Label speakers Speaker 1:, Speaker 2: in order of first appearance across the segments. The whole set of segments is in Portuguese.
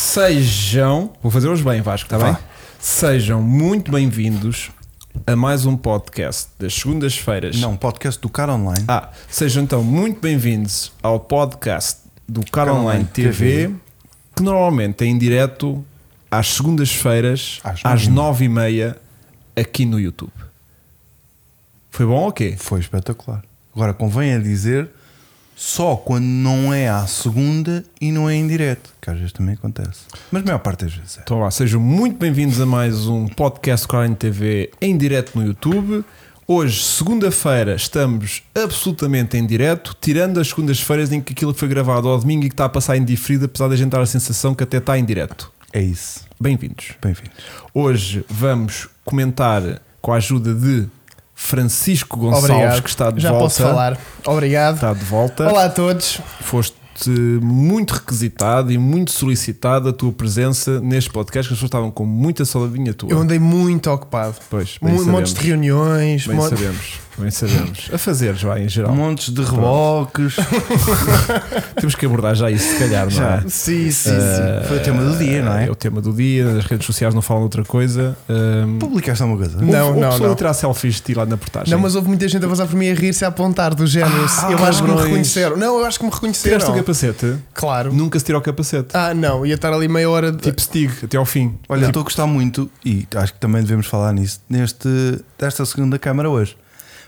Speaker 1: Sejam, vou fazer hoje bem, Vasco, está bem? Sejam muito bem-vindos a mais um podcast das segundas-feiras.
Speaker 2: Não, podcast do Cara Online.
Speaker 1: Ah, sejam então muito bem-vindos ao podcast do Car
Speaker 2: Car
Speaker 1: Online
Speaker 2: Online
Speaker 1: TV, que normalmente é em direto às segundas-feiras,
Speaker 2: Às
Speaker 1: às
Speaker 2: nove e meia.
Speaker 1: nove e meia, aqui no YouTube. Foi bom ou quê?
Speaker 2: Foi espetacular. Agora convém é dizer só quando não é à segunda e não é em direto, que às vezes também acontece. Mas a maior parte das vezes é.
Speaker 1: Então lá, sejam muito bem-vindos a mais um podcast Coragem TV em direto no YouTube. Hoje, segunda-feira, estamos absolutamente em direto, tirando as segundas-feiras em que aquilo foi gravado ao domingo e que está a passar em diferido, apesar da gente dar a sensação que até está em direto.
Speaker 2: É isso.
Speaker 1: Bem-vindos.
Speaker 2: Bem-vindos.
Speaker 1: Hoje vamos comentar com a ajuda de Francisco Gonçalves,
Speaker 3: Obrigado.
Speaker 1: que está de
Speaker 3: Já
Speaker 1: volta. Tá,
Speaker 3: posso falar. Obrigado.
Speaker 1: Está de volta.
Speaker 3: Olá a todos.
Speaker 1: Foste muito requisitado e muito solicitado a tua presença neste podcast, que as pessoas estavam com muita saudadinha tua.
Speaker 3: Eu andei muito ocupado.
Speaker 1: Pois, bem
Speaker 3: Mu-
Speaker 1: sabemos.
Speaker 3: montes de reuniões.
Speaker 1: Bem
Speaker 3: mon-
Speaker 1: sabemos, bem sabemos. A fazer, já em geral.
Speaker 2: Montes de reboques.
Speaker 1: Temos que abordar já isso, se calhar, não é?
Speaker 3: Sim, sim, sim.
Speaker 1: Eh,
Speaker 2: Foi o tema do dia, não é?
Speaker 1: É o tema do dia, as redes sociais não falam de outra coisa. Um,
Speaker 2: Publicaste alguma coisa?
Speaker 3: Não,
Speaker 1: houve
Speaker 3: não,
Speaker 1: pessoa
Speaker 3: não.
Speaker 1: a tirar selfies de ti lá na portagem.
Speaker 3: Não, mas houve muita gente a passar por mim a rir-se a apontar do género.
Speaker 1: é, Ah,
Speaker 3: eu acho que me
Speaker 1: cabrões.
Speaker 3: reconheceram. Não, eu acho que me reconheceram.
Speaker 1: Tiraste o capacete?
Speaker 3: Claro.
Speaker 1: Nunca se tira o capacete.
Speaker 3: Ah, não. Ia estar ali meia hora de.
Speaker 1: Tipo Stig, até ao fim. Tipo,
Speaker 2: Olha, estou a gostar muito e acho que também devemos falar nisso neste, desta segunda câmara hoje.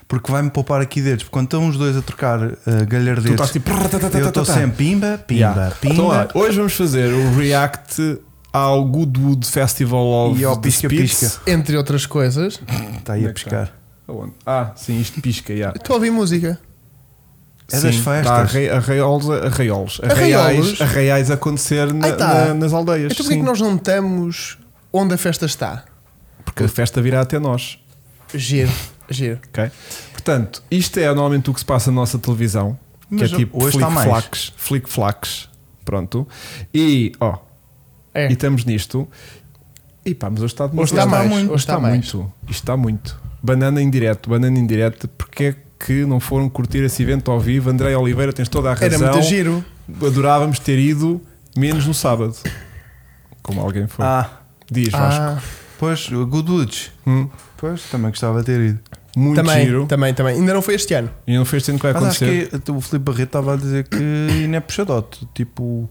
Speaker 2: Porque vai-me poupar aqui dedos. Porque quando estão os dois a trocar uh, galhardetes,
Speaker 1: Tu estás tipo, "Prá, tá, tá, tá,
Speaker 2: eu
Speaker 1: tá,
Speaker 2: estou
Speaker 1: tá."
Speaker 2: sempre pimba, pimba,
Speaker 1: Yeah.
Speaker 2: pimba.
Speaker 1: Então, olha, hoje vamos fazer o react ao Goodwood Festival of
Speaker 2: E ao
Speaker 1: the
Speaker 2: Pisca
Speaker 1: Spits.
Speaker 2: Pisca.
Speaker 3: Entre outras coisas.
Speaker 2: Está Tá aí
Speaker 1: Onde
Speaker 2: a
Speaker 1: é que
Speaker 2: pescar.
Speaker 1: Aonde? Ah, sim, isto pisca, já.
Speaker 3: Estou a ouvir música.
Speaker 2: É das
Speaker 1: Sim,
Speaker 2: festas.
Speaker 1: Está arrei- arraiolos, arraiolos, arraiais,
Speaker 3: Arraiolos?
Speaker 1: arraiais a acontecer na-
Speaker 3: Ai, tá.
Speaker 1: na- nas aldeias.
Speaker 3: Então porquê
Speaker 1: sim.
Speaker 3: que nós não estamos onde a festa está?
Speaker 1: Porque a festa virá até nós.
Speaker 3: Giro, giro.
Speaker 1: ok? Portanto, isto é normalmente o que se passa na nossa televisão,
Speaker 2: Mas
Speaker 1: que é tipo
Speaker 2: hoje está mais.
Speaker 1: flick-flacks, flick-flacks, pronto. E, ó,
Speaker 3: É.
Speaker 1: e estamos nisto. E pá, mas hoje está de
Speaker 3: Hoje
Speaker 1: muito.
Speaker 3: está mais,
Speaker 1: muito,
Speaker 3: hoje está mais.
Speaker 1: muito. Isto está muito. Banana em direto, banana em direto, porque é que não foram curtir esse evento ao vivo? André Oliveira, tens toda a
Speaker 3: Era
Speaker 1: razão.
Speaker 3: muito giro.
Speaker 1: Adorávamos ter ido, menos no sábado. Como alguém foi.
Speaker 2: Ah,
Speaker 1: Diz, Vasco.
Speaker 3: Ah,
Speaker 2: pois, o Goodwoods.
Speaker 1: Hum,
Speaker 2: Pois, também gostava de ter ido.
Speaker 1: muito
Speaker 3: também,
Speaker 1: giro.
Speaker 3: também, também. Ainda não foi este ano.
Speaker 1: E não fez tempo que vai
Speaker 2: Mas acho
Speaker 1: acontecer.
Speaker 2: que eh, o Filipe Barreto estava a dizer que ainda é puxadote. Tipo,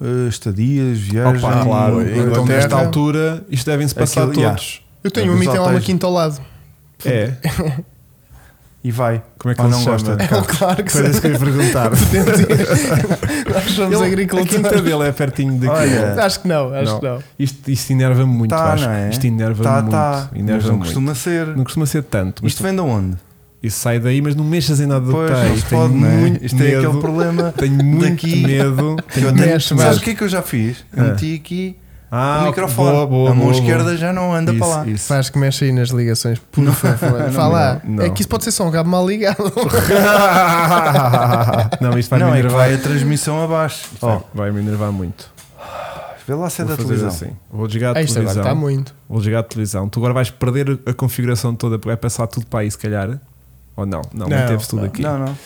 Speaker 2: eh, estadias, viagens.
Speaker 1: Opa, claro.
Speaker 3: em
Speaker 1: Então,
Speaker 3: Inglaterra.
Speaker 1: nesta altura, isto devem-se passar
Speaker 2: Aquilo, yeah.
Speaker 1: todos.
Speaker 3: Eu tenho um
Speaker 2: Os
Speaker 3: item lá uma
Speaker 2: hotéis.
Speaker 3: quinta ao lado.
Speaker 1: É.
Speaker 2: E vai.
Speaker 1: Como é que
Speaker 2: Ou
Speaker 1: ele
Speaker 2: Ah, não
Speaker 1: se chama?
Speaker 2: gosta de Tá,
Speaker 3: É
Speaker 2: carro.
Speaker 3: claro que
Speaker 1: Foi
Speaker 3: sim.
Speaker 1: isso que eu ia perguntar.
Speaker 3: Nós somos
Speaker 1: Ele, a quinta
Speaker 3: agricultores.
Speaker 1: dele é pertinho daqui.
Speaker 2: Olha,
Speaker 3: Acho que não, acho que não.
Speaker 1: Isto, isto enerva-me muito,
Speaker 2: Tá,
Speaker 1: Vasco.
Speaker 2: não é?
Speaker 1: Isto enerva-me
Speaker 2: Tá,
Speaker 1: muito.
Speaker 2: tá.
Speaker 1: Enerva-me
Speaker 2: Mas não
Speaker 1: muito.
Speaker 2: costuma ser.
Speaker 1: Não costuma ser tanto. Mas
Speaker 2: Isto vem de onde?
Speaker 1: isso sai daí, mas não mexas em nada do
Speaker 2: Pois,
Speaker 1: que está aí.
Speaker 2: não se
Speaker 1: Tenho
Speaker 2: pode, não é?
Speaker 1: muito
Speaker 2: Isto é
Speaker 1: né? medo.
Speaker 2: aquele problema.
Speaker 1: Tenho muito
Speaker 2: daqui.
Speaker 1: medo.
Speaker 2: que eu
Speaker 1: Tenho
Speaker 2: tenho-
Speaker 1: muito
Speaker 3: Mexe,
Speaker 2: Sabes
Speaker 3: mexe.
Speaker 2: o que é que eu já fiz? Eu
Speaker 1: Ah.
Speaker 2: meti aqui
Speaker 1: Ah, ok,
Speaker 2: o microfone.
Speaker 1: Boa, boa,
Speaker 2: a mão
Speaker 1: boa,
Speaker 2: esquerda
Speaker 1: boa.
Speaker 2: já não anda
Speaker 1: Isso,
Speaker 2: para lá.
Speaker 1: Isso.
Speaker 3: Faz que mexe aí nas ligações, por favor. Fala.
Speaker 1: não, não.
Speaker 3: É que isso pode ser só um cabo mal ligado.
Speaker 1: não, isto vai Oh,
Speaker 2: não,
Speaker 1: me
Speaker 2: é que
Speaker 1: enervar.
Speaker 2: vai a transmissão abaixo. Ó,
Speaker 1: Vai me enervar muito.
Speaker 2: vê lá se é
Speaker 1: Vou fazer
Speaker 2: da televisão.
Speaker 1: assim. Vou desligar a
Speaker 3: Ah, isto agora
Speaker 1: televisão.
Speaker 3: está muito.
Speaker 1: Vou desligar a televisão. Tu agora vais perder a configuração toda porque vai passar tudo para aí, se calhar. Ou não? Não,
Speaker 3: Não,
Speaker 1: manteve-se tudo aqui.
Speaker 2: Não, não.
Speaker 3: Está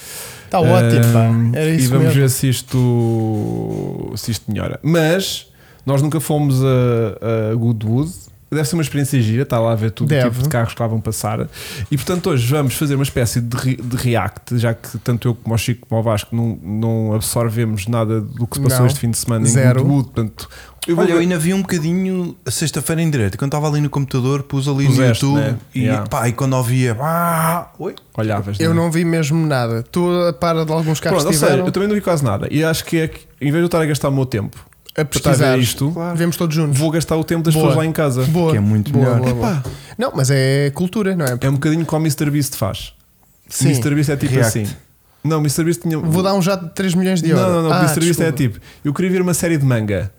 Speaker 3: Tá Ah, ótimo,
Speaker 1: Ahm,
Speaker 3: pá. Ehm, Era
Speaker 1: e
Speaker 3: isso
Speaker 1: vamos
Speaker 3: mesmo.
Speaker 1: ver se isto se isto melhora. Mas nós nunca fomos a, a Goodwood. Deve ser uma experiência gira, está lá a ver tudo o
Speaker 3: Deve.
Speaker 1: tipo de carros que lá vão passar. E portanto, hoje vamos fazer uma espécie de, re- de react, já que tanto eu como o Chico como o Vasco não, não absorvemos nada do que se passou
Speaker 3: Não.
Speaker 1: este fim de semana
Speaker 3: Zero.
Speaker 1: em Goodwood. Portanto, eu vou
Speaker 2: Olha, eu
Speaker 1: ver-
Speaker 2: ainda vi um bocadinho a sexta-feira em direto. Quando estava ali no computador, pus ali
Speaker 1: Puseste,
Speaker 2: no YouTube
Speaker 1: né?
Speaker 2: e,
Speaker 1: Yeah.
Speaker 2: pá, e quando ouvia. pá, oi?
Speaker 1: olhavas.
Speaker 3: Eu
Speaker 1: né?
Speaker 3: não vi mesmo nada. Tu a par de alguns carros
Speaker 1: Pronto,
Speaker 3: que
Speaker 1: ou seja,
Speaker 3: tiveram
Speaker 1: eu também não vi quase nada. E acho que é que, em vez de eu estar a gastar o meu tempo
Speaker 3: a
Speaker 1: para estar a
Speaker 3: pesquisar.
Speaker 1: ver isto,
Speaker 3: Vemos todos juntos.
Speaker 1: vou gastar o tempo das
Speaker 3: Boa.
Speaker 1: pessoas lá em casa.
Speaker 3: Boa.
Speaker 2: Que é muito
Speaker 3: boa,
Speaker 2: melhor.
Speaker 3: boa, boa. Não, mas é cultura, não é?
Speaker 1: É um bocadinho como o Mr. Beast faz.
Speaker 3: Sim.
Speaker 1: Mr. Beast é tipo
Speaker 2: React.
Speaker 1: assim. Não, Mr. Beast tinha.
Speaker 3: Vou dar um jato de 3 milhões de euros.
Speaker 1: Não, não, não.
Speaker 3: Ah,
Speaker 1: Mr. Beast é tipo.
Speaker 3: desculpa.
Speaker 1: Eu queria ver uma série de manga.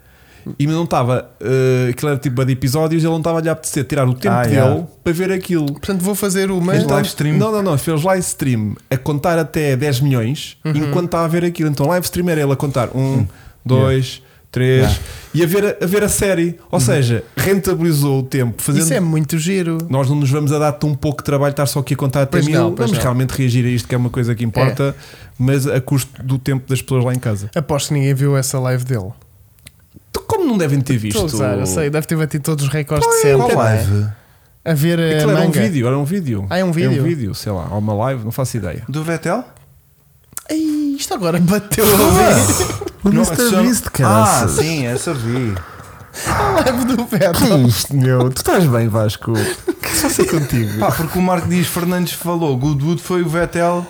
Speaker 1: E não estava. eh, aquilo era tipo de episódios. Ele não estava a lhe apetecer tirar o tempo
Speaker 2: Ah,
Speaker 1: dele
Speaker 2: yeah.
Speaker 1: para ver aquilo.
Speaker 3: Portanto, vou fazer uma.
Speaker 2: Mas live stream.
Speaker 1: então, Não, não, não. Fez live stream a contar até 10 milhões enquanto estava a ver aquilo. Então live stream era ele a contar 1, 2, 3 e a ver a ver a série. Ou seja, rentabilizou o tempo fazendo.
Speaker 3: Isso é muito giro.
Speaker 1: Nós não nos vamos a dar tão pouco trabalho estar só aqui a contar até
Speaker 3: Pois
Speaker 1: mil.
Speaker 3: não, pois
Speaker 1: vamos
Speaker 3: não.
Speaker 1: realmente reagir a isto, que é uma coisa que importa, mas a custo do tempo das pessoas lá em casa.
Speaker 3: Aposto que ninguém viu essa live dele.
Speaker 1: Tu, como não devem ter visto.
Speaker 3: Estou a usar, eu sei, deve ter batido todos os recordes de
Speaker 2: Qual
Speaker 3: sempre. não é?
Speaker 2: live?
Speaker 3: A ver a
Speaker 1: Aquilo era um
Speaker 3: É manga.
Speaker 1: vídeo, era um vídeo.
Speaker 3: Ah, é um
Speaker 1: É
Speaker 3: vídeo?
Speaker 1: um vídeo, sei lá, ou uma live, não faço ideia.
Speaker 2: Do Vettel? é?
Speaker 3: Ai, isto agora é bateu
Speaker 1: O
Speaker 2: Não,
Speaker 1: Mr.
Speaker 2: mas chama-
Speaker 1: Beast,
Speaker 2: Ah,
Speaker 1: caraças.
Speaker 2: sim, essa vi.
Speaker 3: a live do
Speaker 1: Que é
Speaker 3: Vettel.
Speaker 1: isto, meu? Tu estás bem, Vasco? O que se passa contigo?
Speaker 2: Pá, porque o Marco Dias Fernandes falou Goodwood foi o Vettel,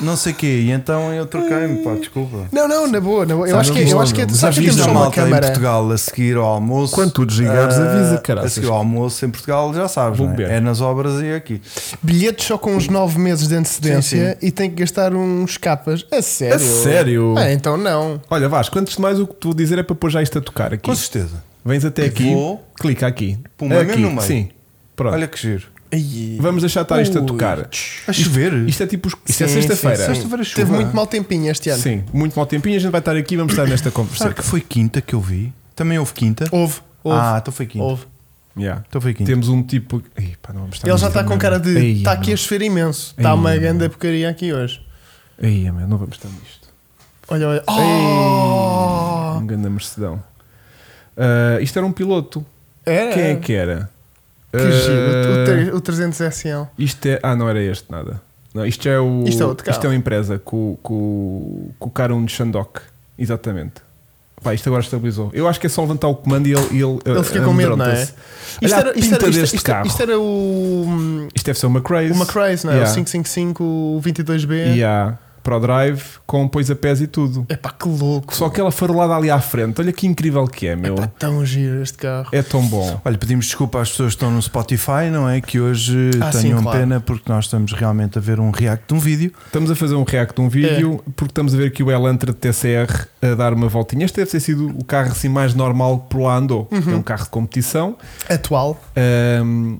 Speaker 2: não sei quê, e então eu troquei-me, pá, desculpa.
Speaker 3: Não, não, na boa, na boa. Eu
Speaker 1: Sabe,
Speaker 3: acho que é,
Speaker 1: na
Speaker 3: eu
Speaker 1: boa,
Speaker 3: acho que é,
Speaker 1: não.
Speaker 3: sabes
Speaker 1: Já
Speaker 3: que
Speaker 1: viste
Speaker 2: Avisa
Speaker 3: temos só
Speaker 2: a
Speaker 3: uma
Speaker 2: malta em
Speaker 3: câmara.
Speaker 2: Portugal a seguir ao almoço.
Speaker 1: Quando tu desligares,
Speaker 2: Ah,
Speaker 1: avisa,
Speaker 2: A
Speaker 1: caraças.
Speaker 2: seguir ao almoço em Portugal, já sabes,
Speaker 1: Vou
Speaker 2: não é?
Speaker 1: beber.
Speaker 2: é nas obras e aqui.
Speaker 3: Bilhetes só com uns 9 meses de antecedência e tem que gastar uns capas. A sério?
Speaker 1: A sério?
Speaker 3: Ah, então não.
Speaker 1: Olha, Vasco, antes de mais, o que tu vou dizer é para pôr já isto a tocar aqui.
Speaker 2: Com certeza.
Speaker 1: Vens até
Speaker 2: Eu
Speaker 1: aqui,
Speaker 2: vou-
Speaker 1: clica aqui.
Speaker 2: Pum, é mesmo
Speaker 1: aqui.
Speaker 2: no meio.
Speaker 1: Sim. Pronto.
Speaker 2: Olha que giro.
Speaker 3: Ai.
Speaker 1: Vamos deixar estar isto a
Speaker 3: Ui.
Speaker 1: tocar.
Speaker 2: A chover?
Speaker 1: Isto é tipo. os- Isto é
Speaker 3: Sim,
Speaker 1: sexta-feira.
Speaker 3: sim, sim.
Speaker 2: Sexta-feira chuva.
Speaker 3: Teve muito mau tempinho este ano.
Speaker 1: Sim, muito mau tempinho. A gente vai estar aqui e vamos estar nesta
Speaker 2: Será
Speaker 1: conversa.
Speaker 2: que foi quinta que eu vi? Também é houve quinta?
Speaker 3: Houve, houve.
Speaker 2: Ah, então foi quinta.
Speaker 3: houve.
Speaker 1: Yeah.
Speaker 2: Então foi quinta.
Speaker 1: Temos um tipo. Ih, pá, não vamos estar
Speaker 3: Ele já
Speaker 1: nesta
Speaker 3: está com
Speaker 1: merda.
Speaker 3: cara de.
Speaker 1: Ei,
Speaker 3: Está aqui
Speaker 1: meu.
Speaker 3: a chover imenso. Está
Speaker 1: Ei,
Speaker 3: uma
Speaker 1: meu.
Speaker 3: grande porcaria aqui hoje.
Speaker 1: Ei, meu, não vamos estar nisto.
Speaker 3: Olha, olha. Oh!
Speaker 1: Um grande mercedão. Ah, isto era um piloto.
Speaker 3: Era?
Speaker 1: Quem é que era?
Speaker 3: Que giro. O
Speaker 1: Ah,
Speaker 3: tre- O 300 SL.
Speaker 1: Isto é. Ah, não era este nada. Não, isto é o.
Speaker 3: Isto é outro carro.
Speaker 1: Isto é uma empresa com, com, com o Karun Shandok. Exatamente. Pá, isto agora estabilizou. Eu acho que é só levantar o comando e ele. Ele,
Speaker 3: Ele fica com medo, não é?
Speaker 1: amedronta-se. Olha a pinta deste
Speaker 3: isto- é-
Speaker 1: carro.
Speaker 3: isto era o. hum,
Speaker 1: Isto deve ser uma craze.
Speaker 3: O McRae, não é?
Speaker 1: Yeah.
Speaker 3: O 555, o 22B.
Speaker 1: E há Pro Drive com pois a pés e tudo.
Speaker 3: Epá, que louco.
Speaker 1: Só aquela farolada ali à frente. Olha que incrível que é, meu.
Speaker 3: Epá, tão giro este carro.
Speaker 1: É tão bom.
Speaker 2: Olha, pedimos desculpa às pessoas que estão no Spotify, não é? Que hoje
Speaker 3: Ah, sim,
Speaker 2: tenham
Speaker 3: claro.
Speaker 2: pena porque nós estamos realmente a ver um react de um vídeo.
Speaker 1: Estamos a fazer um react de um vídeo porque estamos a ver aqui o Elantra de TCR a dar uma voltinha. Este deve ter sido o carro assim mais normal que por lá andou. É um carro de competição.
Speaker 3: Atual.
Speaker 1: Ahm,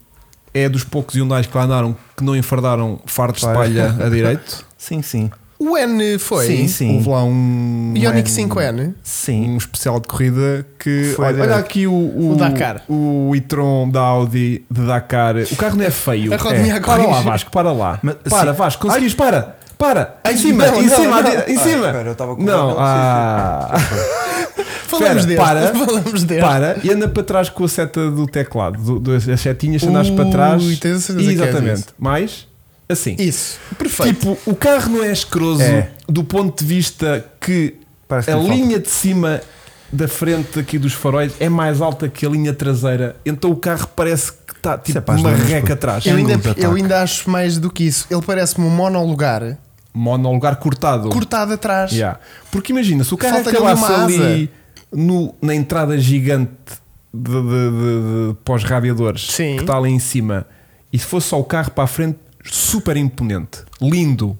Speaker 1: é dos poucos Hyundais que lá andaram que não enfardaram fartos de palha a direito.
Speaker 2: Sim, sim.
Speaker 3: O N foi.
Speaker 2: Sim, sim.
Speaker 1: Houve lá um.
Speaker 3: Ionic
Speaker 1: um-
Speaker 3: 5N.
Speaker 2: Sim.
Speaker 1: um especial de corrida que
Speaker 2: Foi
Speaker 1: olha,
Speaker 2: direto.
Speaker 1: olha aqui o, o,
Speaker 3: O Dakar.
Speaker 1: o e-tron da Audi de Dakar o carro não é feio
Speaker 3: A rodinha
Speaker 1: é. para lá
Speaker 3: corrige.
Speaker 1: Vasco para lá
Speaker 2: Mas,
Speaker 1: para
Speaker 2: sim.
Speaker 1: Vasco conseguis para para
Speaker 3: Ai,
Speaker 1: em cima
Speaker 3: não,
Speaker 1: em
Speaker 3: não,
Speaker 1: cima
Speaker 3: não.
Speaker 1: de- em
Speaker 2: Ah,
Speaker 1: cima
Speaker 2: espera, eu estava com o
Speaker 1: não
Speaker 2: Daniel,
Speaker 1: ah, Espera,
Speaker 3: Falamos dele.
Speaker 1: para.
Speaker 3: Falamos dele.
Speaker 1: para e anda para trás com a seta do teclado do, do, as setinhas andas para
Speaker 3: Ui,
Speaker 1: trás
Speaker 3: tens a certeza que é
Speaker 1: exatamente
Speaker 3: isso.
Speaker 1: mais assim
Speaker 3: Isso. Perfeito.
Speaker 1: Tipo, o carro não é escroso
Speaker 2: É.
Speaker 1: do ponto de vista que
Speaker 2: Parece
Speaker 1: a
Speaker 2: que tem
Speaker 1: linha de cima da frente aqui dos faróis é mais alta que a linha traseira, então o carro parece que está
Speaker 2: Isso
Speaker 1: tipo
Speaker 2: é para as
Speaker 1: uma
Speaker 2: nuvens,
Speaker 1: reca
Speaker 2: pô.
Speaker 1: atrás.
Speaker 3: eu,
Speaker 2: ângulo
Speaker 3: ainda,
Speaker 2: de ataque.
Speaker 3: eu ainda acho mais do que isso. Ele parece-me um monolugar
Speaker 1: Mono lugar cortado.
Speaker 3: cortado atrás.
Speaker 1: Yeah. Porque imagina, se o carro
Speaker 3: Falta ali
Speaker 1: acabasse
Speaker 3: uma
Speaker 1: ali,
Speaker 3: asa.
Speaker 1: no- na entrada gigante de, de, de- de- para os radiadores
Speaker 3: Sim.
Speaker 1: que está ali em cima, e se fosse só o carro para a frente, super imponente, lindo.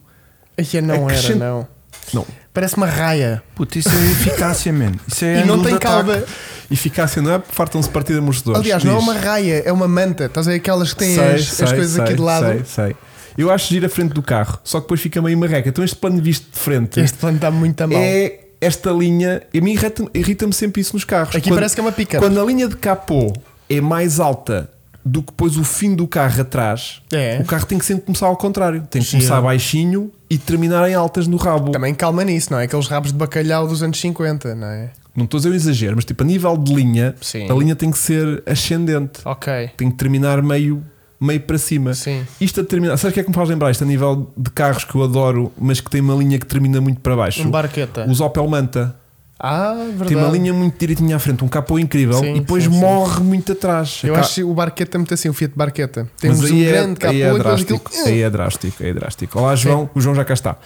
Speaker 3: Ai, não
Speaker 1: Acrescent-
Speaker 3: era, não.
Speaker 1: Não,
Speaker 3: Parece uma raia.
Speaker 2: Puto, isso é eficácia, mano. Isso é
Speaker 3: e não
Speaker 2: ângulo
Speaker 3: tem
Speaker 2: de ataque.
Speaker 3: cauda.
Speaker 1: eficácia não é? Fartam-se partida amortecedores.
Speaker 3: Aliás, não é uma raia, é uma manta. Estás a ver aquelas que têm
Speaker 1: Sei,
Speaker 3: as, as
Speaker 1: sei,
Speaker 3: coisas aqui
Speaker 1: sei,
Speaker 3: de lado.
Speaker 1: Sei, sei. Eu acho giro a frente do carro, só que depois fica meio marreca. Então este plano de visto de frente
Speaker 3: Este plano está muito a mal.
Speaker 1: é esta linha. A mim irrita- irrita-me sempre isso nos carros.
Speaker 3: Aqui parece que é uma pick-up.
Speaker 1: Quando a linha de capô é mais alta do que depois o fim do carro atrás,
Speaker 3: É.
Speaker 1: o carro tem que sempre começar ao contrário. Tem que
Speaker 3: Giro.
Speaker 1: começar baixinho e terminar em altas no rabo.
Speaker 3: Também calma nisso, não é? Aqueles rabos de bacalhau dos anos 50, não é?
Speaker 1: Não estou a dizer um exagero, mas tipo a nível de linha,
Speaker 3: Sim.
Speaker 1: a linha tem que ser ascendente.
Speaker 3: Ok.
Speaker 1: tem que terminar meio, meio para cima.
Speaker 3: Sim.
Speaker 1: Isto a terminar, sabes o que é que me faz lembrar? Isto a nível de carros que eu adoro, mas que tem uma linha que termina muito para baixo.
Speaker 3: Um barqueta.
Speaker 1: Os Opel Manta.
Speaker 3: Ah, verdade.
Speaker 1: Tem uma linha muito direitinha à frente, um capô incrível
Speaker 3: Sim,
Speaker 1: e depois
Speaker 3: sim, sim.
Speaker 1: morre muito atrás.
Speaker 3: Eu
Speaker 1: Ca-
Speaker 3: acho o barqueta muito assim, o Fiat Barqueta.
Speaker 1: Mas
Speaker 3: Temos um
Speaker 1: aí é-
Speaker 3: grande capô
Speaker 1: aí
Speaker 3: e
Speaker 1: é
Speaker 3: depois aquilo. eh.
Speaker 1: drástico, aí é drástico, aí é drástico. Olá, João. O João já cá está.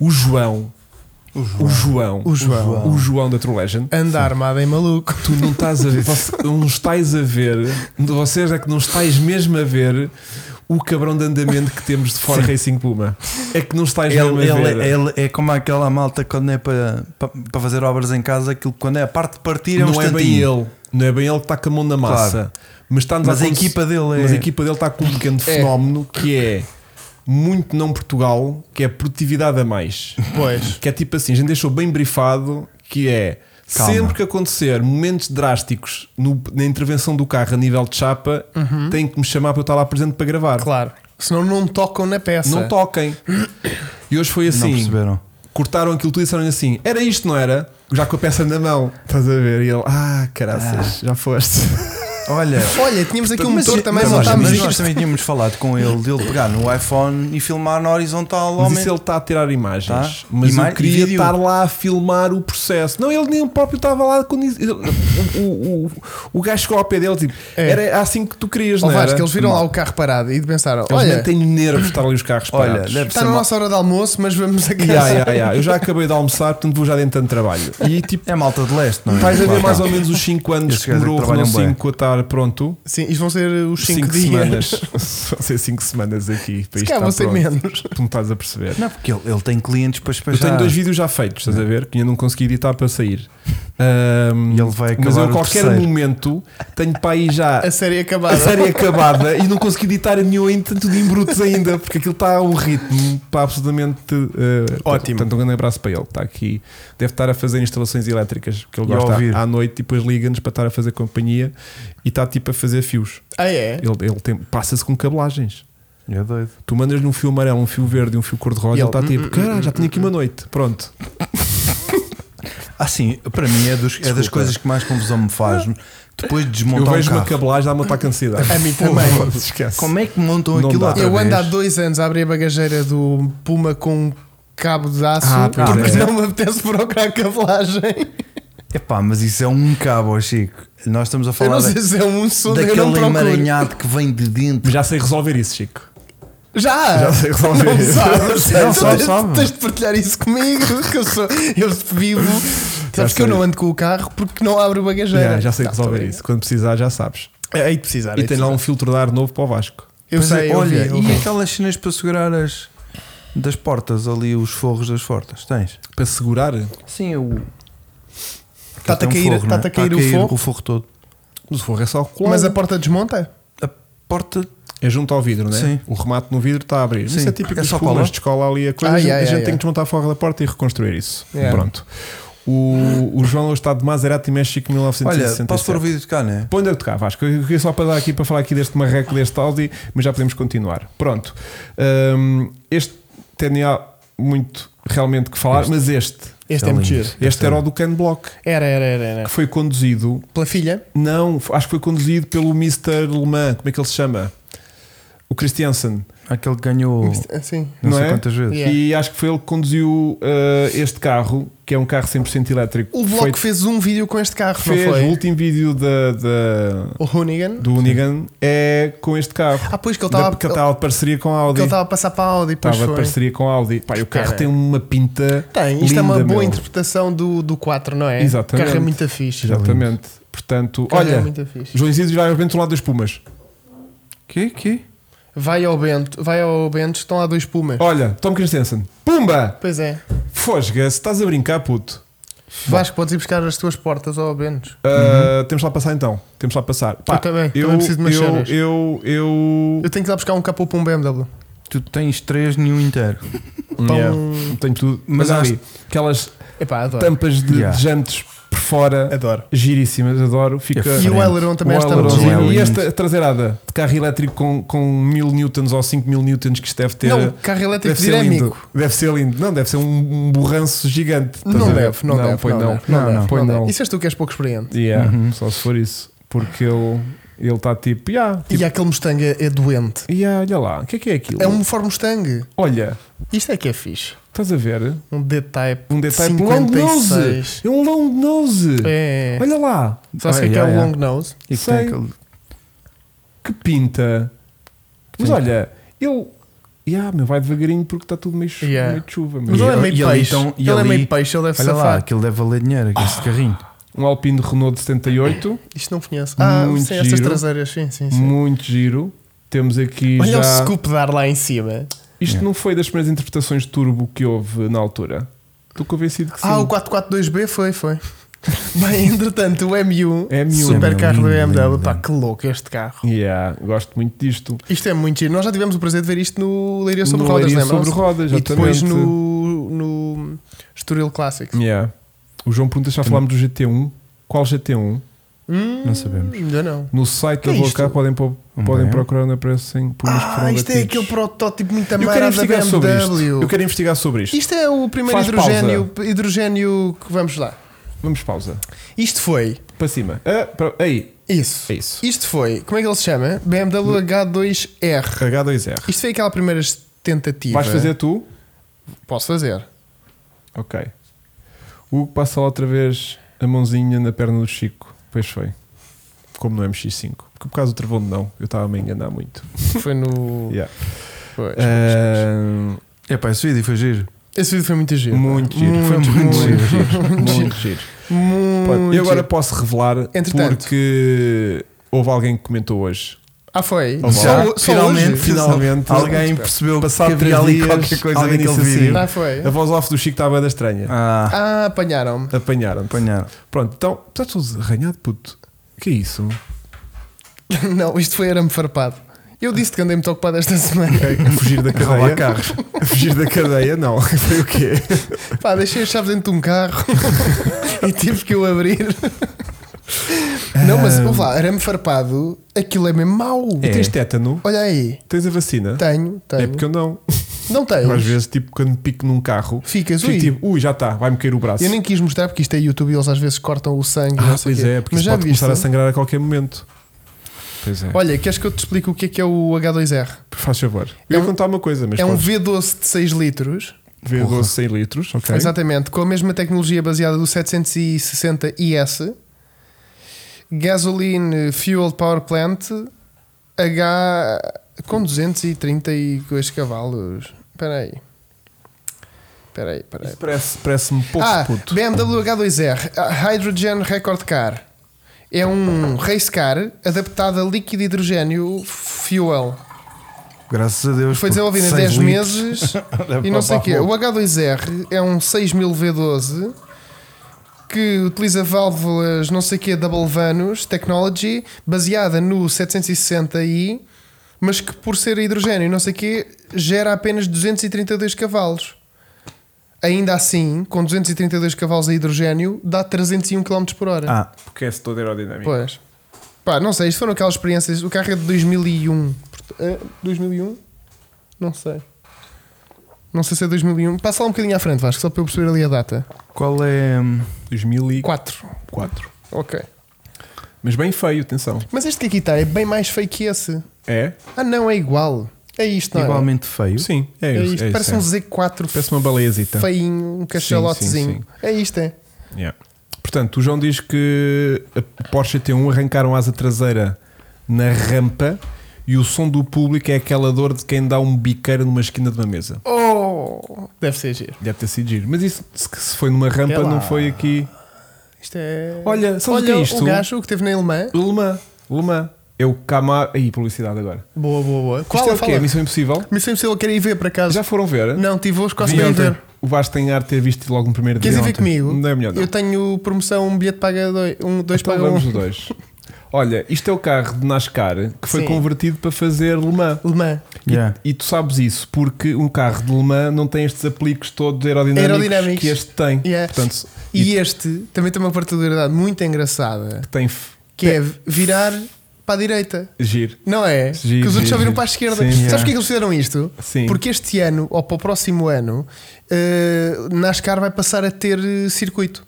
Speaker 1: O João. O João. O João.
Speaker 3: O João.
Speaker 1: O João da True Legend.
Speaker 3: Anda armado em maluco.
Speaker 1: Tu não estás a ver, você- não estáis a ver, vocês é que não estáis mesmo a ver o cabrão de andamento que temos de fora Racing Puma. É que não estáis mesmo
Speaker 2: Ele,
Speaker 1: a ver.
Speaker 2: ele- ele é como aquela malta quando é para, para, para fazer obras em casa, aquilo que quando é a parte de partir é um
Speaker 1: não é bem
Speaker 2: instantinho.
Speaker 1: ele, não é bem ele que está com a mão na massa. Mas, está
Speaker 2: Mas a equipa dele é-
Speaker 1: Mas a equipa dele está com um pequeno fenómeno que é muito não Portugal, que é produtividade a mais.
Speaker 3: Pois.
Speaker 1: Que é tipo assim, a gente deixou bem brifado que é
Speaker 2: Calma.
Speaker 1: sempre que acontecer momentos drásticos no- na intervenção do carro a nível de chapa,
Speaker 2: Uhum.
Speaker 1: tem que me chamar para eu estar lá presente para gravar.
Speaker 3: Claro. Senão não tocam na peça.
Speaker 1: Não toquem. E hoje foi
Speaker 2: Não
Speaker 1: assim.
Speaker 2: perceberam?
Speaker 1: cortaram aquilo tudo e disseram assim: era isto, não era? Já com a peça na mão, estás a ver? E ele, ah, caraças, já foste.
Speaker 2: Olha,
Speaker 3: Olha, tínhamos aqui um
Speaker 1: Mas-
Speaker 3: motor também,
Speaker 2: mas,
Speaker 1: não
Speaker 2: nós,
Speaker 1: está
Speaker 3: montámos
Speaker 2: mas nós
Speaker 3: isto.
Speaker 2: também tínhamos falado com ele de ele pegar no iPhone e filmar na horizontal ao
Speaker 1: Mas isso
Speaker 2: mesmo
Speaker 1: ele está a tirar imagens.
Speaker 2: Tá.
Speaker 1: Mas
Speaker 2: Ima-
Speaker 1: eu queria
Speaker 2: vídeo.
Speaker 1: estar lá a filmar o processo. Não, ele nem próprio estava lá quando. isso- ele- O, o, o, o gajo chegou ao pé dele, tipo,
Speaker 3: É.
Speaker 1: era assim que tu querias,
Speaker 3: Ó,
Speaker 1: não era?
Speaker 3: Vasco, eles viram lá o carro parado e pensaram:
Speaker 1: Eles
Speaker 3: olha,
Speaker 1: nem têm nervos de estar ali os carros
Speaker 2: Olha,
Speaker 1: parados.
Speaker 2: deve-
Speaker 3: está na nossa hora de almoço, mas vamos a casa.
Speaker 1: Ya, ya, ya. Eu já acabei de almoçar, portanto vou já dentro de trabalho. E tipo,
Speaker 2: É malta de leste, não é?
Speaker 1: vais a ver
Speaker 3: Então.
Speaker 2: Claro.
Speaker 1: mais ou menos os 5 anos
Speaker 2: Esses
Speaker 1: que
Speaker 2: gajos é que
Speaker 1: demorou o Renault
Speaker 2: trabalham bué.
Speaker 1: 5 a estar pronto.
Speaker 3: Sim, isto vão ser os 5
Speaker 1: 5
Speaker 3: dias.
Speaker 1: semanas. Vão ser 5 semanas aqui. Para isto
Speaker 3: Se calhar
Speaker 1: estar
Speaker 3: vão ser
Speaker 1: pronto.
Speaker 3: menos.
Speaker 1: Tu não estás a perceber.
Speaker 2: Não, porque ele, ele tem clientes para
Speaker 1: Eu
Speaker 2: despachar.
Speaker 1: tenho dois vídeos já feitos, estás a ver? Que ainda não consegui editar para sair. Ahm,
Speaker 2: E ele vai
Speaker 1: mas eu
Speaker 2: acabar
Speaker 1: a
Speaker 2: o
Speaker 1: qualquer
Speaker 2: terceiro.
Speaker 1: momento tenho para aí já
Speaker 3: A série acabada.
Speaker 1: a série acabada e não consegui editar nenhum em tanto de embrutos ainda, porque aquilo está a um ritmo pá, absolutamente eh,
Speaker 3: Ótimo.
Speaker 1: Portanto, um grande abraço para ele. Está aqui, deve estar a fazer instalações elétricas, que ele
Speaker 2: E a
Speaker 1: gosta
Speaker 2: ouvir.
Speaker 1: à, à noite e depois liga-nos para estar a fazer companhia e está tipo a fazer fios.
Speaker 3: Ah, é?
Speaker 1: Ele, ele tem- passa-se com cabelagens.
Speaker 2: É doido.
Speaker 1: Tu mandas num fio amarelo, um fio verde e um fio
Speaker 3: E
Speaker 1: cor-de-rosa, ele
Speaker 3: ele,
Speaker 1: está
Speaker 2: "Hum,
Speaker 1: tipo, caralho, já tinha aqui uma noite. Pronto.
Speaker 2: Ah, sim, para mim é, dos- é das
Speaker 1: Desculpa.
Speaker 2: coisas que mais confusão me faz. Depois de
Speaker 1: Eu
Speaker 2: desmontar um
Speaker 1: vejo uma
Speaker 2: carro.
Speaker 1: cabelagem, dá-me um ataque de ansiedade.
Speaker 3: A mim também.
Speaker 1: Foda-se, Esquece.
Speaker 2: Como é que montam
Speaker 1: Não
Speaker 2: aquilo
Speaker 1: dá.
Speaker 2: outra
Speaker 3: Eu
Speaker 2: vez?
Speaker 3: ando há dois anos a abrir a bagageira do Puma com um cabo de aço
Speaker 1: Ah, pois
Speaker 3: porque
Speaker 2: é.
Speaker 3: não me apetece procurar cabelagem.
Speaker 2: Epá, mas isso é um cabo, ó, Chico. Nós estamos a
Speaker 3: Eu
Speaker 2: falar
Speaker 3: não
Speaker 2: da-
Speaker 3: sei se é um sudo, eu não
Speaker 2: daquele
Speaker 3: procuro.
Speaker 2: emaranhado que vem de dentro.
Speaker 1: Já sei resolver isso, Chico.
Speaker 3: Já!
Speaker 1: Já sei é. resolver
Speaker 3: Não
Speaker 1: isso.
Speaker 3: sabes!
Speaker 2: Não,
Speaker 3: Tu
Speaker 2: sabe,
Speaker 3: tens,
Speaker 2: sabe.
Speaker 3: tens de partilhar isso comigo, que eu sou. Eu vivo. Sabes que eu
Speaker 1: sei.
Speaker 3: não ando com o carro porque não abro a bagageira.
Speaker 1: Já, já sei
Speaker 3: Não, é. Tá, tô
Speaker 1: resolver
Speaker 3: bem.
Speaker 1: isso. Quando precisar, já sabes.
Speaker 3: É, Hei de precisar.
Speaker 1: E
Speaker 3: hei de
Speaker 1: tem lá um filtro de ar novo para o Vasco.
Speaker 3: precisar.
Speaker 2: Pois é,
Speaker 3: Eu sei, eu
Speaker 2: olha,
Speaker 3: vi, eu
Speaker 2: e
Speaker 3: vi.
Speaker 1: tá,
Speaker 2: aquelas cenas para segurar as das portas ali, os forros das portas, tens?
Speaker 1: Para segurar?
Speaker 2: Sim, eu. um
Speaker 3: Está-te a cair,
Speaker 2: é?
Speaker 3: está-te a cair o forro,
Speaker 2: Tá o forro todo.
Speaker 1: O forro é só colar.
Speaker 3: mas a porta desmonta?
Speaker 2: A porta
Speaker 1: É junto ao vidro, né?
Speaker 2: Sim.
Speaker 1: O remate no vidro está a abrir.
Speaker 2: Sim.
Speaker 1: Isso é típico
Speaker 2: É
Speaker 1: dos
Speaker 2: só
Speaker 1: problemas
Speaker 2: colar.
Speaker 1: de escola ali a coisa.
Speaker 3: Ah,
Speaker 1: a gente,
Speaker 3: yeah,
Speaker 1: a gente
Speaker 3: yeah,
Speaker 1: tem
Speaker 3: yeah.
Speaker 1: que desmontar fora da porta e reconstruir isso.
Speaker 3: Yeah.
Speaker 1: Pronto. O, o João hoje está de Maserati México
Speaker 2: Olha,
Speaker 1: 1967.
Speaker 2: posso pôr o vídeo de cá, né?
Speaker 1: Põe onde é que tocar, Vasco? Eu queria só para dar aqui para falar aqui deste marreco deste Audi, mas já podemos continuar. Pronto. Hum, este tem há muito realmente que falar, mas este.
Speaker 3: Este é
Speaker 2: lindo.
Speaker 3: muito giro.
Speaker 1: Este É. era o do Ken Block,
Speaker 3: Era, era, era, era.
Speaker 1: que foi conduzido.
Speaker 3: Pela filha?
Speaker 1: Não, acho que foi conduzido pelo Mr. Le Mans, como é que ele se chama? O Christiansen.
Speaker 2: Aquele que ganhou
Speaker 3: Sim.
Speaker 2: não,
Speaker 1: Não
Speaker 2: sei
Speaker 1: é?
Speaker 2: quantas vezes.
Speaker 3: Yeah.
Speaker 1: E acho que foi ele que conduziu uh, este carro, que é um carro 100% elétrico.
Speaker 3: O
Speaker 1: Foi-
Speaker 3: Bloco fez um vídeo com este carro,
Speaker 1: fez
Speaker 3: não
Speaker 1: o
Speaker 3: foi?
Speaker 1: último vídeo da, da-
Speaker 3: O Hoonigan.
Speaker 1: do Unigan é com este carro.
Speaker 3: Ah, pois que ele
Speaker 1: Da-
Speaker 3: estava
Speaker 1: Porque ele estava de parceria com a Audi.
Speaker 3: ele tá estava a passar para a Audi, pois
Speaker 1: Estava de
Speaker 3: foi.
Speaker 1: parceria com a Audi. Pá, e o carro
Speaker 3: Espera.
Speaker 1: tem uma pinta.
Speaker 3: Tem, isto é uma
Speaker 1: linda,
Speaker 3: boa
Speaker 1: meu.
Speaker 3: interpretação do, do 4, não é?
Speaker 1: Exatamente.
Speaker 3: Carro é muito fixe.
Speaker 1: Exatamente. Portanto,
Speaker 3: Carro é
Speaker 1: olha,
Speaker 3: muito fixe.
Speaker 1: João Isidro vai ao vento do lado das Pumas.
Speaker 2: Que? Que?
Speaker 3: Vai ao Bento, vai ao Bento, estão lá dois pumas.
Speaker 1: Olha, Tom Christensen. Pumba!
Speaker 3: Pois é.
Speaker 1: Fosga-se, estás a brincar, puto.
Speaker 3: Vasco, podes ir buscar as tuas portas ao Bento.
Speaker 1: Ah, Temos lá a passar então. Temos lá a passar. Pá,
Speaker 3: Eu Uhum. também,
Speaker 1: eu,
Speaker 3: também preciso de umas
Speaker 1: eu,
Speaker 3: cenas.
Speaker 1: eu, eu,
Speaker 3: Eu tenho que ir lá buscar um capô para um BMW.
Speaker 2: Tu tens três nenhum inteiro.
Speaker 3: Para
Speaker 1: Yeah.
Speaker 3: um.
Speaker 1: tenho tudo. Mas
Speaker 2: Mas
Speaker 1: há
Speaker 2: acho-
Speaker 1: ali aquelas
Speaker 3: Epá, adoro.
Speaker 1: tampas de,
Speaker 2: Yeah.
Speaker 1: de jantes por fora,
Speaker 3: Tá. Adoro.
Speaker 1: giríssimas, adoro. Fica.
Speaker 2: É
Speaker 3: E o
Speaker 2: Diferente.
Speaker 3: Aileron também
Speaker 1: O
Speaker 3: está
Speaker 1: aileronzinho.
Speaker 2: muito
Speaker 3: muito
Speaker 2: giro.
Speaker 1: E esta traseirada de carro elétrico com, com 1000 newtons ou 5000 newtons que isto deve ter.
Speaker 3: Não, carro elétrico
Speaker 1: deve ser lindo.
Speaker 3: dinâmico.
Speaker 1: Deve ser lindo. Não, deve ser um, um borranço gigante. Estás a
Speaker 3: Não
Speaker 1: ver?
Speaker 3: deve, não, deve.
Speaker 1: Pois não.
Speaker 3: deve, não,
Speaker 2: Não,
Speaker 3: deve,
Speaker 2: não.
Speaker 1: Pois não.
Speaker 3: Isso Uhum. és tu que és pouco experiente.
Speaker 1: Yeah, Só se for isso. Porque ele ele está tipo, yeah, tipo
Speaker 3: E aquele Mustang é é doente.
Speaker 1: yeah, olha lá, o que é que é aquilo?
Speaker 3: É um Ford Mustang.
Speaker 1: Olha,
Speaker 3: Isto é que é fixe.
Speaker 1: estás a ver?
Speaker 3: Um D-Type.
Speaker 1: Um detalhe long nose.
Speaker 3: 56.
Speaker 1: É um long nose.
Speaker 3: É.
Speaker 1: Olha lá,
Speaker 3: Sabes o que é
Speaker 2: Ah,
Speaker 3: que é
Speaker 2: yeah,
Speaker 3: o
Speaker 2: yeah.
Speaker 3: long nose?
Speaker 2: E que tem
Speaker 1: Sei.
Speaker 2: aquele-
Speaker 1: que pinta. Mas
Speaker 2: Sim.
Speaker 1: olha, ele. Yeah, meu, vai devagarinho porque está tudo meio, chu-
Speaker 3: Yeah.
Speaker 1: meio de chuva. Meu.
Speaker 3: Mas ele é
Speaker 2: E-
Speaker 3: meio
Speaker 2: e ali
Speaker 3: peixe.
Speaker 2: então- e
Speaker 3: ele é
Speaker 2: ali-
Speaker 3: meio peixe, ele deve
Speaker 2: Olha lá,
Speaker 3: safar.
Speaker 2: aquilo deve valer dinheiro, esse carrinho.
Speaker 1: Um Alpine Renault de 78,
Speaker 3: Isto não conheço. Ah,
Speaker 1: Muito
Speaker 3: sim, estas
Speaker 1: giro.
Speaker 3: traseiras, sim, sim, sim.
Speaker 1: muito giro. Temos aqui
Speaker 3: Olha
Speaker 1: já.
Speaker 3: o scoop de ar lá em cima.
Speaker 1: Isto
Speaker 2: Yeah.
Speaker 1: não foi das primeiras interpretações de turbo que houve na altura. Estou convencido que sim.
Speaker 3: Ah, o 442B foi, foi. Bem, entretanto, o M1,
Speaker 1: M1.
Speaker 3: super carro do
Speaker 2: Lindo,
Speaker 3: BMW.
Speaker 2: lindo,
Speaker 3: Pá,
Speaker 2: lindo.
Speaker 3: que louco este carro.
Speaker 1: Yeah, gosto muito disto.
Speaker 3: Isto é muito giro. Nós já tivemos o prazer de ver isto no Leiria sobre
Speaker 1: No
Speaker 3: Rodas,
Speaker 1: Leiria
Speaker 3: lembram-se?
Speaker 1: sobre rodas,
Speaker 3: E depois
Speaker 1: exatamente.
Speaker 3: no, no Estoril Clássico.
Speaker 1: Yeah. O João pergunta se já falámos do GT1. Qual GT1?
Speaker 3: Hum,
Speaker 2: Não sabemos.
Speaker 3: Ainda não.
Speaker 1: No site
Speaker 3: Que
Speaker 1: da
Speaker 3: é isto? é?
Speaker 1: Volcar podem, pôr-
Speaker 2: Um
Speaker 1: podem
Speaker 2: bem.
Speaker 1: procurar na pressa em pumas que
Speaker 3: Ah,
Speaker 1: foram
Speaker 3: isto é
Speaker 1: batidos.
Speaker 3: aquele protótipo muito
Speaker 1: Eu quero
Speaker 3: amarado da
Speaker 1: investigar sobre isto.
Speaker 3: BMW.
Speaker 1: Eu quero investigar sobre isto.
Speaker 3: Isto é o primeiro
Speaker 1: Faz
Speaker 3: hidrogênio, hidrogênio que vamos lá.
Speaker 1: Vamos pausa.
Speaker 3: Isto foi.
Speaker 1: Para cima. Ah, para- Aí,
Speaker 3: Isso.
Speaker 1: é isso.
Speaker 3: Isto foi. Como é que ele se chama?
Speaker 1: Hum.
Speaker 3: BMW H2R.
Speaker 1: H2R.
Speaker 3: Isto foi aquela primeira tentativa.
Speaker 1: Vais fazer tu?
Speaker 3: Posso fazer.
Speaker 1: Ok. Hugo, passa lá outra vez a mãozinha na perna do Chico. Pois foi. Como no MX5. Porque por causa do travão de não, eu estava a me enganar muito.
Speaker 3: Foi no.
Speaker 1: Yeah.
Speaker 3: Pois.
Speaker 1: Ah,
Speaker 2: É pá, esse vídeo foi giro.
Speaker 3: Esse vídeo foi muito giro.
Speaker 1: muito giro. Foi
Speaker 3: Muito,
Speaker 1: muito
Speaker 3: muito
Speaker 1: giro. Ah, Muito giro.
Speaker 3: Muito.
Speaker 1: Pronto, eu agora posso revelar
Speaker 3: Entretanto.
Speaker 1: porque houve alguém que comentou hoje.
Speaker 3: Ah, foi.
Speaker 1: Olá.
Speaker 3: Só, só
Speaker 2: finalmente,
Speaker 3: hoje?
Speaker 1: Finalmente.
Speaker 2: alguém percebeu
Speaker 1: Passado
Speaker 2: que havia
Speaker 1: três
Speaker 2: ali
Speaker 1: dias,
Speaker 2: qualquer coisa
Speaker 1: alguém
Speaker 2: naquele
Speaker 1: disse assim. "Tá".
Speaker 2: vídeo.
Speaker 3: Ah, foi.
Speaker 1: A voz off do Chico estava da estranha.
Speaker 2: Ah,
Speaker 3: Ah, apanharam-me.
Speaker 1: Apanharam.
Speaker 2: apanharam.
Speaker 1: Pronto, então, estás todo arranhado, puto. Que é isso?
Speaker 3: Não, isto foi arame farpado. Eu disse-te que andei muito ocupado esta semana.
Speaker 1: A fugir da cadeia?
Speaker 2: Roubar carros.
Speaker 1: A fugir da cadeia? Não. Foi o quê?
Speaker 3: Pá, deixei a chave dentro de um carro e tive que o abrir. Não, mas
Speaker 1: Ah.
Speaker 3: vamos lá, arame farpado, aquilo é mesmo mau.
Speaker 1: E Tens tétano?
Speaker 3: Olha aí,
Speaker 1: Tens a vacina?
Speaker 3: tenho, tenho.
Speaker 1: É porque eu não.
Speaker 3: Não tenho.
Speaker 1: Eu, às vezes, tipo, quando pico num carro,
Speaker 3: Ficas,
Speaker 1: fico
Speaker 3: ui.
Speaker 1: tipo, ui, já está, vai-me cair o braço.
Speaker 3: Eu nem quis mostrar porque isto é YouTube e eles às vezes cortam o sangue.
Speaker 1: Ah,
Speaker 3: não sei o
Speaker 1: pois
Speaker 3: quê.
Speaker 1: é, porque
Speaker 3: mas
Speaker 1: isso
Speaker 3: já
Speaker 1: pode
Speaker 3: viste. né?
Speaker 1: começar a sangrar a qualquer momento. Pois é.
Speaker 3: Olha, queres que eu te explique o que é que é o H2R?
Speaker 1: Faz favor.
Speaker 3: É
Speaker 1: Eu
Speaker 3: um-
Speaker 1: vou contar uma coisa, mas
Speaker 3: é um
Speaker 1: podes
Speaker 3: V12 de 6 litros,
Speaker 1: ver 12, 100 litros, ok?
Speaker 3: exatamente, com a mesma tecnologia baseada do 760IS, gasoline fueled power plant H com 232 cavalos. Espera aí. Espera aí, espera aí.
Speaker 1: Isso parece- Parece-me pouco
Speaker 3: ah,
Speaker 1: puto.
Speaker 3: BMW H2R Hydrogen Record Car é um race car adaptado a líquido hidrogênio fuel.
Speaker 2: Graças a Deus.
Speaker 3: Foi
Speaker 2: pô,
Speaker 3: desenvolvido em
Speaker 2: seis
Speaker 3: 10
Speaker 2: litros.
Speaker 3: meses
Speaker 2: Dá
Speaker 3: e
Speaker 2: para
Speaker 3: não sei o quê. O
Speaker 2: pouco.
Speaker 3: H2R é um 6000 V12 que utiliza válvulas não sei quê double vanos technology baseada no 760i, mas que por ser hidrogênio e não sei quê gera apenas 232 cavalos. Ainda assim, com 232 cavalos a hidrogênio, dá 301 km por hora.
Speaker 2: Ah,
Speaker 1: Porque é todo aerodinâmico.
Speaker 3: Pois. Pá, não sei, isto foram aquelas experiências. O carro é de 2001. Porto- é, 2001? Não sei. Não sei se é 2001. Passa lá um bocadinho à frente, Vasco, só para eu perceber ali a data.
Speaker 2: qual é. hum,
Speaker 1: 2004.
Speaker 3: 4. Ok.
Speaker 1: Mas bem feio, atenção.
Speaker 3: Mas este que aqui está é bem mais feio que esse.
Speaker 1: É?
Speaker 3: Ah, não, é igual. É isto, não é?
Speaker 2: Igualmente feio.
Speaker 1: Sim, é,
Speaker 3: É
Speaker 1: isso.
Speaker 3: isto.
Speaker 1: é
Speaker 3: Parece
Speaker 1: isso,
Speaker 3: um
Speaker 1: é.
Speaker 3: Z4
Speaker 1: Parece uma baleiazita.
Speaker 3: feinho, um
Speaker 1: sim,
Speaker 3: cachalotezinho. É isto, é.
Speaker 1: Yeah. Portanto, o João diz que a Porsche T1 arrancaram a um asa traseira na rampa e o som do público é aquela dor de quem dá um biqueiro numa esquina de uma mesa.
Speaker 3: Oh! Deve ser giro.
Speaker 1: Deve ter sido giro. Mas isso, se se foi numa rampa,
Speaker 3: É lá.
Speaker 1: não foi aqui.
Speaker 3: Isto é.
Speaker 1: Olha, sabes o que é isto?
Speaker 3: o gajo que teve na Alemã.
Speaker 1: Le Mans. Le Mans. É o Camaro. Aí, publicidade agora.
Speaker 3: Boa, boa, boa. Qual
Speaker 1: Isto é o
Speaker 3: fala?
Speaker 1: quê? Missão Impossível?
Speaker 3: Missão Impossível, quero ir ver para casa.
Speaker 1: Já foram ver?
Speaker 3: Não, tive hoje quase
Speaker 1: Vi
Speaker 3: para ir
Speaker 1: ontem.
Speaker 3: ver.
Speaker 1: O Vasco tem ar de ter visto logo no primeiro dia.
Speaker 3: Queres ir ver
Speaker 1: ontem.
Speaker 3: comigo?
Speaker 1: Não é melhor não.
Speaker 3: Eu tenho promoção, um bilhete paga dois, um, dois
Speaker 1: Então
Speaker 3: paga
Speaker 1: vamos os
Speaker 3: um.
Speaker 1: dois. Olha, isto é o carro de NASCAR que foi
Speaker 3: Sim.
Speaker 1: convertido para fazer Le Mans.
Speaker 3: Le Mans.
Speaker 2: Yeah.
Speaker 1: E tu sabes isso porque um carro de Le Mans não tem estes apliques todos aerodinâmicos,
Speaker 3: Aerodinâmicos.
Speaker 1: que este tem.
Speaker 3: Yeah.
Speaker 1: Portanto,
Speaker 3: E este também tem uma particularidade muito engraçada,
Speaker 1: tem f-
Speaker 3: que é virar para a direita.
Speaker 1: giro.
Speaker 3: Não é?
Speaker 1: Giro,
Speaker 3: que os
Speaker 1: giro,
Speaker 3: outros só viram
Speaker 1: giro.
Speaker 3: para a esquerda.
Speaker 1: Sim,
Speaker 3: Sabes
Speaker 2: yeah.
Speaker 3: porque é que eles fizeram isto?
Speaker 1: Sim.
Speaker 3: Porque este ano, ou para o próximo ano, eh, NASCAR vai passar a ter eh, circuito.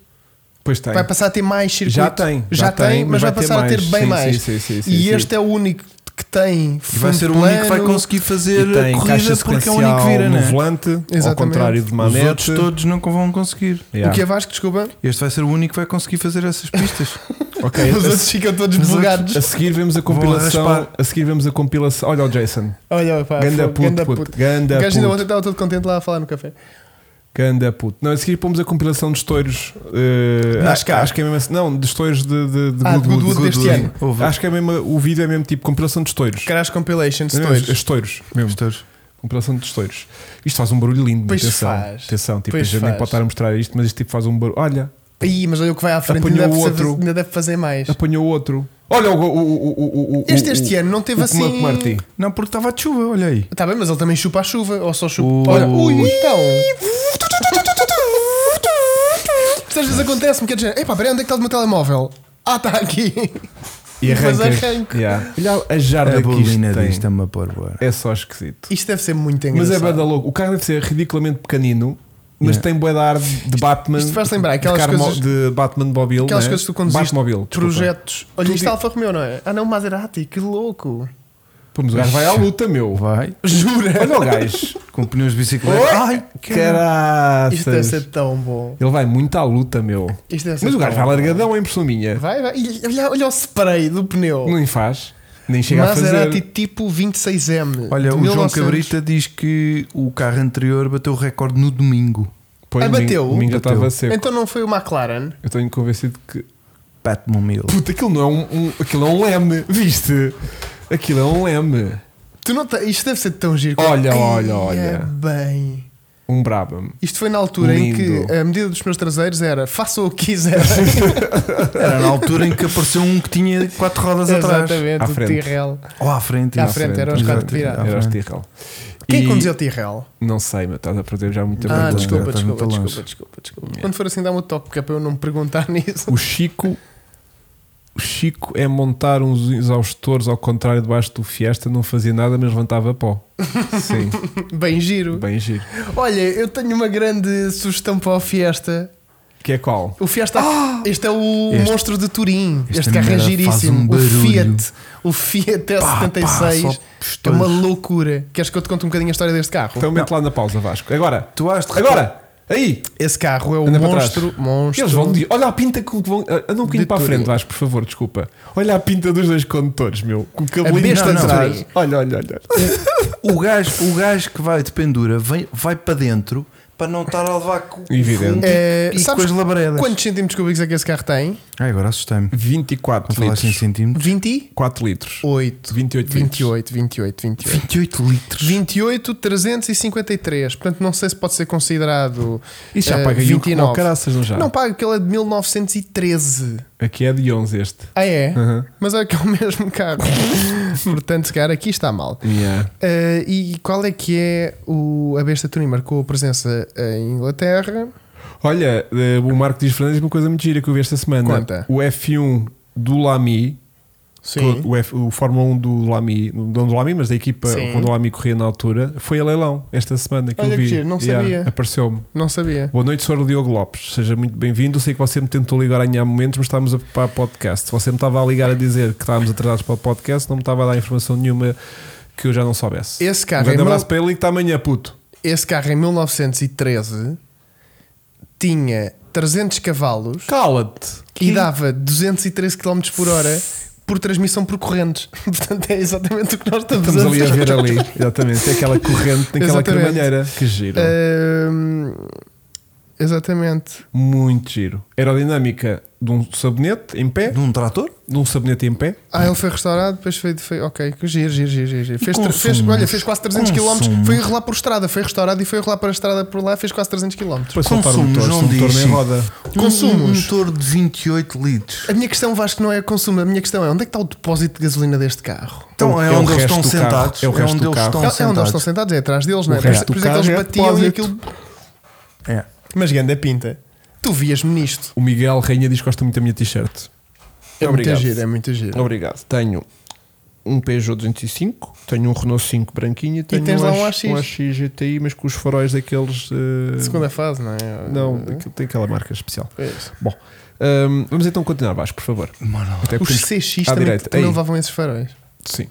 Speaker 1: Pois tem.
Speaker 3: Vai passar a ter mais circuito.
Speaker 1: Já tem,
Speaker 3: Já,
Speaker 1: já
Speaker 3: tem,
Speaker 1: tem,
Speaker 3: mas
Speaker 1: mas
Speaker 3: vai
Speaker 1: vai ter
Speaker 3: passar a ter
Speaker 1: mais.
Speaker 3: bem
Speaker 1: Sim,
Speaker 3: mais.
Speaker 1: sim, sim, sim,
Speaker 3: e
Speaker 1: sim,
Speaker 3: este é o único que tem.
Speaker 2: E vai
Speaker 3: fundo
Speaker 2: ser o único que vai
Speaker 3: plano.
Speaker 2: conseguir fazer
Speaker 1: E tem caixa
Speaker 2: a corrida porque é o
Speaker 1: sequencial
Speaker 2: único que vira,
Speaker 1: no
Speaker 2: né?
Speaker 1: volante, ao
Speaker 3: Exatamente.
Speaker 1: contrário de
Speaker 2: Os
Speaker 1: manete.
Speaker 2: outros todos não vão conseguir.
Speaker 1: Yeah.
Speaker 3: O que é Vasco? Desculpa.
Speaker 2: Este vai ser o único que vai conseguir fazer essas pistas.
Speaker 1: Ok,
Speaker 3: Os
Speaker 1: a-
Speaker 3: outros ficam todos
Speaker 2: Os outros-
Speaker 3: bugados.
Speaker 1: A seguir vemos a
Speaker 2: Vou
Speaker 1: compilação.
Speaker 2: raspar.
Speaker 1: A seguir vemos a compilação. Olha o Jason.
Speaker 3: Olha, pá,
Speaker 1: Ganda
Speaker 3: fogo,
Speaker 1: puto, puto. Ganda
Speaker 3: O gajo ainda
Speaker 1: puto.
Speaker 3: ontem estava todo contente lá a falar no café.
Speaker 1: Ganda puto. Não, a seguir pomos a compilação de estoiros. eh,
Speaker 3: Não.
Speaker 1: acho, que- acho que é mesmo assim. Não, de estoiros de, de, de
Speaker 3: Ah, de
Speaker 1: Goodwood.
Speaker 3: Goodwood deste
Speaker 1: Goodwood.
Speaker 3: ano.
Speaker 2: Houve.
Speaker 1: Acho que é mesmo. O vídeo é mesmo tipo compilação de estoiros.
Speaker 3: Crash Compilations,
Speaker 1: É mesmo,
Speaker 3: dois.
Speaker 1: Estoiros. Mesmo.
Speaker 2: Pisteiros.
Speaker 1: Compilação de estoiros. Isto faz um barulho lindo.
Speaker 3: Pois
Speaker 1: atenção.
Speaker 3: faz.
Speaker 1: Atenção, tipo,
Speaker 3: Pois
Speaker 1: a gente nem
Speaker 3: faz.
Speaker 1: pode estar a mostrar isto, mas isto tipo faz um barulho. Olha,
Speaker 3: Ih, mas olha o que vai à frente,
Speaker 1: Apanhou
Speaker 3: ainda deve,
Speaker 1: o
Speaker 3: fazer,
Speaker 1: outro.
Speaker 3: ainda deve fazer mais.
Speaker 1: apanhou outro. Olha o. o, o, o, o- o
Speaker 3: Este
Speaker 1: o-
Speaker 3: este ano não teve
Speaker 1: o Marco
Speaker 3: assim-
Speaker 1: Marti.
Speaker 2: Não, porque estava de chuva, olha aí.
Speaker 3: Está bem, mas ele também chupa a chuva, ou só chupa.
Speaker 2: Ui.
Speaker 3: Olha, ui, então. Isto às vezes acontece-me, quer dizer, epá, peraí, onde é que está o meu telemóvel? Ah, está aqui.
Speaker 1: E
Speaker 3: Mas
Speaker 1: arrancas.
Speaker 3: arranco.
Speaker 1: Yeah. Olha a jarda
Speaker 2: A
Speaker 1: que isto
Speaker 2: bolina
Speaker 1: tem.
Speaker 2: disto é uma porra.
Speaker 1: É só esquisito.
Speaker 3: Isto deve ser muito
Speaker 1: Mas
Speaker 3: engraçado.
Speaker 1: é bada louco. O carro deve ser ridiculamente pequenino, mas
Speaker 2: Yeah.
Speaker 1: tem bué de ar de Batman.
Speaker 3: isto faz lembrar
Speaker 1: de
Speaker 3: aquelas
Speaker 1: Carmo-
Speaker 3: coisas-
Speaker 1: de Batman Mobile.
Speaker 3: Aquelas
Speaker 1: né?
Speaker 3: coisas que tu conduziste.
Speaker 1: Batmobile, desculpa.
Speaker 3: projetos. Olha,
Speaker 1: Tu
Speaker 3: isto
Speaker 1: vi-
Speaker 3: é Alfa Romeo, não é? Ah, não, Maserati, que louco.
Speaker 1: Pô, mas o gajo vai à luta, meu.
Speaker 2: Vai,
Speaker 3: Jura?
Speaker 1: Olha o gajo.
Speaker 2: com pneus de bicicleta. Ai,
Speaker 3: Isto deve ser
Speaker 1: Caraças.
Speaker 3: tão bom.
Speaker 1: Ele vai muito à luta, meu.
Speaker 3: Isto deve ser
Speaker 1: Mas o gajo vai
Speaker 3: tão bom.
Speaker 1: largadão, é impressão minha.
Speaker 3: Vai, vai. E Olha, olha o spray do pneu.
Speaker 1: Não faz. Nem chega a
Speaker 3: Maserati
Speaker 1: fazer.
Speaker 3: tipo 26M.
Speaker 2: Olha,
Speaker 3: de
Speaker 2: o João
Speaker 3: 1900.
Speaker 2: Cabrita diz que o carro anterior bateu o recorde no domingo.
Speaker 1: Põe
Speaker 3: Ah,
Speaker 1: domingo-
Speaker 3: bateu?
Speaker 1: domingo já
Speaker 2: Bateu.
Speaker 1: estava seco.
Speaker 3: Então não foi o McLaren?
Speaker 1: Eu estou convencido que.
Speaker 2: Batman Mill.
Speaker 1: Puta, aquilo não é um, um- Aquilo é um leme, viste? Aquilo é um leme.
Speaker 3: Tu não tá- Isto deve ser tão giro.
Speaker 1: Olha,
Speaker 3: Ai,
Speaker 1: olha,
Speaker 3: é
Speaker 1: olha.
Speaker 3: Bem.
Speaker 1: Um brabham.
Speaker 3: Isto foi na altura em
Speaker 1: Lindo.
Speaker 3: que a medida dos meus traseiros era faça o que quiser.
Speaker 2: Era na altura em que apareceu um que tinha quatro rodas atrás.
Speaker 3: Exatamente,
Speaker 1: à
Speaker 3: o
Speaker 1: frente.
Speaker 3: T-Rail.
Speaker 2: Ou à frente.
Speaker 3: À
Speaker 2: isso.
Speaker 3: frente, era os
Speaker 2: Exato,
Speaker 3: quatro de virada.
Speaker 2: à
Speaker 1: Era
Speaker 2: frente.
Speaker 1: hostil.
Speaker 3: Quem
Speaker 1: E-
Speaker 3: conduzia o T-Rail?
Speaker 1: Não sei, mas estás a perder já muito
Speaker 3: Ah,
Speaker 1: tempo.
Speaker 3: desculpa,
Speaker 2: estás
Speaker 3: desculpa,
Speaker 2: muito
Speaker 3: desculpa,
Speaker 2: longe.
Speaker 3: desculpa, desculpa. Quando for assim, dá-me o toque, que é para eu não me perguntar nisso.
Speaker 1: O Chico. O Chico é montar uns exaustores ao contrário debaixo do Fiesta, não fazia nada, mas levantava pó. Sim,
Speaker 3: Bem giro.
Speaker 1: bem giro.
Speaker 3: Olha, eu tenho uma grande sugestão para o Fiesta.
Speaker 1: Que é qual?
Speaker 3: O Fiesta.
Speaker 1: Ah!
Speaker 3: Este é o
Speaker 2: Este-
Speaker 3: monstro de Turim. Este,
Speaker 2: esta
Speaker 3: carro é
Speaker 2: merda faz um
Speaker 3: giríssimo. o
Speaker 2: barulho.
Speaker 3: Fiat. O Fiat é
Speaker 2: Pá, pá,
Speaker 3: E76.
Speaker 2: só
Speaker 3: é uma
Speaker 2: pistolas.
Speaker 3: loucura. Queres que eu te conte um bocadinho a história deste carro?
Speaker 1: Então mete lá na pausa, Vasco. Agora!
Speaker 2: Tu has de
Speaker 1: Agora! Aí!
Speaker 3: Esse carro é o
Speaker 1: Anda para trás.
Speaker 3: monstro. monstro.
Speaker 1: Eles vão. de- Olha a pinta que vão. Anda um bocadinho
Speaker 3: De
Speaker 1: para a frente,
Speaker 3: Turim.
Speaker 1: Vasco, por favor, desculpa. Olha a pinta dos dois condutores, meu. Com
Speaker 3: É
Speaker 1: o cabelinho
Speaker 3: besta
Speaker 1: para
Speaker 3: de
Speaker 1: trás.
Speaker 3: Turim.
Speaker 1: Olha, olha, olha.
Speaker 2: O gajo, o gajo que vai de pendura vem, vai para dentro para não estar a levar com,
Speaker 1: Evidente.
Speaker 2: com-
Speaker 3: É,
Speaker 2: e com
Speaker 3: sabes
Speaker 2: as labredas.
Speaker 3: Quantos centímetros cúbicos é que esse carro tem?
Speaker 2: Ai, agora assustei-me.
Speaker 1: 24
Speaker 2: Não falaste em
Speaker 1: litros.
Speaker 2: centímetros.
Speaker 3: 28.
Speaker 1: 4 litros. 28 litros.
Speaker 3: 28, 28, 28.
Speaker 2: 28 litros.
Speaker 3: 28, 353. Portanto, não sei se pode ser considerado.
Speaker 1: Isso já
Speaker 3: eh,
Speaker 1: paga IUC como
Speaker 3: 29.
Speaker 1: caraças, não
Speaker 2: Tá.
Speaker 1: já?
Speaker 3: Não paga, aquele é de 1913.
Speaker 1: Aqui é de 11 este.
Speaker 3: Ah, é?
Speaker 1: Uhum.
Speaker 3: Mas olha que é o mesmo carro. Portanto, cara, aqui está mal.
Speaker 1: Yeah.
Speaker 3: Eh, e qual é que é o. A besta Turing marcou presença em Inglaterra?
Speaker 1: Olha, eh, o Marco diz Fernandes uma coisa muito gira que eu vi esta semana.
Speaker 3: Conta.
Speaker 1: O F1 do Lamy, que o, F, o Fórmula 1 do Lamy, não do Lamy, mas da equipa
Speaker 3: Sim.
Speaker 1: quando o Lamy corria na altura, foi a leilão esta semana que
Speaker 3: Olha
Speaker 1: eu
Speaker 3: que
Speaker 1: vi.
Speaker 3: giro, não sabia.
Speaker 1: Apareceu-me.
Speaker 3: Não sabia.
Speaker 1: Boa noite, Sr. Diogo Lopes. Seja muito bem-vindo. Sei que você me tentou ligar em há momentos, mas estávamos a preparar podcast. Você me estava a ligar a dizer que estávamos atrasados para o podcast, não me estava a dar informação nenhuma que eu já não soubesse.
Speaker 3: Esse
Speaker 1: um
Speaker 3: carro, é em
Speaker 1: grande
Speaker 3: mil-
Speaker 1: abraço para ele e que está amanhã, puto.
Speaker 3: esse carro em 1913 tinha 300 cavalos
Speaker 1: Cala-te.
Speaker 3: e dava 213 km por hora por transmissão por correntes. Portanto, é exatamente o que nós estamos,
Speaker 1: Estamos ali a
Speaker 3: fazer.
Speaker 1: ver ali, exatamente. Tem aquela corrente naquela
Speaker 3: Exatamente. É.
Speaker 1: carvalheira. Que giro.
Speaker 3: Ahm, Ehm, exatamente.
Speaker 1: Muito giro. Aerodinâmica de um sabonete em pé,
Speaker 2: De um trator?
Speaker 1: de um sabonete em pé.
Speaker 3: Ah, ele foi restaurado, depois foi. foi ok, que giro, giro, giro, giro, giro.
Speaker 2: E
Speaker 3: Fez, tra-
Speaker 1: um
Speaker 2: consumos?
Speaker 3: fez, olha, fez quase 300 km,
Speaker 2: Consumos?
Speaker 3: foi rolar por estrada, foi restaurado e foi rolar para a estrada por lá, fez quase 300 km.
Speaker 1: Depois soltar o
Speaker 2: Consumos,
Speaker 1: um motor, se
Speaker 2: não
Speaker 1: o motor
Speaker 2: diz,
Speaker 1: nem
Speaker 2: sim.
Speaker 1: roda.
Speaker 2: Um, um
Speaker 3: Consumos.
Speaker 2: motor de 28 litros.
Speaker 3: A minha questão, Vasco, não é consumo, a minha questão é onde é que está o depósito de gasolina deste carro?
Speaker 2: Então é,
Speaker 1: É o
Speaker 2: onde
Speaker 1: resto
Speaker 2: eles estão
Speaker 1: do carro.
Speaker 2: sentados.
Speaker 1: É o resto
Speaker 2: onde
Speaker 1: do
Speaker 2: eles
Speaker 1: carro.
Speaker 2: estão
Speaker 3: É, é onde eles estão
Speaker 2: sentados.
Speaker 3: sentados, é atrás deles, não é?
Speaker 1: O
Speaker 3: Por isso
Speaker 1: resto do
Speaker 3: por isso é que
Speaker 1: carro
Speaker 3: eles
Speaker 1: é
Speaker 3: batiam e
Speaker 1: depósito.
Speaker 3: aquilo.
Speaker 2: É.
Speaker 3: Mas grande a pinta. Tu vias-me nisto.
Speaker 1: O Miguel Rainha diz que gosta muito da minha t-shirt.
Speaker 3: É muito
Speaker 1: Obrigado.
Speaker 3: giro, é muito giro.
Speaker 1: Obrigado. Tenho um Peugeot 205, tenho um Renault 5 branquinho e tenho
Speaker 3: tens lá um AX.
Speaker 1: um AX GTI, mas com os faróis daqueles. eh,
Speaker 3: Segunda fase, não é?
Speaker 1: Não, daquele- tem aquela marca especial.
Speaker 3: Pois.
Speaker 1: Bom, ahm, vamos então continuar, Vasco, por favor.
Speaker 2: Mano,
Speaker 1: Até
Speaker 3: Os
Speaker 1: É porque-
Speaker 3: CX
Speaker 1: à
Speaker 3: também,
Speaker 1: direita.
Speaker 3: também
Speaker 1: Aí.
Speaker 3: levavam esses faróis.
Speaker 1: Sim.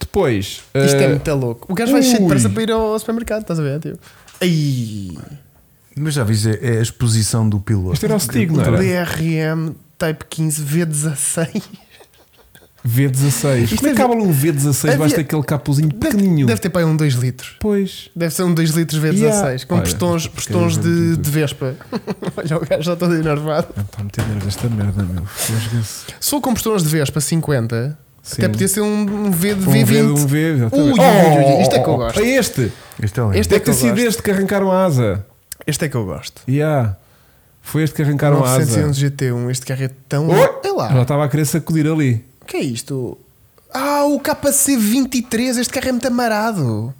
Speaker 1: Depois.
Speaker 3: Isto é
Speaker 1: ah,
Speaker 3: muito louco. O gajo vai cheio de
Speaker 1: ui.
Speaker 3: pressa para ir ao supermercado, estás a ver? Tipo. Aí.
Speaker 2: mas já viste, é é a exposição do piloto.
Speaker 1: Isto é era o Stig, não era?
Speaker 3: DRM Type 15 V16.
Speaker 1: V16.
Speaker 3: Isto
Speaker 1: Isto Como é
Speaker 3: é
Speaker 1: que acaba um V16
Speaker 3: havia-
Speaker 1: basta aquele capuzinho
Speaker 3: Deve,
Speaker 1: pequenininho?
Speaker 3: deve ter para aí um 2 litros.
Speaker 1: Pois.
Speaker 3: Deve ser um 2 litros V16
Speaker 1: Yeah.
Speaker 3: com
Speaker 1: Olha,
Speaker 3: pistões,
Speaker 1: porque
Speaker 3: pistões
Speaker 1: eu
Speaker 3: de,
Speaker 1: muito-
Speaker 3: de Vespa. Olha, o gajo já todo enervado.
Speaker 1: Está a meter nervos esta merda, meu. Fosga-se.
Speaker 3: Se for com pistões de Vespa 50,
Speaker 1: Sim.
Speaker 3: até podia ser um, um V de
Speaker 1: Um V,
Speaker 3: V20.
Speaker 1: um V,
Speaker 3: Ui,
Speaker 1: exatamente.
Speaker 3: ui, ui, ui, isto é que eu gosto.
Speaker 1: É este.
Speaker 2: Este é lindo.
Speaker 3: Este-
Speaker 1: Deve ter
Speaker 3: eu
Speaker 1: sido
Speaker 3: gosto.
Speaker 1: este que arrancaram a asa.
Speaker 3: Este é que eu gosto.
Speaker 1: Yeah. ah, Foi este que arrancaram a um asa.
Speaker 3: 911 GT1, este carro é tão.
Speaker 1: Oh!
Speaker 3: Olha lá.
Speaker 1: Já estava a querer sacudir ali.
Speaker 3: O que é isto? Ah, o KC23, este carro é muito amarado.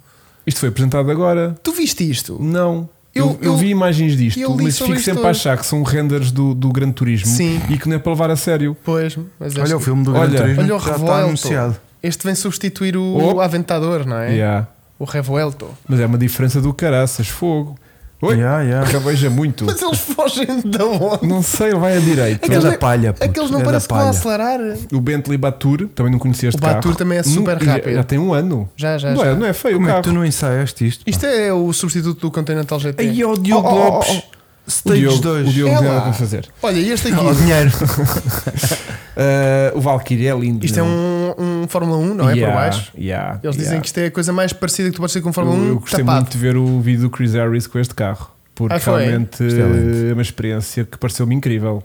Speaker 1: Isto foi apresentado agora.
Speaker 3: Tu viste isto?
Speaker 1: Não. Eu, eu, vi imagens disto,
Speaker 3: eu li
Speaker 1: mas
Speaker 3: sobre
Speaker 1: fico
Speaker 3: isto
Speaker 1: sempre a
Speaker 3: hoje.
Speaker 1: achar que são renders do, do Gran Turismo
Speaker 3: Sim.
Speaker 1: e que não é para levar a sério.
Speaker 3: Pois, mas
Speaker 2: Olha,
Speaker 3: este,
Speaker 2: o filme do Gran
Speaker 1: Olha,
Speaker 2: Turismo
Speaker 3: olha o
Speaker 2: já está
Speaker 3: revolto.
Speaker 2: anunciado.
Speaker 3: este vem substituir o
Speaker 1: Oh.
Speaker 3: Aventador, não é?
Speaker 1: Yeah.
Speaker 3: O Revuelto.
Speaker 1: Mas é uma diferença do caraças, fogo. Oi,
Speaker 2: Yeah,
Speaker 3: É
Speaker 2: yeah.
Speaker 1: rabeja muito.
Speaker 3: Mas Então, eles fogem da onde?
Speaker 1: Não sei, ele vai à direita.
Speaker 2: É
Speaker 3: Aqueles
Speaker 2: da
Speaker 3: não-
Speaker 2: palha, puto,
Speaker 3: Aqueles não
Speaker 2: é da
Speaker 3: parecem que vão
Speaker 2: palha.
Speaker 3: acelerar.
Speaker 1: O Bentley Batur, também não conhecia este
Speaker 3: O Batur
Speaker 1: carro.
Speaker 3: também é
Speaker 1: Nu-
Speaker 3: super
Speaker 1: e já-
Speaker 3: rápido.
Speaker 1: Já tem um ano.
Speaker 3: Já, já,
Speaker 1: não,
Speaker 3: já.
Speaker 1: É, não é feio
Speaker 2: Como
Speaker 1: o
Speaker 2: é
Speaker 1: carro.
Speaker 2: que tu não ensaiaste isto? pá?
Speaker 3: Isto é o substituto do Continental GT.
Speaker 2: Aí ó,
Speaker 3: Oh,
Speaker 2: Diogo
Speaker 3: oh, oh,
Speaker 2: Lopes,
Speaker 3: oh.
Speaker 1: O
Speaker 2: Stage
Speaker 1: Diogo, o
Speaker 2: 2.
Speaker 1: Diogo
Speaker 3: É
Speaker 1: não tem
Speaker 3: lá.
Speaker 1: nada para fazer.
Speaker 3: Olha, este aqui.
Speaker 2: Ó, dinheiro.
Speaker 1: Ah, o Valkyrie é lindo.
Speaker 3: Isto é
Speaker 1: meu.
Speaker 3: um, um Fórmula 1, não é?
Speaker 1: Yeah,
Speaker 3: Por baixo.
Speaker 1: yeah,
Speaker 3: Eles dizem
Speaker 1: yeah.
Speaker 3: que isto é a coisa mais parecida que tu podes ter com um Fórmula
Speaker 1: Eu,
Speaker 3: 1
Speaker 1: eu gostei
Speaker 3: tapado.
Speaker 1: muito de ver o vídeo do Chris Harris com este carro. Porque
Speaker 3: Ah, foi?
Speaker 1: realmente
Speaker 2: Excelente.
Speaker 1: é uma experiência que pareceu-me incrível.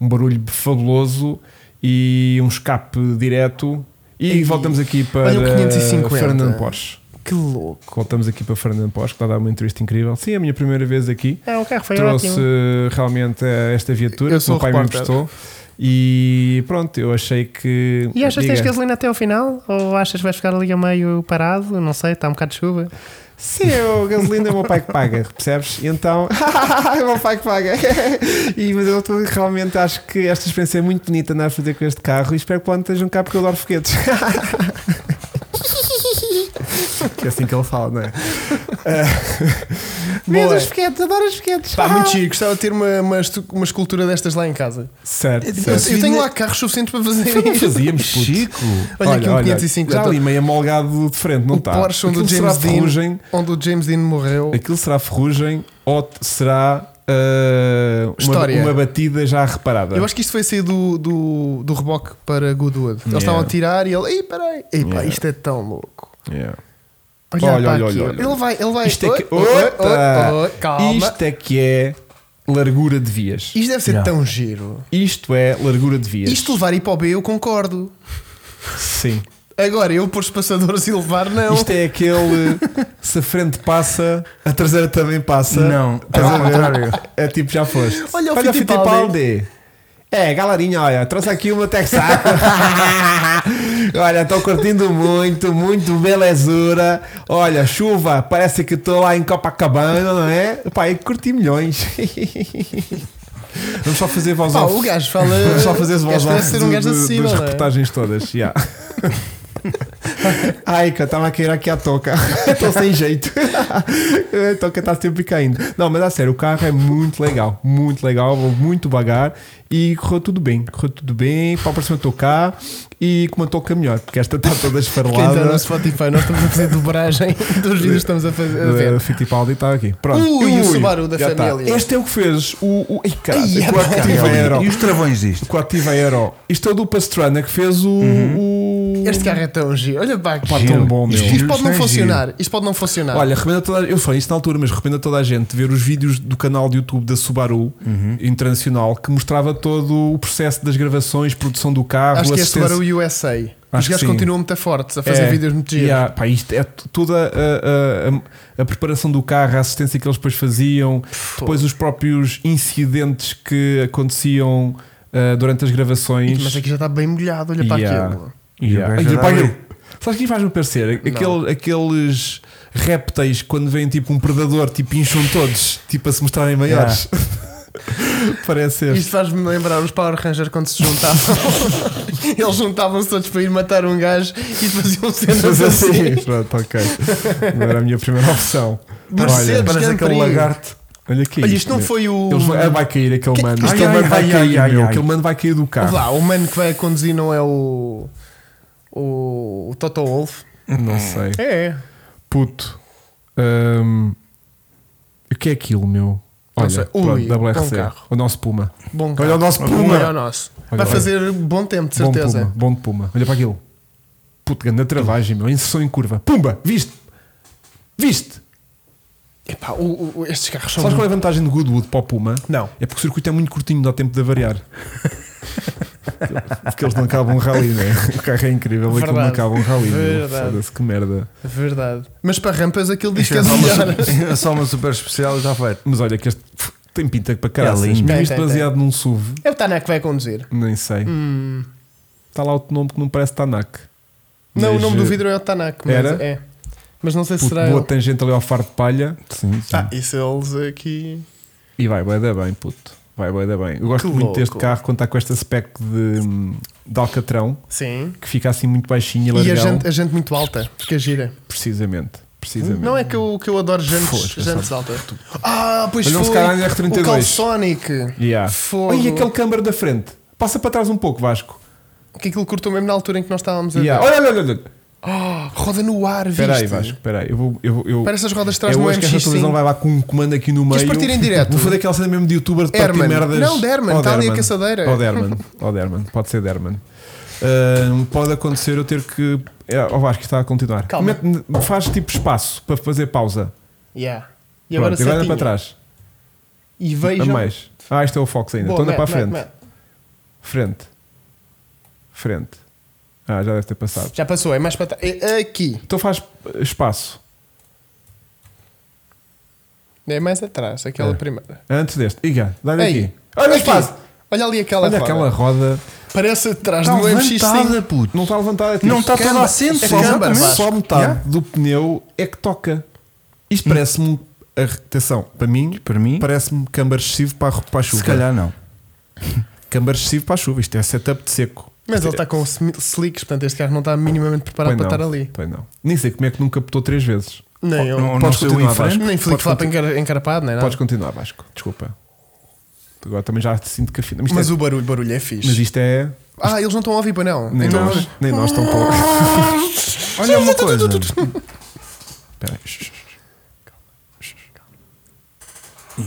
Speaker 1: Um barulho fabuloso e um escape direto. E,
Speaker 3: E-
Speaker 1: voltamos aqui para
Speaker 3: Olha o 550.
Speaker 1: Fernando Porsche.
Speaker 3: Que louco.
Speaker 1: Voltamos aqui para Fernando Porsche, que está a dar uma entrevista incrível. Sim, é a minha primeira vez aqui.
Speaker 3: É, o carro foi
Speaker 1: Trouxe
Speaker 3: ótimo.
Speaker 1: eh, realmente eh, esta viatura que
Speaker 3: Eu
Speaker 1: o
Speaker 3: sou
Speaker 1: meu pai me
Speaker 3: repórter.
Speaker 1: emprestou. E pronto, eu achei que.
Speaker 4: E achas que
Speaker 1: Diga.
Speaker 4: tens gasolina até ao final? Ou achas que vais ficar ali a meio parado? Não sei, está um bocado de chuva.
Speaker 1: Sim, eu, a gasolina é o meu pai que paga, percebes? E então, é o meu pai que paga. E, mas eu estou- realmente acho que esta experiência é muito bonita andar a fazer com este carro e espero que o ano esteja um cá porque eu adoro foguetes. Que é assim que ele fala, não é?
Speaker 3: Vês
Speaker 1: Boa.
Speaker 3: os
Speaker 1: foguetes, adoro os foguetes.
Speaker 3: Pá, muito giro. Gostava de ter uma, uma, estu- uma escultura destas lá em casa.
Speaker 1: Certo,
Speaker 3: Eu,
Speaker 1: certo.
Speaker 3: eu tenho lá carros suficientes para fazer
Speaker 1: Não
Speaker 3: isto.
Speaker 1: fazíamos, puto.
Speaker 2: Chico.
Speaker 3: Olha, aqui um 550.
Speaker 1: Já ali meio amolgado de frente, não
Speaker 3: O
Speaker 1: está?
Speaker 3: Porsche onde o
Speaker 1: Aquilo
Speaker 3: James
Speaker 1: será
Speaker 3: Dean-
Speaker 1: ferrugem,
Speaker 3: Onde o James Dean morreu.
Speaker 1: aquilo será ferrugem ou t- será ah, uma-
Speaker 3: História.
Speaker 1: uma, batida já reparada?
Speaker 3: Eu acho que isto foi a sair do, do, do reboque para Goodwood. Eles
Speaker 1: Yeah.
Speaker 3: estavam a tirar e ele. Ei, peraí. Ei, pá,
Speaker 1: Yeah.
Speaker 3: isto é tão louco.
Speaker 1: Yeah.
Speaker 3: Olha,
Speaker 1: Olha,
Speaker 3: para
Speaker 1: olha,
Speaker 3: aquilo.
Speaker 1: olha, olha.
Speaker 3: Ele vai. Ele vai.
Speaker 1: Isto é que.
Speaker 3: Ah, Oi, oi, oi, oi,
Speaker 1: Ota!
Speaker 3: calma. Isto,
Speaker 1: Isto é que é largura de vias.
Speaker 3: deve ser
Speaker 2: Yeah.
Speaker 3: tão giro.
Speaker 1: Isto é largura de vias.
Speaker 3: Isto levar ir para o B, eu concordo.
Speaker 1: Sim.
Speaker 3: Agora, eu pôr os passadores e levar, não.
Speaker 1: Isto é aquele. Se a frente passa, a traseira também passa.
Speaker 2: Não,
Speaker 1: Estás a
Speaker 2: ao
Speaker 1: ver?
Speaker 2: contrário.
Speaker 1: É tipo, já foste.
Speaker 3: Olha o
Speaker 1: Olha
Speaker 3: Fittipaldi.
Speaker 1: Fittipaldi. É, galerinha, olha, trouxe aqui uma Texaco. olha, estou curtindo muito, muito belezura. Olha, chuva, parece que estou lá em Copacabana, não é? Pai, curti milhões. Vamos só fazer voz
Speaker 3: Pá,
Speaker 1: off.
Speaker 3: o gajo fala.
Speaker 1: Vamos só fazer
Speaker 3: o
Speaker 1: voz
Speaker 3: gajo
Speaker 1: off
Speaker 3: parece ser um
Speaker 1: do-
Speaker 3: gajo
Speaker 1: do-
Speaker 3: acessível.
Speaker 1: das
Speaker 3: não é?
Speaker 1: reportagens todas. Yeah. Ai, que eu estava a cair aqui à toca. Estou sem jeito. a toca está sempre caindo. Não, mas a sério, o carro é muito legal. Muito legal, vou muito devagar. E correu tudo bem. Correu tudo bem. Para a próxima estou cá. E com uma toca melhor, porque esta está toda
Speaker 3: Quem está no
Speaker 1: esfarelada.
Speaker 3: Spotify, nós estamos a fazer dobragem dos vídeos que estamos a fazer. A
Speaker 1: O
Speaker 3: ver.
Speaker 1: Eh, Fittipaldi está aqui. Pronto.
Speaker 3: Ui, o Subaru da
Speaker 1: já está.
Speaker 3: família.
Speaker 1: Este é o que fez o. o ai, caralho, o
Speaker 3: Ai, é bem.
Speaker 1: Active Aero.
Speaker 2: E os travões disto?
Speaker 1: com a Ativa Aero. Isto é o do Pastrana que fez o. o-
Speaker 3: Uhum. Este carro é tão giro. Olha para aqui.
Speaker 1: Pá,
Speaker 2: Giro.
Speaker 1: tão bom, meu.
Speaker 2: Isto-
Speaker 3: Isto pode não
Speaker 2: Giro,
Speaker 3: funcionar. Isto pode não funcionar.
Speaker 1: Olha, recomendo a toda a, eu falei isto na altura, mas recomendo a toda a gente ver os vídeos do canal de YouTube da Subaru
Speaker 3: Uhum.
Speaker 1: Internacional que mostrava todo o processo das gravações, produção do carro,
Speaker 3: Acho que é
Speaker 1: assistência-
Speaker 3: Subaru USA. Os
Speaker 1: Acho que
Speaker 3: gajos
Speaker 1: sim.
Speaker 3: continuam muito fortes a fazer
Speaker 1: É,
Speaker 3: vídeos muito
Speaker 1: e
Speaker 3: giros.
Speaker 1: há- pá, isto é t- toda a, a- a- a preparação do carro, a assistência que eles depois faziam, depois os próprios incidentes que aconteciam ah, durante as gravações.
Speaker 3: Mas aqui já está bem molhado. Olha para
Speaker 1: Yeah.
Speaker 3: aquilo.
Speaker 1: Yeah.
Speaker 2: o
Speaker 1: Ai,
Speaker 2: gajo
Speaker 1: pá,
Speaker 2: era
Speaker 1: eu-
Speaker 2: ali.
Speaker 1: Sabes quem faz-me parecer? Aquele, aqueles répteis quando vem tipo um predador, tipo incham todos, tipo a se mostrarem maiores. Parece este.
Speaker 3: Isto faz-me lembrar os Power Rangers quando se juntavam. Eles juntavam-se todos para ir matar um gajo e faziam cenas
Speaker 1: Mas
Speaker 3: assim.
Speaker 1: assim, pronto, ok. Não era a minha primeira opção.
Speaker 3: Mercedes,
Speaker 1: olha,
Speaker 2: Parece
Speaker 3: Grand
Speaker 2: aquele
Speaker 3: Prix.
Speaker 2: lagarto.
Speaker 1: olha aqui.
Speaker 3: Olha, isto não foi o.
Speaker 1: Eles vão- ah, vai cair aquele
Speaker 3: Que-
Speaker 1: mano.
Speaker 3: Ai,
Speaker 1: Aquele
Speaker 2: ai,
Speaker 1: mano vai
Speaker 2: ai,
Speaker 1: cair,
Speaker 2: ai,
Speaker 1: meu.
Speaker 2: ai.
Speaker 1: Aquele mano vai cair do
Speaker 3: Ouve
Speaker 1: carro.
Speaker 3: lá, o mano que vai a conduzir não é o. O, o Toto Wolff.
Speaker 1: Não sei.
Speaker 3: É.
Speaker 1: Puto. Hum, o que é aquilo, meu?
Speaker 3: Não
Speaker 1: Olha,
Speaker 3: sei.
Speaker 1: pronto,
Speaker 3: Ui, bom
Speaker 1: WRC.
Speaker 3: carro.
Speaker 1: O nosso Puma.
Speaker 3: Bom
Speaker 1: Olha o
Speaker 3: carro.
Speaker 1: nosso Puma.
Speaker 3: Olha o nosso.
Speaker 1: Olha,
Speaker 3: vai
Speaker 1: olha.
Speaker 3: fazer bom tempo, de
Speaker 1: Bom
Speaker 3: certeza.
Speaker 1: Puma, bom de Puma. Olha para aquilo. Puto, grande travagem, meu. Inserção em curva. Pumba! Viste? Viste?
Speaker 3: Epá, o- o- estes carros são.
Speaker 1: Sabes qual é a vantagem de Goodwood para o Puma?
Speaker 3: um Não.
Speaker 1: É porque o circuito é muito curtinho, dá tempo de avariar. porque eles não acabam um rally, né? O carro é incrível, aquilo não
Speaker 3: Verdade.
Speaker 1: acabam um rally. meu.
Speaker 3: Verdade.
Speaker 1: Foda-se, que merda.
Speaker 3: Verdade. Mas para rampas aquilo diz
Speaker 2: Isto
Speaker 3: que é
Speaker 2: é só uma
Speaker 3: melhor.
Speaker 2: su- é só uma super especial e está feito.
Speaker 1: Mas olha que este pff, tem pinta para caralho.
Speaker 2: É lindo.
Speaker 1: Mesmo
Speaker 3: Tem,
Speaker 1: isto
Speaker 3: tem,
Speaker 1: baseado num SUV,
Speaker 3: É o Tanak que vai conduzir.
Speaker 1: nem sei.
Speaker 3: Hum.
Speaker 1: Está lá outro nome que não parece Tanak.
Speaker 3: Não,
Speaker 1: Mas,
Speaker 3: o nome do
Speaker 1: eh,
Speaker 3: vidro é o Tanak. Mas
Speaker 1: era?
Speaker 3: É. Mas não sei se
Speaker 1: Puto,
Speaker 3: será.
Speaker 1: boa
Speaker 3: ele.
Speaker 1: tangente ali ao fardo de palha
Speaker 2: Sim, sim.
Speaker 3: Ah, isso eles aqui.
Speaker 1: e vai, vai dar bem, puto. Vai, vai dar bem. Eu gosto
Speaker 3: Que
Speaker 1: muito
Speaker 3: louco.
Speaker 1: deste carro contar com este aspecto de, de alcatrão
Speaker 3: Sim.
Speaker 1: que fica assim muito baixinho e
Speaker 3: E a
Speaker 1: largão.
Speaker 3: gente, a gente muito alta, fica gira.
Speaker 1: Precisamente, precisamente.
Speaker 3: Não é que eu, que eu adoro jantes,
Speaker 1: Foda-se,
Speaker 3: jantes alta. Ah, pois
Speaker 1: Olha um
Speaker 3: foi.
Speaker 1: Skyline R32.
Speaker 3: O Calsonic.
Speaker 1: Yeah.
Speaker 3: Fogo.
Speaker 1: Ai, aquele câmara da frente. Passa para trás um pouco, Vasco.
Speaker 3: Que aquilo cortou mesmo na altura em que nós estávamos a
Speaker 1: Yeah.
Speaker 3: ver. Ah,
Speaker 1: Olha, olha, olha. olha.
Speaker 3: Roda no ar, viste?
Speaker 1: Espera aí, Vasco. Espera aí. Eu vou. Eu, vou- eu...
Speaker 3: Parece as rodas de trás
Speaker 1: é
Speaker 3: no
Speaker 1: hoje que esta televisão
Speaker 3: MX5.
Speaker 1: vai lá com um comando aqui no meio. é
Speaker 3: Queres partir em direto?
Speaker 1: Vou fazer aquela cena mesmo de youtuber de partir
Speaker 3: Herman.
Speaker 1: merdas.
Speaker 3: Não, Derman,
Speaker 1: Ó,
Speaker 3: está ali a
Speaker 1: Derman.
Speaker 3: caçadeira.
Speaker 1: Ó, Derman. Ó, Derman. Pode ser Derman. Ahn, pode acontecer eu ter que. É, Ó, Vasco, está a continuar.
Speaker 3: Calma.
Speaker 1: Mete- faz tipo espaço para fazer pausa.
Speaker 3: Yeah. E agora,
Speaker 1: Pronto, e agora
Speaker 3: certinho.
Speaker 1: para trás.
Speaker 3: E
Speaker 1: A
Speaker 3: vejam.
Speaker 1: mais. Ah, este é o Fox ainda.
Speaker 3: Boa,
Speaker 1: Então anda
Speaker 3: mete,
Speaker 1: para a
Speaker 3: mete,
Speaker 1: frente.
Speaker 3: mete.
Speaker 1: Frente. Frente. Ah, já deve ter passado.
Speaker 3: Já passou, é mais para trás. É aqui.
Speaker 1: Então faz espaço.
Speaker 3: É mais atrás, aquela
Speaker 1: É.
Speaker 3: primeira.
Speaker 1: Antes deste. Iga, dá-lhe
Speaker 3: Ei,
Speaker 1: aqui. Olha o
Speaker 3: aqui.
Speaker 1: espaço.
Speaker 3: Olha ali aquela
Speaker 1: Olha
Speaker 3: fora.
Speaker 1: aquela Tá roda.
Speaker 3: Parece atrás
Speaker 2: Está
Speaker 3: do MX5.
Speaker 2: levantada, puto.
Speaker 1: Não está levantada. é tipo-
Speaker 2: é Não está
Speaker 3: Câmara.
Speaker 2: toda assente.
Speaker 3: É
Speaker 2: só-
Speaker 3: câmara,
Speaker 2: exatamente.
Speaker 3: Vasco.
Speaker 1: Só metade
Speaker 2: Yeah.
Speaker 1: do pneu é que toca. Isto parece-me. a- Atenção, para mim,
Speaker 2: Para mim,
Speaker 1: parece-me câmara excessivo para a, para a chuva.
Speaker 2: se calhar não.
Speaker 1: Câmara excessivo para a chuva. Isto é setup de seco. É,
Speaker 3: Mas ele está com smi- slicks, portanto este carro não está minimamente preparado
Speaker 1: Pois
Speaker 3: para
Speaker 1: não,
Speaker 3: estar ali.
Speaker 1: Pois não. Nem sei como é que nunca apitou três vezes.
Speaker 3: Nem eu.
Speaker 2: Não, não
Speaker 1: Podes
Speaker 2: sei o
Speaker 1: continuar,
Speaker 2: em frente.
Speaker 3: Nem flip-flop encar- encarapado, nem nada.
Speaker 1: Podes continuar, Vasco. Desculpa. Agora também já te sinto que afina. Mas,
Speaker 3: Mas
Speaker 1: isto é-
Speaker 3: o barulho, barulho é fixe.
Speaker 1: mas isto é.
Speaker 3: Ah, eles não estão a ouvir, pois não?
Speaker 1: Nem
Speaker 3: não.
Speaker 1: nós, nem nós tão pouco.
Speaker 2: Olha uma coisa.
Speaker 1: Espera aí. Shh, shh, shh.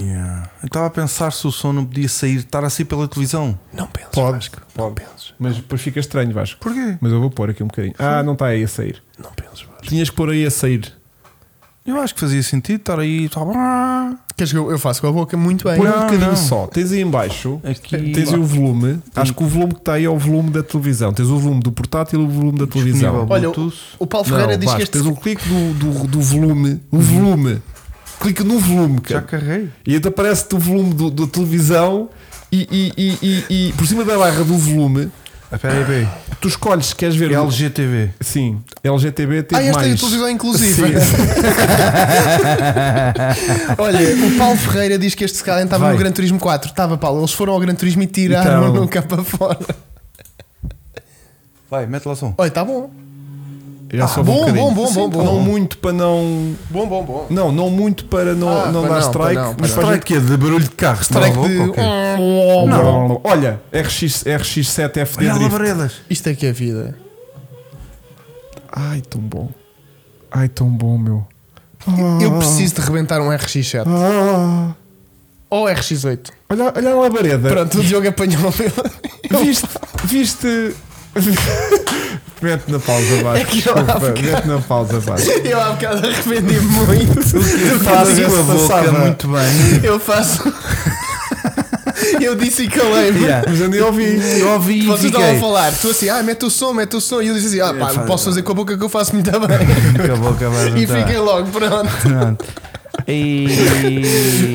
Speaker 2: Yeah. Eu estava a pensar se o som não podia sair, estar assim pela televisão.
Speaker 3: Não penses,
Speaker 1: Podes,
Speaker 3: Vasco. Não
Speaker 1: podes.
Speaker 3: penses.
Speaker 1: Mas depois fica estranho, Vasco.
Speaker 2: Porquê?
Speaker 1: Mas eu vou pôr aqui um bocadinho. Ah, não está aí a sair.
Speaker 3: Não penses, Vasco.
Speaker 1: Tinhas que pôr aí a sair.
Speaker 2: Eu acho que fazia sentido estar aí. tá-
Speaker 3: Queres que eu, eu faço com a boca muito bem.
Speaker 1: Põe um
Speaker 2: Não,
Speaker 1: bocadinho
Speaker 2: não.
Speaker 1: só. Tens aí em baixo.
Speaker 2: Aqui.
Speaker 1: Tens aí o volume. Acho que o volume que está aí é o volume da televisão. Tens o volume do portátil e o volume da televisão.
Speaker 2: Disponível.
Speaker 3: Olha, o,
Speaker 2: Bluetooth.
Speaker 3: o Paulo Ferreira
Speaker 1: Não,
Speaker 3: diz que
Speaker 1: Vasco,
Speaker 3: este.
Speaker 1: tens um clique do, do, do volume. O volume. Clica no volume,
Speaker 2: Já
Speaker 1: cara.
Speaker 2: carrei.
Speaker 1: E até aparece-te o volume do- da televisão e, e, e, e- e por cima da barra do volume
Speaker 2: Espera aí, bem.
Speaker 1: tu escolhes se queres ver o-
Speaker 2: LGTV.
Speaker 1: Sim, LGTB tem
Speaker 3: Ah, esta é a
Speaker 1: mais.
Speaker 3: televisão inclusiva.
Speaker 1: Sim.
Speaker 3: Olha, o Paulo Ferreira diz que este Skyline estava
Speaker 2: Vai.
Speaker 3: no Gran Turismo 4. Estava, Paulo. Eles foram ao Gran Turismo e tiraram
Speaker 1: Então.
Speaker 3: no cá para fora.
Speaker 2: Vai, mete lá o som.
Speaker 3: Olha, está bom.
Speaker 1: Já
Speaker 3: Ah,
Speaker 1: soube É
Speaker 3: bom,
Speaker 1: um bocadinho.
Speaker 3: bom, bom, bom, bom.
Speaker 1: Não muito para não.
Speaker 3: Bom, bom, bom.
Speaker 1: Não, não muito para não,
Speaker 3: Ah,
Speaker 1: não dar
Speaker 3: para não, para
Speaker 1: strike.
Speaker 3: não, para
Speaker 1: mas
Speaker 3: não.
Speaker 1: para
Speaker 2: Strike é de barulho de carro.
Speaker 3: Strike
Speaker 2: Nova,
Speaker 3: de. um.
Speaker 2: ok.
Speaker 1: gente- Não. Olha, RX, RX7 FD
Speaker 2: E há
Speaker 1: Drift.
Speaker 2: labaredas.
Speaker 3: Isto é que é vida.
Speaker 1: Ai, tão bom. Ai, tão bom, meu.
Speaker 3: Eu preciso de rebentar um RX7
Speaker 1: Ah,
Speaker 3: ou RX8.
Speaker 1: olha, olha a
Speaker 2: É.
Speaker 1: labareda.
Speaker 3: Pronto, o Diogo apanhou.
Speaker 1: Viste. Viste. Mete na pausa, Vasco.
Speaker 3: que eu há
Speaker 1: Desculpa, mete na pausa, Vasco.
Speaker 3: Eu há bocado arrependi muito. Eu
Speaker 2: Faz a boca muito bem.
Speaker 3: Eu faço. eu disse e calei-me.
Speaker 2: Yeah.
Speaker 1: Mas eu nem ouvi.
Speaker 2: Eu ouvi e
Speaker 3: Vocês estavam a
Speaker 2: fiquei.
Speaker 3: falar, tu assim, ah, mete o som, mete o som. E eu disse assim, ah, pá,
Speaker 2: faz-
Speaker 3: posso fazer com a boca que eu faço muito bem.
Speaker 2: Acabou, acabou.
Speaker 3: e fiquei logo, pronto.
Speaker 2: Pronto. E...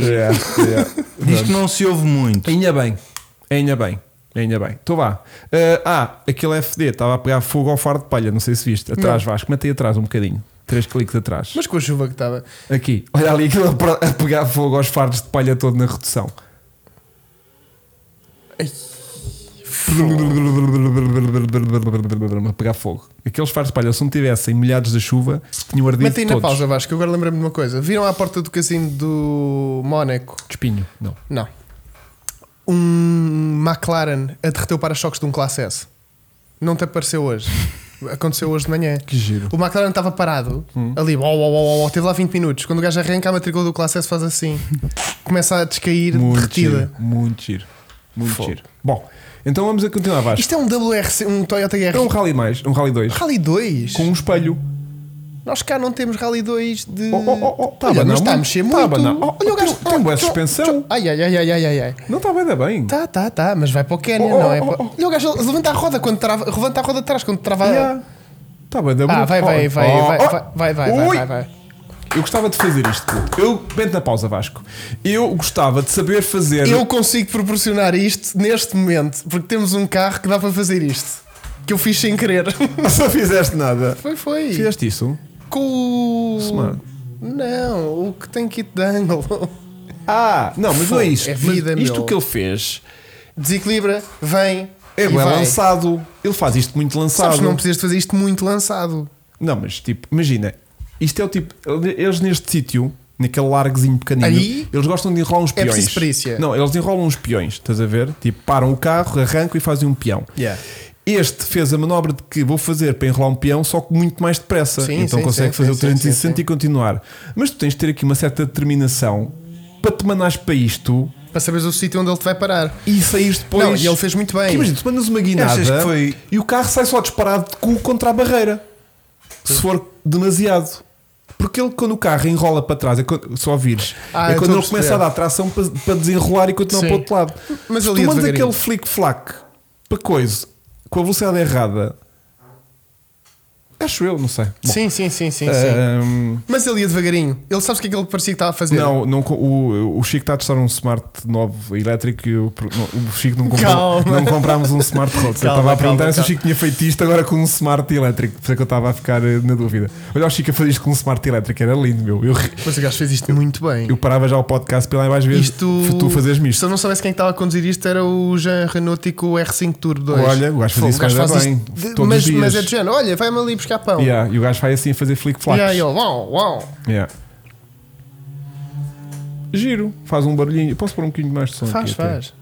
Speaker 1: Yeah, yeah.
Speaker 2: Diz que não se ouve muito.
Speaker 1: Ainda bem, ainda bem, ainda bem. Estou vá. Ah, ah, aquele FD estava a pegar fogo ao fardo de palha, não sei se viste. Atrás, Vasco, matei atrás um bocadinho. Três cliques atrás.
Speaker 3: Mas com a chuva que estava.
Speaker 1: Aqui, olha ali aquilo a pro- a pegar fogo aos fardos de palha todo na redução. A pegar fogo. Aqueles fardos de palha, se não tivessem milhares da chuva, tinham ardido
Speaker 3: Mete aí na
Speaker 1: todos.
Speaker 3: pausa, Vasco, agora lembrei-me de uma coisa. Viram à porta do casino do Mónaco?
Speaker 1: De espinho, não.
Speaker 3: Não. Um McLaren a derreter o para-choques de um Classe S. Não te apareceu hoje. Aconteceu hoje de manhã.
Speaker 1: Que giro.
Speaker 3: O McLaren estava parado
Speaker 1: Hum.
Speaker 3: ali, uau, uau, uau, uau, teve lá 20 minutos. Quando o gajo arranca a matrícula do Classe S, faz assim, começa a descair
Speaker 1: Muito
Speaker 3: derretida.
Speaker 1: giro, muito giro. Muito
Speaker 3: Fogo.
Speaker 1: giro. Bom, então vamos a continuar, Vasco.
Speaker 3: Isto é um WRC, um Toyota
Speaker 1: É
Speaker 3: GR.
Speaker 1: um Rally mais, um Rally 2,
Speaker 3: Rally 2?
Speaker 1: com um espelho.
Speaker 3: Nós cá não temos Rally 2 de.
Speaker 1: Oh, oh, oh, oh, tá
Speaker 3: Olha,
Speaker 1: banal,
Speaker 3: mas está a
Speaker 1: mano.
Speaker 3: mexer
Speaker 1: Tá
Speaker 3: muito.
Speaker 1: banal. Oh,
Speaker 3: Olha o gajo.
Speaker 1: tem- tem boa
Speaker 3: tchau,
Speaker 1: suspensão.
Speaker 3: tchau. Ai, ai, ai, ai, ai, ai, ai.
Speaker 1: Não está bem, da bem.
Speaker 3: Tá, tá, tá, mas vai para o Quénia,
Speaker 1: Oh, oh,
Speaker 3: não é?
Speaker 1: oh,
Speaker 3: para-
Speaker 1: oh.
Speaker 3: Olha, o gajo levanta a roda quando trava, levanta a roda de trás quando trava.
Speaker 1: Yeah. Tá bem, da
Speaker 3: Ah,
Speaker 1: bom.
Speaker 3: vai, vai,
Speaker 1: Oh,
Speaker 3: vai,
Speaker 1: oh,
Speaker 3: vai,
Speaker 1: oh.
Speaker 3: vai, vai, vai, vai,
Speaker 1: Ui.
Speaker 3: vai, vai.
Speaker 1: Eu gostava de fazer isto. puto. Eu, mete na pausa, Vasco. Eu gostava de saber fazer.
Speaker 3: Eu consigo proporcionar isto neste momento, porque temos um carro que dá para fazer isto. Que eu fiz sem querer.
Speaker 1: não fizeste nada.
Speaker 3: Foi, foi.
Speaker 1: Fizeste isso?
Speaker 3: Com o.
Speaker 1: Smart.
Speaker 3: Não, o que tem kit de ângulo.
Speaker 1: Ah, não, mas não é isto.
Speaker 3: É vida,
Speaker 1: mas isto
Speaker 3: meu.
Speaker 1: que ele fez
Speaker 3: Desequilibra, vem.
Speaker 1: é
Speaker 3: e
Speaker 1: bem
Speaker 3: vai.
Speaker 1: lançado. Ele faz isto muito lançado.
Speaker 3: Sabes, não precisas de fazer isto muito lançado.
Speaker 1: Não, mas tipo, imagina, isto é o tipo, eles neste sítio, naquele larguezinho pequenino,
Speaker 3: Aí? É
Speaker 1: eles gostam de enrolar uns peões.
Speaker 3: preciso perícia.
Speaker 1: Não, eles enrolam uns peões, estás a ver? Tipo, param o carro, arrancam e fazem um peão.
Speaker 3: Yeah.
Speaker 1: Este fez a manobra de que vou fazer para enrolar um peão, só que muito mais depressa.
Speaker 3: Sim,
Speaker 1: então
Speaker 3: sim,
Speaker 1: consegue
Speaker 3: sim,
Speaker 1: fazer
Speaker 3: sim,
Speaker 1: o 360
Speaker 3: sim, sim.
Speaker 1: e continuar. Mas tu tens de ter aqui uma certa determinação para te manares para isto
Speaker 3: Para saberes o sítio onde ele te vai parar.
Speaker 1: e sair depois.
Speaker 3: Não, e ele fez muito bem.
Speaker 1: Que imagina, tu mandas uma guinada
Speaker 2: Achas que foi-
Speaker 1: e o carro sai só disparado de cu contra a barreira. Se for demasiado. Porque ele, quando o carro enrola para trás, é quando, só vires,
Speaker 3: Ah,
Speaker 1: é
Speaker 3: eu
Speaker 1: quando
Speaker 3: estou
Speaker 1: ele
Speaker 3: a
Speaker 1: começa a
Speaker 3: perceber.
Speaker 1: dar tração para, para desenrolar e continuar
Speaker 4: Sim.
Speaker 1: para o outro lado.
Speaker 3: Mas
Speaker 1: Se
Speaker 3: ele
Speaker 1: tu
Speaker 3: ia
Speaker 1: mandas
Speaker 3: devagarinho.
Speaker 1: aquele flick-flack para coisa com a velocidade errada, acho eu, não sei. Bom,
Speaker 3: Sim, sim, sim,
Speaker 1: Ah,
Speaker 3: sim, sim.
Speaker 1: ahm,
Speaker 3: Mas ele ia devagarinho. Ele sabes o que é que ele parecia que estava a fazer?
Speaker 1: não, não, co- o, o Chico está a testar um Smart 9 elétrico e o, pro- não, o Chico não, comprou,
Speaker 3: Calma.
Speaker 1: não comprámos um Smart Roadster. Eu estava
Speaker 3: Calma,
Speaker 1: a perguntar
Speaker 3: calma,
Speaker 1: se o Chico tinha feito isto agora com um Smart elétrico, por isso é que eu estava a ficar eh, na dúvida. Olha o Chico a fazer isto com um Smart elétrico, era lindo, meu. Eu, ri-
Speaker 3: Mas o gajo fez isto muito bem.
Speaker 1: eu parava já o podcast pela mais vezes
Speaker 3: Isto.
Speaker 1: tu fazes-me
Speaker 3: Se
Speaker 1: isto.
Speaker 3: eu não soubesse quem é estava a conduzir isto, era o Jean Renault com o R5 Turbo 2.
Speaker 1: Olha, o gajo faz
Speaker 3: Fogo,
Speaker 1: isso cada bem,
Speaker 3: de-
Speaker 1: todos
Speaker 3: mas,
Speaker 1: os dias.
Speaker 3: mas é de género. Olha, vai-me ali buscar pão.
Speaker 1: Yeah, e o gajo vai assim a fazer flick-flacks.
Speaker 3: E aí ele, uau, uau.
Speaker 1: Yeah. Giro, faz um barulhinho. Posso pôr um bocadinho mais de som?
Speaker 4: Faz,
Speaker 1: aqui até?
Speaker 4: faz.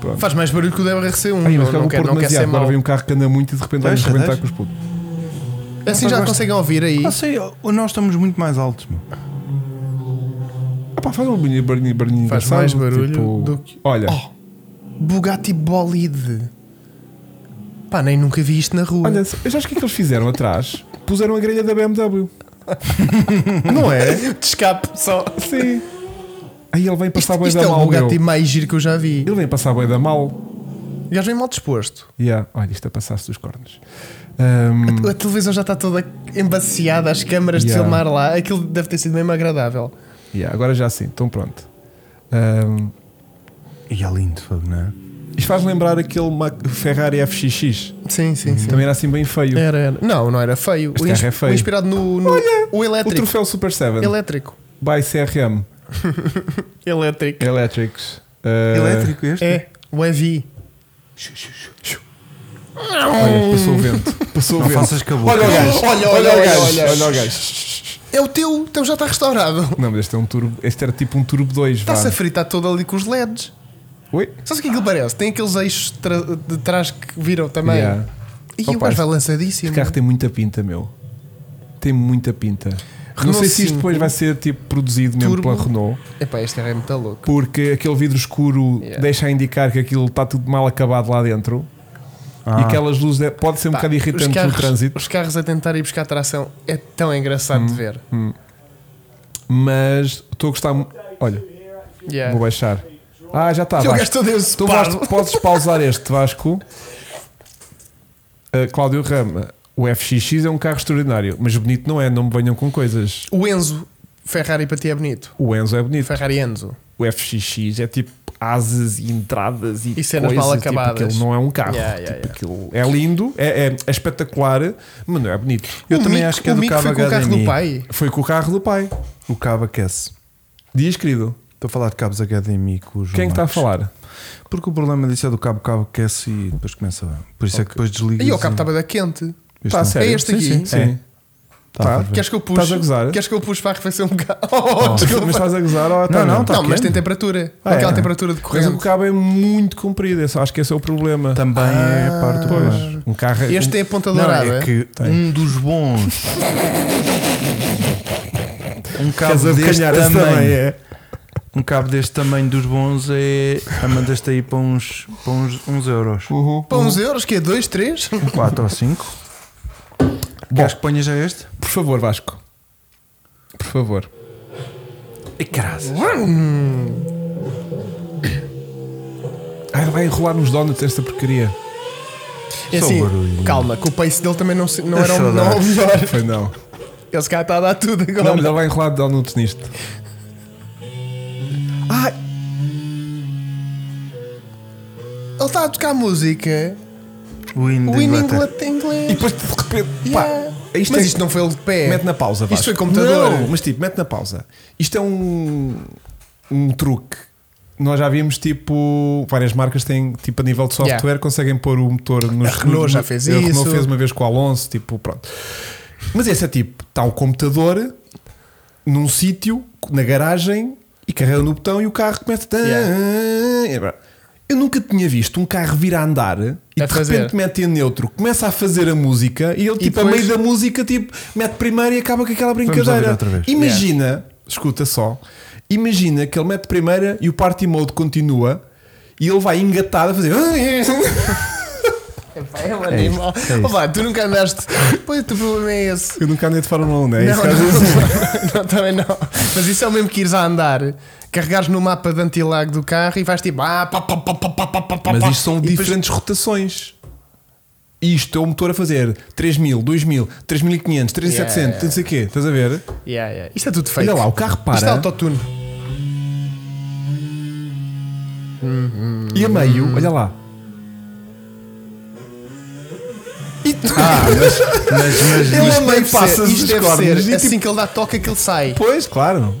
Speaker 1: Pronto.
Speaker 3: Faz mais barulho que o DRC1.
Speaker 1: Ai, mas acaba
Speaker 3: não, não
Speaker 1: por
Speaker 3: quer, não quer
Speaker 1: demasiado.
Speaker 3: ser
Speaker 1: Agora
Speaker 3: mau.
Speaker 1: vem um carro que anda muito e de repente vai-nos
Speaker 2: Deixa,
Speaker 1: rebentar
Speaker 2: deixa.
Speaker 1: com os putos.
Speaker 3: Assim já conseguem ouvir aí.
Speaker 2: Não sei, eu- Ah, oh, nós estamos muito mais altos. meu.
Speaker 1: Ah pá, faz um barulhinho, barulhinho, barulhinho
Speaker 3: Faz
Speaker 1: engraçado,
Speaker 3: mais barulho
Speaker 1: tipo,
Speaker 3: do que-
Speaker 1: Olha,
Speaker 3: Oh, Bugatti Bolide. Pá, nem nunca vi isto na rua.
Speaker 1: olha, eu já acho que é que eles fizeram atrás? Puseram a grelha da BMW. não é?
Speaker 3: de escape só.
Speaker 1: Sim. Aí ele vem passar
Speaker 3: Isto,
Speaker 1: bem
Speaker 3: isto
Speaker 1: da
Speaker 3: é o
Speaker 1: mal. meu.
Speaker 3: Bugatti mais giro que eu já vi.
Speaker 1: Ele vem passar bem da mal.
Speaker 3: O gajo vem mal disposto.
Speaker 1: Yeah. Olha, isto a passar-se dos cornos. Um, Ahm,
Speaker 3: A televisão já está toda embaciada, as câmaras de
Speaker 1: Hum. Yeah.
Speaker 3: filmar lá. Aquilo deve ter sido mesmo agradável.
Speaker 1: yeah, agora já sim, então pronto. Ahm,
Speaker 2: E é lindo, fogo, não é?
Speaker 1: isto faz lembrar aquele Mac- Ferrari FXX.
Speaker 3: Sim, sim, sim.
Speaker 1: Também era assim bem feio.
Speaker 3: Era, era. Não, não era feio.
Speaker 1: Este
Speaker 3: o,
Speaker 1: carro é feio.
Speaker 3: o inspirado no, no o
Speaker 1: O
Speaker 3: elétrico. é-
Speaker 1: troféu Super 7
Speaker 3: Elétrico.
Speaker 1: by CRM
Speaker 3: Elétrico.
Speaker 1: Electrics. Ah,
Speaker 2: Elétrico este?
Speaker 3: É, o EV.
Speaker 1: Olha, passou o vento. Passou o
Speaker 2: Não
Speaker 1: vento.
Speaker 2: faças caboclo.
Speaker 1: Olha o gajo.
Speaker 3: Olha, olha,
Speaker 1: Olha o
Speaker 3: olha,
Speaker 1: gajo.
Speaker 3: olha.
Speaker 1: Olha o gajo.
Speaker 3: É o teu, o teu já está restaurado.
Speaker 1: Não, mas este, é um turbo, este era tipo um turbo 2, vá.
Speaker 3: Está-se a fritar todo ali com os LEDs.
Speaker 1: Oi?
Speaker 3: Sabes o que é que ele parece? Tem aqueles eixos tra- de trás que viram também.
Speaker 1: Yeah.
Speaker 3: E
Speaker 1: Opa,
Speaker 3: o gajo vai
Speaker 1: Este
Speaker 3: lançadíssimo.
Speaker 1: carro tem muita pinta, meu. Tem muita pinta. não
Speaker 3: Renault
Speaker 1: sei se isto
Speaker 3: 5.
Speaker 1: depois vai ser tipo produzido mesmo
Speaker 3: Turbo.
Speaker 1: pela Renault,
Speaker 3: Epá, este carro é muito louco.
Speaker 1: porque aquele vidro escuro
Speaker 3: Yeah.
Speaker 1: deixa a indicar que aquilo está tudo mal acabado lá dentro.
Speaker 2: Ah.
Speaker 1: E aquelas luzes de- pode ser um
Speaker 3: Pá,
Speaker 1: bocado irritante
Speaker 3: os carros,
Speaker 1: no trânsito,
Speaker 3: Os carros a tentar ir buscar tração é tão engraçado
Speaker 1: Hum.
Speaker 3: de ver.
Speaker 1: mas estou a gostar. mu- Olha,
Speaker 3: Yeah.
Speaker 1: vou baixar. Ah, já está.
Speaker 3: E é o
Speaker 1: Vasco.
Speaker 3: gajo todo
Speaker 1: Tu
Speaker 3: ensopado.
Speaker 1: Vasco, podes pausar este Vasco. Uh, Cláudio Rama, o FXX é um carro extraordinário, mas bonito não é, não me venham com coisas.
Speaker 3: O Enzo Ferrari para ti é bonito.
Speaker 1: O Enzo é
Speaker 3: O
Speaker 1: bonito.
Speaker 3: Ferrari Enzo.
Speaker 1: O FXX é tipo asas e entradas e,
Speaker 3: E cenas
Speaker 1: coisas,
Speaker 3: mal
Speaker 1: tipo,
Speaker 3: acabadas.
Speaker 1: aquilo não é um carro.
Speaker 3: Yeah, yeah,
Speaker 1: Tipo, aquilo é lindo, é, é- é espetacular, mas não é bonito.
Speaker 2: Eu
Speaker 3: O
Speaker 2: também
Speaker 3: Mico-
Speaker 2: acho que é
Speaker 3: o
Speaker 2: do
Speaker 3: Mico
Speaker 2: cabo
Speaker 3: um foi com o carro
Speaker 2: HDMI.
Speaker 3: do pai.
Speaker 1: Foi com o carro do pai.
Speaker 2: O cabo aquece.
Speaker 1: Diz, querido.
Speaker 2: Estou a falar de cabos HDMI com o João
Speaker 1: Quem é que está a
Speaker 2: Marcos.
Speaker 1: falar?
Speaker 2: Porque o problema disso é do cabo, cabo aquece e depois começa a... Por isso é que depois desliga
Speaker 3: E o cabo tá- estava da quente.
Speaker 1: Está a sério?
Speaker 3: É este
Speaker 1: Sim,
Speaker 3: aqui?
Speaker 1: Sim, sim.
Speaker 2: É.
Speaker 1: Tá.
Speaker 3: Queres que eu puxe?
Speaker 1: Estás a gozar?
Speaker 3: Queres que eu puxe para arrefecer um bocado? Oh, desculpa.
Speaker 1: Mas estás a gozar? ou tá
Speaker 2: Não, não,
Speaker 1: mesmo?
Speaker 2: tá
Speaker 3: não, mas
Speaker 2: quente.
Speaker 3: tem temperatura.
Speaker 1: Ah,
Speaker 3: Aquela
Speaker 1: é?
Speaker 3: temperatura de
Speaker 1: Mas o
Speaker 3: corrente.
Speaker 1: cabo é muito comprido, esse- acho que esse é o problema.
Speaker 2: Também é a parte do problema.
Speaker 1: Pois, um carro
Speaker 3: Ah, Este é a ponta
Speaker 2: Não,
Speaker 3: dourada.
Speaker 2: é que
Speaker 1: Tem.
Speaker 2: um dos bons. um
Speaker 1: Queres
Speaker 2: cabo deste
Speaker 1: abocanhar, esse
Speaker 2: tamanho.
Speaker 1: também é.
Speaker 2: Um cabo deste tamanho dos bons é. Ah, Mandaste aí para uns, para uns, uns euros.
Speaker 3: Para uns euros, que é 2, 3?
Speaker 2: 4 ou 5.
Speaker 1: Bom,
Speaker 2: Queres que ponha já este?
Speaker 1: por favor, Vasco. Por favor.
Speaker 2: E graças.
Speaker 1: Ai, Ah, vai enrolar nos donuts esta porcaria.
Speaker 3: É
Speaker 2: Só
Speaker 3: assim,
Speaker 2: barulho.
Speaker 3: calma, que o pace dele também não, se- não era o,
Speaker 2: Saudades.
Speaker 3: não era o melhor.
Speaker 1: Foi não.
Speaker 3: Esse cara está a dar tudo agora.
Speaker 1: Não, mas ele vai enrolar donuts nisto.
Speaker 3: Ai. Ele está a tocar música.
Speaker 2: Win
Speaker 3: Win
Speaker 2: Inglaterra.
Speaker 3: Inglaterra.
Speaker 1: E depois de repente, pá,
Speaker 3: Yeah.
Speaker 1: Isto
Speaker 3: Mas
Speaker 1: é-
Speaker 3: isto não foi ele de pé.
Speaker 1: Mete na pausa, Vasco.
Speaker 3: Isto foi computador.
Speaker 1: Não, mas tipo, mete na pausa. Isto é um, um truque. Nós já vimos, tipo, várias marcas têm, tipo, a nível de software,
Speaker 3: Yeah.
Speaker 1: conseguem pôr o motor nos...
Speaker 3: A Renault já fez
Speaker 1: a Renault
Speaker 3: isso.
Speaker 1: fez uma vez com o Alonso, tipo, pronto. Mas esse é tipo, está o computador num sítio, na garagem, e carrega no botão e o carro começa... Eu nunca tinha visto um carro vir a andar e
Speaker 3: A
Speaker 1: de
Speaker 3: fazer.
Speaker 1: repente mete em neutro, começa a fazer a música e ele
Speaker 3: E
Speaker 1: tipo, a
Speaker 3: depois-
Speaker 1: meio da música, tipo, mete primeiro e acaba com aquela brincadeira.
Speaker 2: ouvir outra vez.
Speaker 1: Imagina, escuta só, imagina que ele mete primeira e o party mode continua e ele vai engatado a fazer.
Speaker 3: Epá, é um animal.
Speaker 2: isto, é isto.
Speaker 3: Opa, tu nunca andaste. Pois o teu problema é esse.
Speaker 1: Eu nunca andei de Fórmula 1, não é?
Speaker 3: não,
Speaker 1: Isso que às vezes-
Speaker 3: não, não, também não. Mas isso é o mesmo que ires a andar, carregares no mapa de antilago do carro e vais tipo. Ah, pá, pá, pá, pá, pá, pá, pá, pá,
Speaker 1: Mas
Speaker 3: pá.
Speaker 1: isto são
Speaker 3: E depois-
Speaker 1: diferentes rotações. Isto é o motor a fazer 3000, 2000, 3500, 3700,
Speaker 3: Yeah.
Speaker 1: não sei o quê, estás a ver?
Speaker 3: Yeah, yeah. Isto é tudo feito.
Speaker 1: Olha lá, o carro para.
Speaker 3: Isto é autotune.
Speaker 1: E a meio, olha lá. E tu,
Speaker 2: Mas, mas
Speaker 1: Ele a
Speaker 3: Isto
Speaker 1: meio
Speaker 3: deve
Speaker 1: passa
Speaker 3: ser,
Speaker 1: os
Speaker 3: isto deve
Speaker 1: cornos
Speaker 3: ser.
Speaker 1: e
Speaker 3: assim
Speaker 1: tipo,
Speaker 3: que ele dá toca que ele sai.
Speaker 1: Pois, claro.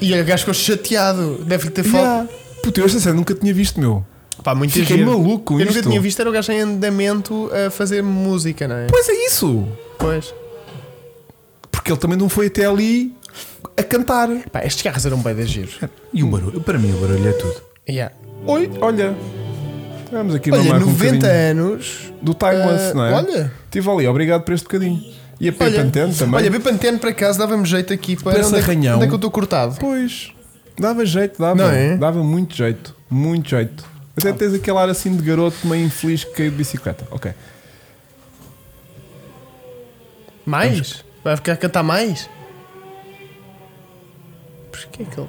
Speaker 3: E o gajo ficou chateado. Deve-lhe ter
Speaker 1: Yeah.
Speaker 3: falta.
Speaker 1: Puta, eu esta cena nunca tinha visto, meu.
Speaker 3: Pá, muito
Speaker 1: Fiquei
Speaker 3: giro.
Speaker 1: maluco com
Speaker 3: Eu nunca
Speaker 1: isto.
Speaker 3: tinha visto era o gajo em andamento a fazer música, não é?
Speaker 1: Pois é isso.
Speaker 3: Pois.
Speaker 1: Porque ele também não foi até ali a cantar.
Speaker 3: Pá, estes carros eram bem de giro.
Speaker 2: E o barulho? Para mim, o barulho é tudo.
Speaker 3: Yeah.
Speaker 1: Oi, olha. Estamos aqui
Speaker 3: Olha,
Speaker 1: no
Speaker 3: 90
Speaker 1: um
Speaker 3: anos.
Speaker 1: do Timeless,
Speaker 3: Ah,
Speaker 1: não é?
Speaker 3: olha.
Speaker 1: Estive ali, obrigado por este bocadinho. E a Pepe
Speaker 3: Olha,
Speaker 1: Antena também.
Speaker 3: olha, bem pantene para casa dava-me jeito aqui para
Speaker 1: Parece
Speaker 3: onde é, que-
Speaker 1: arranhão.
Speaker 3: onde é que eu estou cortado.
Speaker 1: Pois, dava jeito, dava.
Speaker 3: Não é? Ah.
Speaker 1: Dava muito jeito, muito jeito. Até tens aquele ar assim de garoto meio infeliz que caiu de bicicleta. Ok.
Speaker 3: Mais? Vai ficar a cantar mais? Porquê que ele.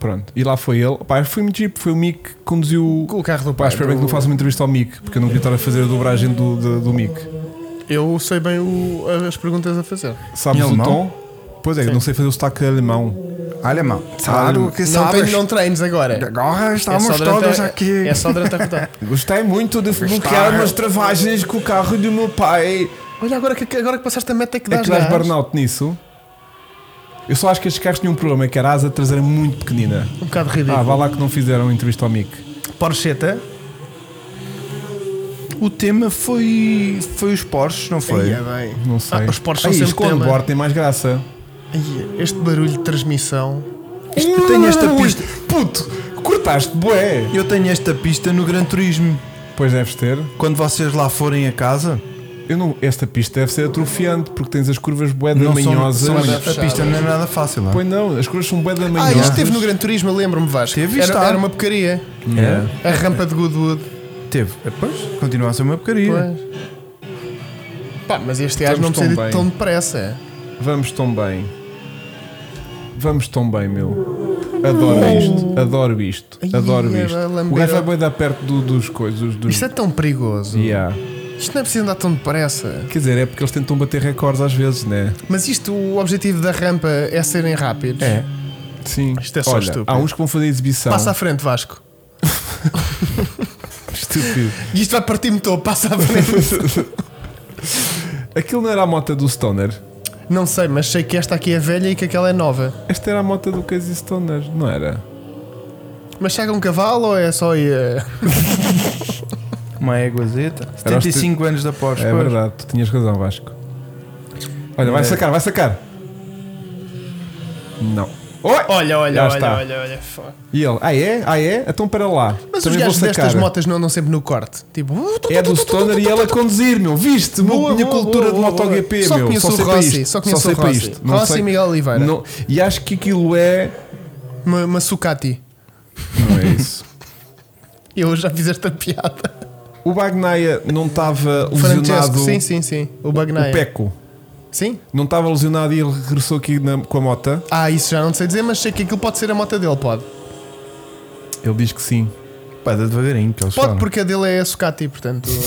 Speaker 1: Pronto. E lá foi ele. Pá, foi muito tipo, foi o Mick que conduziu.
Speaker 3: Com o carro do
Speaker 1: Pá,
Speaker 3: pai.
Speaker 1: espero bem que não
Speaker 3: do-
Speaker 1: faça uma entrevista ao Mick, porque eu não queria estar a fazer a dobragem do, do, do Mick.
Speaker 3: Eu sei bem o- as perguntas a fazer.
Speaker 1: Sabes
Speaker 2: Em
Speaker 1: o
Speaker 2: alemão?
Speaker 1: tom? Pois é, eu não sei fazer o sotaque alemão.
Speaker 2: Olha, mão. Claro que
Speaker 3: Não,
Speaker 2: sabes.
Speaker 3: tenho, não treinos agora.
Speaker 2: Agora
Speaker 3: é
Speaker 2: estamos
Speaker 3: só durante
Speaker 2: todos
Speaker 3: a-
Speaker 2: aqui.
Speaker 3: É só durante a rodada.
Speaker 1: Gostei muito de bloquear umas travagens com o carro do meu pai.
Speaker 3: Olha, agora que, agora que passaste a meta é que
Speaker 1: É
Speaker 3: dás
Speaker 1: que dás
Speaker 3: gás.
Speaker 1: burnout nisso? Eu só acho que estes carros tinham um problema, que era a asa traseira muito pequenina.
Speaker 3: Um bocado
Speaker 1: Ah,
Speaker 3: ridículo.
Speaker 1: vá lá que não fizeram entrevista ao Mick.
Speaker 3: Ah. Porcheta.
Speaker 2: O tema foi. Foi os Porsches, não foi?
Speaker 3: bem.
Speaker 1: Não sei.
Speaker 3: Ah, os Porsche são
Speaker 1: Ai,
Speaker 3: sempre
Speaker 1: isto com
Speaker 3: tema.
Speaker 1: onboard tem mais graça.
Speaker 3: Ai, este barulho de transmissão.
Speaker 2: Isto- eu tenho esta pista.
Speaker 1: Puto, cortaste, boé.
Speaker 2: Eu tenho esta pista no Gran Turismo.
Speaker 1: Pois deves ter.
Speaker 2: Quando vocês lá forem a casa,
Speaker 1: Eu não, esta pista deve ser atrofiante porque tens as curvas bué da
Speaker 2: não são,
Speaker 1: manhosa.
Speaker 2: são
Speaker 3: manhosas.
Speaker 2: a pista não é nada fácil. Não?
Speaker 1: Pois não, as curvas são bué da
Speaker 3: Ah,
Speaker 1: manhosa.
Speaker 3: isto teve no Gran Turismo, eu lembro-me, Vasco.
Speaker 2: Teve,
Speaker 3: era,
Speaker 2: está.
Speaker 3: era uma porcaria.
Speaker 1: É.
Speaker 3: A rampa de Goodwood.
Speaker 2: Teve. Eh, Pois, continua a ser uma porcaria.
Speaker 3: Pois. Pá, mas este gajo
Speaker 1: Estamos
Speaker 3: não precisa
Speaker 1: tão
Speaker 3: de
Speaker 1: bem.
Speaker 3: tão depressa.
Speaker 1: Vamos tão bem. Vamos tão bem, meu. Adoro isto, adoro isto,
Speaker 3: Ai,
Speaker 1: adoro
Speaker 3: é
Speaker 1: isto.
Speaker 3: lamber-
Speaker 1: O gajo vai bué da perto do- dos coisas. Dos...
Speaker 3: Isto é tão perigoso.
Speaker 1: Yeah.
Speaker 3: Isto não é preciso andar tão depressa.
Speaker 1: Quer dizer, é porque eles tentam bater recordes às vezes, né?
Speaker 3: Mas isto, o objetivo da rampa é serem rápidos.
Speaker 2: É.
Speaker 1: Sim.
Speaker 3: Isto é só
Speaker 1: Olha,
Speaker 3: estúpido.
Speaker 1: Há uns que vão fazer exibição.
Speaker 3: Passa à frente, Vasco.
Speaker 1: Estúpido.
Speaker 3: E isto vai partir-me todo, passa à frente.
Speaker 1: Aquilo não era a moto do Stoner.
Speaker 3: não sei, mas sei que esta aqui é velha e que aquela é nova.
Speaker 1: Esta era a moto do Casey Stoner, não era?
Speaker 3: Mas chega um cavalo ou é só. eh,
Speaker 2: Uma éguazeta.
Speaker 1: Era os
Speaker 2: 75 anos da Porsche.
Speaker 1: É
Speaker 2: pois.
Speaker 1: verdade, tu tinhas razão, Vasco. Olha, vai
Speaker 2: É.
Speaker 1: sacar, vai sacar. Não. Oi!
Speaker 3: Olha, olha,
Speaker 1: Já
Speaker 3: olha,
Speaker 1: está.
Speaker 3: olha, olha. fó.
Speaker 1: E ele, ah é? Ah é? Então para lá.
Speaker 3: Mas
Speaker 1: Também vou
Speaker 3: os gajos
Speaker 1: sacar.
Speaker 3: destas motas não andam sempre no corte. Tipo.
Speaker 1: É do Stoner e ela a conduzir, meu. Viste?
Speaker 3: então, Boa,
Speaker 1: minha
Speaker 3: boa,
Speaker 1: cultura
Speaker 3: boa,
Speaker 1: de
Speaker 3: boa.
Speaker 1: MotoGP,
Speaker 3: Só
Speaker 1: meu.
Speaker 3: conheço o
Speaker 1: sei para
Speaker 3: Rossi,
Speaker 1: isto.
Speaker 3: só conheço
Speaker 1: sei
Speaker 3: o
Speaker 1: para
Speaker 3: Rossi.
Speaker 1: isto. Não
Speaker 3: Rossi e
Speaker 1: sei-
Speaker 3: Miguel Oliveira.
Speaker 1: Não- E acho que aquilo é.
Speaker 3: Uma, uma sucati.
Speaker 1: Não é isso.
Speaker 3: Eu já fiz esta piada.
Speaker 1: O Bagnaia não estava
Speaker 3: Francesco,
Speaker 1: lesionado.
Speaker 3: sim, sim, sim. O
Speaker 1: O
Speaker 3: Bagnaia.
Speaker 1: Peco
Speaker 3: Sim?
Speaker 1: não estava lesionado e ele regressou aqui na- com a moto.
Speaker 3: Ah, isso já não sei dizer, mas sei que aquilo pode ser a moto dele, pode.
Speaker 1: Ele diz que sim.
Speaker 2: Pá, dá devagarinho que eles
Speaker 3: Pode
Speaker 2: falam.
Speaker 3: porque a dele é a sucati, portanto.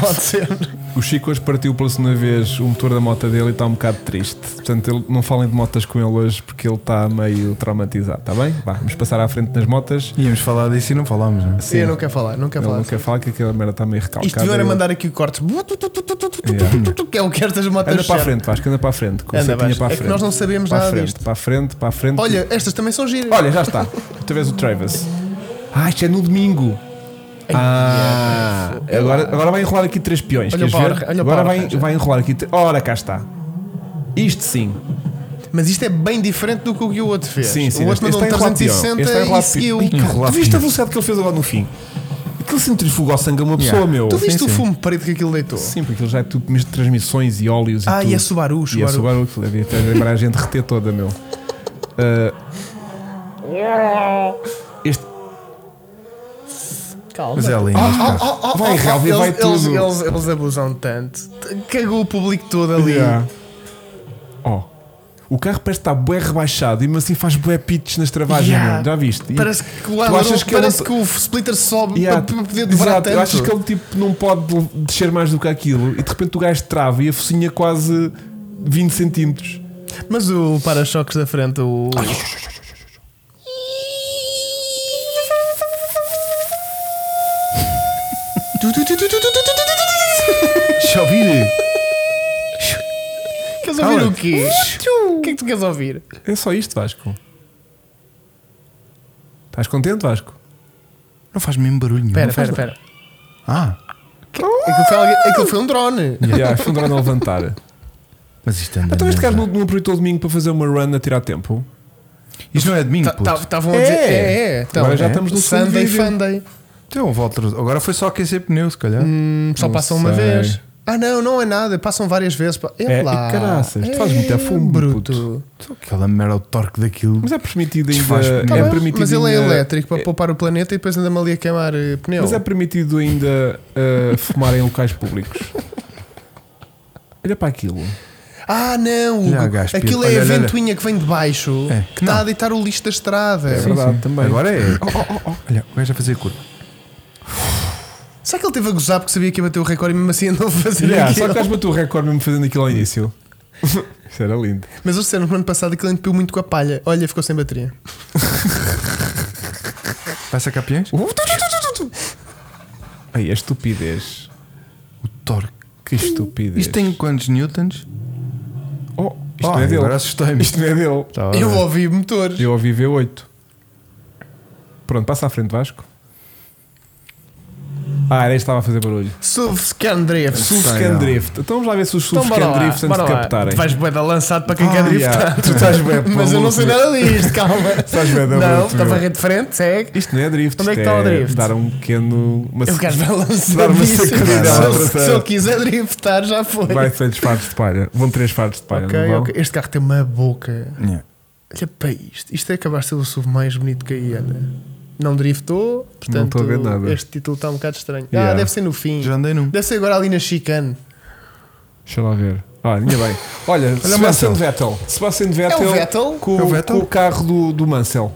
Speaker 3: pode ser.
Speaker 1: O Chico hoje partiu pela segunda vez o motor da moto dele e está um bocado triste. Portanto, ele- não falem de motas com ele hoje porque ele está meio traumatizado, está bem? Vá, vamos passar à frente nas motas.
Speaker 2: Íamos falar disso e não falámos, não é?
Speaker 1: Sim.
Speaker 3: Eu não quero falar, não quero
Speaker 1: Ele
Speaker 3: falar.
Speaker 1: não quer falar que aquela merda está meio recalcada.
Speaker 3: Isto deviam era
Speaker 1: Ele-
Speaker 3: mandar aqui o corte. Que é o que estas motas
Speaker 1: Anda para a
Speaker 3: servem.
Speaker 1: frente, Vasco, anda para a frente. Com a
Speaker 3: Anda,
Speaker 1: setinha
Speaker 3: Vasco.
Speaker 1: para a
Speaker 3: É que
Speaker 1: frente.
Speaker 3: nós não sabemos
Speaker 1: para a
Speaker 3: nada
Speaker 1: frente,
Speaker 3: disto.
Speaker 1: Para a frente, para a frente.
Speaker 3: Olha, estas também são giras.
Speaker 1: Olha, já está. Tu vês o Travis. Ah, isto é no domingo. Ah, agora, agora vai enrolar aqui três peões.
Speaker 3: é, Olha
Speaker 1: queres
Speaker 3: para a
Speaker 1: ver?
Speaker 3: hora- olha
Speaker 1: agora
Speaker 3: para a
Speaker 1: vai,
Speaker 3: hora, já.
Speaker 1: vai enrolar aqui. tre- Ora, cá está. Isto sim.
Speaker 3: Mas isto é bem diferente do que o que o outro fez.
Speaker 1: Sim, sim.
Speaker 3: o outro
Speaker 1: este-
Speaker 3: mandou um
Speaker 1: este está enrolado pior. Este está
Speaker 3: 360 e
Speaker 1: enrolado
Speaker 3: seguiu.
Speaker 1: pior. Ih, cara,
Speaker 2: Enrolado
Speaker 1: Tu viste a
Speaker 2: pior.
Speaker 1: velocidade que ele fez agora no fim? Aquilo centrifugou o sangue a uma pessoa, meu.
Speaker 3: Tu viste
Speaker 2: Sim,
Speaker 3: o
Speaker 2: sim.
Speaker 3: fumo preto que aquilo deitou?
Speaker 1: Sim, porque ele já é tudo misto de transmissões e óleos e
Speaker 3: Ah,
Speaker 1: tudo.
Speaker 3: e a Subaru,
Speaker 1: E a
Speaker 3: Subaru.
Speaker 1: Subaru, que devia ter lembrar a gente reter toda, meu. Ah, este
Speaker 3: Calma.
Speaker 2: Mas é lindo.
Speaker 3: Oh,
Speaker 2: cara.
Speaker 3: oh, oh, oh,
Speaker 1: Vai,
Speaker 3: oh,
Speaker 1: Relvi,
Speaker 3: eles,
Speaker 1: vai
Speaker 3: eles,
Speaker 1: tudo.
Speaker 3: eles, eles abusam tanto. Cagou o público todo ali.
Speaker 1: Yeah. Ó, O carro parece que está bué rebaixado e mesmo assim faz bué pitch nas travagens,
Speaker 3: Yeah.
Speaker 1: meu. já viste? E
Speaker 3: Parece que o
Speaker 1: tu
Speaker 3: Alan,
Speaker 1: achas que ele-
Speaker 3: parece que o splitter sobe
Speaker 1: Yeah,
Speaker 3: para poder dobrar
Speaker 1: exato,
Speaker 3: tanto.
Speaker 1: achas que ele tipo, não pode descer mais do que aquilo e de repente o gajo trava e a focinha quase 20 centímetros.
Speaker 3: Mas o para-choques da frente, o.
Speaker 2: Já ouvi.
Speaker 3: Queres ouvir
Speaker 2: Cala-te.
Speaker 3: o quê? O que é que tu queres ouvir?
Speaker 1: É só isto, Vasco. Estás contente, Vasco?
Speaker 2: Não faz mesmo barulho.
Speaker 3: Espera,
Speaker 2: não faz
Speaker 3: espera, espera.
Speaker 2: Ah,
Speaker 3: Aquilo foi, alguém- aquilo foi um drone.
Speaker 1: Yeah, fundaram a levantar.
Speaker 2: mas isto anda.
Speaker 1: Então este
Speaker 2: anda.
Speaker 1: gajo não, não aproveitou o domingo para fazer uma run a tirar tempo.
Speaker 2: Isto não é domingo, puto.
Speaker 3: Tá- Estavam a dizer.
Speaker 1: É.
Speaker 3: É, é. Então,
Speaker 1: Agora já
Speaker 3: é.
Speaker 1: estamos no segundo
Speaker 3: Sunday
Speaker 1: vídeo.
Speaker 3: Funday.
Speaker 2: Então, volta. Agora foi só aquecer pneu, se calhar.
Speaker 3: Hum, Só
Speaker 1: Não
Speaker 3: passam uma
Speaker 1: sei.
Speaker 3: vez. Ah, não, não é nada. Passam várias vezes. pá. É,
Speaker 1: É,
Speaker 3: lá.
Speaker 1: e caraças, tu fazes muito a fumo,
Speaker 3: bruto.
Speaker 1: puto.
Speaker 2: Aquela merda, o torque daquilo.
Speaker 1: Mas é permitido
Speaker 2: Desfaz
Speaker 1: ainda.
Speaker 2: pneus. Tá
Speaker 1: é
Speaker 3: Mas-
Speaker 1: permitido
Speaker 3: mas ele é
Speaker 1: ainda-
Speaker 3: elétrico para poupar o planeta e depois anda-me ali a queimar eh, pneu.
Speaker 1: Mas é permitido ainda uh, fumar em locais públicos. Olha para aquilo.
Speaker 3: Ah, não,
Speaker 2: Já,
Speaker 3: Hugo,
Speaker 2: gajo,
Speaker 3: aquilo
Speaker 2: Pedro.
Speaker 3: é a
Speaker 2: Olha, olha,
Speaker 3: ventoinha que vem de baixo
Speaker 2: É.
Speaker 3: que está
Speaker 2: Não.
Speaker 3: a deitar o lixo da estrada.
Speaker 1: É verdade também. Oh,
Speaker 2: Agora é. Olha, o gajo a fazer curva.
Speaker 3: Será que ele teve a gozar porque sabia que ia bater o recorde e mesmo assim andou a fazer
Speaker 1: Yeah, só
Speaker 3: aquilo?
Speaker 1: que estás bateu o recorde mesmo fazendo aquilo ao início. Isso era lindo.
Speaker 3: Mas eles disseram que no ano passado aquilo entupiu muito com a palha. Olha, ficou sem bateria.
Speaker 2: Vai sacar peões?
Speaker 1: Uh, Ai, a estupidez.
Speaker 2: O torque.
Speaker 1: Que estupidez.
Speaker 2: Isto tem quantos newtons?
Speaker 1: Oh, isto
Speaker 2: Oh,
Speaker 1: não é dele.
Speaker 2: Agora assustei-me.
Speaker 1: Isto não é dele.
Speaker 2: Tá
Speaker 3: Eu
Speaker 2: bem.
Speaker 3: ouvi motores.
Speaker 1: Eu ouvi V8. Pronto, passa à frente, Vasco. Ah, era isto que estava a fazer barulho.
Speaker 3: Subscan Drift.
Speaker 1: Subs
Speaker 2: sei,
Speaker 1: can
Speaker 2: não.
Speaker 1: drift. Então vamos lá ver se os
Speaker 3: Então
Speaker 1: subs
Speaker 3: bora
Speaker 1: can
Speaker 3: lá,
Speaker 1: drift antes
Speaker 3: bora
Speaker 1: de
Speaker 3: lá.
Speaker 1: captarem.
Speaker 3: Tu vais bué da lançado para quem
Speaker 2: Ah,
Speaker 3: quer driftar.
Speaker 1: Yeah, tu estás bem, né?
Speaker 3: Mas eu não sei nada disto, calma.
Speaker 1: Estás bem,
Speaker 3: não,
Speaker 1: Adalberto,
Speaker 3: estava a
Speaker 1: meu.
Speaker 3: rede de frente, segue.
Speaker 1: Isto não é drift.
Speaker 3: Onde é que
Speaker 1: isto
Speaker 3: está o drift?
Speaker 1: Dar um pequeno. Uma...
Speaker 3: Eu quero ver
Speaker 1: Dar
Speaker 3: lançado
Speaker 1: uma
Speaker 3: disso. Se
Speaker 1: sacudida.
Speaker 3: eu- se eu quiser driftar, já foi.
Speaker 1: Vai ser fardos de palha. Vão três fardos de palha.
Speaker 3: Ok,
Speaker 1: não vão?
Speaker 3: ok. Este carro tem uma boca.
Speaker 2: Yeah.
Speaker 3: Olha para isto. Isto é acabar de ser o SUV mais bonito que aí anda. Não driftou,
Speaker 1: Não estou
Speaker 3: portanto,
Speaker 1: a ver nada.
Speaker 3: este título está um bocado estranho. Ah,
Speaker 1: Yeah.
Speaker 3: deve ser no fim.
Speaker 2: Já andei num.
Speaker 3: Deve ser agora ali na chicane.
Speaker 1: Deixa lá ver. Olha, minha bem. Olha, Sebastian Vettel. Sebastian Vettel.
Speaker 3: É Vettel?
Speaker 1: Com,
Speaker 2: É o Vettel?
Speaker 1: com o carro do, do Mansell.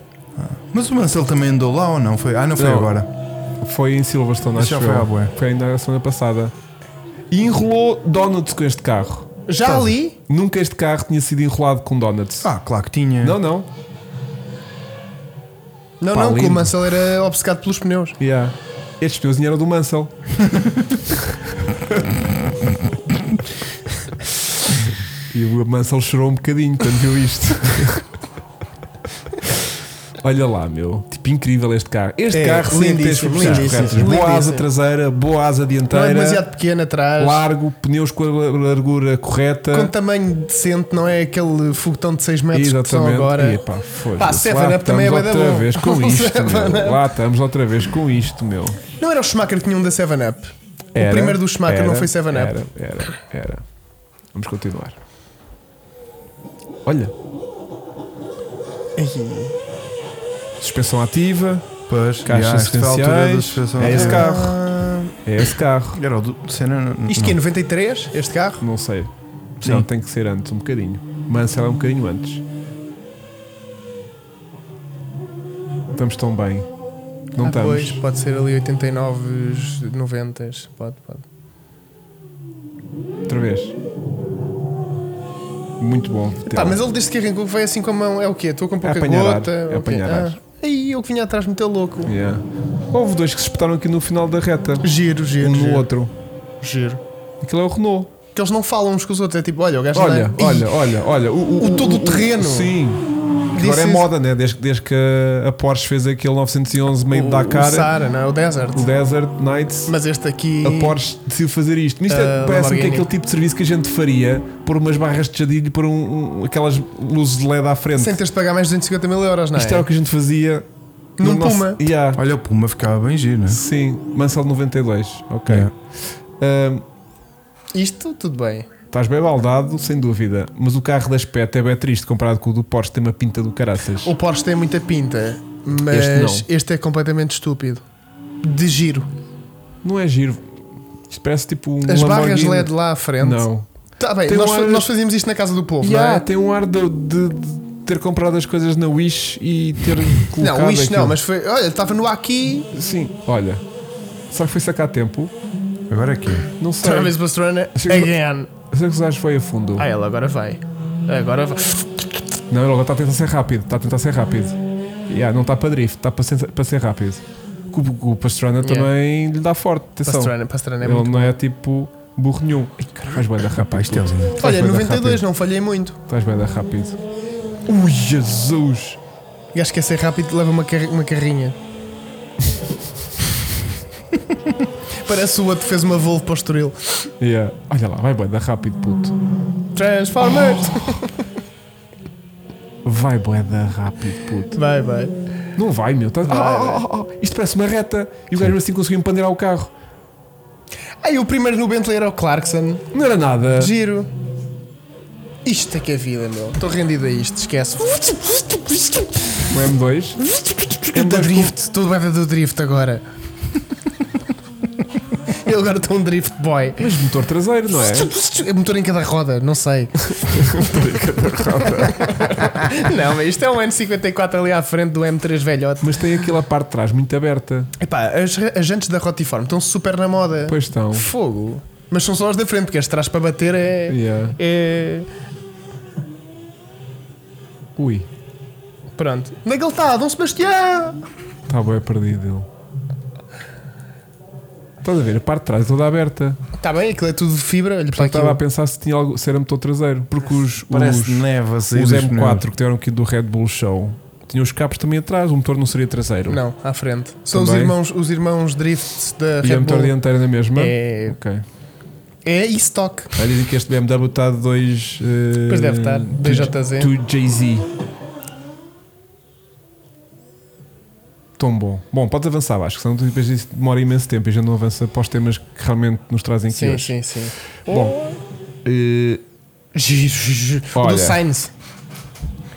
Speaker 2: Mas o Mansell também andou lá ou não? Foi? Ah, não foi
Speaker 1: Não.
Speaker 2: agora.
Speaker 1: Foi em Silverstone, acho
Speaker 2: já
Speaker 1: eu.
Speaker 2: foi à bué.
Speaker 1: Foi ainda a semana passada. E enrolou donuts com este carro.
Speaker 3: Já ali?
Speaker 1: Nunca este carro tinha sido enrolado com donuts.
Speaker 2: Ah, claro que
Speaker 3: é.
Speaker 2: tinha.
Speaker 1: Não, não.
Speaker 3: Não,
Speaker 1: Pá,
Speaker 3: não, que o
Speaker 1: lindo.
Speaker 3: Mansell era obcecado pelos pneus. é
Speaker 1: Yeah. Estes pneus eram do Mansell. e o Mansell chorou um bocadinho quando viu isto. Olha lá, meu. Tipo, incrível este carro. Este
Speaker 3: É,
Speaker 1: carro sim, tem as
Speaker 3: lindíssimo,
Speaker 1: funções
Speaker 3: lindíssimo,
Speaker 1: corretas. Boa asa
Speaker 3: lindíssimo.
Speaker 1: traseira, boa asa
Speaker 3: Não é
Speaker 1: dianteira.
Speaker 3: demasiado pequeno atrás.
Speaker 1: largo, pneus com a largura correta.
Speaker 3: Com tamanho decente, não é aquele foguetão de 6 metros que são
Speaker 1: Exatamente.
Speaker 3: agora.
Speaker 1: E, pá, foda-se.
Speaker 3: Pá,
Speaker 1: Lá
Speaker 3: 7-Up também é
Speaker 1: estamos
Speaker 3: bué da
Speaker 1: outra
Speaker 3: bom.
Speaker 1: vez com
Speaker 3: O
Speaker 1: isto, meu.
Speaker 3: 7-Up.
Speaker 1: Lá estamos outra vez com isto, meu.
Speaker 3: Não era o Schumacher que tinha um da 7-Up?
Speaker 1: Era,
Speaker 3: o primeiro do Schumacher
Speaker 1: era,
Speaker 3: não foi 7-Up.
Speaker 1: Era, era, era. Vamos continuar. Olha, suspensão ativa,
Speaker 2: Pois,
Speaker 1: caixas
Speaker 2: yeah, isto foi a altura da
Speaker 1: sequenciais.
Speaker 2: suspensão.
Speaker 1: É esse carro.
Speaker 3: Ah,
Speaker 1: É esse carro.
Speaker 2: Era o do. Cena. não-
Speaker 3: isto que é 93, este carro?
Speaker 1: Não sei.
Speaker 2: Sim.
Speaker 1: Não, tem que ser antes, um bocadinho. Mansell é um bocadinho antes. Estamos tão bem. Não
Speaker 3: Ah,
Speaker 1: estamos.
Speaker 3: Pois, pode ser ali 89, 90, pode, pode.
Speaker 1: outra vez. Muito bom.
Speaker 3: Pá,
Speaker 1: tê-lo.
Speaker 3: mas ele disse que arrancou que veio assim com a mão. É o quê? Estou com pouca
Speaker 1: apanhar ar,
Speaker 3: gota.
Speaker 1: é
Speaker 3: o quê?
Speaker 1: apanhar ar.
Speaker 3: Ah, aí eu que vinha atrás muito louco.
Speaker 1: Yeah. Houve dois que se espetaram aqui no final da reta.
Speaker 3: Giro, giro.
Speaker 1: Um no
Speaker 3: giro,
Speaker 1: outro.
Speaker 3: Giro.
Speaker 1: Aquilo é o Renault.
Speaker 3: Que eles não falam uns com os outros. É tipo, olha, o gajo
Speaker 1: Olha,
Speaker 3: não é-
Speaker 1: olha, olha, olha.
Speaker 3: O todo terreno.
Speaker 1: Sim. Que
Speaker 3: Disse
Speaker 1: Agora é
Speaker 3: isso.
Speaker 1: moda, né? Desde, desde que a Porsche fez aquele 911 meio de
Speaker 3: o, O
Speaker 1: Dakar,
Speaker 3: Sara, não é? O Desert.
Speaker 1: o Desert Nights,
Speaker 3: Mas este aqui.
Speaker 1: a Porsche decidiu fazer isto. Isto é-
Speaker 3: Ah,
Speaker 1: parece-me que é
Speaker 3: Lamborghini.
Speaker 1: aquele tipo de serviço que a gente faria por umas barras de jadilho e por um, um- aquelas luzes de LED à frente.
Speaker 3: Sem teres de pagar mais de 250 mil euros, não é?
Speaker 1: Isto era o que a gente fazia
Speaker 3: Num
Speaker 1: no nosso-
Speaker 3: Puma.
Speaker 1: Yeah.
Speaker 2: Olha, o Puma ficava bem giro, né?
Speaker 1: Sim, Mansell 92. Ok.
Speaker 2: É.
Speaker 1: Ahm,
Speaker 3: Isto, tudo bem.
Speaker 1: Estás bem baldado, sem dúvida, mas o carro de aspecto é bem triste comparado com o do Porsche, tem uma pinta do caraças.
Speaker 3: O Porsche tem muita pinta, mas
Speaker 1: Este
Speaker 3: este,
Speaker 1: não.
Speaker 3: é completamente estúpido. De giro.
Speaker 1: Não é giro. Isto parece tipo um.
Speaker 3: As barras
Speaker 1: Lamborghini.
Speaker 3: LED lá à frente.
Speaker 1: Não.
Speaker 3: Tá bem,
Speaker 1: Tem
Speaker 3: nós,
Speaker 1: um ar-
Speaker 3: nós fazíamos isto na casa do povo,
Speaker 1: Yeah,
Speaker 3: não é?
Speaker 1: Tem um ar de, de- de ter comprado as coisas na Wish e ter colocado.
Speaker 3: Não, isto não,
Speaker 1: aquilo.
Speaker 3: mas foi. Olha, estava no aqui.
Speaker 1: Sim, olha. Só que foi sacar tempo.
Speaker 2: Agora é que
Speaker 1: Não sei.
Speaker 3: Travis Pastrana
Speaker 1: Chega-
Speaker 3: again.
Speaker 1: Sei que os gajos foi a fundo.
Speaker 3: Ah, ele agora vai. Agora vai.
Speaker 1: Não, ele agora está a tentar ser rápido. Está a tentar ser rápido. Yeah, não está para drift, está para ser, para ser rápido. Que O, o Pastrana
Speaker 3: Yeah.
Speaker 1: também lhe dá forte. Atenção.
Speaker 3: Pastrana, Pastrana é
Speaker 1: ele
Speaker 3: muito.
Speaker 1: não é tipo burro nenhum. Ai, caralho, estás bem da rápido.
Speaker 2: Rapaz, isto é lindo.
Speaker 1: Estás
Speaker 3: Olha,
Speaker 1: bué da
Speaker 3: 92,
Speaker 1: rápido.
Speaker 3: não falhei muito.
Speaker 1: Estás bem da rápido. Ui, Jesus!
Speaker 3: O gajo quer é ser rápido, leva uma, carri- uma carrinha. Parece o outro que fez uma Volvo para o Estoril.
Speaker 1: Yeah. Olha lá, vai bem da rápido, puto.
Speaker 3: Transformers!
Speaker 1: Vai bem da rápido, puto.
Speaker 3: Vai, vai.
Speaker 1: Não vai, meu. Estás- Ah, ah, ah, ah, Isto parece uma reta. E o gajo assim conseguiu empandear o carro.
Speaker 3: Aí o primeiro no Bentley era o Clarkson.
Speaker 1: Não era nada.
Speaker 3: Giro. Isto é que é vida, meu. Estou rendido a isto, esquece.
Speaker 1: O M2.
Speaker 3: Tudo a
Speaker 1: M2
Speaker 3: drift, tudo vai do drift agora. Eu agora estou um drift boy.
Speaker 1: Mas motor traseiro, não é?
Speaker 3: É motor em cada roda, não sei. não, mas isto é um N54 ali à frente do M3 velhote.
Speaker 1: Mas tem aquela parte de trás muito aberta.
Speaker 3: Epá, as, as jantes da Rotiform estão super na moda.
Speaker 1: Pois estão.
Speaker 3: Fogo. Mas são só as da frente, porque as de trás para bater é.
Speaker 1: Yeah.
Speaker 3: é...
Speaker 1: Ui,
Speaker 3: Pronto. Onde é que ele está? Dom Sebastião!
Speaker 1: está bem tá perdido ele. Estás a ver? A parte de trás toda aberta.
Speaker 3: Está bem, aquilo é tudo de fibra. Olha para
Speaker 1: Estava a
Speaker 3: aquilo.
Speaker 1: pensar se tinha algo, se era motor traseiro, porque os, os,
Speaker 2: Parece neve a sair
Speaker 1: os
Speaker 2: dos
Speaker 3: é?
Speaker 1: M4 que tiveram aqui do Red Bull Show tinham os capos também atrás, o motor não seria traseiro.
Speaker 3: Não, à frente. São os
Speaker 1: Também.
Speaker 3: irmãos, os irmãos drifts da
Speaker 1: E
Speaker 3: Red
Speaker 1: o motor
Speaker 3: Bull.
Speaker 1: dianteiro na mesma?
Speaker 3: É,
Speaker 1: Ok.
Speaker 3: é e stock.
Speaker 1: Aí dizem que este BMW está de dois. eh,
Speaker 3: Pois deve estar,
Speaker 1: do-
Speaker 3: DJZ.
Speaker 1: Do Jay-Z. Tão bom. Bom, podes avançar, acho que senão depois disso demora imenso tempo e a gente não avança para os temas que realmente nos trazem aqui
Speaker 3: Sim,
Speaker 1: hoje.
Speaker 3: sim, sim.
Speaker 1: Bom, eh,
Speaker 3: Giro, giro. O
Speaker 1: Olha.
Speaker 3: do Sainz.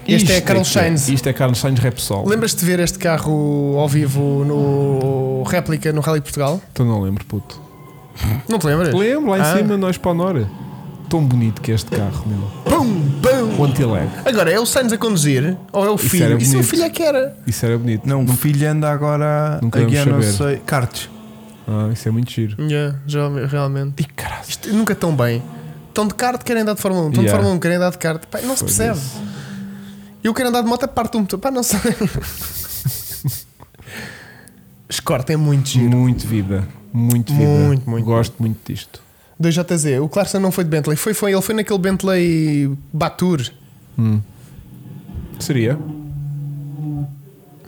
Speaker 3: Este é
Speaker 1: isto
Speaker 3: Carlos
Speaker 1: que
Speaker 3: Sainz.
Speaker 1: Isto é Carlos Sainz Repsol.
Speaker 3: Lembras-te de ver este carro ao vivo no réplica no Rally de Portugal?
Speaker 1: Então não lembro, puto.
Speaker 3: Não te lembras?
Speaker 1: Lembro, lá em
Speaker 3: Ah.
Speaker 1: cima, nós para o Nora. Tão bonito que é este carro, meu.
Speaker 3: Pum, pum.
Speaker 1: O antilag.
Speaker 3: Agora, é o Sainz a conduzir ou é o
Speaker 1: Isso
Speaker 3: filho?
Speaker 1: era
Speaker 3: Isso é o
Speaker 1: bonito.
Speaker 3: filho é que era.
Speaker 1: Isso era bonito.
Speaker 2: Não, o filho anda agora
Speaker 1: Nunca
Speaker 2: a
Speaker 1: vamos
Speaker 2: guiar, não
Speaker 1: saber.
Speaker 2: sei. Cartes.
Speaker 1: Ah, isso é muito giro.
Speaker 3: Yeah, já- realmente.
Speaker 1: E caralho.
Speaker 3: Isto nunca é tão bem. Estão de kart, querem andar de Fórmula 1. Estão
Speaker 1: Yeah. é
Speaker 3: de Fórmula 1, querem andar de kart. Pá, não se
Speaker 1: Foda-se.
Speaker 3: percebe. Eu quero andar de moto, parto um motor. Pá, não sei. Escorte é muito giro.
Speaker 1: Muito vida. Muito vida.
Speaker 3: Muito, muito.
Speaker 1: Gosto muito disto.
Speaker 3: 2JZ, o Clarkson não foi de Bentley. Foi, foi. Ele foi naquele Bentley Batur.
Speaker 1: Seria?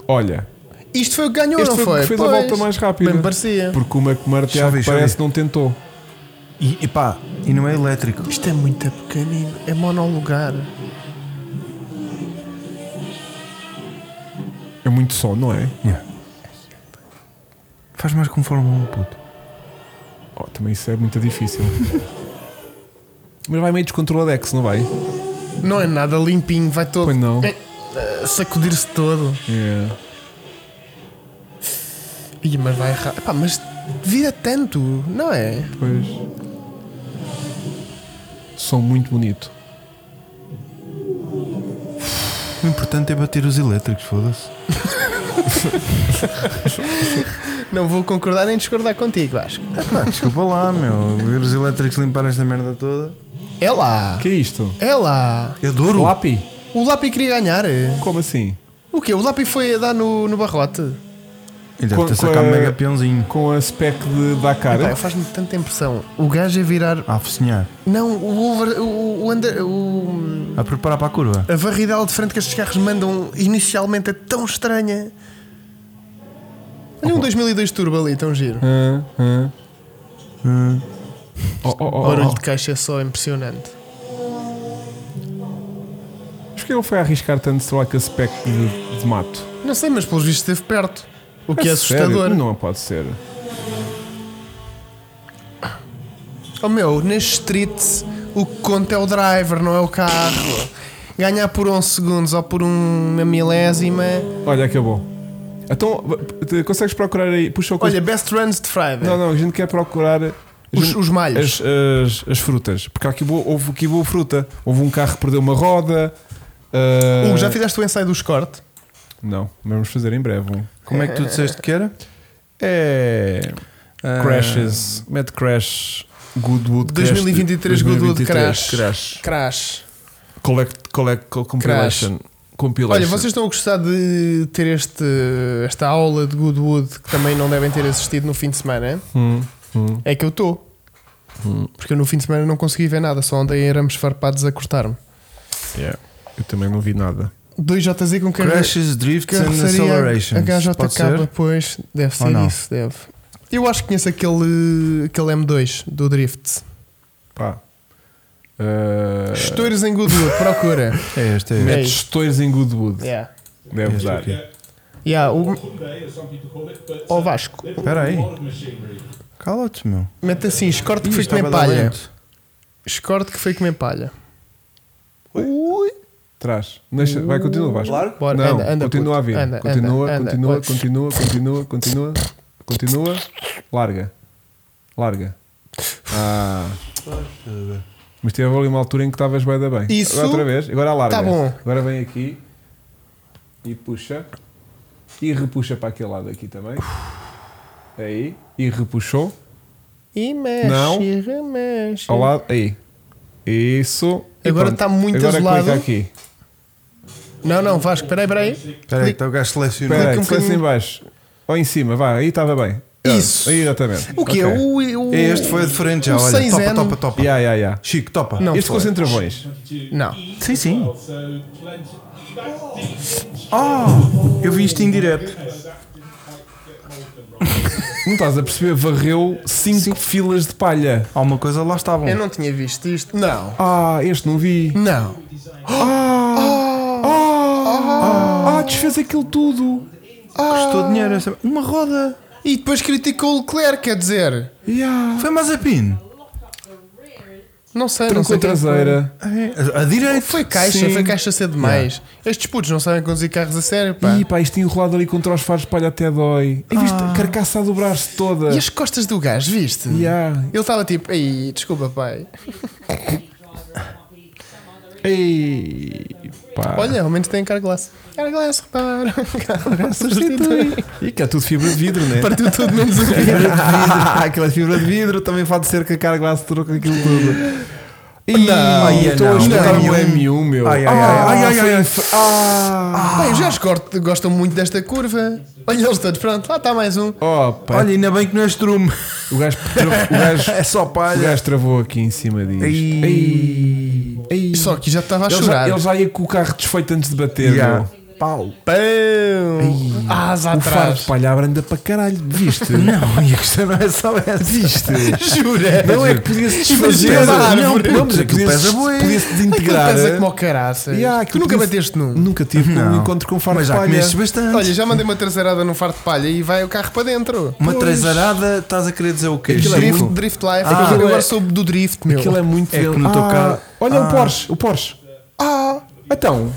Speaker 1: Olha,
Speaker 3: Isto foi o que ganhou,
Speaker 1: este
Speaker 3: não
Speaker 1: foi,
Speaker 3: foi?
Speaker 1: o que fez a
Speaker 3: Pois.
Speaker 1: volta mais rápida.
Speaker 3: Bem parecia.
Speaker 1: Porque o Marco Martial
Speaker 2: Deixa eu ver, deixa eu
Speaker 1: parece
Speaker 2: ver.
Speaker 1: que não tentou.
Speaker 2: E, e pá, e não é elétrico.
Speaker 3: Isto é muito pequenino. É monolugar.
Speaker 1: É muito som, não é?
Speaker 2: Yeah. Faz mais com Fórmula 1, puto.
Speaker 1: Oh, também isso é muito difícil. Mas vai meio descontroladex, não vai?
Speaker 3: Não é nada limpinho. Vai todo
Speaker 1: Pois não.
Speaker 3: É, eh, sacudir-se todo.
Speaker 1: É.
Speaker 3: Ih, mas vai errar. Epá, mas vira tanto, não é?
Speaker 1: Pois. Som muito bonito.
Speaker 2: O importante é bater os elétricos, foda-se.
Speaker 3: Não vou concordar nem discordar contigo, acho.
Speaker 2: Pá, desculpa lá, meu. Ver os elétricos limparam esta merda toda.
Speaker 3: É lá!
Speaker 1: Que é isto?
Speaker 3: É lá!
Speaker 2: Eu adoro.
Speaker 1: Lapi?
Speaker 3: O Lapi queria ganhar.
Speaker 1: Como assim?
Speaker 3: O quê? O Lapi foi a dar no, no barrote?
Speaker 2: Ele deve
Speaker 1: Com-
Speaker 2: ter sacado
Speaker 1: com
Speaker 2: um
Speaker 1: a-
Speaker 2: mega peãozinho.
Speaker 1: Com a spec de Dakar?
Speaker 3: Epá, Faz-me tanta impressão. O gajo a virar.
Speaker 2: A focinhar.
Speaker 3: Não, o over. O, o under. O,
Speaker 2: A preparar para a curva.
Speaker 3: a varridela de frente que estes carros mandam inicialmente é tão estranha. Olha um 2002 Turbo ali, tão giro.
Speaker 1: Hã? Hã?
Speaker 2: Hum.
Speaker 1: Oh, oh, oh,
Speaker 3: Barulho
Speaker 1: oh.
Speaker 3: de caixa é só impressionante.
Speaker 1: Mas que ele foi arriscar tanto sei lá com a spec de, de mato?
Speaker 3: Não sei, mas pelos vistos esteve perto. O que é,
Speaker 1: É
Speaker 3: assustador.
Speaker 1: sério? Não pode ser.
Speaker 3: Oh meu, nas streets o que conta é o driver, não é o carro. Ganhar por 11 segundos ou por um, uma milésima.
Speaker 1: Olha, acabou. Então, te- consegues procurar aí? Puxa o
Speaker 3: Olha, best runs de Friday.
Speaker 1: Não, não, a gente quer procurar a
Speaker 3: os,
Speaker 1: gente-
Speaker 3: os malhos.
Speaker 1: as, as, as frutas. Porque aqui houve, houve, aqui boa fruta. Houve um carro que perdeu uma roda. ah,
Speaker 3: Hugo, já fizeste o ensaio do escorte?
Speaker 1: Não, mas vamos fazer em breve. um.
Speaker 2: Como é que tu disseste que era?
Speaker 1: É.
Speaker 2: Ah,
Speaker 1: Crashes. Mad Crash. Goodwood Crash.
Speaker 3: 2023 Goodwood
Speaker 1: 2023
Speaker 3: Crash. Crash.
Speaker 1: Collect, collect, co- compilation. compilation.
Speaker 3: Olha, vocês estão a gostar de ter este, esta aula de Goodwood que também não devem ter assistido no fim de semana?
Speaker 1: Hum, hum.
Speaker 3: É que eu estou. Porque eu no fim de semana não consegui ver nada, só andei em arames farpados a cortar-me.
Speaker 1: Yeah. Eu também não vi nada.
Speaker 3: 2JZ com carreira.
Speaker 2: Crashes, drifts and
Speaker 3: Carroceria
Speaker 2: accelerations. Pode
Speaker 3: HJK,
Speaker 2: ser?
Speaker 3: pois, deve
Speaker 2: Ou
Speaker 3: ser
Speaker 2: não?
Speaker 3: isso, deve. Eu acho que conheço aquele, aquele M2 do Drift.
Speaker 1: Pá. Ah,
Speaker 3: Estouros em Goodwood, procura.
Speaker 2: É este, é este.
Speaker 1: Mete estoures em Goodwood.
Speaker 3: Yeah.
Speaker 1: Deve
Speaker 2: Este
Speaker 1: dar.
Speaker 2: aqui.
Speaker 3: Yeah, o,
Speaker 5: Bay, as some people call it, but
Speaker 3: ó Vasco,
Speaker 2: Espera aí.
Speaker 5: a lot of machinery.
Speaker 2: Cala-te, meu.
Speaker 3: mete assim: escorte que foi
Speaker 2: Estava
Speaker 3: comer
Speaker 2: a dar
Speaker 3: palha.
Speaker 2: lento.
Speaker 3: Escorte que foi comer palha.
Speaker 1: Trás. Deixa- vai, continua, Vasco.
Speaker 3: Bora,
Speaker 1: não,
Speaker 3: anda, anda.
Speaker 1: continua
Speaker 3: puto.
Speaker 1: a vir.
Speaker 3: Anda,
Speaker 1: continua,
Speaker 3: anda, anda.
Speaker 1: continua,
Speaker 3: Olha,
Speaker 1: continua, continua, continua, continua. Larga. Larga. Ah. Mas teve ali uma altura em que estavas bem da bem.
Speaker 3: Isso.
Speaker 1: Agora outra vez, agora larga.
Speaker 3: Tá bom.
Speaker 1: Agora vem aqui e puxa. E repuxa para aquele lado aqui também. Aí. E repuxou.
Speaker 3: E mexe,
Speaker 1: Não.
Speaker 3: e remexe.
Speaker 1: Ao lado. Aí. Isso. E
Speaker 3: Agora
Speaker 1: pronto.
Speaker 3: está muito
Speaker 1: Agora
Speaker 3: azulado.
Speaker 1: clica aqui.
Speaker 3: Não, não, Vasco, peraí, peraí.
Speaker 2: Espera aí, está o gajo selecionado.
Speaker 1: Espera aí,
Speaker 3: um
Speaker 1: foi assim
Speaker 3: bocadinho.
Speaker 1: em baixo. Ou em cima, vá, aí estava bem.
Speaker 3: Isso.
Speaker 1: Aí, exatamente.
Speaker 3: O quê?
Speaker 1: Ok.
Speaker 3: O, o,
Speaker 2: É Este foi a de frente já,
Speaker 3: o
Speaker 2: olha.
Speaker 3: 6N.
Speaker 2: Topa, topa, topa.
Speaker 1: Ya, ya, ya.
Speaker 2: Chico, topa.
Speaker 3: Não
Speaker 1: Este
Speaker 3: foi.
Speaker 1: com os entravões.
Speaker 3: Não.
Speaker 2: Sim, sim.
Speaker 5: So plenty.
Speaker 2: Oh, eu vi isto em direto.
Speaker 1: Não estás a perceber? Varreu 5 filas de palha.
Speaker 2: Alguma coisa lá estavam.
Speaker 3: Eu não tinha visto isto. Não.
Speaker 1: Ah, este não vi.
Speaker 3: Não.
Speaker 1: Ah! Ah! Ah, desfez aquilo tudo.
Speaker 2: Custou dinheiro. essa- Uma roda.
Speaker 3: E depois criticou o Leclerc, quer dizer.
Speaker 1: Ya.
Speaker 2: Foi Mazepin.
Speaker 3: Não sei, não
Speaker 1: Trancou
Speaker 3: sei. é
Speaker 1: a
Speaker 3: quem foi.
Speaker 1: traseira.
Speaker 2: A, a direita.
Speaker 3: Foi caixa,
Speaker 1: Sim.
Speaker 3: foi caixa ser demais. Estes putos não sabem conduzir carros a sério, pá.
Speaker 1: Ih, pá, isto enrolado ali contra os faros de palha até dói. E viste a carcaça a dobrar-se toda.
Speaker 3: E as costas do gajo, viste?
Speaker 1: Ya.
Speaker 3: Ele estava tipo, ei, desculpa, pai.
Speaker 1: Ei, pá.
Speaker 3: Olha, ao menos tem carglass. Carglass, repara. Carglass
Speaker 1: Substitui. E que é tudo fibra de vidro, né?
Speaker 3: Partiu tudo menos o que
Speaker 1: Aquela fibra de vidro também pode ser que a carga se troca aquilo tudo.
Speaker 3: Não,
Speaker 1: Ih, então estou a
Speaker 2: não,
Speaker 1: escutar o
Speaker 2: M1.
Speaker 1: M1, é meu.
Speaker 2: Ai, ai, ai, ai,
Speaker 1: foi
Speaker 2: ai, ai.
Speaker 1: inf- Ah.
Speaker 3: Bem, os gajos corte- gostam muito desta curva. Olha eles todos, pronto, lá está mais um.
Speaker 1: Oh, pá.
Speaker 2: Olha, ainda bem que não é Strum.
Speaker 1: O gajo, tra- o gajo,
Speaker 2: É só
Speaker 1: o
Speaker 2: palha.
Speaker 1: gajo travou aqui em cima disto.
Speaker 2: Ei.
Speaker 1: Ei. Ei.
Speaker 3: Só que já estava a
Speaker 1: Ele já,
Speaker 3: chorar.
Speaker 1: ele já ia com o carro desfeito antes de bater,
Speaker 2: Ya.
Speaker 1: meu.
Speaker 2: Pau.
Speaker 3: Pão! Asa
Speaker 1: O faro
Speaker 3: atrás.
Speaker 1: de palha anda para caralho, viste?
Speaker 2: Não, e a questão não é só essa. Viste?
Speaker 3: Jura?
Speaker 1: Não é que podia-se desfazer.
Speaker 3: Imagina
Speaker 1: da
Speaker 3: a
Speaker 1: árvore.
Speaker 3: árvore.
Speaker 1: Não, mas é que
Speaker 2: Aquilo
Speaker 1: podia-se
Speaker 2: pesa bué.
Speaker 1: podia-se
Speaker 3: Aquilo
Speaker 1: desintegrar.
Speaker 3: pesa como ao caraças.
Speaker 1: Ya,
Speaker 3: tu
Speaker 1: aquilo
Speaker 3: nunca
Speaker 1: é podia-se-
Speaker 3: bateste num.
Speaker 1: Nunca tive um
Speaker 2: Não.
Speaker 1: encontro com faro de
Speaker 2: Mas já
Speaker 1: palha.
Speaker 2: comestes bastante.
Speaker 3: Olha, já mandei uma traseirada num farto de palha e vai o carro para dentro.
Speaker 2: Uma
Speaker 1: Pois.
Speaker 2: traseirada, estás a querer dizer o quê?
Speaker 1: Aquilo é
Speaker 2: Chico?
Speaker 3: Drift,
Speaker 1: muito-
Speaker 3: drift life.
Speaker 2: Ah.
Speaker 3: Aquilo
Speaker 1: Aquilo
Speaker 3: agora
Speaker 1: é-
Speaker 3: soube do drift, meu.
Speaker 1: Aquilo é muito
Speaker 2: É que
Speaker 1: dele.
Speaker 2: no teu carro-
Speaker 1: Olha o
Speaker 2: Ah.
Speaker 1: Porsche, o Porsche. Ah, então.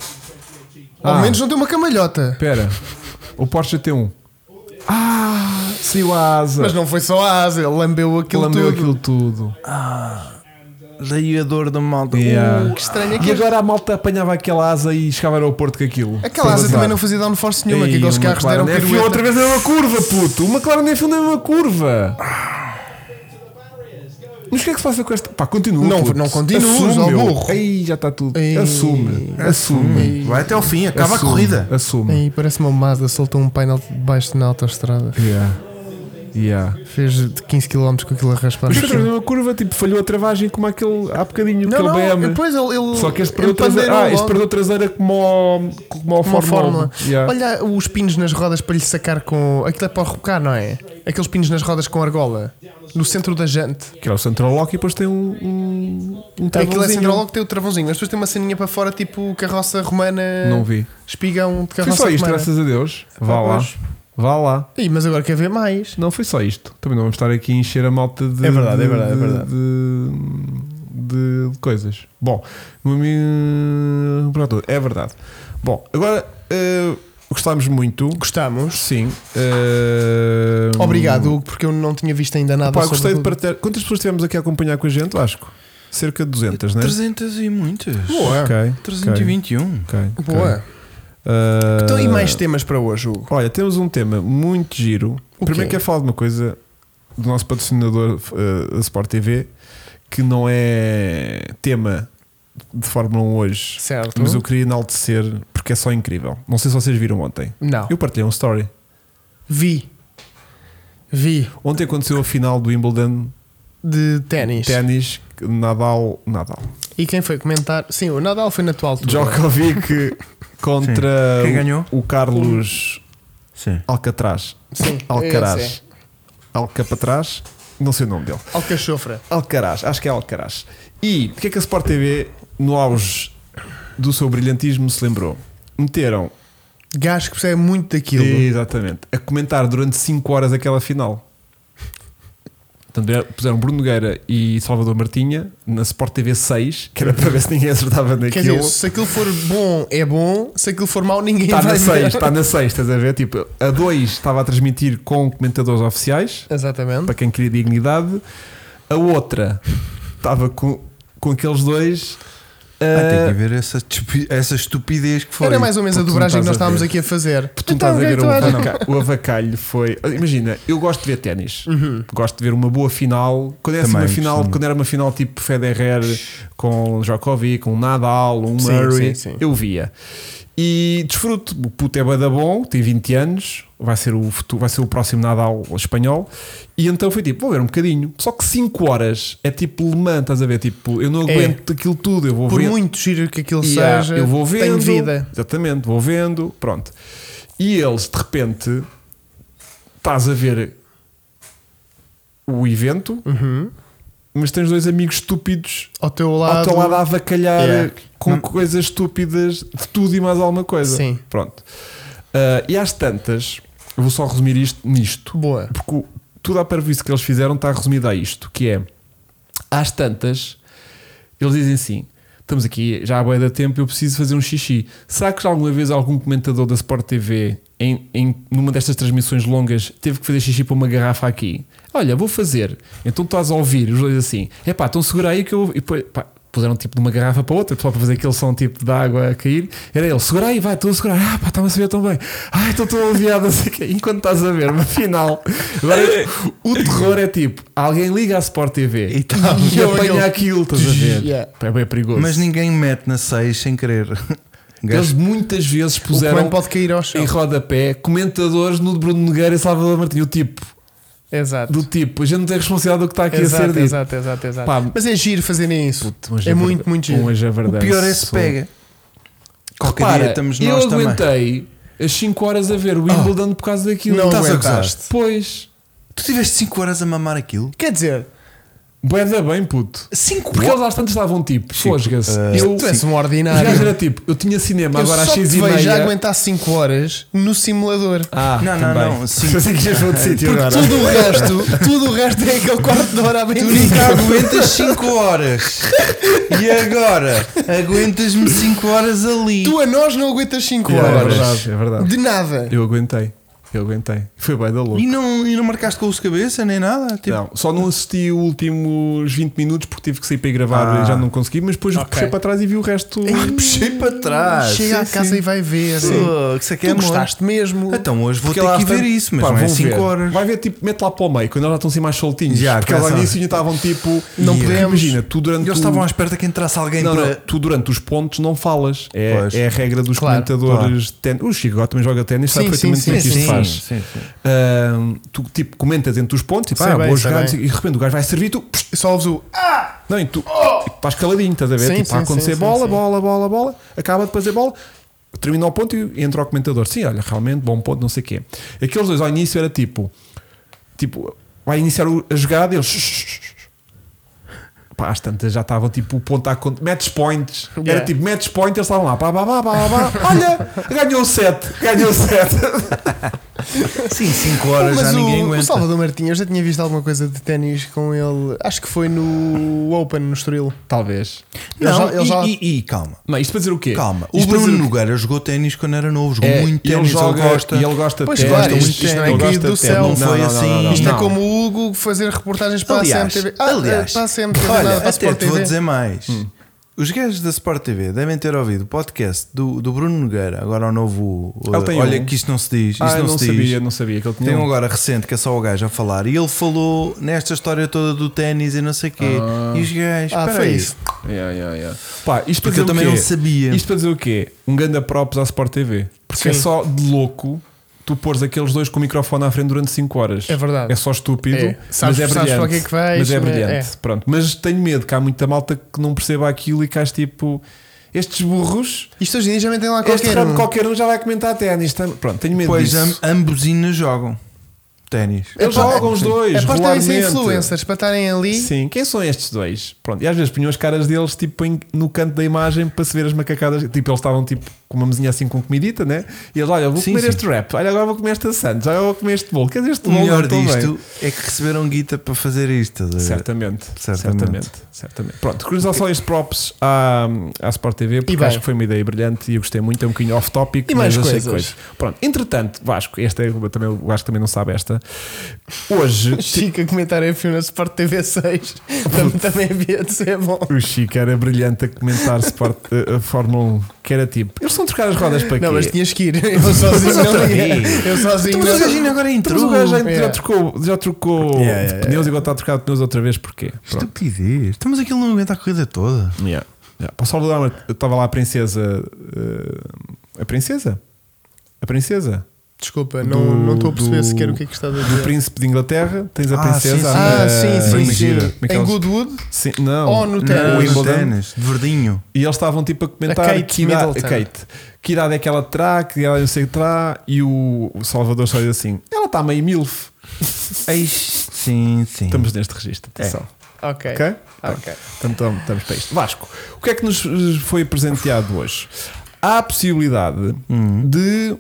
Speaker 3: Ao
Speaker 1: Ah.
Speaker 3: menos não tem uma camalhota.
Speaker 1: Espera. O Porsche GT1. Ah, saiu a asa.
Speaker 3: Mas não foi só a asa, ele lambeu aquilo
Speaker 1: lambeu
Speaker 3: tudo.
Speaker 1: aquilo tudo.
Speaker 2: daí a dor da malta.
Speaker 1: Yeah.
Speaker 2: Uh,
Speaker 3: Que estranho é que
Speaker 1: E agora a malta apanhava aquela asa e chegava ao aeroporto com aquilo.
Speaker 3: Aquela asa
Speaker 1: Sim,
Speaker 3: também
Speaker 1: azar.
Speaker 3: não fazia downforce nenhuma, que
Speaker 1: Ei,
Speaker 3: aqueles
Speaker 1: o
Speaker 3: carros deram
Speaker 1: McLaren enfiou outra
Speaker 3: pirueta.
Speaker 1: vez na mesma curva, puto. O McLaren enfiou na mesma curva. Mas o que é que se passa com esta? Pá, continua.
Speaker 3: Não-
Speaker 1: puto.
Speaker 3: não continuas,
Speaker 1: Assume,
Speaker 3: ó
Speaker 1: meu.
Speaker 3: burro.
Speaker 1: Aí já está tudo.
Speaker 3: Ei.
Speaker 1: Assume. Assume.
Speaker 2: Vai até ao fim, acaba
Speaker 1: Assume.
Speaker 2: a corrida.
Speaker 1: Assume.
Speaker 3: Aí parece uma Mazda, soltou um painel de baixo na autoestrada.
Speaker 1: Yeah. Yeah.
Speaker 3: Fez de 15 km com aquilo a raspar.
Speaker 1: Mas
Speaker 3: no
Speaker 1: outra vez
Speaker 3: chão.
Speaker 1: uma curva, tipo, falhou a travagem como aquele há bocadinho,
Speaker 3: Não,
Speaker 1: aquele
Speaker 3: não,
Speaker 1: BM.
Speaker 3: depois ele, ele
Speaker 1: Só que este
Speaker 3: ele
Speaker 1: perdeu, traseira,
Speaker 3: pandeirou
Speaker 1: ah, este
Speaker 3: logo.
Speaker 1: perdeu traseira como ao, como ao
Speaker 3: Como ao
Speaker 1: Fórmula.
Speaker 3: Fórmula.
Speaker 1: um. Yeah.
Speaker 3: Olha os pinos nas rodas para lhe sacar com. Aquilo é para arrocar, não é? Aqueles pinos nas rodas com argola. No centro da jante.
Speaker 1: Que é o Central Lock e depois tem um. um, um
Speaker 3: Aquilo é
Speaker 1: travãozinho.
Speaker 3: central logo que tem o travãozinho. Mas depois tem uma ceninha para fora, tipo carroça romana.
Speaker 1: Não vi.
Speaker 3: Espigão de
Speaker 1: Foi
Speaker 3: carroça
Speaker 1: só isto,
Speaker 3: romana.
Speaker 1: graças a Deus. Vá lá.
Speaker 3: Ah, pois.
Speaker 1: Vá lá.
Speaker 3: Ih, mas agora quer ver mais.
Speaker 1: Não foi só isto. Também não vamos estar aqui a encher a malta de.
Speaker 2: É verdade,
Speaker 1: de-
Speaker 2: é verdade, é
Speaker 1: de-
Speaker 2: verdade.
Speaker 1: De, de coisas. Bom, meu amigo- pronto, é verdade. Bom, agora eh, gostámos muito.
Speaker 3: Gostamos.
Speaker 1: Sim. eh,
Speaker 3: Obrigado, Hugo, porque eu não tinha visto ainda nada
Speaker 1: Pá,
Speaker 3: sobre
Speaker 1: gostei de
Speaker 3: tudo.
Speaker 1: partilhar. Quantas pessoas tivemos aqui a acompanhar com a gente, Vasco? Cerca de 200, né?
Speaker 2: 300 e muitas.
Speaker 3: Boa.
Speaker 1: Ok.
Speaker 2: 321.
Speaker 1: Ok. ok.
Speaker 3: Boa.
Speaker 1: Eh,
Speaker 3: Então, e mais temas para hoje, Hugo?
Speaker 1: Olha, temos um tema muito giro.
Speaker 3: O
Speaker 1: Primeiro
Speaker 3: quê?
Speaker 1: quero falar de uma coisa do nosso patrocinador eh, a Sport TV, que não é tema de Fórmula 1 hoje,
Speaker 3: Certo.
Speaker 1: mas eu queria enaltecer porque é só incrível. Não sei se vocês viram ontem.
Speaker 3: Não.
Speaker 1: Eu partilhei um story.
Speaker 3: Vi. Vi.
Speaker 1: Ontem aconteceu a final do Wimbledon
Speaker 3: De ténis.
Speaker 1: ténis, Nadal, Nadal.
Speaker 3: E quem foi comentar? Sim, o Nadal foi na tua altura.
Speaker 1: Djokovic contra
Speaker 2: Sim. Quem ganhou?
Speaker 1: o Carlos
Speaker 2: Sim.
Speaker 1: Alcatraz.
Speaker 3: Sim,
Speaker 1: Alcaraz.
Speaker 3: esse
Speaker 1: Alcapatraz, não sei o nome dele.
Speaker 3: é. Alcachofra.
Speaker 1: Alcaraz, acho que é Alcaraz. E o que é que a Sport TV, no auge do seu brilhantismo, se lembrou? Meteram,
Speaker 3: Gajo que percebe muito daquilo.
Speaker 1: exatamente, a comentar durante 5 horas aquela final. Portanto, era- puseram Bruno Nogueira e Salvador Martinha na Sport TV 6, que era para ver se ninguém acertava
Speaker 3: Quer
Speaker 1: naquilo.
Speaker 3: dizer, se aquilo for bom, é bom. Se aquilo for mau, ninguém
Speaker 1: Está
Speaker 3: vai
Speaker 1: Tá na 6,
Speaker 3: ver.
Speaker 1: está na 6, estás a ver? Tipo, a 2 estava a transmitir com comentadores oficiais,
Speaker 3: Exatamente.
Speaker 1: para quem queria dignidade. A outra estava com, com aqueles dois.
Speaker 2: Ah, tem
Speaker 1: ah,
Speaker 2: que ver essa, estupi- essa estupidez que foi.
Speaker 3: Era mais ou menos a
Speaker 1: Porque tu
Speaker 3: dobragem
Speaker 1: não
Speaker 3: que nós
Speaker 1: estás a
Speaker 3: estávamos
Speaker 1: ver.
Speaker 3: aqui a fazer.
Speaker 1: Tu não estás a
Speaker 3: o que é
Speaker 1: ver
Speaker 3: que
Speaker 1: o,
Speaker 3: tu achas?
Speaker 1: avaca- o avacalho foi. Imagina, eu gosto de ver ténis,
Speaker 3: Uhum.
Speaker 1: gosto de ver uma boa final. Quando, é assim
Speaker 2: Também,
Speaker 1: uma final
Speaker 2: costumo.
Speaker 1: quando era uma final tipo Federer com Djokovic, com Nadal, um
Speaker 3: Sim,
Speaker 1: Murray,
Speaker 3: sim, sim.
Speaker 1: eu via. E desfruto, o puto é bada bom, tem 20 anos, vai ser, o futuro, vai ser o próximo Nadal espanhol. E então foi tipo, vou ver um bocadinho. Só que 5 horas é tipo Le Mans, estás a ver? Tipo, eu não
Speaker 3: É.
Speaker 1: aguento aquilo tudo, eu vou
Speaker 3: Por
Speaker 1: ver.
Speaker 3: muito giro que aquilo
Speaker 1: E há,
Speaker 3: seja,
Speaker 1: eu vou vendo,
Speaker 3: tem vida.
Speaker 1: Exatamente, vou vendo, pronto. E eles, de repente, estás a ver o evento,
Speaker 3: Uhum.
Speaker 1: mas tens dois amigos estúpidos
Speaker 3: Ao teu lado.
Speaker 1: ao teu lado a avacalhar
Speaker 3: Yeah.
Speaker 1: com coisas estúpidas de tudo e mais alguma coisa.
Speaker 3: Sim.
Speaker 1: Pronto. Ah, e às tantas, eu vou só resumir isto nisto
Speaker 3: Boa.
Speaker 1: porque o- tudo a parvoíce que eles fizeram está resumido a isto, que é às tantas, eles dizem assim estamos aqui já há bué de tempo eu preciso fazer um xixi, será que já alguma vez algum comentador da Sport TV em, em- numa destas transmissões longas teve que fazer xixi para uma garrafa aqui olha, vou fazer, então estás a ouvir os dois assim, é pá, então segura aí que eu e depois, pá, puseram tipo de uma garrafa para outra só para fazer aquele som tipo de água a cair era ele, segura aí, vai, estou a segurar ah pá, estava a saber tão bem, ai, estou tão aliviado não sei o quê. enquanto estás a ver, mas afinal agora, o terror é tipo alguém liga à Sport TV
Speaker 2: E tá-
Speaker 1: e
Speaker 3: eu- eu-
Speaker 1: apanha aquilo, estás a ver
Speaker 3: Yeah.
Speaker 1: é bem perigoso,
Speaker 2: Mas ninguém mete na 6 sem querer.
Speaker 1: eles
Speaker 2: Gajo-
Speaker 1: muitas vezes
Speaker 3: O comando
Speaker 1: puseram
Speaker 3: pode cair ao chão.
Speaker 1: em rodapé comentadores no de Bruno Nogueira e Salvador Martinho, o tipo
Speaker 3: Exato.
Speaker 1: do tipo, a gente não tem responsabilidade do que está aqui a ser
Speaker 3: Exato,
Speaker 1: dito
Speaker 3: exato, exato, exato.
Speaker 1: Pá,
Speaker 3: Mas é giro fazerem isso.
Speaker 1: puto, mas
Speaker 3: é muito,
Speaker 1: verdade-
Speaker 3: muito giro.
Speaker 1: mas é
Speaker 2: o
Speaker 1: verdade,
Speaker 2: pior é se
Speaker 1: sou-
Speaker 2: pega. Qualquer
Speaker 1: Repara,
Speaker 2: dia estamos nós
Speaker 1: eu
Speaker 2: também.
Speaker 1: aguentei as 5 horas a ver o Wimbledon por causa daquilo.
Speaker 3: Oh. Não
Speaker 2: Estás a
Speaker 3: aguentaste.
Speaker 2: gozar.
Speaker 1: Pois,
Speaker 2: Tu tiveste 5 horas a mamar aquilo?
Speaker 3: Quer dizer,
Speaker 1: bué da bem, puto.
Speaker 2: 5
Speaker 1: Porque eles às tantas estavam tipo, fosga-se.
Speaker 2: eh,
Speaker 1: eu,
Speaker 3: tu és
Speaker 1: os
Speaker 3: um
Speaker 1: gajos
Speaker 3: ordinário.
Speaker 1: era tipo, eu tinha cinema
Speaker 3: Eu
Speaker 1: agora às
Speaker 3: só te
Speaker 1: 6 e
Speaker 3: vejo a
Speaker 1: meia.
Speaker 3: aguentar 5 horas no simulador.
Speaker 1: Ah,
Speaker 2: Não, não, não, sim.
Speaker 1: Pensei que já foi outro sítio
Speaker 3: Porque
Speaker 1: agora.
Speaker 3: tudo o resto, tudo o resto é aquele quarto de hora a
Speaker 2: Tu nunca
Speaker 3: bendita.
Speaker 2: aguentas 5 horas. E agora? Aguentas-me 5 horas ali.
Speaker 3: Tu a nós não aguentas 5
Speaker 1: Yeah, é
Speaker 3: horas.
Speaker 1: verdade, é verdade.
Speaker 3: De nada.
Speaker 1: Eu aguentei. Eu aguentei. Foi bem da louco.
Speaker 2: E não, e não marcaste com os cabeça nem nada? Tipo,
Speaker 1: é- Não, só não assisti os últimos 20 minutos porque tive que sair para ir gravar
Speaker 2: Ah.
Speaker 1: e já não consegui, mas depois
Speaker 4: Ok.
Speaker 1: puxei para trás e vi o resto.
Speaker 2: Ei, puxei para trás.
Speaker 3: Chega à
Speaker 2: Ah, Sim,
Speaker 3: casa
Speaker 2: sim.
Speaker 3: e vai ver.
Speaker 2: Pô, que isso é que é
Speaker 3: tu
Speaker 2: amor.
Speaker 3: gostaste mesmo.
Speaker 2: Então hoje vou
Speaker 1: Porque
Speaker 2: ter
Speaker 1: lá
Speaker 2: que ir
Speaker 1: está-
Speaker 2: ver isso, mas
Speaker 1: pá,
Speaker 2: não é
Speaker 1: vão
Speaker 2: 5
Speaker 1: ver.
Speaker 2: horas.
Speaker 1: Vai ver, tipo, mete lá para o meio, quando eles já estão assim mais soltinhos.
Speaker 2: Já,
Speaker 1: porque eles lá
Speaker 2: cansado.
Speaker 1: nisso ainda estavam tipo.
Speaker 3: Não
Speaker 1: porque
Speaker 3: podemos.
Speaker 1: Imagina, tu durante.
Speaker 2: Eles
Speaker 1: o-
Speaker 2: estavam à espera de que entrasse alguém
Speaker 1: Não,
Speaker 2: para.
Speaker 1: não, tu durante os pontos não falas. É,
Speaker 2: Pois.
Speaker 1: é a regra dos
Speaker 4: Claro,
Speaker 1: comentadores
Speaker 2: claro.
Speaker 1: de ténis. O Chico agora também joga ténis, sabe
Speaker 3: Sim,
Speaker 1: perfeitamente
Speaker 3: sim,
Speaker 1: como é que
Speaker 3: sim,
Speaker 1: isto se
Speaker 3: sim.
Speaker 1: faz. Ahm, tu tipo comentas entre os pontos, tipo,
Speaker 3: Sei
Speaker 1: ah,
Speaker 3: bem,
Speaker 1: vou
Speaker 3: sei
Speaker 1: jogar,
Speaker 3: bem.
Speaker 1: não sei o quê, e de repente o gajo vai servir e tu. pss,
Speaker 3: Só ouves o. Ah,
Speaker 1: Não, e tu tipo, estás caladinho, estás a ver?
Speaker 3: Oh! Sim,
Speaker 1: tipo, a
Speaker 3: sim,
Speaker 1: acontecer
Speaker 3: sim, sim,
Speaker 1: bola,
Speaker 3: sim.
Speaker 1: bola, bola, bola, acaba de fazer bola, termina o ponto e entra o comentador. Sim, olha, realmente, bom ponto, não sei o quê. Aqueles dois ao início era tipo, tipo, vai iniciar o- a jogada e eles. Pá, às tantas já estavam tipo o ponto a conta, match points. Era
Speaker 4: Yeah.
Speaker 1: tipo match point, eles estavam lá, pá, pá, pá, pá, pá, pá. olha, ganhou 7, ganhou 7.
Speaker 2: Sim, 5 horas já
Speaker 3: mas o,
Speaker 2: ninguém
Speaker 3: o
Speaker 2: aguenta.
Speaker 3: Salvador Martinho, eu já tinha visto alguma coisa de ténis com ele. Acho que foi no Open, no Estoril.
Speaker 1: Talvez.
Speaker 3: Ele
Speaker 2: Não,
Speaker 3: já- ele já-
Speaker 2: e, e- e calma,
Speaker 1: Não, isto para dizer o quê?
Speaker 2: calma. O
Speaker 1: É. Isto para
Speaker 2: Bruno
Speaker 1: dizer quê?
Speaker 2: Nogueira jogou ténis quando era novo, jogou
Speaker 1: É,
Speaker 2: muito
Speaker 1: ele
Speaker 2: ténis,
Speaker 1: joga
Speaker 2: ele gosta.
Speaker 1: e ele gosta
Speaker 3: Pois
Speaker 1: de ténis.
Speaker 3: claro,
Speaker 1: Ele
Speaker 3: isto não é
Speaker 1: ele
Speaker 3: caído
Speaker 1: gosta
Speaker 3: do
Speaker 1: de
Speaker 3: céu,
Speaker 1: ténis.
Speaker 2: não foi assim.
Speaker 3: Isto é
Speaker 1: não.
Speaker 3: como o Hugo fazer reportagens para
Speaker 2: Aliás,
Speaker 3: a CMTV. Ah,
Speaker 2: aliás,
Speaker 3: para a CMTV,
Speaker 2: olha,
Speaker 3: nada, para
Speaker 2: até
Speaker 3: a Sport Hum.
Speaker 2: te vou
Speaker 3: TV.
Speaker 2: dizer mais. Os gajos da Sport TV devem ter ouvido o podcast do, do Bruno Nogueira, agora o novo.
Speaker 1: Ele
Speaker 2: uh,
Speaker 1: tem
Speaker 2: olha,
Speaker 1: um.
Speaker 2: que isto não se diz. Isto
Speaker 1: Ah, eu não,
Speaker 2: se
Speaker 1: sabia,
Speaker 2: diz.
Speaker 1: não sabia que ele tinha
Speaker 2: Tem um
Speaker 1: um.
Speaker 2: agora recente que é só o gajo a falar e ele falou nesta história toda do ténis e não sei quê. E os gajos,
Speaker 3: Ah,
Speaker 2: espera
Speaker 3: foi
Speaker 2: aí.
Speaker 3: isso.
Speaker 1: Yeah, yeah, yeah. Pá, isto para
Speaker 2: Porque
Speaker 1: dizer
Speaker 2: eu também
Speaker 1: o quê?
Speaker 2: não sabia.
Speaker 1: Isto para dizer o quê? Um ganda props à Sport TV. Porque é
Speaker 3: Sim.
Speaker 1: só de louco tu pôres aqueles dois com o microfone à frente durante 5 horas.
Speaker 3: É verdade.
Speaker 1: É só estúpido.
Speaker 3: É.
Speaker 1: mas
Speaker 3: Sabes-
Speaker 1: é
Speaker 3: sabes
Speaker 1: brilhante.
Speaker 3: para o que é que vais,
Speaker 1: mas é
Speaker 3: mas-
Speaker 1: brilhante.
Speaker 3: é.
Speaker 1: Pronto. Mas tenho medo que há muita malta que não perceba aquilo e que acho tipo. Estes burros,
Speaker 3: Isto hoje em dia já metem lá
Speaker 1: este
Speaker 3: qualquer
Speaker 1: ramo
Speaker 3: um. é,
Speaker 1: qualquer um já vai comentar ténis. tam- Pronto, tenho medo
Speaker 2: Pois
Speaker 1: disso.
Speaker 2: am, ambos ainda jogam ténis.
Speaker 1: Eles
Speaker 3: Epá,
Speaker 1: jogam os dois.
Speaker 3: Aposto devem ser
Speaker 1: regularmente.
Speaker 3: influencers para estarem ali.
Speaker 1: Sim, quem são estes dois? Pronto, e às vezes punham as caras deles tipo em- no canto da imagem para se ver as macacadas. Tipo, eles estavam tipo com uma mesinha assim com comidita, né? E eles, olha, eu vou
Speaker 2: Sim,
Speaker 1: comer
Speaker 2: sim.
Speaker 1: este rap, olha, agora vou comer esta sandes, olha, eu vou comer este bolo. Quer dizer, este
Speaker 2: O
Speaker 1: bolo
Speaker 2: melhor
Speaker 1: não tão
Speaker 2: disto
Speaker 1: bem.
Speaker 2: é que receberam guita para fazer isto. estás a ver?
Speaker 1: Certamente, certamente,
Speaker 2: Certamente.
Speaker 1: certamente, Pronto, curiosidade só estes props à, à Sport TV, porque
Speaker 3: E bem.
Speaker 1: acho que foi uma ideia brilhante e eu gostei muito. É um bocadinho off-topic,
Speaker 3: E mais
Speaker 1: mas eu sei
Speaker 3: coisas.
Speaker 1: coisas. Pronto, entretanto, Vasco, esta é também, o Vasco também não sabe esta. Hoje,
Speaker 3: Chico a comentar em filme na Sport TV 6. Também, também havia de ser bom.
Speaker 1: O Chico era brilhante a comentar Sport, eh, a, a Fórmula 1, que era tipo, eles estão a trocar as rodas para
Speaker 3: Não,
Speaker 1: quê?
Speaker 3: mas tinhas que ir. Eu sozinho não ia. Eu sozinho
Speaker 2: Mas
Speaker 3: não
Speaker 2: imagina agora
Speaker 1: Então, mas
Speaker 2: entrou.
Speaker 1: o gajo já, já
Speaker 3: Yeah.
Speaker 1: trocou, já trocou
Speaker 2: Yeah, yeah,
Speaker 1: de
Speaker 2: yeah.
Speaker 1: pneus e agora está a trocar de pneus outra vez, porquê? Pronto.
Speaker 2: Estupidez. Então, mas aquilo não aguenta a corrida toda.
Speaker 1: Yeah. Yeah. Para o Salvador, Martinho, estava lá a princesa. eh, a princesa? A princesa?
Speaker 3: Desculpa,
Speaker 1: Do-
Speaker 3: não não estou a perceber
Speaker 1: do-
Speaker 3: sequer o que é que está a
Speaker 1: Do
Speaker 3: dizer.
Speaker 1: príncipe de Inglaterra, tens a
Speaker 2: Ah,
Speaker 1: princesa.
Speaker 2: sim,
Speaker 1: a-
Speaker 3: Ah, sim,
Speaker 1: como é
Speaker 3: sim,
Speaker 1: que gira?
Speaker 3: sim.
Speaker 1: Como é que
Speaker 3: Em
Speaker 1: eles-
Speaker 3: Goodwood
Speaker 1: Sim, não.
Speaker 3: ou no
Speaker 2: Não,
Speaker 3: ténis?
Speaker 2: no
Speaker 1: Wimbledon.
Speaker 2: ténis, de verdinho.
Speaker 1: E eles estavam tipo a comentar
Speaker 3: A Kate
Speaker 1: que, idade, a
Speaker 3: Middleton.
Speaker 1: Kate, que idade é que ela terá, que ela não sei que terá, e o, o Salvador só diz assim: ela está meio milf.
Speaker 2: Eis, sim, sim.
Speaker 1: Estamos neste registro, atenção.
Speaker 3: Ok.
Speaker 1: Ok?
Speaker 3: É. Ok.
Speaker 1: Então, então, estamos para isto. Vasco, o que é que nos eh, foi presenteado hoje? Há a possibilidade
Speaker 3: Uhum.
Speaker 1: de.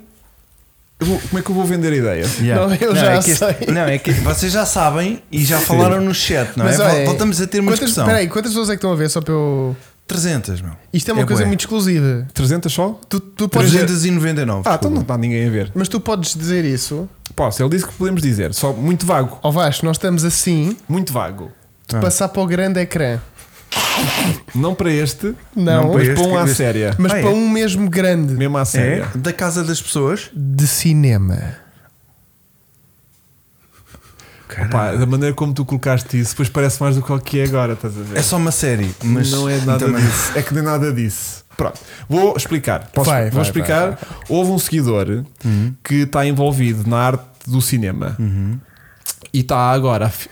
Speaker 1: eu vou- como é que eu vou vender a ideia?
Speaker 2: Yeah.
Speaker 3: Não, eu já
Speaker 2: é que este-
Speaker 3: sei.
Speaker 2: não, é que vocês já sabem e já falaram no chat, não é?
Speaker 3: olha,
Speaker 2: Voltamos a ter uma
Speaker 3: quantas,
Speaker 2: discussão.
Speaker 3: Peraí, quantas pessoas é que estão a ver só para eu.
Speaker 2: 300, meu.
Speaker 3: Isto é uma coisa
Speaker 2: bué.
Speaker 3: muito exclusiva.
Speaker 1: 300 só?
Speaker 3: Tu, tu podes dizer-
Speaker 2: 399.
Speaker 1: Ah, então não
Speaker 2: desculpa.
Speaker 1: está ninguém a ver.
Speaker 3: mas tu podes dizer isso.
Speaker 1: Posso, ele disse que podemos dizer, só muito vago.
Speaker 3: Ó Vasco, nós estamos assim
Speaker 1: Muito vago.
Speaker 3: de
Speaker 2: Ah.
Speaker 3: passar para o grande ecrã.
Speaker 1: Não para este,
Speaker 3: Não,
Speaker 2: Não para
Speaker 1: mas
Speaker 2: este
Speaker 1: para um
Speaker 2: que
Speaker 1: à
Speaker 2: deste.
Speaker 1: séria.
Speaker 3: mas
Speaker 2: Ah, é?
Speaker 3: para um mesmo grande
Speaker 1: Mesmo à séria.
Speaker 2: É? Da casa das pessoas?
Speaker 3: de cinema.
Speaker 1: Pá, da maneira como tu colocaste isso, depois parece mais do que o que é agora, estás a ver?
Speaker 2: É só uma série, mas
Speaker 1: não é nada
Speaker 2: também-
Speaker 1: disso. É que nem nada disso. Pronto, vou explicar. Posso-
Speaker 3: Vai,
Speaker 1: vou
Speaker 3: vai,
Speaker 1: explicar. Houve um seguidor
Speaker 2: Uhum.
Speaker 1: que está envolvido na arte do cinema e está agora a fi-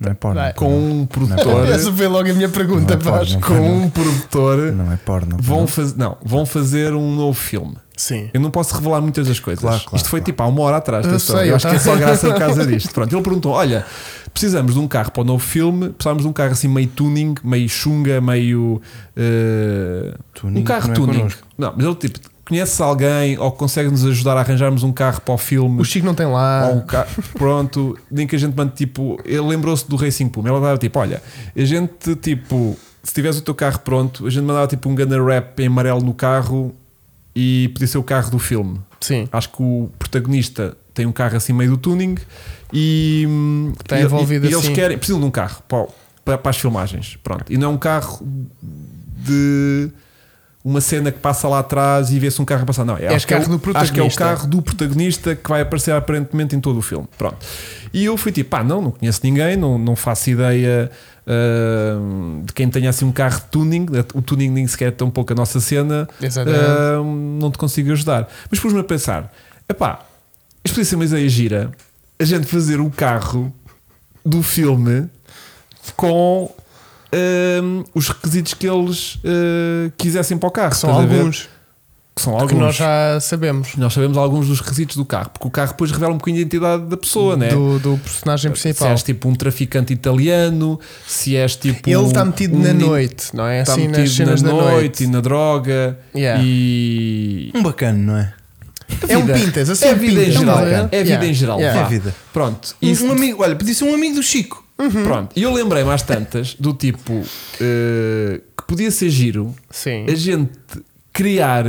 Speaker 2: Não é porno.
Speaker 3: Vai.
Speaker 1: com um produtor.
Speaker 3: Essa foi logo a minha pergunta,
Speaker 2: Não pode,
Speaker 3: Vasco.
Speaker 2: não.
Speaker 1: com um produtor.
Speaker 2: Não é porno.
Speaker 1: Vão, faz, não, vão fazer um novo filme.
Speaker 3: Sim.
Speaker 1: Eu não posso revelar muitas das coisas.
Speaker 2: Claro, claro,
Speaker 1: Isto foi
Speaker 2: claro.
Speaker 1: tipo há uma hora atrás.
Speaker 3: Eu
Speaker 1: atenção.
Speaker 3: sei,
Speaker 1: eu
Speaker 3: eu
Speaker 1: acho que é
Speaker 3: tava-
Speaker 1: só graça por causa disto. Pronto, ele perguntou: olha, precisamos de um carro para o novo filme, precisamos de um carro assim meio tuning, meio chunga, meio. eh,
Speaker 2: Tuning
Speaker 1: um carro
Speaker 2: não é
Speaker 1: tuning.
Speaker 2: connosco.
Speaker 1: não, mas ele tipo, conheces alguém ou consegue nos ajudar a arranjarmos um carro para o filme?
Speaker 3: O Chico não tem lá.
Speaker 1: Ou um ca- Pronto, nem que a gente mande tipo. Ele lembrou-se do Racing Puma. Ela dava tipo: Olha, a gente tipo. Se tivesse o teu carro pronto, a gente mandava tipo um gunner rap em amarelo no carro e podia ser o carro do filme.
Speaker 3: Sim.
Speaker 1: Acho que o protagonista tem um carro assim meio do tuning e,
Speaker 3: Está
Speaker 1: e-
Speaker 3: envolvido
Speaker 1: e, e eles
Speaker 3: assim.
Speaker 1: querem, precisam de um carro para, para, para as filmagens, pronto. E não é um carro de uma cena que passa lá atrás e vê-se um carro a passar, não. É, acho, que é
Speaker 3: carro
Speaker 1: o,
Speaker 3: do
Speaker 1: acho que é o
Speaker 3: protagonista.
Speaker 1: carro do protagonista que vai aparecer aparentemente em todo o filme, pronto. E eu fui tipo, pá, não, não conheço ninguém, não, não faço ideia ah, de quem tenha assim um carro de tuning, o tuning nem sequer é tão pouco a nossa cena.
Speaker 3: Exatamente.
Speaker 1: Ah, não te consigo ajudar. Mas pus-me a pensar: epá, isto podia ser uma ideia gira a gente fazer o carro do filme com ah, os requisitos que eles ah, quisessem para o carro.
Speaker 3: Que são
Speaker 1: estás a ver?
Speaker 3: alguns
Speaker 1: Que são
Speaker 3: que
Speaker 1: alguns.
Speaker 3: nós já sabemos
Speaker 1: Nós sabemos alguns dos requisitos do carro, porque o carro depois revela um bocadinho a identidade da pessoa, né?
Speaker 3: do, do personagem
Speaker 1: Se
Speaker 3: principal.
Speaker 1: és tipo um traficante italiano, se és tipo.
Speaker 3: Ele está metido
Speaker 1: um
Speaker 3: na
Speaker 1: menino-
Speaker 3: noite, não é?
Speaker 1: Está
Speaker 3: Assim nas
Speaker 1: metido
Speaker 3: cenas
Speaker 1: na
Speaker 3: da
Speaker 1: noite,
Speaker 3: noite.
Speaker 1: e na droga
Speaker 3: Yeah.
Speaker 1: e,
Speaker 2: Um bacana, não é?
Speaker 3: É um
Speaker 1: vida.
Speaker 3: pintas, assim
Speaker 1: É
Speaker 3: um
Speaker 1: vida em
Speaker 3: pintas,
Speaker 1: geral,
Speaker 3: estás a
Speaker 1: cara.
Speaker 3: ver?
Speaker 1: É vida em geral.
Speaker 3: Yeah.
Speaker 2: É
Speaker 1: Vá.
Speaker 2: vida.
Speaker 1: Pronto.
Speaker 2: Um,
Speaker 1: E se-
Speaker 2: um amigo, olha, podia ser um amigo do Chico.
Speaker 1: pronto. E eu lembrei-me às tantas do tipo eh, que podia ser giro
Speaker 3: Sim.
Speaker 1: a gente criar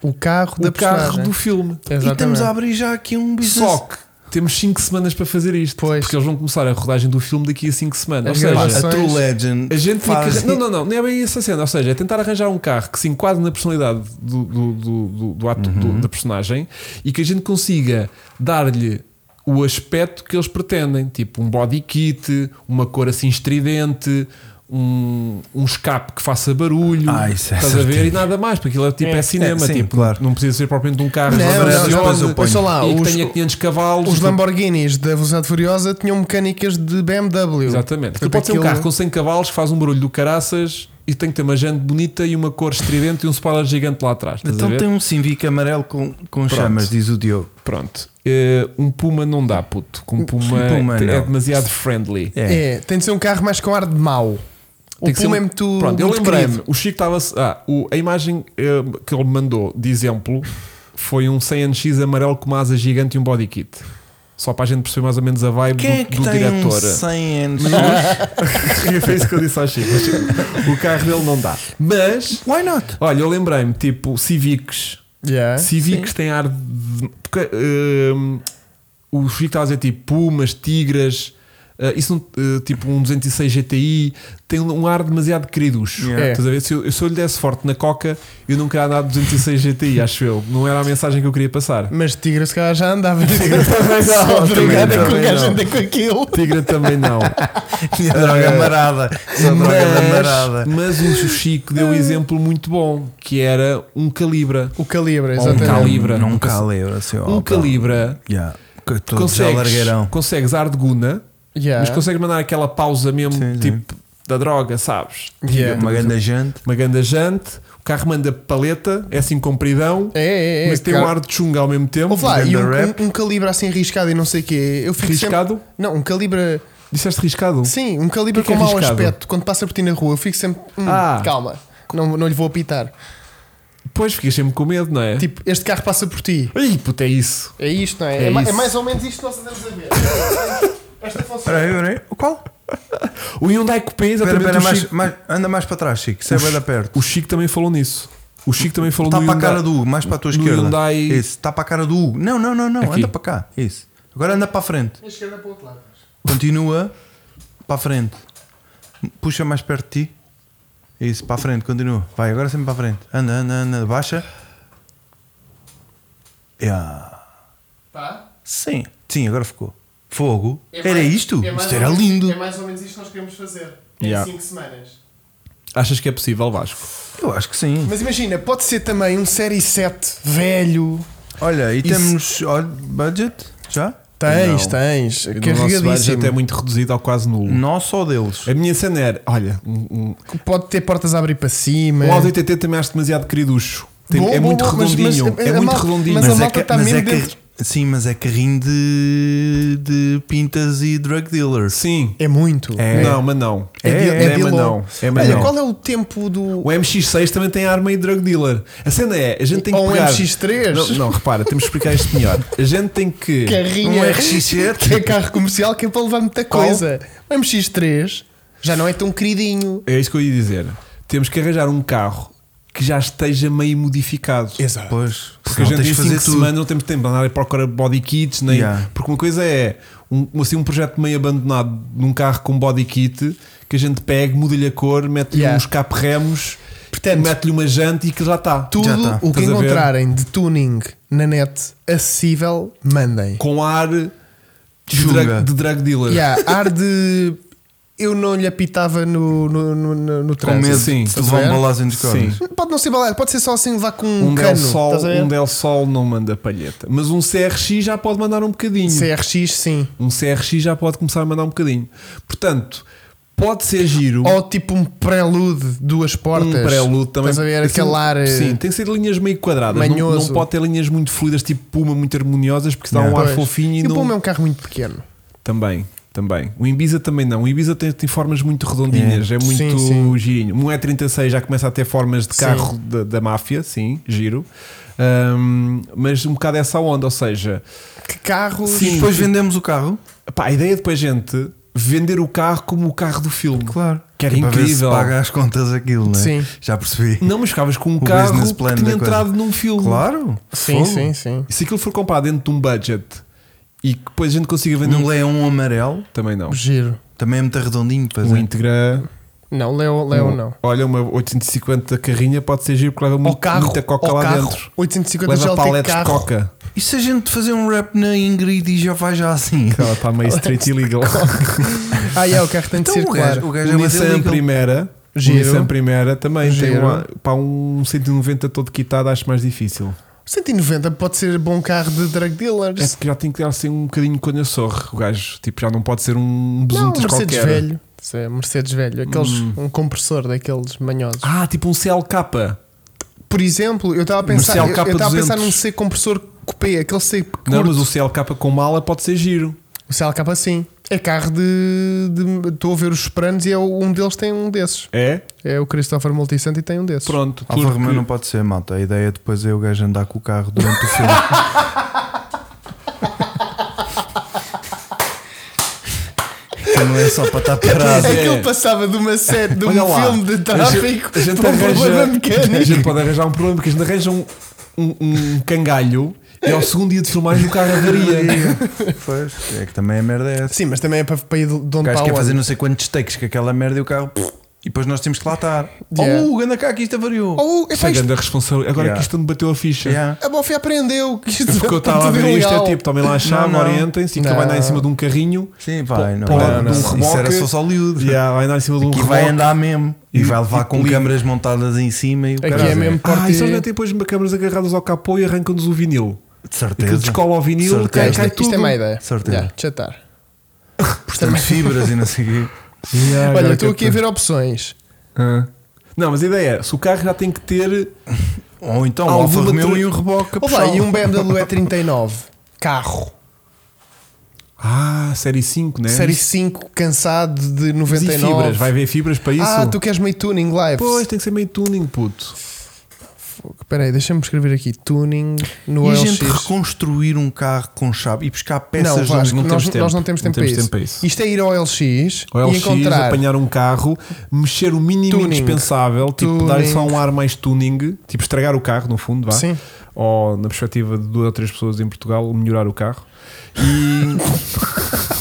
Speaker 3: O carro
Speaker 1: É
Speaker 3: da
Speaker 1: o carro
Speaker 3: personagem.
Speaker 1: do filme.
Speaker 2: E estamos
Speaker 3: Exatamente.
Speaker 2: a abrir já aqui um business.
Speaker 1: Só que temos 5 semanas para fazer isto.
Speaker 3: Pois.
Speaker 1: Porque eles vão começar a rodagem do filme daqui a 5
Speaker 3: As
Speaker 1: semanas. Ou
Speaker 2: Pá,
Speaker 1: seja,
Speaker 3: gravações.
Speaker 2: a True Legend.
Speaker 1: a gente tinha que
Speaker 2: faz-
Speaker 1: arran- Não, não, não, não é bem essa cena. Ou seja, é tentar arranjar um carro que se enquadre na personalidade do, do, do, do- do ato
Speaker 2: Uhum.
Speaker 1: do- da personagem e que a gente consiga dar-lhe o aspecto que eles pretendem, tipo um body kit, uma cor assim estridente. Um, um escape que faça barulho,
Speaker 2: Ah, isso é
Speaker 1: estás a ver?
Speaker 2: certinho.
Speaker 1: E nada mais, porque aquilo é tipo é,
Speaker 4: É,
Speaker 1: cinema,
Speaker 2: é, sim,
Speaker 1: tipo,
Speaker 2: claro. é,
Speaker 1: não precisa ser propriamente de um carro
Speaker 3: Não,
Speaker 1: que
Speaker 3: não,
Speaker 1: abracione
Speaker 2: depois ah, eu ponho.
Speaker 3: Olha lá,
Speaker 1: e que
Speaker 3: os-
Speaker 1: tenha 500 cavalos.
Speaker 3: Os
Speaker 1: tipo,
Speaker 3: Lamborghinis da Velocidade Furiosa tinham mecânicas de BMW.
Speaker 1: Exatamente. Aquilo
Speaker 2: Tipo
Speaker 3: Portanto,
Speaker 1: pode ser um
Speaker 3: aquilo-
Speaker 1: carro com 100 cavalos que faz um barulho do caraças e tem que ter uma gente bonita e uma cor estridente e um spoiler gigante lá atrás. Estás a
Speaker 2: Então
Speaker 1: ver?
Speaker 2: tem um Civic amarelo com, com chamas, diz o Diogo.
Speaker 1: Pronto. Eh, um Puma não dá, puto. Com um Puma,
Speaker 2: Puma
Speaker 1: te- é
Speaker 2: não.
Speaker 1: demasiado friendly.
Speaker 2: É.
Speaker 3: É, tem de ser um carro mais com ar de mau. O
Speaker 1: Tem que ser
Speaker 3: Puma
Speaker 1: um-
Speaker 3: é muito.
Speaker 1: Pronto, eu
Speaker 3: muito
Speaker 1: lembrei-me.
Speaker 3: querido.
Speaker 1: O Chico estava. Ah, o- a imagem eh, que ele me mandou de exemplo foi um 100NX amarelo com uma asa gigante e um body kit. Só para a gente perceber mais ou menos a vibe
Speaker 2: Quem é
Speaker 1: do,
Speaker 2: que
Speaker 1: do
Speaker 2: tem
Speaker 1: diretor.
Speaker 2: um 100 anos?
Speaker 1: Foi isso que eu disse ao Chico. O carro dele não dá. Mas
Speaker 2: Why not?
Speaker 1: Olha, eu lembrei-me, tipo, Civics.
Speaker 3: Yeah,
Speaker 1: Civics têm ar de. Porque, hum, o Chico estava a dizer tipo Pumas, Tigras. eh, isso, não- eh, tipo, um 206 GTI tem um, um ar demasiado queriducho.
Speaker 2: Yeah.
Speaker 3: É.
Speaker 1: Estás a ver? Se eu, se eu lhe desse forte na coca, eu não queria andar de 206 GTI, acho eu. Não era a mensagem que eu queria passar.
Speaker 3: Mas Tigre se calhar já andava.
Speaker 1: não,
Speaker 3: Só
Speaker 1: também
Speaker 3: obrigado
Speaker 1: não,
Speaker 3: é que o
Speaker 1: também
Speaker 3: gajo
Speaker 1: não.
Speaker 3: anda com aquilo.
Speaker 1: Tigra também não.
Speaker 2: Tinha droga amarada. Só droga da marada. Ah.
Speaker 1: mas, mas o Chico deu um exemplo muito bom que era um Calibra.
Speaker 3: O calibre,
Speaker 1: Ou um
Speaker 3: exatamente.
Speaker 1: Calibra.
Speaker 2: Não um
Speaker 1: Nunca se-
Speaker 2: calibra, assim, ó,
Speaker 1: Um
Speaker 2: pá.
Speaker 1: Calibra
Speaker 2: Yeah. Que Todos já
Speaker 1: consegues,
Speaker 2: largueirão.
Speaker 1: consegues arguna,
Speaker 3: Yeah.
Speaker 1: mas consegues mandar aquela pausa mesmo,
Speaker 2: É. Sim, sim.
Speaker 1: tipo da droga, sabes?
Speaker 3: Yeah.
Speaker 2: Uma grande gente.
Speaker 1: Uma ganda jante, o carro manda paleta, é assim compridão,
Speaker 3: É, é, é.
Speaker 1: mas tem
Speaker 3: cara.
Speaker 1: um ar de chunga ao mesmo tempo,
Speaker 3: Ouve lá, e um,
Speaker 2: Ganda rap.
Speaker 3: um- um calibre assim arriscado e não sei o quê. Eu fico sempre-
Speaker 1: riscado.
Speaker 3: Não, um calibre.
Speaker 1: Disseste riscado?
Speaker 3: Sim, um calibre
Speaker 1: O que é que
Speaker 3: com
Speaker 1: é
Speaker 3: mau
Speaker 1: arriscado?
Speaker 3: aspecto. Quando passa por ti na rua, eu fico sempre. hum,
Speaker 1: Ah.
Speaker 3: Calma, não, não lhe vou apitar.
Speaker 1: Pois, fiquei sempre com medo, não é? Tipo,
Speaker 3: Tipo, este carro passa por ti.
Speaker 1: ai puto, é isso.
Speaker 3: É isto, não é?
Speaker 1: É
Speaker 3: É, ma- é
Speaker 1: isso.
Speaker 3: mais ou menos isto que nós andamos a ver. Esta função.
Speaker 2: Peraí, peraí. O qual?
Speaker 1: O Hyundai Coupé,
Speaker 2: Pera,
Speaker 1: exatamente
Speaker 2: pera,
Speaker 1: o,
Speaker 2: mais,
Speaker 1: Chico,
Speaker 2: mais- anda mais para trás, Chico. Sai bem da perto.
Speaker 1: o Chico também falou nisso. O Chico também falou
Speaker 2: Está
Speaker 1: no
Speaker 2: para a
Speaker 1: Hyundai.
Speaker 2: cara do Hugo, mais para a tua
Speaker 1: no
Speaker 2: esquerda.
Speaker 1: Hyundai-
Speaker 2: Isso, está para a cara do Hugo. Não, não, não, não.
Speaker 1: Aqui.
Speaker 2: Anda para cá. Isso. Agora anda para a frente.
Speaker 3: A esquerda para o outro lado.
Speaker 2: Continua para a frente. Puxa mais perto de ti. Isso, para a frente, continua. Vai, agora sempre para a frente. Anda, anda, anda. Baixa. Yeah.
Speaker 3: Tá?
Speaker 2: Sim. Sim, agora ficou. Fogo.
Speaker 3: É
Speaker 2: era
Speaker 3: mais-
Speaker 2: isto?
Speaker 3: é mais
Speaker 2: isto
Speaker 3: ou
Speaker 2: era
Speaker 3: menos-
Speaker 2: lindo.
Speaker 3: É mais ou menos isto que nós queremos fazer.
Speaker 1: Yeah.
Speaker 3: Em 5 semanas.
Speaker 1: Achas que é possível, Vasco?
Speaker 2: Eu acho que sim.
Speaker 3: Mas imagina, pode ser também um Série 7 velho.
Speaker 2: Olha, e temos olha, budget já?
Speaker 3: Tens,
Speaker 1: Não.
Speaker 3: tens.
Speaker 2: é
Speaker 1: O nosso budget
Speaker 3: Carregadíssimo.
Speaker 1: é muito reduzido ao quase nulo.
Speaker 2: Nosso ou deles?
Speaker 1: A minha cena era, olha, um- um-
Speaker 3: Pode ter portas a abrir para cima.
Speaker 1: O Audi TT também acho demasiado queriducho. Tem-
Speaker 3: Bom,
Speaker 1: é
Speaker 3: bom,
Speaker 1: muito
Speaker 3: bom, mas-
Speaker 1: redondinho.
Speaker 3: mas-
Speaker 1: é
Speaker 3: a
Speaker 1: muito
Speaker 3: malta-
Speaker 1: redondinho.
Speaker 3: mas a malca
Speaker 2: ca-
Speaker 3: está mesmo
Speaker 2: ca-
Speaker 3: dentro.
Speaker 2: é Sim, mas é carrinho de, de pintas e drug dealers.
Speaker 1: Sim.
Speaker 3: É muito.
Speaker 2: É.
Speaker 1: Não, mas não.
Speaker 3: É,
Speaker 1: Não,
Speaker 3: de- é, de
Speaker 1: mas
Speaker 3: low.
Speaker 1: não. É, mas
Speaker 3: Olha,
Speaker 1: não.
Speaker 3: qual é o tempo do.
Speaker 1: O MX6 também tem arma e drug dealer. A cena é, a gente tem que
Speaker 3: Ou um
Speaker 1: pegar...
Speaker 3: MX3?
Speaker 1: Não, não, repara, temos que explicar isto melhor. A gente tem
Speaker 3: é
Speaker 1: que...
Speaker 3: carrinho
Speaker 2: Um RX7?
Speaker 3: que é carro comercial que é para levar muita
Speaker 1: Qual?
Speaker 3: coisa. Um O MX3 já não é tão queridinho.
Speaker 1: É isso que eu ia dizer. Temos que arranjar um carro que já esteja meio modificado.
Speaker 3: Exato.
Speaker 2: Pois,
Speaker 1: Porque a
Speaker 2: senão
Speaker 1: gente em
Speaker 2: tens de
Speaker 1: 5
Speaker 2: fazer tudo.
Speaker 1: semanas não temos tempo de andar a procurar body kits, nem.
Speaker 2: Yeah.
Speaker 1: Porque uma coisa é um, assim, um projeto meio abandonado num carro com body kit que a gente pega, muda-lhe a cor, mete-lhe
Speaker 3: Yeah.
Speaker 1: uns capremos,
Speaker 3: Portanto-
Speaker 1: mete-lhe uma jante e que já está.
Speaker 2: Já
Speaker 3: Tudo
Speaker 2: tá.
Speaker 3: o que
Speaker 1: Estás a ver?
Speaker 3: encontrarem de tuning na net acessível, mandem.
Speaker 1: Com ar de
Speaker 2: Chunga.
Speaker 1: drug, de drug dealer.
Speaker 3: Yeah, ar de. Eu não lhe apitava no, no, no, no, no
Speaker 2: Com
Speaker 3: trânsito.
Speaker 2: medo
Speaker 1: Sim.
Speaker 2: de
Speaker 3: Estás
Speaker 2: levar
Speaker 3: a
Speaker 2: um
Speaker 3: ver?
Speaker 2: balazo nos cornos.
Speaker 3: Pode não ser balé, pode ser só assim levar com um,
Speaker 1: Um Del,
Speaker 3: cano.
Speaker 1: Sol,
Speaker 4: estás a ver?
Speaker 1: um Del Sol não manda palheta. Mas um CRX já pode mandar um bocadinho.
Speaker 3: CRX, é sim.
Speaker 1: Um CRX já pode começar a mandar um bocadinho. Portanto, pode ser giro.
Speaker 3: Ou tipo um prelude, duas portas.
Speaker 1: Um prelude também.
Speaker 3: Estás a ver
Speaker 1: Assim,
Speaker 3: aquele ar. eh,
Speaker 1: Sim, tem que ser linhas meio quadradas. Não, não
Speaker 3: manhoso.
Speaker 1: pode ter linhas muito fluidas, tipo Puma, muito harmoniosas, porque se dá
Speaker 2: Não.
Speaker 1: um ar
Speaker 3: pois.
Speaker 1: fofinho e
Speaker 3: o Puma é
Speaker 1: não.
Speaker 3: um carro muito pequeno.
Speaker 1: Também, também. O Ibiza também não. O Ibiza tem, tem formas muito redondinhas, é, muito
Speaker 3: Sim, sim.
Speaker 1: girinho. Um E36 já começa a ter formas de
Speaker 3: Sim.
Speaker 1: carro da, da máfia, sim, giro. Ahm, mas um bocado essa onda, ou seja,
Speaker 3: Que carros.
Speaker 1: Sim.
Speaker 2: Depois vendemos o carro.
Speaker 1: pá, a ideia é depois, gente, vender o carro como o carro do filme.
Speaker 2: Claro.
Speaker 1: Que era
Speaker 2: para ver se
Speaker 1: É incrível.
Speaker 2: paga as contas aquilo, não é?
Speaker 3: Sim.
Speaker 2: Já percebi.
Speaker 1: Não, mas ficavas com um
Speaker 2: O
Speaker 1: carro
Speaker 2: business
Speaker 1: que
Speaker 2: plan
Speaker 1: tinha
Speaker 2: da coisa.
Speaker 1: entrado num filme.
Speaker 2: Claro.
Speaker 3: Sim,
Speaker 2: Fogo.
Speaker 3: sim, sim.
Speaker 1: E se aquilo for comprado dentro de um budget e que depois a gente consiga vender
Speaker 2: Um
Speaker 1: um
Speaker 2: leão amarelo.
Speaker 1: também não.
Speaker 3: Giro.
Speaker 2: Também é muito redondinho. Pois
Speaker 1: Um
Speaker 2: é.
Speaker 1: Integra. um-
Speaker 3: Não, Leo, Leo É não.
Speaker 1: Olha, uma 850 carrinha pode ser giro porque leva
Speaker 3: Ao
Speaker 1: muito,
Speaker 3: carro.
Speaker 1: muita coca
Speaker 3: ao
Speaker 1: lá
Speaker 3: carro,
Speaker 1: dentro.
Speaker 3: 850
Speaker 1: Leva
Speaker 3: GLT
Speaker 1: paletes de
Speaker 3: carro.
Speaker 1: coca.
Speaker 2: é. E se a gente fazer um rap na Ingrid e já vai já assim?
Speaker 1: Que ela está meio straight illegal.
Speaker 3: Ah, é, o carro tem de
Speaker 2: Então o
Speaker 3: circular.
Speaker 2: gajo, o gajo
Speaker 1: O
Speaker 2: é mais
Speaker 1: Um Nissan
Speaker 2: illegal.
Speaker 1: primeira. o
Speaker 3: Giro.
Speaker 1: Nissan primeira também tem
Speaker 3: Giro.
Speaker 1: uma, para um 190 todo quitado, acho mais difícil.
Speaker 3: 190 pode ser bom carro de drug
Speaker 1: É
Speaker 3: dealers.
Speaker 1: porque já tem que dar assim um bocadinho com a sorra. O gajo, tipo, já não pode ser um 200
Speaker 3: não, Mercedes
Speaker 1: qualquer. Hum.
Speaker 3: velho. Isso é Mercedes velho. Aqueles, Um compressor daqueles manhosos.
Speaker 1: Ah, tipo um CLK.
Speaker 3: Por exemplo, eu estava a pensar, eu,
Speaker 1: Marcial
Speaker 3: eu estava a pensar
Speaker 1: K200.
Speaker 3: num C compressor coupé, aquele C
Speaker 1: Não,
Speaker 3: curto.
Speaker 1: mas o CLK com mala pode ser giro.
Speaker 3: O CLK assim. É carro de. de- Estou a ver os Sopranos e é, o- um deles tem um desses.
Speaker 1: É?
Speaker 3: É o Christopher Moltisanti e tem um desses.
Speaker 1: Pronto.
Speaker 2: Alfa
Speaker 1: porque-
Speaker 2: Romeo não pode ser, malta. A ideia é depois é o gajo andar com o carro durante o filme. Que não é só para estar parado.
Speaker 1: É.
Speaker 3: Aquilo passava de uma série, de um
Speaker 1: Olha lá,
Speaker 3: filme de
Speaker 1: a gente-
Speaker 3: tráfico
Speaker 1: a gente
Speaker 3: para um
Speaker 1: arranja-
Speaker 3: problema mecânico.
Speaker 1: A gente pode arranjar um problema, porque a gente arranja um, um- um cangalho e ao segundo dia de filmagem o carro avaria.
Speaker 2: Pois, é que também a merda é essa.
Speaker 3: Sim, mas também é para, para ir de de
Speaker 2: O
Speaker 3: onde
Speaker 2: gajo
Speaker 3: para
Speaker 2: quer fazer
Speaker 3: onde.
Speaker 2: não sei quantos takes com aquela merda e o carro. pff, E depois nós temos que lá estar.
Speaker 3: Yeah.
Speaker 2: Oh, anda cá que isto avariou.
Speaker 3: Ou, epá,
Speaker 1: Isso é
Speaker 3: isto,
Speaker 1: grande a responsabilidade. Agora
Speaker 2: Yeah.
Speaker 1: é que isto me bateu a ficha.
Speaker 2: Yeah.
Speaker 3: a Bofi aprendeu que isto
Speaker 1: Porque eu
Speaker 3: é
Speaker 1: estava a
Speaker 3: tudo
Speaker 1: ver isto, é
Speaker 3: ilegal.
Speaker 1: tipo, tomem lá a chave,
Speaker 2: Não, não.
Speaker 1: orientem-se e que
Speaker 3: Não.
Speaker 1: vai andar em cima de um carrinho.
Speaker 2: Sim, vai. Não,
Speaker 1: Para o
Speaker 2: não,
Speaker 1: lado
Speaker 2: não,
Speaker 1: de um
Speaker 2: Isso era
Speaker 1: reboque.
Speaker 2: só só liudo.
Speaker 1: Yeah, vai andar em cima de um
Speaker 2: Aqui
Speaker 1: reboque.
Speaker 2: vai andar mesmo. E,
Speaker 1: E-
Speaker 2: vai levar
Speaker 1: e
Speaker 2: com
Speaker 1: liga.
Speaker 2: câmaras montadas em cima e o
Speaker 3: Aqui
Speaker 2: caralho.
Speaker 3: é mesmo
Speaker 1: Ah, e
Speaker 3: corte.
Speaker 1: só metem depois câmaras agarradas ao capô e arrancam-nos o vinil.
Speaker 2: De
Speaker 1: Aquilo
Speaker 2: certeza.
Speaker 1: descola ao vinil,
Speaker 2: Certeza.
Speaker 1: cai,
Speaker 3: isto,
Speaker 1: cai
Speaker 3: isto
Speaker 1: tudo.
Speaker 3: é má ideia.
Speaker 2: Certeza.
Speaker 3: Já, chatar.
Speaker 2: Portanto, fibras e não sei o quê.
Speaker 1: Yeah,
Speaker 3: Olha,
Speaker 1: agora
Speaker 3: eu estou
Speaker 1: que
Speaker 3: aqui a ver opções.
Speaker 1: Ah. Não, mas a ideia é, se o carro já tem que ter
Speaker 2: Ou então um
Speaker 1: Alguma
Speaker 2: Alfa Romeo
Speaker 1: tra-
Speaker 2: e um reboque.
Speaker 3: Olha lá,
Speaker 2: pessoal.
Speaker 3: e um BMW E39, carro,
Speaker 1: Ah, série 5, né?
Speaker 3: série 5, cansado de
Speaker 1: Mas e
Speaker 3: 99.
Speaker 1: fibras, vai haver fibras para isso?
Speaker 3: Ah, tu queres meio tuning live?
Speaker 1: Pois, tem que ser meio tuning, puto.
Speaker 3: Espera aí, deixa-me escrever aqui tuning no
Speaker 2: E a
Speaker 3: LX.
Speaker 2: gente reconstruir um carro com chave e buscar peças
Speaker 3: não,
Speaker 2: de um
Speaker 3: Vasco,
Speaker 1: não
Speaker 3: nós,
Speaker 1: temos tempo.
Speaker 3: nós não temos
Speaker 1: Não
Speaker 3: tempo,
Speaker 1: temos
Speaker 3: para, isso.
Speaker 1: tempo para isso.
Speaker 3: Isto é ir ao LX,
Speaker 1: é O
Speaker 3: e
Speaker 1: LX,
Speaker 3: encontrar.
Speaker 1: apanhar um carro, mexer o mínimo
Speaker 3: Tuning.
Speaker 1: indispensável, tipo
Speaker 3: Tuning.
Speaker 1: dar só um ar mais tuning, tipo estragar o carro, no fundo, vá.
Speaker 3: Sim.
Speaker 1: Ou, na perspectiva de duas ou três pessoas em Portugal, melhorar o carro. E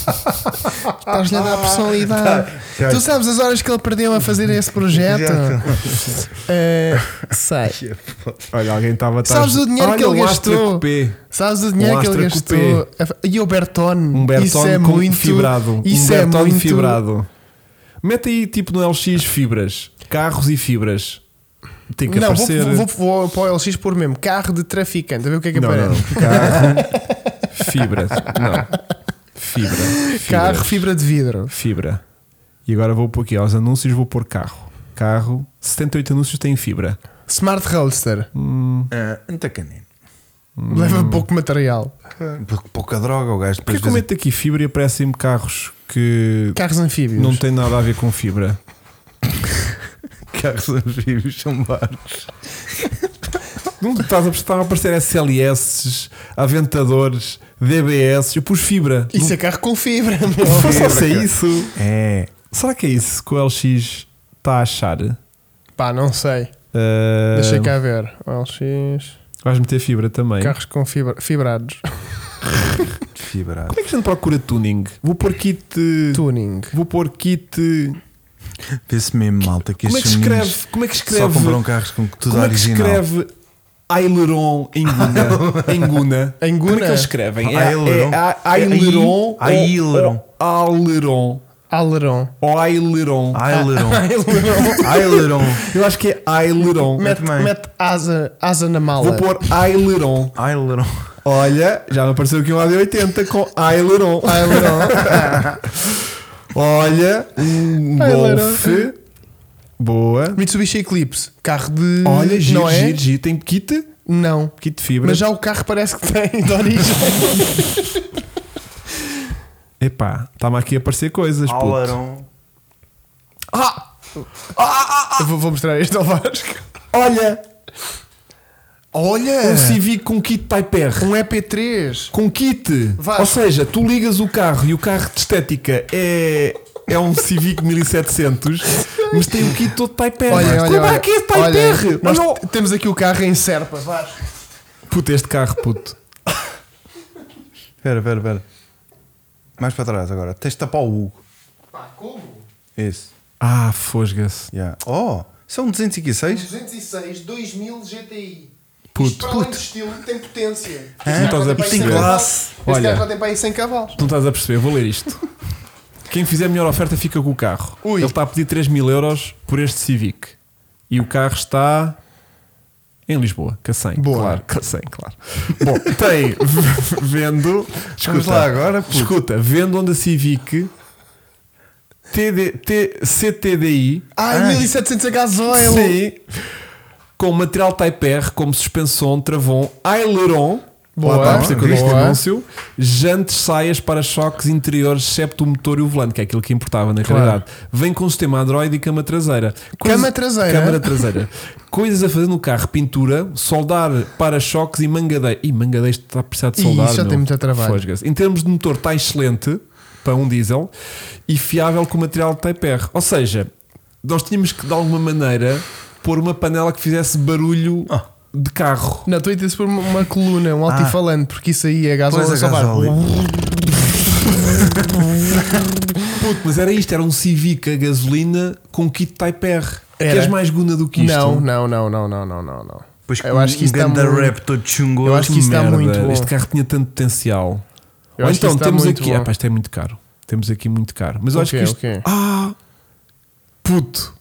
Speaker 3: Estás-lhe
Speaker 1: Ah.
Speaker 3: a dar personalidade.
Speaker 1: Tá.
Speaker 3: tu sabes as horas que ele perdeu a fazer esse projeto? Eh, sei.
Speaker 1: olha, alguém estava atrás.
Speaker 3: Sabes o dinheiro
Speaker 1: Olha,
Speaker 3: que ele
Speaker 1: um Astra
Speaker 3: gastou?
Speaker 1: Coupé.
Speaker 3: Sabes o dinheiro
Speaker 1: Um
Speaker 3: que ele
Speaker 1: Astra
Speaker 3: gastou? E o Bertone?
Speaker 1: Um
Speaker 3: isso
Speaker 1: Bertone
Speaker 3: é
Speaker 1: com
Speaker 3: muito
Speaker 1: fibrado.
Speaker 3: Isso
Speaker 1: um
Speaker 3: é
Speaker 1: Bertone
Speaker 3: muito
Speaker 1: fibrado. Mete aí tipo no LX fibras, carros e fibras. Tem que
Speaker 3: não, vou,
Speaker 1: aparecer.
Speaker 3: vou, vou- vou para o LX por mesmo carro de traficante, a ver o que é que
Speaker 1: não, não,
Speaker 3: aparece.
Speaker 1: não. Carro, fibra. Não. Fibra. fibras,
Speaker 3: Carro, fibra de vidro.
Speaker 1: Fibra. E agora vou pôr aqui aos anúncios, vou pôr carro. Carro, 78 anúncios têm fibra.
Speaker 3: Smart Roadster.
Speaker 2: Anta Ah, então é canino.
Speaker 1: Hum.
Speaker 3: Leva pouco material.
Speaker 2: Porque pouca droga o
Speaker 1: Porquê
Speaker 2: gajo depois
Speaker 1: que eu
Speaker 2: vê-
Speaker 1: meto aqui fibra e aparecem-me carros que
Speaker 3: Carros anfíbios.
Speaker 1: não têm nada a ver com fibra?
Speaker 2: carros anfíbios são barcos.
Speaker 1: Não estás a estão a aparecer SLS, aventadores, DBS, eu pus fibra.
Speaker 3: Isso é carro com fibra.
Speaker 1: Não
Speaker 3: meu.
Speaker 1: fosse ser isso.
Speaker 2: É.
Speaker 1: Será que é isso que o LX está a achar?
Speaker 3: Pá, não sei.
Speaker 1: Ah,
Speaker 3: Deixa cá ver. OLX.
Speaker 1: Vais meter fibra também.
Speaker 3: Carros com fibra, fibrados.
Speaker 2: Fibra.
Speaker 1: Como é que a gente procura tuning? Vou pôr kit.
Speaker 3: Tuning.
Speaker 1: Vou pôr kit.
Speaker 2: Vê-se mesmo, malta, que
Speaker 1: Como é que
Speaker 2: estes
Speaker 1: se
Speaker 2: meninos
Speaker 1: escreve? Como é que se escreve?
Speaker 2: Só compram carros com tudo
Speaker 1: Como é que se
Speaker 2: original.
Speaker 1: escreve aileron em Guna? em Guna?
Speaker 3: Em
Speaker 1: Como é que
Speaker 3: Guna?
Speaker 1: eles escrevem? É,
Speaker 2: Aileron.
Speaker 1: é a- aileron. ou-
Speaker 2: Aileron.
Speaker 1: ou Aileron.
Speaker 3: Aileron.
Speaker 1: Ou aileron.
Speaker 2: Aileron. Aileron.
Speaker 1: Eu acho que é aileron.
Speaker 3: Mete,
Speaker 2: bem.
Speaker 3: mete asa, asa na mala.
Speaker 1: Vou pôr aileron.
Speaker 2: Aileron.
Speaker 1: Olha, já me apareceu aqui um AD80 com aileron.
Speaker 3: Ah, Aileron.
Speaker 1: Olha, um
Speaker 3: Aileron.
Speaker 1: golfe. Boa.
Speaker 3: Mitsubishi Eclipse. Carro de.
Speaker 1: Olha, giro,
Speaker 3: não é?
Speaker 1: giro, giro. Tem kit?
Speaker 3: Não.
Speaker 1: Kit de fibra.
Speaker 3: Mas já o carro parece que tem de origem.
Speaker 1: Epá, está-me aqui a aparecer coisas, puto.
Speaker 2: Aileron.
Speaker 3: Eu vou, vou mostrar este ao Vasco.
Speaker 1: Olha,
Speaker 3: Olha!
Speaker 1: um Civic com kit Type R.
Speaker 3: Um EP3.
Speaker 1: Com kit.
Speaker 3: Vasco.
Speaker 1: Ou seja, tu ligas o carro e o carro de estética é... É um Civic 1700, mas tem o kit todo Type R.
Speaker 3: Olha, olha,
Speaker 1: Como
Speaker 3: olha.
Speaker 1: é que é Type
Speaker 3: Olha,
Speaker 1: R?
Speaker 3: Nós
Speaker 1: Olha o-
Speaker 3: t- temos aqui o carro em Serpa, Vasco.
Speaker 1: Puto, este carro, puto.
Speaker 2: Espera, espera, espera. Mais para trás agora. Tens de tapar o Hugo.
Speaker 3: Pá, como?
Speaker 2: Esse.
Speaker 1: Ah, fosga-se.
Speaker 2: Yeah. Oh, são 256?
Speaker 3: 206 2000 GTI.
Speaker 1: Puto.
Speaker 3: Isto, para além do estilo, tem potência.
Speaker 1: Não estás a
Speaker 2: Tem
Speaker 1: perceber.
Speaker 2: classe.
Speaker 3: Este
Speaker 1: Olha.
Speaker 3: carro já tem para aí 100 cavalos.
Speaker 1: Tu não estás a perceber, vou ler isto. Quem fizer a melhor oferta fica com o carro.
Speaker 3: Ui.
Speaker 1: Ele está a pedir 3 mil euros por este Civic. E o carro está em Lisboa, Cacém.
Speaker 3: Boa.
Speaker 1: Claro, Cacém, claro. Bom, tem v- vendo.
Speaker 2: Vamos
Speaker 1: Escuta,
Speaker 2: lá agora, puto.
Speaker 1: escuta vendo Honda Civic TD, T- CTDI.
Speaker 3: Ai, 1700 a gasoil.
Speaker 1: Ah. Sim. Com material Type R, como suspensão, travão, aileron.
Speaker 3: Boa.
Speaker 1: Lá está, por isso é que eu dei este
Speaker 3: Boa.
Speaker 1: anúncio. Jantes, saias, para-choques interiores, excepto o motor e o volante, que é aquilo que importava na
Speaker 3: Claro.
Speaker 1: realidade. Vem com um sistema Android e cama traseira.
Speaker 3: Cama traseira?
Speaker 1: Câmara traseira. Coisas a fazer no carro: pintura, soldar para-choques e mangadeiro. E mangadeiro está a precisar de
Speaker 3: Ih,
Speaker 1: soldar.
Speaker 3: isso já
Speaker 1: meu.
Speaker 3: tem muito trabalho.
Speaker 1: Fosga-se. Em termos de motor, está excelente para um diesel e fiável com material Type R. Ou seja, nós tínhamos que de alguma maneira pôr uma panela que fizesse barulho
Speaker 2: Ah.
Speaker 1: de carro.
Speaker 3: Não, tu ias por uma- uma coluna, um altifalante,
Speaker 1: Ah.
Speaker 3: porque isso aí é gasóleo
Speaker 2: Pois a
Speaker 3: só vai.
Speaker 2: gasóleo.
Speaker 1: Puto, mas era isto, era um Civic a gasolina com kit Type R.
Speaker 3: Era.
Speaker 1: Queres mais guna do que isto?
Speaker 3: Não, não, não, não, não, não, não, não.
Speaker 2: Pois
Speaker 3: eu acho que
Speaker 2: um
Speaker 3: isso está
Speaker 2: ganda
Speaker 3: muito-
Speaker 2: rap todo chungo. é
Speaker 3: Eu acho que isso está
Speaker 1: Merda,
Speaker 3: muito bom.
Speaker 1: Este carro tinha tanto potencial.
Speaker 3: Eu
Speaker 1: Ou
Speaker 3: acho que
Speaker 1: então
Speaker 3: isto está
Speaker 1: temos
Speaker 3: muito
Speaker 1: aqui.
Speaker 3: bom.
Speaker 1: Ah, pá, isto é muito caro. Temos aqui muito caro. Mas eu
Speaker 3: O
Speaker 1: acho
Speaker 3: quê?
Speaker 1: que isto.
Speaker 3: O quê?
Speaker 1: Ah! Puto!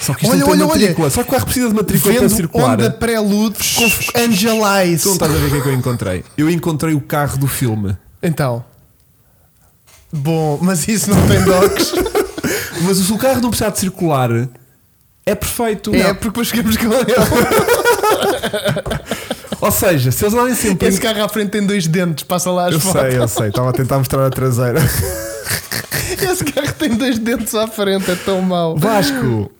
Speaker 1: Só que isto
Speaker 3: Olha,
Speaker 1: não tem
Speaker 3: olha, olha.
Speaker 1: matrícula. Só que o carro precisa de matrícula para
Speaker 3: Vendo
Speaker 1: circular.
Speaker 3: Onda Prelude com Angelize.
Speaker 1: Tu não estás a ver o que é que eu encontrei. Eu encontrei o carro do filme.
Speaker 3: Então. Bom, mas isso não tem docs.
Speaker 1: Mas se o carro não precisar de circular, é perfeito.
Speaker 3: é porque depois chegamos com ele.
Speaker 1: Ou seja, se eles andarem sempre.
Speaker 3: Esse carro é à frente tem dois dentes, passa lá as
Speaker 1: Eu
Speaker 3: fotos.
Speaker 1: sei, eu sei. Estava a tentar mostrar a traseira.
Speaker 3: Esse carro tem dois dentes à frente, é tão mau.
Speaker 1: Vasco,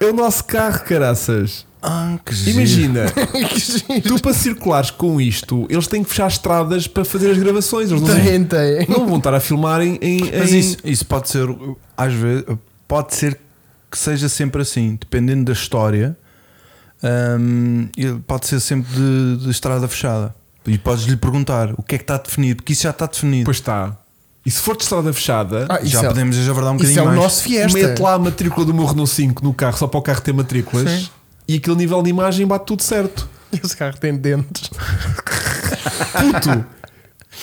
Speaker 1: é o nosso carro, caraças.
Speaker 2: Ah, que giro.
Speaker 1: Imagina,
Speaker 3: que giro.
Speaker 1: tu para circulares com isto, eles têm que fechar estradas para fazer as gravações. Eles não,
Speaker 3: Tem, tem.
Speaker 1: não vão estar a filmar em. em-
Speaker 2: Mas
Speaker 1: em-
Speaker 2: isso, isso pode ser, às vezes, pode ser que seja sempre assim, dependendo da história. hum, ele pode ser sempre de, de estrada fechada. E podes lhe perguntar o que é que está definido, porque isso já está definido.
Speaker 1: Pois está. E se for de estrada fechada,
Speaker 3: Ah,
Speaker 2: já
Speaker 3: isso é-
Speaker 2: podemos desverdar um
Speaker 3: Isso
Speaker 2: bocadinho
Speaker 3: é o
Speaker 2: mais.
Speaker 3: nosso Fiesta.
Speaker 1: mete lá a matrícula do meu Renault 5 no carro, só para o carro ter matrículas,
Speaker 3: Sim.
Speaker 1: e aquele nível de imagem bate tudo certo.
Speaker 3: Esse carro tem dentes.
Speaker 1: Puto,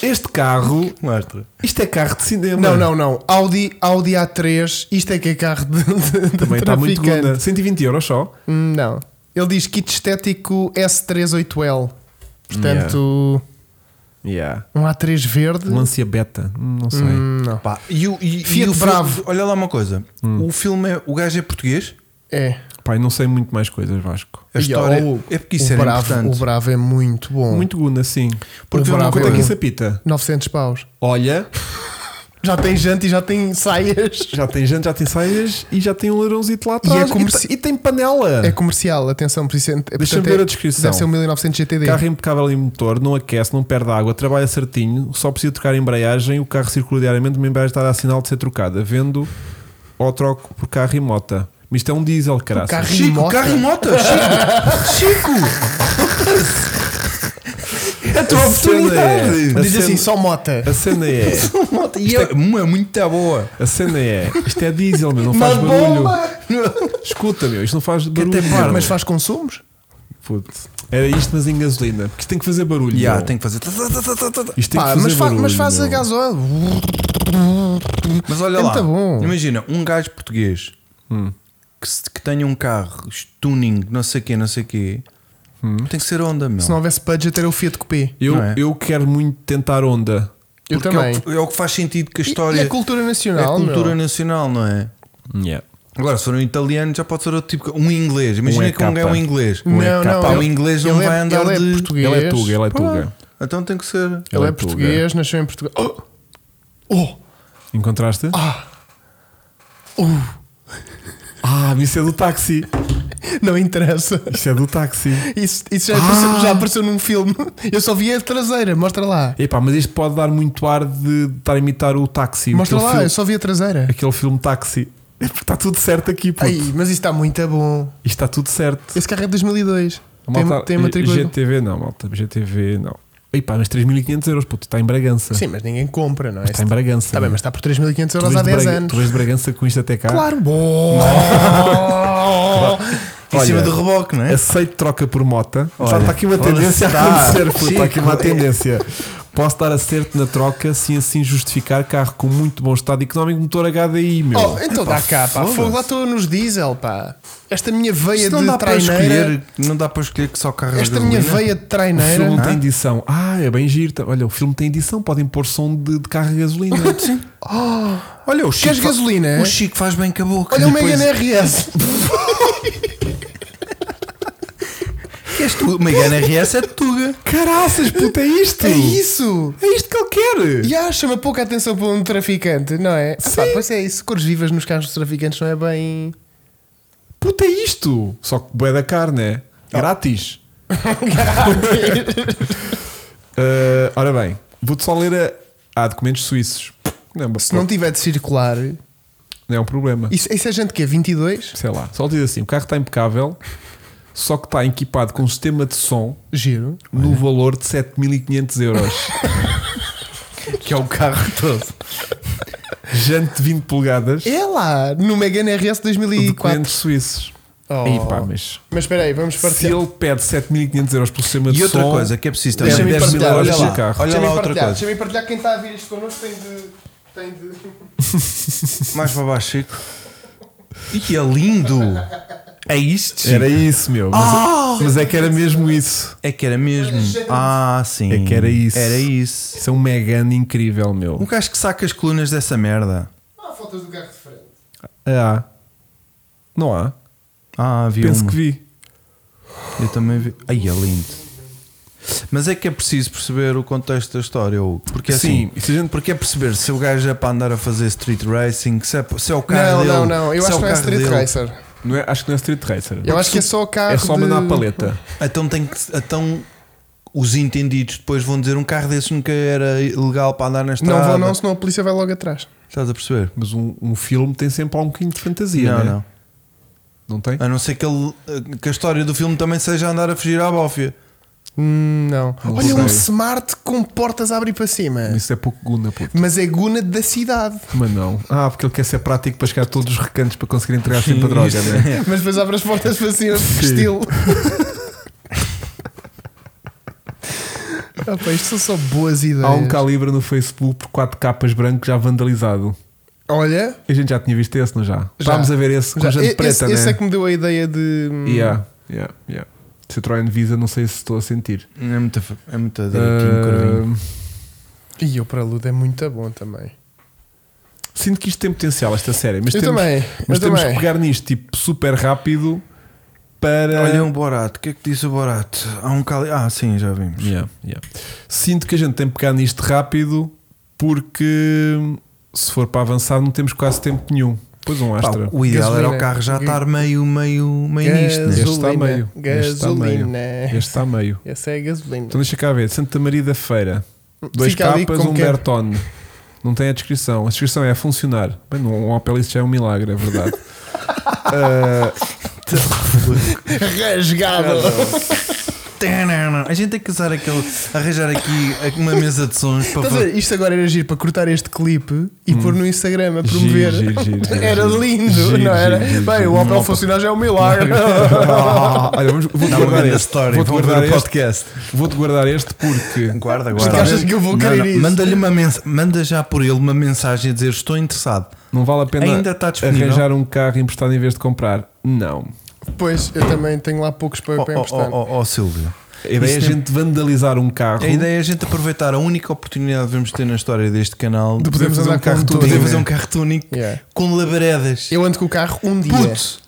Speaker 1: este carro,
Speaker 2: Mostra.
Speaker 1: isto é carro de cinema.
Speaker 3: Não, não, não. Audi, Audi A3, isto é que é carro de, de, de
Speaker 1: Também
Speaker 2: tá
Speaker 1: está muito né?
Speaker 3: traficante.
Speaker 1: gunda. 120 euros só.
Speaker 3: Hum, Não. Ele diz kit estético S38L. Portanto,
Speaker 1: Yeah.
Speaker 3: um A3 verde.
Speaker 1: Lancia Beta, Hum, não sei.
Speaker 3: Hum, não.
Speaker 2: Pá, e o, e, e
Speaker 3: Fiat
Speaker 2: o filme-
Speaker 3: Bravo.
Speaker 2: olha lá uma coisa: o filme é. O gajo é português?
Speaker 3: É.
Speaker 1: Pai, não sei muito mais coisas, Vasco.
Speaker 2: A
Speaker 3: E,
Speaker 2: história.
Speaker 3: ó, o-
Speaker 2: é porque isso
Speaker 3: o
Speaker 2: era
Speaker 3: Bravo,
Speaker 2: importante.
Speaker 3: O Bravo é muito bom.
Speaker 1: Muito gunda, sim.
Speaker 2: Porque eu
Speaker 3: o
Speaker 2: não
Speaker 3: Bravo
Speaker 1: Quanto é que
Speaker 3: é-
Speaker 1: isso apita?
Speaker 3: 900 paus.
Speaker 1: Olha,
Speaker 3: Já tem jante e já tem saias.
Speaker 1: já tem gente, já tem saias e já tem um leirãozito lá
Speaker 3: é
Speaker 1: atrás.
Speaker 3: como
Speaker 1: E te-
Speaker 3: se-
Speaker 1: e tem panela.
Speaker 3: É comercial, atenção. por isso é-
Speaker 1: Deixa-me
Speaker 3: é- portanto,
Speaker 1: ver
Speaker 3: é-
Speaker 1: a descrição.
Speaker 3: Deve ser um 1900 GTD.
Speaker 1: Carro impecável em motor, não aquece, não perde água, trabalha certinho, só precisa trocar a embreagem. O carro circula diariamente, uma embreagem está a dar sinal de ser trocada. Vendo ou troco por carro e mota. Mas isto é um diesel, caralho.
Speaker 3: carro
Speaker 2: Chico,
Speaker 3: Mota.
Speaker 2: carro e mota! Chico! Chico! É a tua
Speaker 1: A cena
Speaker 2: oportunidade!
Speaker 1: é-
Speaker 3: Então, Diz assim,
Speaker 1: cena-
Speaker 3: só mota.
Speaker 1: A cena é.
Speaker 2: Mota, e é muito boa!
Speaker 1: A cena é. Isto é diesel, meu. Não faz
Speaker 2: Uma
Speaker 1: barulho.
Speaker 2: bomba!
Speaker 1: Escuta, meu. Isto não faz barulho.
Speaker 3: Até par,
Speaker 1: meu.
Speaker 3: mas faz consumos?
Speaker 1: Puto. Era isto, mas em gasolina. Porque isto tem que fazer barulho.
Speaker 2: Ya,
Speaker 1: meu.
Speaker 2: tem que fazer. tá, tá, tá, tá, tá, tá.
Speaker 1: Isto tem
Speaker 3: Pá,
Speaker 1: que fazer
Speaker 3: mas, fa
Speaker 1: barulho.
Speaker 3: mas faz a
Speaker 1: meu.
Speaker 3: gasóleo.
Speaker 2: Mas olha
Speaker 3: É
Speaker 2: lá,
Speaker 3: muito bom. Hum.
Speaker 2: imagina um gajo português que, se- que tenha um carro tuning, não sei quê, não sei quê,
Speaker 3: Hum.
Speaker 2: tem que ser onda, meu.
Speaker 3: Se não houvesse budget, era o Fiat Coupé.
Speaker 1: Eu,
Speaker 2: Não é?
Speaker 1: eu quero muito tentar onda.
Speaker 3: Eu
Speaker 2: Porque
Speaker 3: também.
Speaker 2: É o, que- é o que faz sentido que a
Speaker 3: E-
Speaker 2: história
Speaker 3: E, a cultura
Speaker 2: é
Speaker 3: nacional.
Speaker 2: cultura
Speaker 3: meu.
Speaker 2: nacional, não é?
Speaker 1: Yeah.
Speaker 2: Agora, se for um italiano, já pode ser outro tipo. Um inglês, imagina
Speaker 1: Um
Speaker 2: que um
Speaker 1: EK.
Speaker 2: gajo é um inglês.
Speaker 3: Não,
Speaker 2: um EK.
Speaker 3: não,
Speaker 2: Pá,
Speaker 3: ele-
Speaker 2: um inglês não
Speaker 3: ele é-
Speaker 2: vai andar
Speaker 3: ele é
Speaker 2: de.
Speaker 3: português.
Speaker 1: Ela é tuga, ela é
Speaker 2: Pá,
Speaker 1: tuga.
Speaker 2: Então tem que ser.
Speaker 3: Ele
Speaker 1: Ele
Speaker 3: é
Speaker 1: é
Speaker 3: português, nasceu em Portugal. Oh! Oh!
Speaker 1: Encontraste?
Speaker 3: Ah! Uh!
Speaker 1: Ah, isso é do táxi.
Speaker 3: Não interessa.
Speaker 1: Isto é do táxi.
Speaker 3: Isso, isso já, apareceu, já apareceu num filme. Eu só vi a traseira, mostra lá.
Speaker 1: Epá, mas isto pode dar muito ar de estar a imitar o táxi.
Speaker 3: Mostra
Speaker 1: aquele
Speaker 3: lá,
Speaker 1: filme,
Speaker 3: eu só vi a traseira.
Speaker 1: aquele filme táxi. Epá, Está tudo certo aqui, puto.
Speaker 3: Ai, mas isso está muito bom.
Speaker 1: Isto está tudo certo.
Speaker 3: Esse carro é de 2002.
Speaker 1: A
Speaker 3: Tem,
Speaker 1: malta-
Speaker 3: tem matrícula.
Speaker 1: GTV não, malta. GTV não. Epá, mas 3.500 euros, puto. Está em Bragança.
Speaker 3: Sim, mas ninguém compra, não é?
Speaker 1: Está em Bragança.
Speaker 3: Está bem, mas está por 3.500
Speaker 1: Tu
Speaker 3: euros
Speaker 1: vês
Speaker 3: há
Speaker 1: de
Speaker 3: 10
Speaker 1: Braga-
Speaker 3: anos.
Speaker 1: Tu vês de Bragança com isto até cá?
Speaker 3: Claro, bom!
Speaker 2: Em
Speaker 1: Olha,
Speaker 2: cima do reboque, não é?
Speaker 1: Aceito troca por mota.
Speaker 2: Olha,
Speaker 1: Só está aqui uma
Speaker 2: olha,
Speaker 1: tendência
Speaker 2: está.
Speaker 1: a acontecer. puto, Está aqui uma
Speaker 2: Chico, é.
Speaker 1: tendência. Posso dar acerto na troca se assim justificar carro com muito bom estado económico, motor HDI, meu.
Speaker 3: Oh, então dá cá, pá.
Speaker 2: foda-se.
Speaker 3: Fogo, lá estou nos diesel, pá. Esta minha veia
Speaker 2: Isso não
Speaker 3: de
Speaker 2: dá para
Speaker 3: traineira.
Speaker 2: escolher, não dá para escolher que só carro
Speaker 3: Esta
Speaker 2: a
Speaker 3: minha
Speaker 2: gasolina.
Speaker 3: veia de
Speaker 1: o
Speaker 3: traineira.
Speaker 1: filme
Speaker 2: Hã?
Speaker 1: tem edição. Ah, é bem giro. tá- Olha, o filme tem edição. Podem pôr som de, de carro a gasolina. Sim.
Speaker 2: Olha, o Chico.
Speaker 3: Queres
Speaker 2: fa-
Speaker 3: gasolina?
Speaker 2: O Chico faz bem com a boca.
Speaker 3: é- Olha o
Speaker 2: Depois-
Speaker 3: Megan RS.
Speaker 2: Queres tu? O Megane RS é de Tuga.
Speaker 1: Caraças, puta, é isto.
Speaker 3: É isso!
Speaker 1: É isto que ele quer.
Speaker 3: E ah, chama pouca atenção para um traficante, não é? Ah, pá, pois é isso. Cores vivas nos carros dos traficantes não é bem.
Speaker 1: Puta, é isto. Só que bué da carne, é? Grátis. Ah, ora bem, vou-te só ler a. Há documentos suíços. Não, mas
Speaker 3: Se não tiver de circular.
Speaker 1: não é um problema.
Speaker 3: Isso, isso é gente que é 22?
Speaker 1: sei lá, só diz assim: o carro está impecável, só que está equipado com um sistema de som
Speaker 3: Giro.
Speaker 1: no valor de 7.500 euros.
Speaker 2: Que é o carro todo.
Speaker 1: Jante de 20 polegadas,
Speaker 3: É lá, no Megan RS 2004.
Speaker 1: documentos suíços.
Speaker 3: Oh.
Speaker 1: Aí pá, mas
Speaker 3: Mas espera aí, vamos
Speaker 1: se
Speaker 3: partir.
Speaker 1: ele pede 7.500 euros pelo sistema de
Speaker 2: E outra
Speaker 1: som,
Speaker 2: coisa que é preciso
Speaker 1: deve
Speaker 2: também.
Speaker 3: Deixa-me
Speaker 1: 10 mil
Speaker 3: partilhar,
Speaker 1: euros
Speaker 3: olha
Speaker 1: de
Speaker 3: lá.
Speaker 1: carro.
Speaker 2: Olha lá outra
Speaker 3: partilhar,
Speaker 2: coisa.
Speaker 3: deixa-me partilhar quem está a ver isto connosco tem de. Tem de...
Speaker 2: Mais para baixo, Chico. E é lindo! É isto? Chico?
Speaker 1: Era isso, meu. Mas,
Speaker 3: Ah!
Speaker 1: mas é que era mesmo isso.
Speaker 2: É que era mesmo. Ah, sim.
Speaker 1: É que era isso.
Speaker 2: Era isso.
Speaker 1: Isso é um Megane incrível, meu.
Speaker 2: Um gajo que saca as colunas dessa merda.
Speaker 3: Não há fotos do carro de frente.
Speaker 1: Ah, não há.
Speaker 2: Ah, vi
Speaker 1: Penso
Speaker 2: uma.
Speaker 1: que vi.
Speaker 2: Eu também vi. Ai, é lindo. Mas é que é preciso perceber o contexto da história. Hugo. Porque é
Speaker 1: Sim,
Speaker 2: assim.
Speaker 1: e se a gente-
Speaker 2: Porque é perceber se o gajo é para andar a fazer street racing, se é, se é o carro
Speaker 3: Não,
Speaker 2: dele.
Speaker 3: não, não. Eu
Speaker 2: se
Speaker 3: acho que não é
Speaker 2: o carro
Speaker 3: Street
Speaker 2: dele.
Speaker 3: Racer.
Speaker 1: Não é- acho que não é Street Racer.
Speaker 3: Eu acho que é só o carro.
Speaker 1: é só mandar
Speaker 3: de-
Speaker 1: a paleta.
Speaker 2: Então tem que. Então os entendidos depois vão dizer um carro desses nunca era legal para andar na estrada.
Speaker 3: Não vão, não, senão a polícia vai logo atrás.
Speaker 2: Estás a perceber?
Speaker 1: Mas um, um filme tem sempre algum bocadinho de fantasia,
Speaker 2: não,
Speaker 1: né?
Speaker 2: não.
Speaker 1: Não tem?
Speaker 2: A não ser que, ele, que a história do filme também seja andar a fugir à bófia.
Speaker 3: Hum, não.
Speaker 1: Não
Speaker 3: Olha,
Speaker 1: sei.
Speaker 3: um smart com portas a abrir para cima.
Speaker 1: Isso é pouco guna, puto.
Speaker 3: Mas é guna da cidade.
Speaker 1: Mas não. Ah, porque ele quer ser prático para chegar a todos os recantos para conseguir entregar sempre a droga, né?
Speaker 3: Mas depois abre as portas para cima. Estilo. Ah, pá, isto são só boas ideias.
Speaker 1: Há um calibre no Facebook por 4 capas branco já vandalizado.
Speaker 3: Olha,
Speaker 1: A gente já tinha visto esse, não já? já. Estávamos a ver esse com
Speaker 3: já,
Speaker 1: gente
Speaker 3: e-
Speaker 1: preta,
Speaker 3: esse, esse
Speaker 1: né?
Speaker 3: é que me deu a ideia de. hum,
Speaker 1: Yeah, yeah, yeah. Citroën Visa, não sei se estou a sentir.
Speaker 2: É muito, é muito direitinho, curvinho.
Speaker 1: Ah,
Speaker 3: E eu para a Luda é muito bom também.
Speaker 1: sinto que isto tem potencial, esta série. Mas
Speaker 3: eu
Speaker 1: temos,
Speaker 3: também.
Speaker 1: mas
Speaker 3: eu
Speaker 1: temos
Speaker 3: também.
Speaker 1: que pegar nisto, tipo, super rápido para.
Speaker 2: Olha um Borato, o que é que disse o Borato? Há um cali... Ah, sim, já vimos.
Speaker 1: Yeah, yeah. Sinto que a gente tem que pegar nisto rápido porque se for para avançar não temos quase tempo nenhum. Pois um
Speaker 2: Pá,
Speaker 1: Astra.
Speaker 2: o ideal era o
Speaker 3: Gasolina.
Speaker 2: carro já estar meio, meio, meio nisto, né?
Speaker 1: Este está
Speaker 3: Gasolina.
Speaker 1: meio. Este está meio.
Speaker 3: Gasolina.
Speaker 1: Este está a meio.
Speaker 3: Essa é a gasolina.
Speaker 1: Então deixa cá ver. Santa Maria da Feira. Dois
Speaker 3: Fica ali
Speaker 1: capas,
Speaker 3: como
Speaker 1: um
Speaker 3: quer.
Speaker 1: Bertone. Não tem a descrição. A descrição é a funcionar. Bem, um Opel isso já é um milagre, é verdade. Ah,
Speaker 3: Rasgado.
Speaker 2: A gente tem que usar aquele. arranjar aqui uma mesa de sons para
Speaker 3: Estás a
Speaker 2: fazer.
Speaker 3: ver? Isto agora era giro para cortar este clipe e pôr no Instagram a
Speaker 1: Hum. Giro,
Speaker 3: promover.
Speaker 1: giro, giro, giro,
Speaker 3: era
Speaker 1: giro.
Speaker 3: lindo,
Speaker 1: Giro,
Speaker 3: não era?
Speaker 1: giro, giro,
Speaker 3: Bem,
Speaker 1: giro.
Speaker 3: o Opel funcionar já é um milagre.
Speaker 1: olha, vamos, vou-te
Speaker 2: Dá uma
Speaker 1: guardar
Speaker 2: grande
Speaker 1: este.
Speaker 2: história.
Speaker 1: Vou-te
Speaker 2: Vamos
Speaker 1: guardar,
Speaker 2: ver o
Speaker 1: este,
Speaker 2: podcast.
Speaker 1: vou-te guardar este porque.
Speaker 2: Guarda,
Speaker 3: guarda. achas que eu vou querer isso?
Speaker 2: Manda-lhe uma mensagem. Manda já por ele uma mensagem a dizer estou interessado.
Speaker 1: Não vale a pena
Speaker 2: Ainda está disponível.
Speaker 1: arranjar um carro emprestado em vez de comprar. Não.
Speaker 3: pois, eu também tenho lá poucos para,
Speaker 2: Oh,
Speaker 3: para
Speaker 2: oh,
Speaker 3: emprestar.
Speaker 2: oh, oh, oh, Silvio.
Speaker 1: A ideia é a
Speaker 2: Isso tem-
Speaker 1: gente vandalizar um carro.
Speaker 2: A ideia é a gente aproveitar a única oportunidade que vamos ter na história deste canal
Speaker 3: De poder
Speaker 2: poder
Speaker 3: fazer
Speaker 2: fazer
Speaker 3: um
Speaker 2: um carro
Speaker 3: carro
Speaker 2: túnico.
Speaker 3: túnico.
Speaker 2: Poder fazer um carro túnico
Speaker 3: Yeah.
Speaker 2: com labaredas.
Speaker 3: Eu ando com o carro um dia.
Speaker 2: Puto,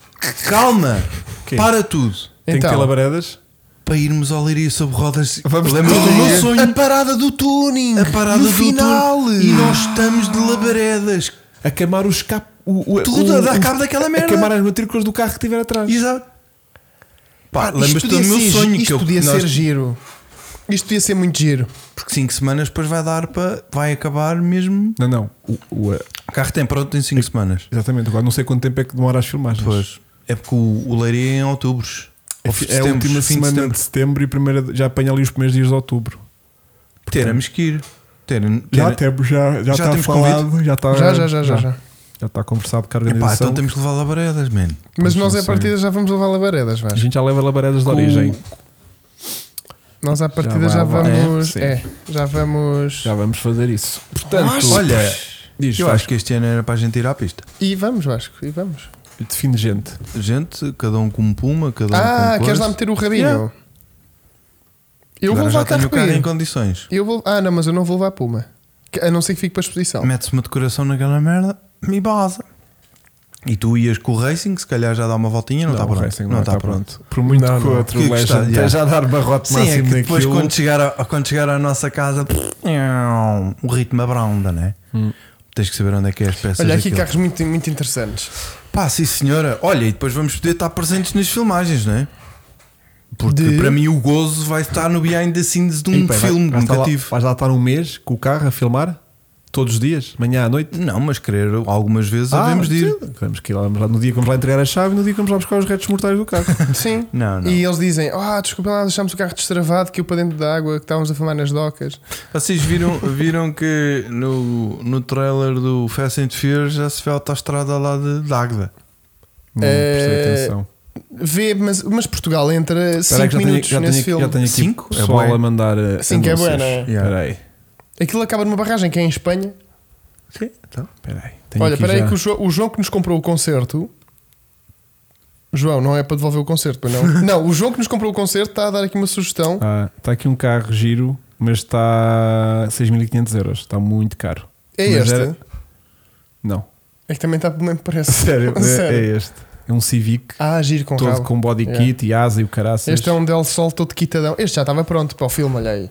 Speaker 2: calma,
Speaker 1: Quê?
Speaker 2: para tudo.
Speaker 1: Tem que ter
Speaker 3: Então.
Speaker 1: labaredas?
Speaker 2: Para irmos ao Leiria sob rodas,
Speaker 1: Vamos
Speaker 2: lembra-te
Speaker 1: todo
Speaker 2: do meu
Speaker 1: dia.
Speaker 2: sonho?
Speaker 3: A parada do tuning!
Speaker 2: A parada
Speaker 3: no
Speaker 2: do
Speaker 3: final!
Speaker 2: túnel. E nós estamos de labaredas.
Speaker 1: A queimar o escape. O, o-
Speaker 2: Tudo,
Speaker 1: o-
Speaker 2: a dar
Speaker 1: o-
Speaker 2: cabo daquela merda.
Speaker 1: A queimar as matrículas do carro que tiver atrás.
Speaker 2: Exato. Pá,
Speaker 3: Pá, isto
Speaker 2: lembras-te do
Speaker 3: podia
Speaker 2: meu
Speaker 3: ser-
Speaker 2: sonho
Speaker 3: Isto
Speaker 2: que eu
Speaker 3: podia
Speaker 2: nós-
Speaker 3: ser giro. Isto podia ser muito giro.
Speaker 2: Porque 5 semanas depois vai dar para. Vai acabar mesmo.
Speaker 1: Não, não. O, o, a-
Speaker 2: O carro tem pronto em 5 semanas.
Speaker 1: exatamente. Agora não sei quanto tempo é que demora as filmagens.
Speaker 2: Pois. É porque o, o Leiria é em outubro.
Speaker 1: É,
Speaker 2: Ou
Speaker 1: fi-
Speaker 2: fim de
Speaker 1: é a
Speaker 2: setembro,
Speaker 1: última
Speaker 2: fim de
Speaker 1: semana de
Speaker 2: setembro.
Speaker 1: setembro, e primeira, já apanha ali os primeiros dias de outubro.
Speaker 2: Teremos que ir. Terem,
Speaker 1: Já
Speaker 2: terem-
Speaker 1: temos, já, já,
Speaker 2: Já
Speaker 1: está
Speaker 2: temos
Speaker 1: falado, já
Speaker 2: Ah,
Speaker 1: está.
Speaker 3: Já, já, já, já. já.
Speaker 1: Já está conversado com a
Speaker 2: Epá,
Speaker 1: organização.
Speaker 2: então temos que levar labaredas, man.
Speaker 3: Mas
Speaker 1: Pois,
Speaker 3: nós,
Speaker 1: não
Speaker 3: à
Speaker 1: sei.
Speaker 3: partida, já vamos levar labaredas,
Speaker 1: A
Speaker 3: Vasco.
Speaker 1: gente já leva labaredas de origem.
Speaker 3: Nós, à partida,
Speaker 1: vai
Speaker 3: já,
Speaker 1: levar.
Speaker 3: vamos.
Speaker 1: É,
Speaker 3: É, já vamos.
Speaker 1: Já vamos fazer isso. Portanto,
Speaker 2: Olha,
Speaker 1: diz,
Speaker 2: eu
Speaker 1: Vasco,
Speaker 2: acho que este ano era para a gente ir à pista.
Speaker 3: E vamos, Vasco, e vamos.
Speaker 1: define gente.
Speaker 2: Gente, cada um com um puma, cada um com
Speaker 3: Ah,
Speaker 2: um
Speaker 3: queres lá
Speaker 2: coisa.
Speaker 3: meter o rabinho?
Speaker 2: Yeah.
Speaker 3: Eu
Speaker 2: Agora
Speaker 3: vou
Speaker 2: já
Speaker 3: levar
Speaker 2: tenho
Speaker 3: carro
Speaker 2: o carro em
Speaker 3: comigo.
Speaker 2: condições.
Speaker 3: Eu vou. Ah, não, mas eu não vou levar puma. Que- A não ser que fique para exposição.
Speaker 2: Mete-se uma decoração naquela merda, me base. E tu ias com o Racing, se calhar já dá uma voltinha, não está
Speaker 1: o
Speaker 2: pronto.
Speaker 1: Racing é tá
Speaker 2: não está pronto.
Speaker 1: Por muito
Speaker 3: Não,
Speaker 1: que
Speaker 3: não.
Speaker 1: o outro
Speaker 2: Que que
Speaker 1: Legend
Speaker 2: está,
Speaker 1: esteja
Speaker 2: yeah.
Speaker 1: a dar barrote
Speaker 2: Sim, é
Speaker 1: máximo
Speaker 2: que depois
Speaker 1: naquilo.
Speaker 2: quando chegar, a, quando chegar à nossa casa, o ritmo abronda, não é? Tens que saber onde é que é as peças.
Speaker 3: Olha, aqui
Speaker 2: daquilo.
Speaker 3: carros muito, muito interessantes.
Speaker 2: Pá, sim senhora. Olha, e depois vamos poder estar presentes nas filmagens, não é? Porque
Speaker 3: De-
Speaker 2: para mim o gozo vai estar no behind the scenes de um
Speaker 1: E, pá, vai-
Speaker 2: filme
Speaker 1: vais
Speaker 2: que
Speaker 1: estar
Speaker 2: nunca
Speaker 1: lá-
Speaker 2: tive.
Speaker 1: Vais lá estar um mês com o carro a filmar? Todos os dias? Manhã à noite?
Speaker 2: Não, mas querer algumas vezes havemos de ir.
Speaker 1: Ah, sim. Queremos que ir lá, vamos lá- no dia que vamos lá entregar a chave, no dia que vamos lá buscar os restos mortais do carro.
Speaker 3: Sim.
Speaker 2: Não, não.
Speaker 3: E eles dizem: Ah, desculpem lá, deixámos o carro destravado, que eu para dentro da água, que estávamos a filmar nas docas.
Speaker 2: Vocês viram, viram que no, no trailer do Fast and Furious já se vê a autostrada lá de, de Águeda.
Speaker 1: Não
Speaker 2: Eh,
Speaker 3: É,
Speaker 1: prestei atenção.
Speaker 3: Vê, mas, mas Portugal entra
Speaker 1: Espera aí
Speaker 3: 5
Speaker 1: que já tenho-
Speaker 3: minutos
Speaker 1: já tenho
Speaker 3: nesse
Speaker 1: aqui-
Speaker 3: filme.
Speaker 1: Já tenho aqui
Speaker 2: Cinco? É
Speaker 1: pessoal
Speaker 2: bué.
Speaker 1: a mandar. eh,
Speaker 3: Cinco é bué,
Speaker 1: anúncios.
Speaker 3: não é?
Speaker 2: Yeah.
Speaker 1: Espera aí.
Speaker 3: Aquilo acaba numa barragem que é em Espanha.
Speaker 2: Sim, então.
Speaker 1: Espera aí. Tenho
Speaker 3: Olha,
Speaker 1: aqui
Speaker 3: espera aí
Speaker 1: já-
Speaker 3: que o João, o João que nos comprou o concerto. João, não é para devolver o concerto, pois não? não, o João que nos comprou o concerto está a dar aqui uma sugestão.
Speaker 1: Ah, Está aqui um carro giro, mas tá está 6.500 euros. Está muito caro.
Speaker 3: é
Speaker 1: mas
Speaker 3: este.
Speaker 1: era- Não.
Speaker 3: É que também está pelo mesmo preço.
Speaker 1: Sério, é-
Speaker 3: Sério.
Speaker 1: é este. É um Civic
Speaker 3: Ah, giro com
Speaker 1: todo
Speaker 3: rabo.
Speaker 1: com body
Speaker 3: Yeah.
Speaker 1: kit e asa e o caraças.
Speaker 3: Este é um Del Sol todo quitadão. Este já estava pronto para o filme, olha aí.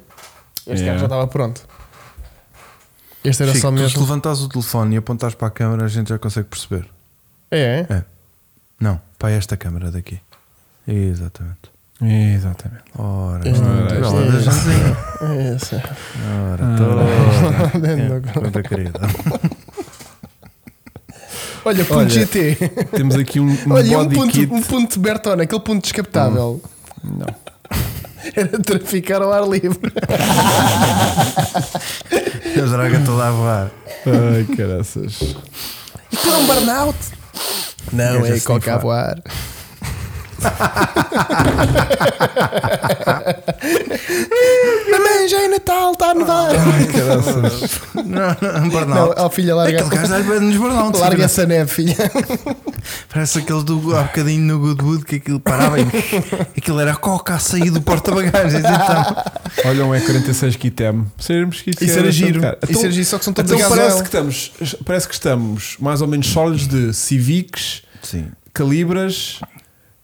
Speaker 3: Este
Speaker 1: Yeah.
Speaker 3: carro já estava pronto. Este era só
Speaker 2: Chico, tu se
Speaker 3: mesmo.
Speaker 2: levantares o telefone e apontares para a câmara, a gente já consegue perceber.
Speaker 3: É, é?
Speaker 2: É. Não, para esta câmara daqui. Exatamente.
Speaker 3: um-
Speaker 1: Exatamente.
Speaker 2: Ora,
Speaker 3: Este não
Speaker 2: ora,
Speaker 3: tem-
Speaker 2: ora,
Speaker 3: este-
Speaker 2: janzinha.
Speaker 3: É esse.
Speaker 2: Ora,
Speaker 1: Ah,
Speaker 2: toda.
Speaker 3: dentro
Speaker 2: É,
Speaker 3: do-
Speaker 2: toda querida.
Speaker 3: Olha, ponto
Speaker 1: Olha,
Speaker 3: GT.
Speaker 1: Temos aqui um, um
Speaker 3: Olha, um
Speaker 1: body
Speaker 3: ponto,
Speaker 1: kit.
Speaker 3: um ponto de Bertone, aquele ponto descapotável. Hum.
Speaker 1: Não.
Speaker 3: Era traficar ao ar livre.
Speaker 2: A draga toda a voar.
Speaker 1: Ai, caraças.
Speaker 3: Isto era um burnout. Não,
Speaker 2: Gaja
Speaker 3: é
Speaker 2: sem
Speaker 3: coca a
Speaker 2: fato.
Speaker 3: voar. Mamãe, já é Natal, está a nevar.
Speaker 2: Não, não,
Speaker 3: Ah, Não,
Speaker 2: burnout.
Speaker 3: ó filha, larga,
Speaker 2: Aquele gajo dá-lhe-nos burnout.
Speaker 3: larga essa neve, filha.
Speaker 2: Parece aqueles do há bocadinho no Goodwood que aquilo parava e aquilo era coca a sair do porta-bagagens. Então,
Speaker 1: Olha um E46 Kitem. Sermos que
Speaker 3: Isso era giro.
Speaker 1: é bastante caro.
Speaker 3: Isso era giro, só que são todos
Speaker 1: então
Speaker 3: a
Speaker 1: parece
Speaker 3: gazela.
Speaker 1: que estamos Parece que estamos mais ou menos sólidos de Civics,
Speaker 2: sim.
Speaker 1: Calibras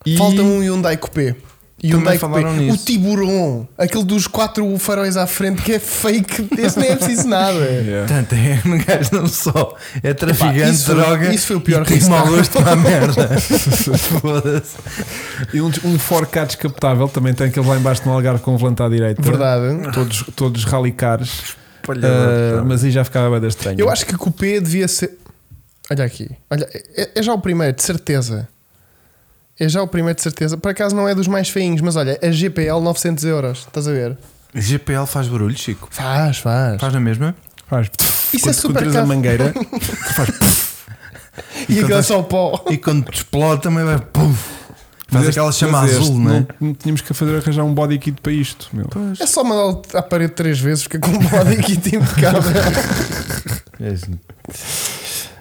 Speaker 1: e.
Speaker 3: Falta um Hyundai Coupé. Hyundai Coupé.
Speaker 2: falaram nisso.
Speaker 3: um O Tiburon, aquele dos quatro faróis à frente que é fake. Esse nem é preciso nada.
Speaker 1: Yeah.
Speaker 2: Portanto, é um gajo não só é traficante,
Speaker 3: Epá, isso foi-
Speaker 2: droga.
Speaker 3: isso foi o pior
Speaker 2: e tem
Speaker 3: risco.
Speaker 2: mau gosto para a merda. Foda-se.
Speaker 1: E um, um 4K descapotável também tem aquele lá embaixo no Algarve com o volante à direita.
Speaker 3: Verdade.
Speaker 1: Todos, todos ralicares. Ah,
Speaker 2: Espalhadores,
Speaker 1: mas aí já ficava bem estranho.
Speaker 3: Eu acho que Coupé devia ser. Olha aqui. Olha, é, é já o primeiro, de certeza. É já o primeiro de certeza. Por acaso não é dos mais feinhos, mas olha, é a GPL 900 euros. Estás a ver?
Speaker 2: GPL faz barulho, Chico?
Speaker 3: Faz, faz.
Speaker 2: Faz na mesma?
Speaker 1: Faz.
Speaker 3: Isso é
Speaker 1: Quando- quando
Speaker 3: super
Speaker 1: tiras a
Speaker 3: caro.
Speaker 1: mangueira,
Speaker 3: E
Speaker 2: quando
Speaker 3: aquilo é
Speaker 2: faz-
Speaker 3: só o pó.
Speaker 2: E quando te explode também vai. Puf,
Speaker 1: Mas
Speaker 2: faz
Speaker 1: este-
Speaker 2: aquela chama
Speaker 1: mas este
Speaker 2: azul, não é?
Speaker 1: Não tínhamos que fazer arranjar um body kit para isto, meu.
Speaker 3: É só mandá-lo à parede três vezes, fica com um body kit impecável.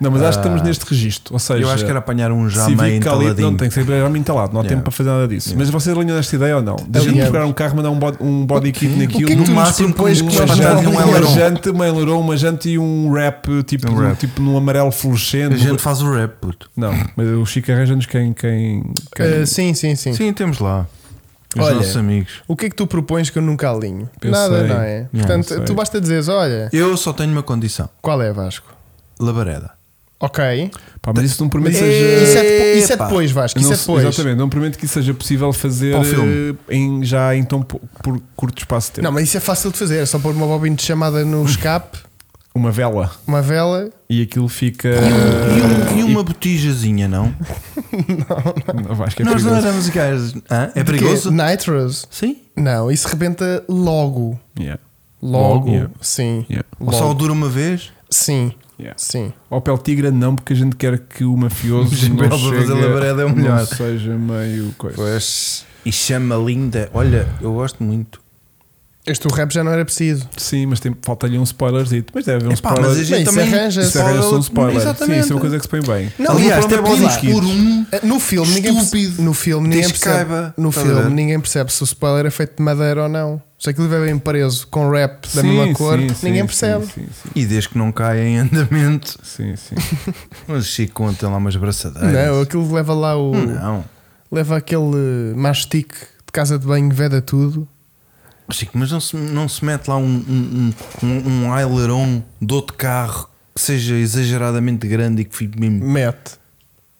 Speaker 1: Não, mas acho que estamos
Speaker 2: Ah.
Speaker 1: neste registro. Ou seja,
Speaker 2: Eu acho que era apanhar um já
Speaker 1: Civic
Speaker 2: meio
Speaker 1: Khalid, Não,
Speaker 2: entaladinho.
Speaker 1: tem que ser já entalado, não há
Speaker 2: Yeah.
Speaker 1: tempo para fazer nada disso.
Speaker 2: Yeah.
Speaker 1: Mas vocês alinham desta ideia ou não? Deixa-me
Speaker 3: Alinhamos.
Speaker 1: pegar um carro, mandar um body, um body kit
Speaker 3: O que é
Speaker 1: naquilo.
Speaker 3: que
Speaker 2: no
Speaker 3: tu nos
Speaker 2: máximo
Speaker 3: propões
Speaker 2: um
Speaker 3: que nós
Speaker 2: jantar
Speaker 3: não
Speaker 2: e um
Speaker 1: uma,
Speaker 2: aileron.
Speaker 1: jante, uma aileron, uma jante e um wrap tipo,
Speaker 2: Um
Speaker 1: um
Speaker 2: wrap.
Speaker 1: tipo num amarelo
Speaker 2: A
Speaker 1: fluorescente.
Speaker 2: gente faz o rap, puto.
Speaker 1: Não, mas o Chico arranja-nos quem. quem, quem...
Speaker 3: Ah, sim, sim, sim,
Speaker 2: Sim, temos lá. Os
Speaker 3: Olha.
Speaker 2: nossos amigos.
Speaker 3: O que é que tu propões que eu nunca alinho?
Speaker 1: Eu
Speaker 3: Nada,
Speaker 1: sei.
Speaker 3: não é?
Speaker 2: Não,
Speaker 3: Portanto,
Speaker 1: sei.
Speaker 3: tu basta dizeres, olha,
Speaker 2: Eu só tenho uma condição:
Speaker 3: qual é Vasco?
Speaker 2: labareda.
Speaker 3: Ok.
Speaker 1: Pá, mas isso não permite que
Speaker 2: Mas-
Speaker 1: seja.
Speaker 3: Isso é, depo- isso é
Speaker 2: Epá.
Speaker 3: depois, Vasco,
Speaker 1: não
Speaker 3: isso é
Speaker 1: se-
Speaker 3: depois.
Speaker 1: Exatamente, não permite que isso seja possível fazer
Speaker 2: Para o filme.
Speaker 1: eh, em, já em tão pou- por curto espaço de tempo.
Speaker 3: Não, mas isso é fácil de fazer, é só pôr uma bobina de chamada no escape,
Speaker 1: Uma vela
Speaker 3: uma vela.
Speaker 1: e aquilo fica. Ah,
Speaker 2: E, um- e uma botijazinha, não?
Speaker 3: um-
Speaker 1: Não, acho que é
Speaker 2: Nós não
Speaker 1: perigoso.
Speaker 2: éramos gajos. Hã? É
Speaker 3: De quê?
Speaker 2: perigoso?
Speaker 3: Nitros.
Speaker 2: Sim.
Speaker 3: Não, isso rebenta logo.
Speaker 1: Yeah,
Speaker 3: Logo.
Speaker 1: Logo, yeah.
Speaker 3: Sim.
Speaker 1: yeah,
Speaker 2: Ou só
Speaker 3: Logo.
Speaker 2: dura uma vez?
Speaker 3: Sim.
Speaker 1: yeah.
Speaker 3: Sim.
Speaker 1: Opel Tigra não, porque a gente quer que o mafioso
Speaker 2: Sim,
Speaker 1: não
Speaker 2: para fazer
Speaker 1: chegue-
Speaker 2: labareda é o melhor.
Speaker 1: Não seja meio coisa.
Speaker 2: Pois. E chama linda. Olha, eu gosto muito.
Speaker 3: Este o rap já não era preciso.
Speaker 1: Sim, mas tem- falta-lhe um spoilerzito. Mas deve haver um
Speaker 2: Epá,
Speaker 1: spoiler.
Speaker 2: mas a gente
Speaker 3: Bem, isso é
Speaker 2: também
Speaker 3: arranja-se.
Speaker 1: Isso arranja-se um spoiler. Sim,
Speaker 2: Exatamente.
Speaker 1: isso é uma coisa que se põe bem.
Speaker 3: Não,
Speaker 2: Aliás,
Speaker 3: o
Speaker 2: até
Speaker 3: problema é
Speaker 2: pedimos
Speaker 3: lá.
Speaker 2: por um.
Speaker 3: No filme, ninguém percebe,
Speaker 2: Estúpido.
Speaker 3: no filme, ninguém
Speaker 2: Desde que
Speaker 3: percebe,
Speaker 2: caiba.
Speaker 3: no
Speaker 2: Estás a
Speaker 3: filme
Speaker 2: ver?
Speaker 3: ninguém percebe se o spoiler é feito de madeira ou não. Se aquilo vai bem preso com rap da
Speaker 1: Sim,
Speaker 3: mesma cor,
Speaker 1: sim, sim,
Speaker 3: ninguém
Speaker 1: sim,
Speaker 3: percebe.
Speaker 1: Sim, sim.
Speaker 2: E desde que não caia em andamento.
Speaker 1: sim, sim.
Speaker 2: Mas Chico tem lá umas braçadeiras.
Speaker 3: Não, aquilo leva lá o.
Speaker 2: Hum, Não.
Speaker 3: Leva aquele eh, mastique de casa de banho, veda tudo.
Speaker 2: Chico, mas não se, não se mete lá um, um, um, um, um aileron de outro carro que seja exageradamente grande e que fique mesmo.
Speaker 3: Mete.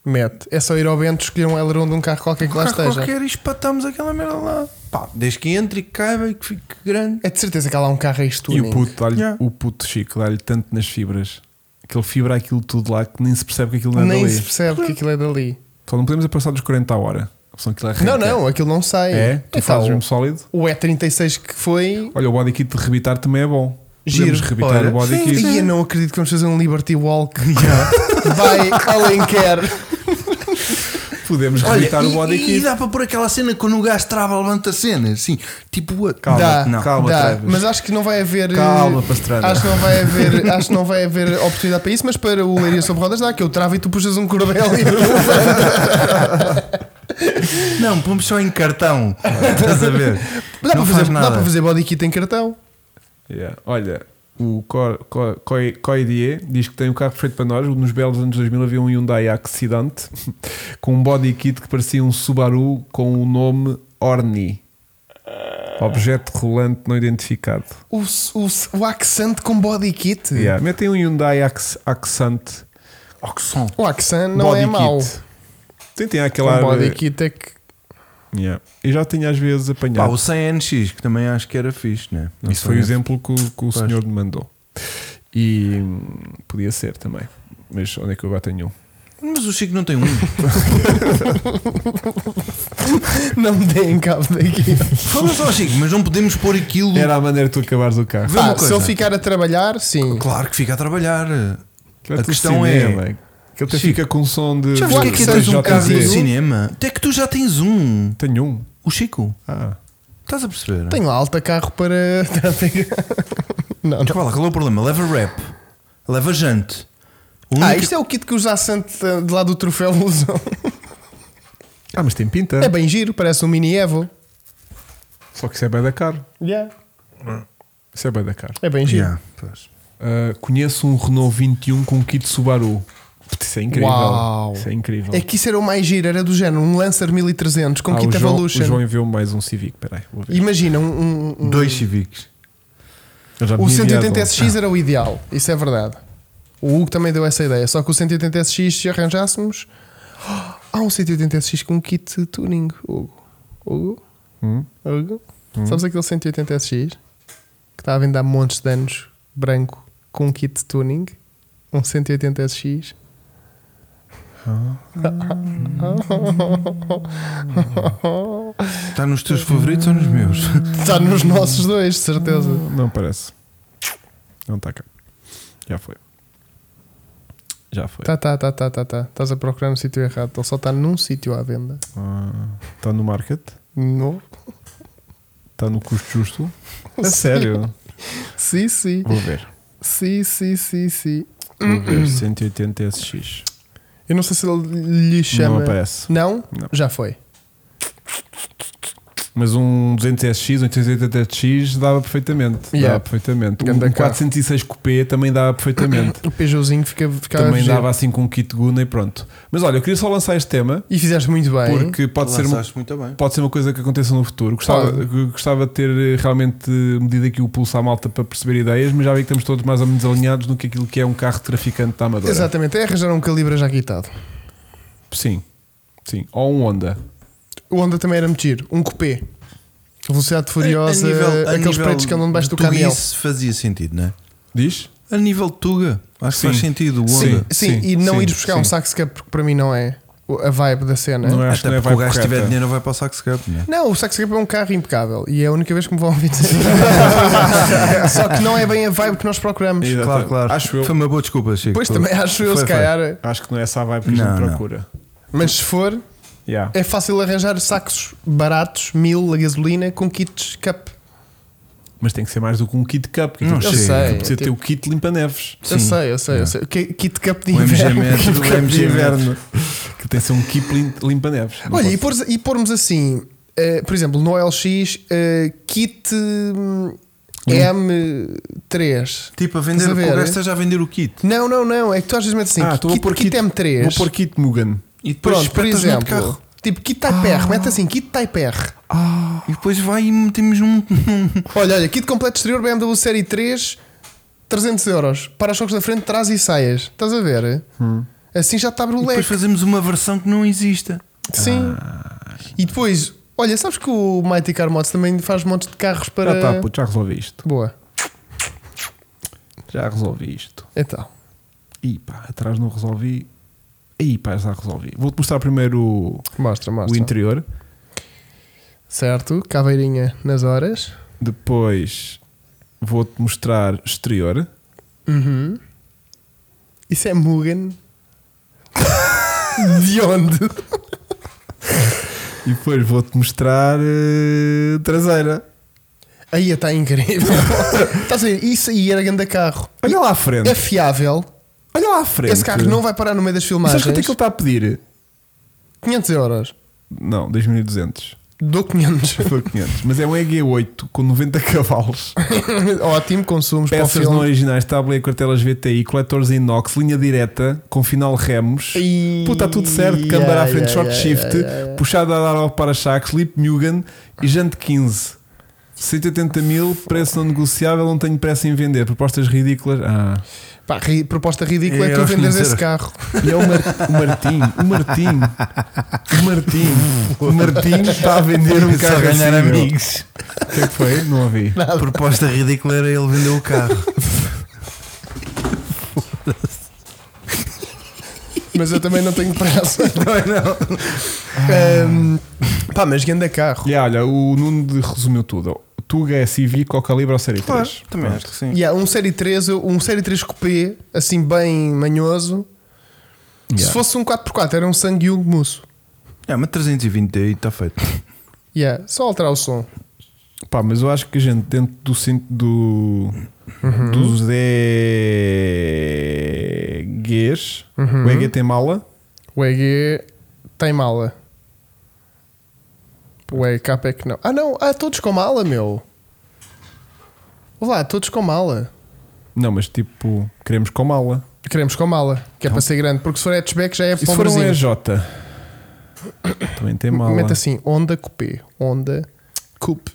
Speaker 3: Mete. É só ir ao vento escolher um aileron de um carro qualquer que lá
Speaker 2: Carro
Speaker 3: esteja.
Speaker 2: qualquer e espatamos aquela merda lá. Pá, desde que entre e que caiba e que fique grande.
Speaker 3: É de certeza que há lá um carro a isto.
Speaker 1: E o puto, dá-lhe-
Speaker 2: Yeah.
Speaker 1: o puto Chico dá-lhe tanto nas fibras. Aquele fibra, é aquilo tudo lá que nem se percebe que aquilo não é
Speaker 3: Nem
Speaker 1: dali.
Speaker 3: se percebe que aquilo é dali.
Speaker 1: Só não podemos passar dos 40 a hora. Senão aquilo arranca.
Speaker 3: Não, não, aquilo não sai.
Speaker 1: É? um Tu fazes
Speaker 3: tal.
Speaker 1: mesmo sólido?
Speaker 3: o E36 que foi.
Speaker 1: Olha, o body kit de rebitar também é bom.
Speaker 3: Giro.
Speaker 1: Podemos rebitar
Speaker 2: Olha,
Speaker 1: o body
Speaker 2: sim,
Speaker 1: kit.
Speaker 3: E eu não acredito que vamos fazer um Liberty Walk. Vai Alenquer.
Speaker 1: Podemos
Speaker 2: Olha,
Speaker 1: rebitar o
Speaker 2: e,
Speaker 1: body
Speaker 2: e- e
Speaker 1: kit.
Speaker 2: dá para pôr aquela cena quando o gajo trava, levanta a cena, assim, tipo what?
Speaker 1: Calma,
Speaker 3: dá,
Speaker 2: não.
Speaker 1: calma,
Speaker 3: dá.
Speaker 1: Travis.
Speaker 3: Mas acho que não vai haver. eh,
Speaker 1: Calma, Pastrana.
Speaker 3: Acho que não vai haver, acho que não vai haver oportunidade para isso, mas para o Leiria sobre rodas dá, que eu travo e tu puxas um cordel e
Speaker 2: Não, pomos só em cartão. Estás a ver?
Speaker 3: dá,
Speaker 2: não
Speaker 3: para
Speaker 2: faz
Speaker 3: fazer, dá
Speaker 2: nada.
Speaker 3: para fazer body kit em cartão.
Speaker 1: Yeah. Olha, o Cor- Co- Coi- Coidie diz que tem um carro perfeito para nós. Nos belos anos 2000 havia um Hyundai Accident com um body kit que parecia um Subaru com o nome Orni. Objeto rolante não identificado.
Speaker 3: O, o, o Accent com body kit.
Speaker 1: Yeah. Metem um Hyundai Acc- Accent
Speaker 2: Oh, que som.
Speaker 3: O Accent não
Speaker 1: body
Speaker 3: é
Speaker 1: kit.
Speaker 3: mau.
Speaker 1: Sim, tem
Speaker 3: Com
Speaker 1: aquele ar-
Speaker 3: body kit é que.
Speaker 1: Yeah. Eu já tinha às vezes
Speaker 2: Pá,
Speaker 1: apanhado.
Speaker 2: o 100NX, que também acho que era fixe, né? Não
Speaker 1: Isso
Speaker 2: sei.
Speaker 1: foi o exemplo que, o- que o
Speaker 2: Pois.
Speaker 1: senhor me mandou. E hum, podia ser também. Mas onde é que eu agora tenho um?
Speaker 2: Mas o Chico não tem um.
Speaker 3: Não me deem cabo daqui.
Speaker 2: Fala só, Chico, mas não podemos pôr aquilo.
Speaker 1: Era a maneira de tu acabares o carro.
Speaker 2: Vê uma
Speaker 3: Pá, se
Speaker 2: coisa.
Speaker 3: eu ficar a trabalhar, sim.
Speaker 2: Claro que fica a trabalhar.
Speaker 1: Aquilo é
Speaker 2: A
Speaker 1: tudo
Speaker 2: questão
Speaker 1: cinema.
Speaker 2: é-
Speaker 1: Que ele até
Speaker 2: Chico,
Speaker 1: fica com um som de.
Speaker 2: Já
Speaker 1: de-
Speaker 2: viste o que é que é teres
Speaker 1: de
Speaker 2: um
Speaker 1: JZ?
Speaker 2: carro de
Speaker 3: Sim.
Speaker 2: cinema? Até que tu já tens um.
Speaker 1: Tenho um.
Speaker 2: O Chico,
Speaker 1: Ah.
Speaker 2: estás a perceber?
Speaker 3: Tenho lá alta carro para. não, não.
Speaker 2: Desculpa lá, qual é o problema? Leva rap, leva jante. O
Speaker 3: Ah,
Speaker 2: único-
Speaker 3: isto é o kit que os Accent eh, de lá do troféu usam.
Speaker 1: ah, mas tem pinta.
Speaker 3: É bem giro, parece um mini Evo.
Speaker 1: Só que isso é bem da caro.
Speaker 3: Yeah.
Speaker 1: Isso é bem da caro.
Speaker 3: É bem giro.
Speaker 2: Yeah, pois.
Speaker 1: Ah, conheço um Renault 21 com kit Subaru. Puta, Isso é incrível.
Speaker 3: Uau.
Speaker 1: Isso é incrível.
Speaker 3: É que isso era o mais giro, era do género, um Lancer 1300 com
Speaker 1: Ah, o
Speaker 3: kit
Speaker 1: João, o João
Speaker 3: Evolution.
Speaker 1: enviou mais um Civic. Peraí, vou ver.
Speaker 3: Imagina, um, um- um-
Speaker 2: Dois Civics.
Speaker 1: Eu já
Speaker 3: o
Speaker 1: tinha enviado
Speaker 3: 180
Speaker 1: um.
Speaker 3: SX era o ideal, isso é verdade. O Hugo também deu essa ideia, só que o 180 SX, se arranjássemos. Oh, Há um 180 SX com kit tuning, Hugo. Hugo?
Speaker 1: Hum?
Speaker 3: Hugo? Sabes aquele 180 SX que está a vender há montes de anos, Um branco, com kit tuning? Um 180 SX?
Speaker 2: Está nos teus favoritos ou nos meus?
Speaker 3: Está
Speaker 1: Hum.
Speaker 3: nos nossos dois, de certeza.
Speaker 1: Não parece. Não está cá. Já foi. Já foi.
Speaker 3: Tá, tá, tá, tá, tá, tá. Estás a procurar no sítio errado. Ele só está num sítio à venda.
Speaker 1: Está Ah, tá no market.
Speaker 3: No?
Speaker 1: Está no custo justo. É sério.
Speaker 3: Sim, sim.
Speaker 1: Vou ver.
Speaker 3: Sim, sim, sim, sim.
Speaker 1: Vou
Speaker 3: Hum.
Speaker 1: ver. 180 SX.
Speaker 3: Eu não sei se ele lhe chama.
Speaker 1: Não aparece.
Speaker 3: Não?
Speaker 1: Não.
Speaker 3: Já foi.
Speaker 1: Mas um 200 SX, um 880 SX dava perfeitamente.
Speaker 3: Yeah.
Speaker 1: Dava perfeitamente.
Speaker 3: Ganda
Speaker 1: Um
Speaker 3: carro.
Speaker 1: 406 Coupé também dava perfeitamente.
Speaker 3: O Peugeotzinho fica, fica
Speaker 1: também
Speaker 3: giro.
Speaker 1: dava assim com um kit Guna e pronto. Mas olha, eu queria só lançar este tema
Speaker 3: E fizeste muito bem.
Speaker 1: porque pode ser, uma,
Speaker 2: Lançaste muito bem.
Speaker 1: pode ser uma coisa que aconteça no futuro. Gostava,
Speaker 3: Pode.
Speaker 1: eu gostava de ter eh, realmente eh, medido aqui o pulso à malta para perceber ideias, mas já vi que estamos todos mais ou menos alinhados no que aquilo que é um carro traficante da Amadora.
Speaker 3: Exatamente, é arranjar um calibre já quitado.
Speaker 1: Sim, sim. Ou um Honda.
Speaker 3: O Honda também era metir, um coupé. Velocidade furiosa,
Speaker 2: A nível- a
Speaker 3: aqueles
Speaker 2: nível
Speaker 3: pretos que andam debaixo do
Speaker 2: Tuga,
Speaker 3: caminhão.
Speaker 2: Isso fazia sentido, não é?
Speaker 1: Diz?
Speaker 2: A nível de Tuga, acho
Speaker 1: Sim.
Speaker 2: que faz sentido. O Honda.
Speaker 1: Sim.
Speaker 3: Sim, e não
Speaker 1: sim,
Speaker 3: ires buscar um
Speaker 1: sim.
Speaker 3: sax cup, porque para mim não é o- a vibe da cena.
Speaker 1: Não
Speaker 3: Não,
Speaker 1: é, acho que
Speaker 2: Né? Até
Speaker 1: não é
Speaker 2: porque
Speaker 1: vibe
Speaker 2: o gajo, se
Speaker 1: correta.
Speaker 2: tiver dinheiro, vai para o sax cup, não é?
Speaker 3: o sax cup é um carro impecável e é a única vez que me vão ouvir dizer. Só que não é bem a vibe que nós procuramos.
Speaker 1: Exato.
Speaker 2: Claro, claro.
Speaker 1: Acho eu.
Speaker 2: Foi uma boa desculpa, Chico.
Speaker 3: Pois também acho eu,
Speaker 2: Foi,
Speaker 3: se
Speaker 2: foi.
Speaker 3: calhar.
Speaker 1: Acho que não é essa a vibe que a
Speaker 2: Não,
Speaker 1: gente
Speaker 2: não.
Speaker 1: procura.
Speaker 3: Mas se for,
Speaker 1: Yeah.
Speaker 3: é fácil arranjar sacos baratos, mil a gasolina, com kits cup.
Speaker 1: Mas tem que ser mais do que um kit cup. Que
Speaker 2: Não
Speaker 1: aquilo-
Speaker 2: Eu chega.
Speaker 3: sei,
Speaker 1: Precisa é ter é.
Speaker 3: tipo-
Speaker 1: o kit limpa-neves.
Speaker 3: Eu
Speaker 2: Sim.
Speaker 3: sei, eu sei, eu sei. Que- é Kit
Speaker 1: Um
Speaker 3: cup de
Speaker 2: O
Speaker 3: inverno.
Speaker 2: MG Metro,
Speaker 3: Kit
Speaker 2: o
Speaker 3: Cup de
Speaker 2: MG
Speaker 3: inverno.
Speaker 2: Metro.
Speaker 1: Que tem que ser um kit lim- limpa-neves. Não
Speaker 3: Olha,
Speaker 1: pode
Speaker 3: e, pôres- e pormos assim, eh, por exemplo, no LX, eh, kit
Speaker 1: Um
Speaker 3: hum, M3.
Speaker 2: Tipo, a
Speaker 3: Estás
Speaker 2: vender,
Speaker 3: a
Speaker 2: o
Speaker 3: ver,
Speaker 2: gajo
Speaker 3: é?
Speaker 2: está já a vender o kit.
Speaker 3: Não, não, não, é que tu às vezes metes assim,
Speaker 1: Ah, estou a
Speaker 3: kit,
Speaker 1: pôr
Speaker 3: kit
Speaker 1: kit-
Speaker 3: M3.
Speaker 1: Vou pôr kit Mugan.
Speaker 2: E depois
Speaker 3: Pronto,
Speaker 2: espetas
Speaker 3: por
Speaker 2: no outro
Speaker 3: exemplo,
Speaker 2: carro.
Speaker 3: tipo kit Type
Speaker 1: Ah.
Speaker 3: R, mete assim, kit Type R.
Speaker 2: E depois vai e metemos num.
Speaker 3: Olha, olha, kit completo exterior BMW Série 3, 300 euros. Para-choques da frente, trás e saias. Estás a ver?
Speaker 1: Hum.
Speaker 3: Assim já te abre o
Speaker 2: E depois
Speaker 3: leque.
Speaker 2: fazemos uma versão que não exista.
Speaker 3: Sim.
Speaker 1: Ah.
Speaker 3: E depois, olha, sabes que o Mighty Car Mods também faz montes de carros para.
Speaker 1: Já está, puto, já resolvi isto.
Speaker 3: Boa.
Speaker 1: Já resolvi isto.
Speaker 3: Então.
Speaker 1: Ih, pá, atrás não resolvi. Ih, pá, já resolvi. Vou-te mostrar primeiro o-
Speaker 3: Mostra,
Speaker 1: o
Speaker 3: mostra.
Speaker 1: interior.
Speaker 3: Certo, caveirinha nas horas.
Speaker 1: Depois vou-te mostrar exterior.
Speaker 3: Uhum. Isso é Mugen. De onde?
Speaker 1: E depois vou-te mostrar eh, traseira.
Speaker 3: Aí está incrível. Estás a ver? Isso aí era grande carro.
Speaker 1: Olha lá à frente.
Speaker 3: É fiável.
Speaker 1: Olha lá à frente.
Speaker 3: Esse carro não vai parar no meio das
Speaker 1: Mas
Speaker 3: filmagens.
Speaker 1: sabes quanto é que ele está a pedir?
Speaker 3: 500 euros.
Speaker 1: Não, 2200.
Speaker 3: Dou 500.
Speaker 1: Foi 500. Mas é um EG8 com 90 cavalos.
Speaker 3: Ótimo, consumos para o
Speaker 1: Peças não
Speaker 3: filme.
Speaker 1: originais, tablet, cartelas VTI, coletores em inox, linha direta, com final remos.
Speaker 3: E-
Speaker 1: Puta, está tudo certo. Câmara à
Speaker 3: Yeah,
Speaker 1: frente,
Speaker 3: yeah,
Speaker 1: short
Speaker 3: yeah,
Speaker 1: shift,
Speaker 3: yeah, yeah.
Speaker 1: puxada a dar ao para-chaques, lip Mugen e jante 15. 180 mil, preço não negociável, não tenho pressa em vender. Propostas ridículas. Ah.
Speaker 3: Pá, ri- proposta ridícula é
Speaker 2: Eu
Speaker 3: tu
Speaker 2: acho
Speaker 3: venderes
Speaker 2: que não
Speaker 3: esse
Speaker 2: será.
Speaker 3: carro.
Speaker 1: E é o, Mar- o Martim, o Martim, o Martim, o Martim está a vender um
Speaker 2: Só
Speaker 1: carro
Speaker 2: ganhar
Speaker 1: assim, meu.
Speaker 2: amigos.
Speaker 1: O que é que foi? Não ouvi.
Speaker 2: A proposta ridícula era ele vender o carro.
Speaker 3: Mas eu também não tenho pressa. Ahm, pá, mas grande carro.
Speaker 1: E olha, o Nuno de- resumiu tudo. Tuga é Civic ou Calibra ou Série 3.
Speaker 2: também acho que sim.
Speaker 3: Yeah, um série 3, um série 3 coupé, assim bem manhoso. Se fosse um 4x4, era um sanguinho moço.
Speaker 2: É, mas 320 aí está feito.
Speaker 3: Yeah, só alterar o som.
Speaker 1: Pá, mas eu acho que a gente, dentro do cinto do,
Speaker 2: Uhum.
Speaker 1: dos EGs, o
Speaker 2: Uhum.
Speaker 1: EG tem mala.
Speaker 3: O EG tem mala. O EK é que não. Ah, não, ah, todos com mala, meu. Olá, todos com mala.
Speaker 1: Não, mas tipo, queremos com mala.
Speaker 3: Queremos com mala, que é para ser grande, porque se for hatchback já é
Speaker 1: E se for um
Speaker 3: pobrezinho.
Speaker 1: EJ, também tem mala.
Speaker 3: Mete assim, Honda Coupé, Honda Coupe.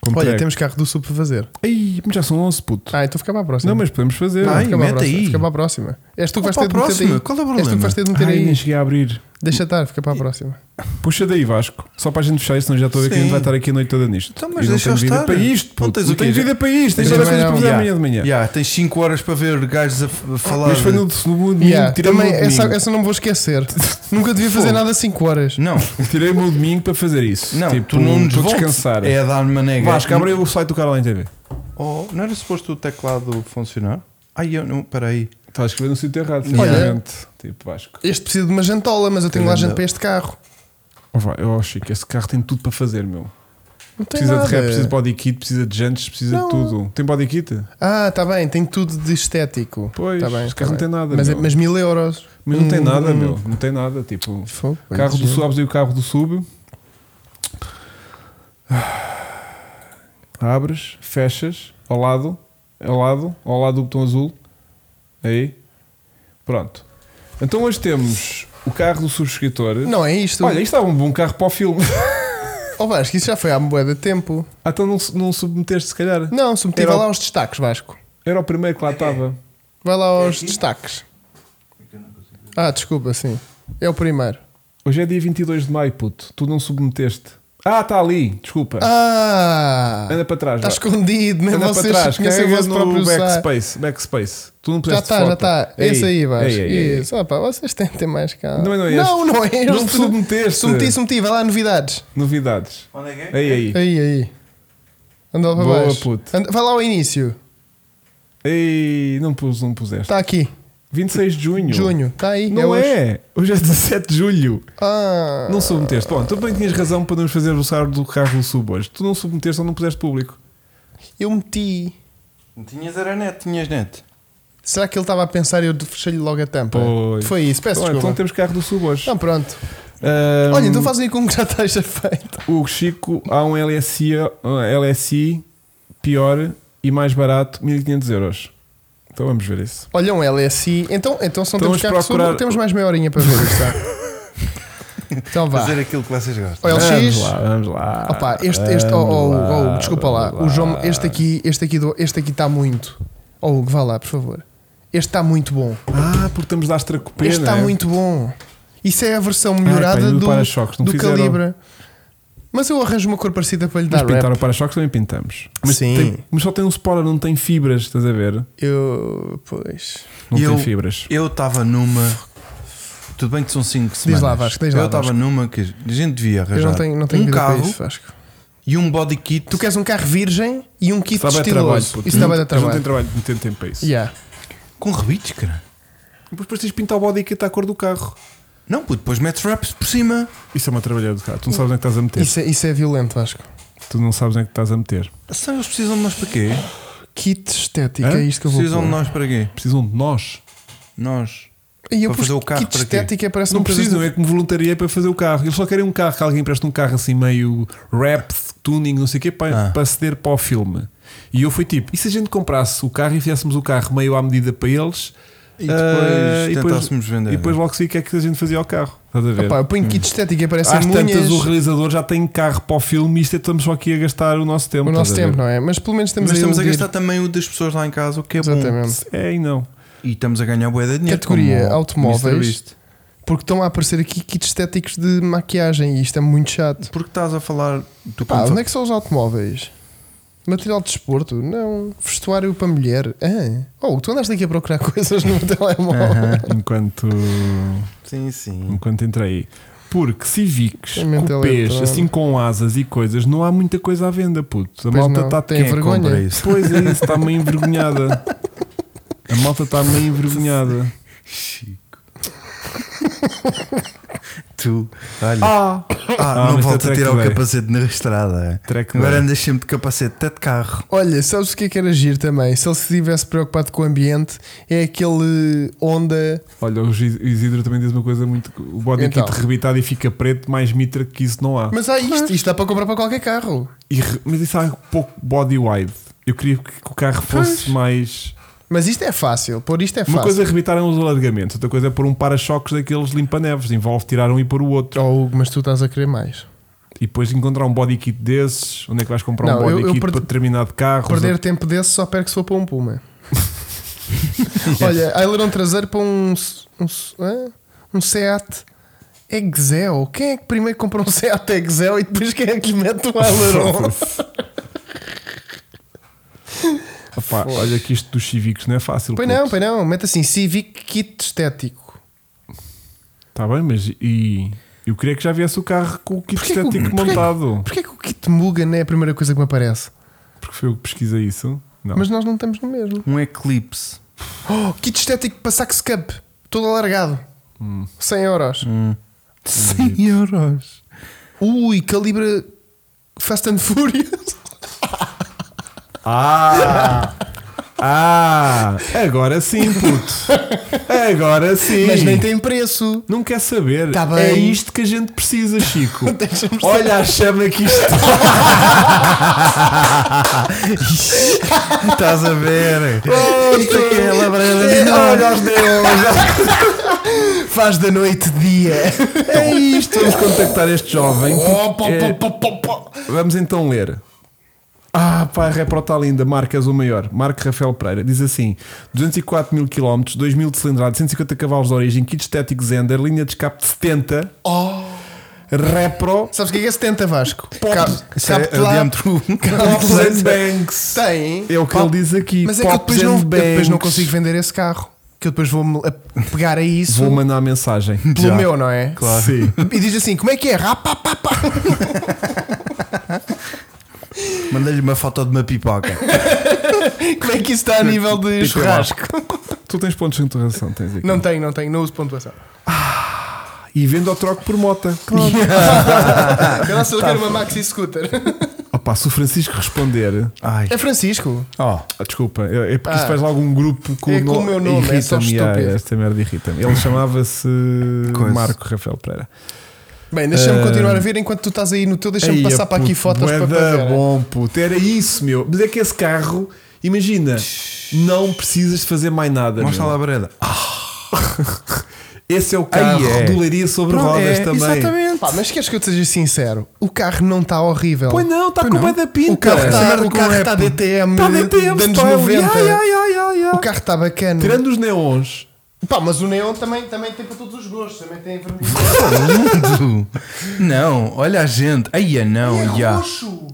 Speaker 1: Com
Speaker 3: Olha,
Speaker 1: treco.
Speaker 3: temos carro do Sup para fazer.
Speaker 1: Ai, Ih, mas já são 11, puto.
Speaker 3: Ah, então fica para a próxima.
Speaker 1: não, mas podemos fazer.
Speaker 3: Não,
Speaker 2: Ai,
Speaker 3: fica, para a
Speaker 2: mete
Speaker 3: próxima.
Speaker 2: aí.
Speaker 3: fica para a próxima. És tu que
Speaker 2: Qual
Speaker 3: vais
Speaker 2: para a
Speaker 3: ter de meter
Speaker 2: próxima? Qual é o
Speaker 3: aí. És tu que
Speaker 2: problema?
Speaker 3: vais ter de meter
Speaker 1: Ai, nem
Speaker 3: aí.
Speaker 1: cheguei a abrir.
Speaker 3: Deixa estar, fica para a próxima.
Speaker 1: Puxa daí, Vasco. Só para a gente fechar isso, senão já estou a ver que a gente
Speaker 2: Sim.
Speaker 1: vai estar aqui a noite toda nisto.
Speaker 2: Então, mas
Speaker 1: E não
Speaker 2: deixa
Speaker 1: tenho vida
Speaker 2: estar.
Speaker 1: para isto. puto.
Speaker 2: Não tens o quê?
Speaker 1: vida para isto. Tens
Speaker 3: Tens
Speaker 1: várias coisas para
Speaker 3: não.
Speaker 1: fazer
Speaker 2: Yeah.
Speaker 1: amanhã de manhã.
Speaker 2: Yeah, tens 5 horas para ver gajos a,
Speaker 3: Ah,
Speaker 2: f- a falar.
Speaker 1: Mas foi
Speaker 2: de-
Speaker 1: no segundo domingo.
Speaker 3: Yeah,
Speaker 1: Tirei-me
Speaker 3: Também,
Speaker 1: o
Speaker 3: é
Speaker 1: domingo.
Speaker 3: essa, essa não me vou esquecer. Nunca devia fazer
Speaker 2: Fogo.
Speaker 3: nada 5 horas.
Speaker 2: Não,
Speaker 1: Tirei-me o domingo para fazer isso.
Speaker 2: não,
Speaker 1: tipo,
Speaker 2: tu não nos
Speaker 1: vou
Speaker 2: voltes.
Speaker 1: descansar.
Speaker 2: É a dar manega.
Speaker 1: Vasco, abre o site do Caroline TV.
Speaker 2: Oh, não era suposto o teclado funcionar? Ai, eu não, peraí.
Speaker 1: Estás a escrever no sítio errado,
Speaker 3: Yeah.
Speaker 1: sinceramente. Tipo, Vasco.
Speaker 3: Este precisa de uma jantola, mas eu tenho lá
Speaker 2: Caramba.
Speaker 3: jante para este carro.
Speaker 1: Oh, vai, oh, Chico, esse carro tem tudo para fazer, meu.
Speaker 3: Não tem
Speaker 1: Precisa
Speaker 3: nada.
Speaker 1: de rap, precisa de body kit, precisa de jantes, precisa de tudo. Tem body kit?
Speaker 3: Ah, está bem, tem tudo de estético.
Speaker 1: Pois,
Speaker 3: Tá bem,
Speaker 1: esse carro
Speaker 3: tá
Speaker 1: não tem
Speaker 3: bem.
Speaker 1: nada,
Speaker 3: Mas,
Speaker 1: meu.
Speaker 3: mas mil euros.
Speaker 1: Mas não tem
Speaker 3: Hum,
Speaker 1: nada,
Speaker 3: hum.
Speaker 1: meu. Não tem nada. Tipo,
Speaker 3: Fogo,
Speaker 1: carro do
Speaker 3: giro.
Speaker 1: Sul, abres aí o carro do Sub. Abres, fechas, ao lado, ao lado, ao lado do botão azul. Aí. Pronto. Então hoje temos o carro do subscritor.
Speaker 3: Não é isto.
Speaker 1: Olha, isto é um bom carro para o filme.
Speaker 3: Oh Vasco, isso já foi há uma de tempo.
Speaker 1: Ah, então não, não submeteste, se calhar.
Speaker 3: Não, submeti
Speaker 1: Era
Speaker 3: vai
Speaker 1: o-
Speaker 3: lá aos destaques, Vasco.
Speaker 1: Era o primeiro que lá estava.
Speaker 3: Vai lá aos destaques. Ah, desculpa, sim. É o primeiro.
Speaker 1: Hoje é dia 22 de maio, puto. Tu não submeteste. Ah, está ali. Desculpa.
Speaker 3: Ah!
Speaker 1: Anda para trás.
Speaker 3: Está
Speaker 1: vá.
Speaker 3: escondido, nem
Speaker 1: Anda para
Speaker 3: vocês
Speaker 1: é trás.
Speaker 3: conhecem o
Speaker 1: Carrega
Speaker 3: vosso
Speaker 1: no
Speaker 3: próprio site.
Speaker 1: backspace. Backspace. Tu não
Speaker 3: Já
Speaker 1: puseste
Speaker 3: está, já
Speaker 1: foto.
Speaker 3: está.
Speaker 1: Ei,
Speaker 3: Esse aí, Vasco.
Speaker 1: ei, ei, ei.
Speaker 3: Isso, opá, vocês têm de ter mais calma.
Speaker 1: Também não é
Speaker 3: Não, não é
Speaker 1: Não um
Speaker 3: este.
Speaker 1: submeteste.
Speaker 3: Submeti, submeti, vai lá, novidades.
Speaker 1: Novidades.
Speaker 2: Onde é que
Speaker 1: Ei, aí.
Speaker 3: Aí, aí. Anda lá para
Speaker 1: Boa,
Speaker 3: baixo.
Speaker 1: puto.
Speaker 3: Anda- vai lá ao início.
Speaker 1: Ei, não, pus, não puseste.
Speaker 3: Está aqui.
Speaker 1: 26 de junho.
Speaker 3: Tá. Junho. Está aí.
Speaker 1: Não
Speaker 3: hoje.
Speaker 1: é. Hoje é 17 de julho.
Speaker 3: Ah.
Speaker 1: Não submeteste. Bom, tu bem tinhas razão para nos fazer usar do carro do sub hoje. Tu não submeteste ou não puseste público.
Speaker 3: Eu meti.
Speaker 2: Não tinhas era net, tinhas net.
Speaker 3: Será que ele estava a pensar e eu fechei-lhe logo a tampa?
Speaker 1: Pois.
Speaker 3: Foi isso, peço
Speaker 1: Então,
Speaker 3: desculpa.
Speaker 1: então temos carro do sub hoje.
Speaker 3: Então pronto.
Speaker 1: Ahm,
Speaker 3: Olha, então faz aí como que já esteja feito.
Speaker 1: O Chico há um LSI, um LSI pior e mais barato, 1500 euros. Então vamos ver isso.
Speaker 3: Olha, um LSI. Então, então se
Speaker 1: Então
Speaker 3: não temos carro
Speaker 1: vamos
Speaker 3: de
Speaker 1: procurar-
Speaker 3: som, temos mais meia horinha para ver isto. tá? então vá.
Speaker 2: Fazer aquilo que vocês gostam.
Speaker 3: O
Speaker 1: Vamos
Speaker 3: LX.
Speaker 1: lá, vamos lá.
Speaker 3: Opa, este, este, oh, oh,
Speaker 1: Vamos
Speaker 3: oh, desculpa lá.
Speaker 1: vamos
Speaker 3: O João, este aqui, este aqui, do- este aqui está muito. Oh, Hugo, vá lá, por favor. Este está muito bom.
Speaker 1: Ah, porque estamos da Astra Coupé,
Speaker 3: Este
Speaker 1: não
Speaker 3: está
Speaker 1: é?
Speaker 3: muito bom. Isso é a versão melhorada
Speaker 1: pá, e o para-choques,
Speaker 3: do,
Speaker 1: não
Speaker 3: do
Speaker 1: fizeram?
Speaker 3: Calibra. Mas eu arranjo uma cor parecida para lhe
Speaker 1: Mas
Speaker 3: dar
Speaker 1: pintar
Speaker 3: rap.
Speaker 1: o para-choques também pintamos. Mas,
Speaker 3: Sim.
Speaker 1: tem- mas só tem um spoiler, não tem fibras, estás a ver?
Speaker 3: Eu. Pois.
Speaker 1: Não
Speaker 2: E
Speaker 1: tem
Speaker 2: eu-
Speaker 1: fibras.
Speaker 2: Eu estava numa. Tudo bem que são 5 semanas.
Speaker 3: lá, Vasco, diz lá,
Speaker 2: Eu estava
Speaker 3: Vasco.
Speaker 2: numa que a gente devia
Speaker 3: Eu
Speaker 2: arranjar
Speaker 3: não tenho, não tenho
Speaker 2: um
Speaker 3: vida para
Speaker 2: carro
Speaker 3: isso, Vasco.
Speaker 2: e um body kit.
Speaker 3: Tu queres um carro virgem e um kit
Speaker 1: Está bem trabalho,
Speaker 3: estiloso.
Speaker 1: puto.
Speaker 3: Isso está bem
Speaker 1: Mas
Speaker 3: a
Speaker 1: Não tem
Speaker 3: trabalho.
Speaker 1: trabalho, não tem tempo para isso.
Speaker 3: Yeah.
Speaker 2: Com rebites, cara.
Speaker 1: E Depois tens de pintar o body kit à cor do carro.
Speaker 2: Não, puto, depois metes wraps por cima.
Speaker 1: Isso é uma trabalhada do carro. Tu não sabes onde é que estás a meter.
Speaker 3: Isso, é, isso é violento, Vasco.
Speaker 1: Tu não sabes onde é que estás a meter.
Speaker 2: Então eles precisam de nós para quê?
Speaker 3: Kit estético,
Speaker 1: Hã?
Speaker 3: é isto que eu vou
Speaker 2: Precisam de
Speaker 3: pôr.
Speaker 2: nós para quê?
Speaker 1: Precisam de nós.
Speaker 2: Nós.
Speaker 3: E eu
Speaker 2: para
Speaker 3: pus
Speaker 2: fazer o carro
Speaker 3: kit
Speaker 2: para quê?
Speaker 3: estética parece
Speaker 1: Não
Speaker 3: uma coisa
Speaker 1: precisam, é que me voluntariei para fazer o carro. Eles só querem um carro que alguém preste um carro assim meio rap, tuning, não sei o quê, para,
Speaker 2: Ah.
Speaker 1: para ceder para o filme. E eu fui tipo, e se a gente comprasse o carro e fizéssemos o carro meio à medida para eles?
Speaker 2: E depois
Speaker 1: Ah, e depois-
Speaker 2: tentássemos vender. né?
Speaker 1: E depois logo se vê o que é que a gente fazia ao carro. Estás a ver?
Speaker 3: Opa, eu ponho kit estética e parece
Speaker 1: Às tantas o
Speaker 3: munhas.
Speaker 1: realizador já tem carro para o filme e isto é- estamos só aqui a gastar o nosso tempo.
Speaker 3: O
Speaker 1: estás
Speaker 3: nosso
Speaker 1: a ver?
Speaker 3: tempo, não é? Mas pelo menos estamos
Speaker 2: Mas estamos a
Speaker 3: iludir.
Speaker 2: gastar também o das pessoas lá em casa, o que é bom.
Speaker 3: Exatamente.
Speaker 1: É e não.
Speaker 2: E estamos a ganhar bué de dinheiro.
Speaker 3: Categoria
Speaker 2: como o
Speaker 3: automóveis.
Speaker 2: Mr. Beast.
Speaker 3: Porque estão a aparecer aqui kits estéticos de maquiagem e isto é muito chato.
Speaker 2: Porque estás a falar do
Speaker 3: Pá,
Speaker 2: conforto.
Speaker 3: onde é que são os automóveis? Material de desporto? Não. Vestuário para mulher? Ah. Oh, tu andaste aqui a procurar coisas no telemóvel.
Speaker 1: Enquanto,
Speaker 2: Sim, sim.
Speaker 1: enquanto entrei. Porque Civics,
Speaker 3: Experimento
Speaker 1: cupês,
Speaker 3: eletrônico.
Speaker 1: assim com asas e coisas, não há muita coisa à venda, puto. A
Speaker 3: Pois
Speaker 1: malta
Speaker 3: não,
Speaker 1: está
Speaker 3: tem vergonha.
Speaker 2: compra isso?
Speaker 1: Pois é, isso está meio envergonhada. A malta está meio envergonhada.
Speaker 2: Chico. tu, olha. Ah,
Speaker 1: Ah!
Speaker 2: não
Speaker 1: mas
Speaker 2: volta
Speaker 1: é
Speaker 2: a tirar
Speaker 1: track
Speaker 2: o
Speaker 1: day.
Speaker 2: capacete na estrada. é.
Speaker 1: Track
Speaker 2: Agora
Speaker 1: day.
Speaker 2: andas sempre de capacete, até de carro.
Speaker 3: Olha, sabes o que é que era agir também? Se ele se estivesse preocupado com o ambiente, é aquele onda.
Speaker 1: Olha, o Gis- o Isidro também diz uma coisa muito. O body
Speaker 3: Então.
Speaker 1: kit rebitado e fica preto, mais mitra que isso não há.
Speaker 3: Mas há isto, isto dá para comprar para qualquer carro.
Speaker 1: E re- mas isso há pouco body wide. Eu queria que que o carro fosse mais.
Speaker 3: Mas isto é fácil, pôr isto é fácil.
Speaker 1: Uma coisa é rebitar uns alargamentos, outra coisa é pôr um para-choques daqueles limpa-neves. Envolve tirar um e pôr o outro.
Speaker 3: Oh, Hugo, mas tu estás a querer mais.
Speaker 1: E depois encontrar um body kit desses, onde é que vais comprar
Speaker 3: Não,
Speaker 1: um body
Speaker 3: eu- eu
Speaker 1: kit
Speaker 3: perdi-
Speaker 1: para determinado carro?
Speaker 3: Perder tempo desse só perco se for para um Puma. Olha, aileron traseiro para um, um, hã? um Seat Exel. Quem é que primeiro compra um Seat Exel e depois quem é que lhe mete um aileron?
Speaker 1: Epá, olha que isto dos cívicos não é fácil.
Speaker 3: pois não, pois não. Mete assim, Civic Kit Estético.
Speaker 1: Está Tá bem, mas e. Eu queria que já viesse o carro com o kit
Speaker 3: Porquê que o-
Speaker 1: estético
Speaker 3: porquê que-
Speaker 1: montado.
Speaker 3: Porquê que o Kit Mugan é a primeira coisa que me aparece?
Speaker 1: Porque foi eu que pesquisei isso. Não.
Speaker 3: Mas nós não estamos no mesmo.
Speaker 2: Um eclipse.
Speaker 3: Oh, kit estético para Sax Cup. Todo alargado. 100 euros.
Speaker 2: 100 euros.
Speaker 3: Ui, calibre Fast and Furious.
Speaker 1: Ah! Ah! Agora sim, puto! Agora sim!
Speaker 3: Mas nem tem preço.
Speaker 1: Não quer saber.
Speaker 3: Tá
Speaker 1: É
Speaker 3: bem.
Speaker 1: isto que a gente precisa, Chico. Olha a chama que isto. é.
Speaker 2: Estás a ver?
Speaker 3: Isto aqui é labrada de
Speaker 1: Olha
Speaker 3: É
Speaker 1: os deus!
Speaker 3: Faz da noite dia.
Speaker 1: É isto! Vamos contactar este jovem.
Speaker 3: Oh,
Speaker 1: porque é- Vamos então ler. Ah, pá, a Repro está linda. Marcas o maior. Marco Rafael Pereira. Diz assim: 204 mil km, 2 mil de cilindrada, 150 cavalos de origem, kit estético Zender, linha de escape de 70. Repro.
Speaker 3: Oh. Sabes o que é que é 70 Vasco?
Speaker 2: Isso é o diâmetro.
Speaker 1: Pops and Banks.
Speaker 3: é Tem.
Speaker 1: É o que ele diz aqui.
Speaker 3: Mas é que eu
Speaker 1: Pops
Speaker 3: depois, não,
Speaker 1: and
Speaker 3: eu depois não
Speaker 1: Banks.
Speaker 3: consigo vender esse carro. Que eu depois vou-me a- pegar a isso
Speaker 1: Vou mandar a mensagem.
Speaker 3: pelo
Speaker 2: Já.
Speaker 3: meu, não é?
Speaker 2: Claro.
Speaker 1: Sim.
Speaker 3: E diz assim: como é que é? Rapapapá.
Speaker 2: Mandei-lhe uma foto de uma pipoca.
Speaker 3: Como é que isso
Speaker 1: Tipo,
Speaker 3: está a nível de
Speaker 1: Pipi
Speaker 3: churrasco?
Speaker 1: Tu tens pontos de interrogação, tens aqui.
Speaker 3: Não tenho, não tenho, não uso pontuação.
Speaker 1: E vendo ao troco por mota. Ah,
Speaker 3: Eu não sei se eu
Speaker 1: tá.
Speaker 3: quero uma maxi scooter.
Speaker 1: Opa, se o Francisco responder.
Speaker 2: Ai.
Speaker 3: É Francisco.
Speaker 2: Oh.
Speaker 1: Ah, Desculpa, é é porque
Speaker 3: Ah.
Speaker 1: isso faz logo um grupo com
Speaker 3: É
Speaker 1: o
Speaker 3: com o meu nome, é só
Speaker 1: Irrita-me,
Speaker 3: estúpido.
Speaker 1: ah, Esta merda irrita-me. Ele chamava-se
Speaker 2: Coisa.
Speaker 1: Marco Rafael Pereira.
Speaker 3: Bem, deixa-me
Speaker 1: Ah.
Speaker 3: continuar a ver enquanto tu estás aí no teu, deixa-me
Speaker 1: Ei,
Speaker 3: passar para aqui
Speaker 1: é puto,
Speaker 3: fotos para
Speaker 1: bué
Speaker 3: para
Speaker 1: da
Speaker 3: ver.
Speaker 1: bom, puto. Era isso, meu. Mas é que esse carro, imagina, não precisas de fazer mais nada.
Speaker 2: Mostra
Speaker 1: meu.
Speaker 2: lá a labareda.
Speaker 1: Esse é o carro
Speaker 2: Aí é.
Speaker 1: de olaria sobre
Speaker 2: Pronto,
Speaker 1: rodas
Speaker 2: é,
Speaker 1: também.
Speaker 2: Exatamente.
Speaker 3: Pá, mas queres que eu te seja sincero? O carro não está horrível.
Speaker 1: Pois não, está com o da pinta.
Speaker 3: O carro
Speaker 1: Essa
Speaker 3: está
Speaker 1: merda
Speaker 3: o
Speaker 1: com Tá
Speaker 3: carro tá
Speaker 1: rap.
Speaker 3: está DTM,
Speaker 1: Está DTM
Speaker 3: de anos
Speaker 1: style.
Speaker 3: 90.
Speaker 1: Ai, ai, ai, ai, ai.
Speaker 3: O carro está bacana.
Speaker 1: Tirando os neons.
Speaker 3: Pá, mas o neon também, também tem para todos os gostos. Também tem vermelho.
Speaker 2: Lindo. Não, olha a gente. Aí é não,
Speaker 3: é
Speaker 2: já.
Speaker 3: roxo.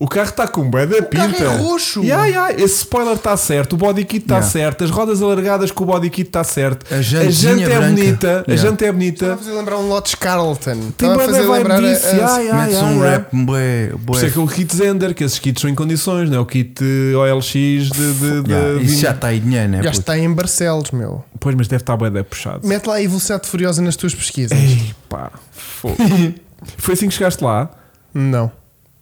Speaker 1: O carro está com bué da pinta.
Speaker 3: carro é roxo.
Speaker 1: Ya, ya, Esse spoiler está certo, o body kit está
Speaker 2: Yeah.
Speaker 1: certo, as rodas alargadas com o body kit está certo.
Speaker 2: A jantinha
Speaker 1: janta é
Speaker 2: branca.
Speaker 1: bonita, a janta é
Speaker 2: Yeah.
Speaker 3: Estava a
Speaker 1: bonita.
Speaker 3: fazer lembrar um Lotz Carlton.
Speaker 1: Tem
Speaker 3: Estava a
Speaker 1: bué
Speaker 3: fazer
Speaker 1: da vibe
Speaker 3: lembrar. a-
Speaker 1: disso.
Speaker 3: a-
Speaker 1: Ya, ya,
Speaker 2: Metes
Speaker 1: ya,
Speaker 2: um
Speaker 1: ya.
Speaker 2: rap, bué,
Speaker 1: Por isso é
Speaker 2: bué.
Speaker 1: que é o kit Zender, que esses kits são em condições, não é? O kit eh, OLX de. de, de-
Speaker 2: Já, Isso
Speaker 1: de-
Speaker 2: já está aí dinheiro,
Speaker 1: É
Speaker 2: né?
Speaker 3: Já
Speaker 2: puto?
Speaker 3: está em Barcelos, meu.
Speaker 1: Pois, mas deve estar bué da puxado.
Speaker 3: Mete lá a Evolução Furiosa nas tuas pesquisas.
Speaker 1: Ei, pá, fogo. Foi assim que chegaste lá?
Speaker 3: Não.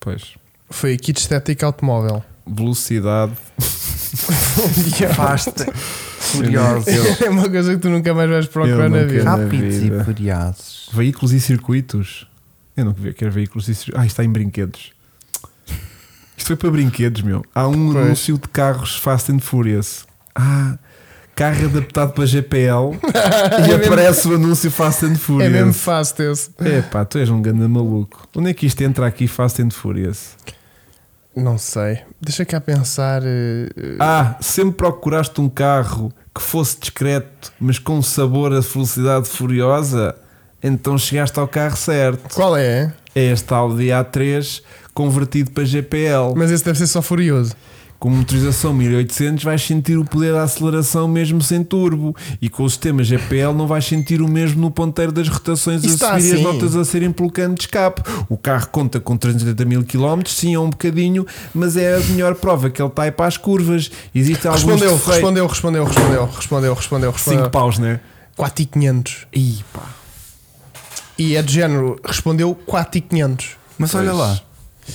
Speaker 1: Pois.
Speaker 3: Foi kit estético automóvel.
Speaker 1: Velocidade.
Speaker 2: Fasta. Furioso.
Speaker 3: é uma coisa que tu nunca mais vais procurar
Speaker 1: Eu
Speaker 3: na
Speaker 1: nunca-
Speaker 3: vida.
Speaker 2: Rápidos
Speaker 1: vida.
Speaker 2: e furiosos.
Speaker 1: Veículos e circuitos. Eu não quero quero veículos e circuitos. Ah, isto está em brinquedos. Isto foi para brinquedos, meu. Há um
Speaker 3: Pois.
Speaker 1: anúncio de carros Fast and Furious. Ah, carro adaptado para GPL e aparece o anúncio Fast and
Speaker 3: É mesmo
Speaker 1: Furious.
Speaker 3: fácil esse.
Speaker 1: É pá, tu és um ganda maluco. Onde é que isto entra aqui, Fast and Furious?
Speaker 3: Não sei. Deixa cá pensar. eh, eh,
Speaker 1: Ah, sempre procuraste um carro que fosse discreto, mas com um sabor a velocidade furiosa? Então chegaste ao carro certo.
Speaker 3: Qual é?
Speaker 1: É este Audi A3 convertido para GPL.
Speaker 3: Mas esse deve ser só furioso.
Speaker 1: Com motorização 1800 vais sentir o poder da aceleração mesmo sem turbo e com o sistema GPL não vais sentir o mesmo no ponteiro das rotações
Speaker 3: Isso
Speaker 1: a
Speaker 3: está
Speaker 1: subir e as
Speaker 3: assim.
Speaker 1: notas a serem pelo cano de escape. O carro conta com 380 mil km, sim é um bocadinho, mas é a melhor prova que ele está aí para as curvas. Existe alguns
Speaker 3: Respondeu,
Speaker 1: defeitos-
Speaker 3: respondeu, Ah. respondeu, respondeu, respondeu, respondeu,
Speaker 1: Cinco
Speaker 3: respondeu.
Speaker 1: paus, né?
Speaker 3: 4,500.
Speaker 1: Ih, pá.
Speaker 3: E é de género. Respondeu 4,500.
Speaker 2: Mas olha
Speaker 1: Pois.
Speaker 2: lá.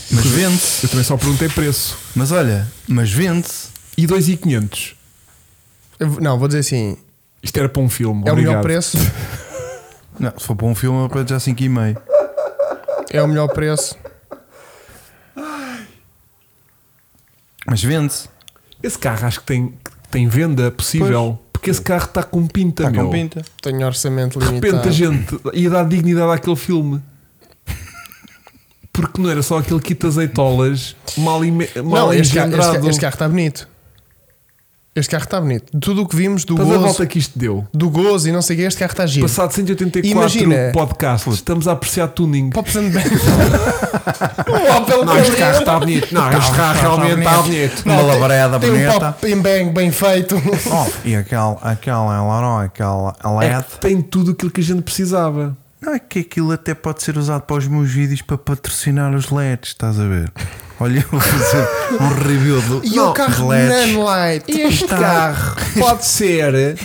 Speaker 2: Mas vende-se.
Speaker 1: Eu também só perguntei preço.
Speaker 2: Mas olha, mas vende-se.
Speaker 1: E 2,500.
Speaker 3: Eu vou- Não, vou dizer assim.
Speaker 1: Isto era para um filme.
Speaker 3: É o melhor
Speaker 1: obrigado.
Speaker 3: preço.
Speaker 2: Não, se for para um filme, para já 5,5.
Speaker 3: É o melhor preço.
Speaker 2: Mas vende-se.
Speaker 1: Esse carro acho que tem, que tem venda possível. Porque esse carro está com pinta,
Speaker 2: Está
Speaker 1: meu.
Speaker 2: Tá com pinta.
Speaker 3: Tenho orçamento
Speaker 1: De repente
Speaker 3: limitado.
Speaker 1: a gente ia dar dignidade àquele filme. Porque não era só aquele kit azeitolas mal, ime- mal
Speaker 3: Não, este carro, este,
Speaker 1: engendrado.
Speaker 3: ca- este carro está bonito. Este carro está bonito. Tudo o que vimos do
Speaker 1: Estás a volta
Speaker 3: gozo,
Speaker 1: que isto deu.
Speaker 3: do gozo e não sei o que, este carro está giro.
Speaker 1: Passado 184
Speaker 3: Imagina.
Speaker 1: podcasts, estamos a apreciar tuning.
Speaker 3: Pops and Bands. um Opel
Speaker 1: Não, este
Speaker 3: Corsa.
Speaker 1: carro tá está bonito.
Speaker 2: Tá
Speaker 1: Não, este carro realmente está bonito.
Speaker 2: Uma labareda
Speaker 3: Tem um
Speaker 2: bonita.
Speaker 3: pop and bang bem feito.
Speaker 2: Oh, e aquela, aquela, ela, aquela,
Speaker 1: É
Speaker 2: LED.
Speaker 1: que tem tudo aquilo que a gente precisava.
Speaker 2: Não é que aquilo até pode ser usado para os meus vídeos para patrocinar os LEDs, estás a ver? Olha, eu vou fazer um review do
Speaker 3: E
Speaker 2: não,
Speaker 3: o carro
Speaker 2: de LEDs.
Speaker 3: Nanlite.
Speaker 1: Este carro pode ser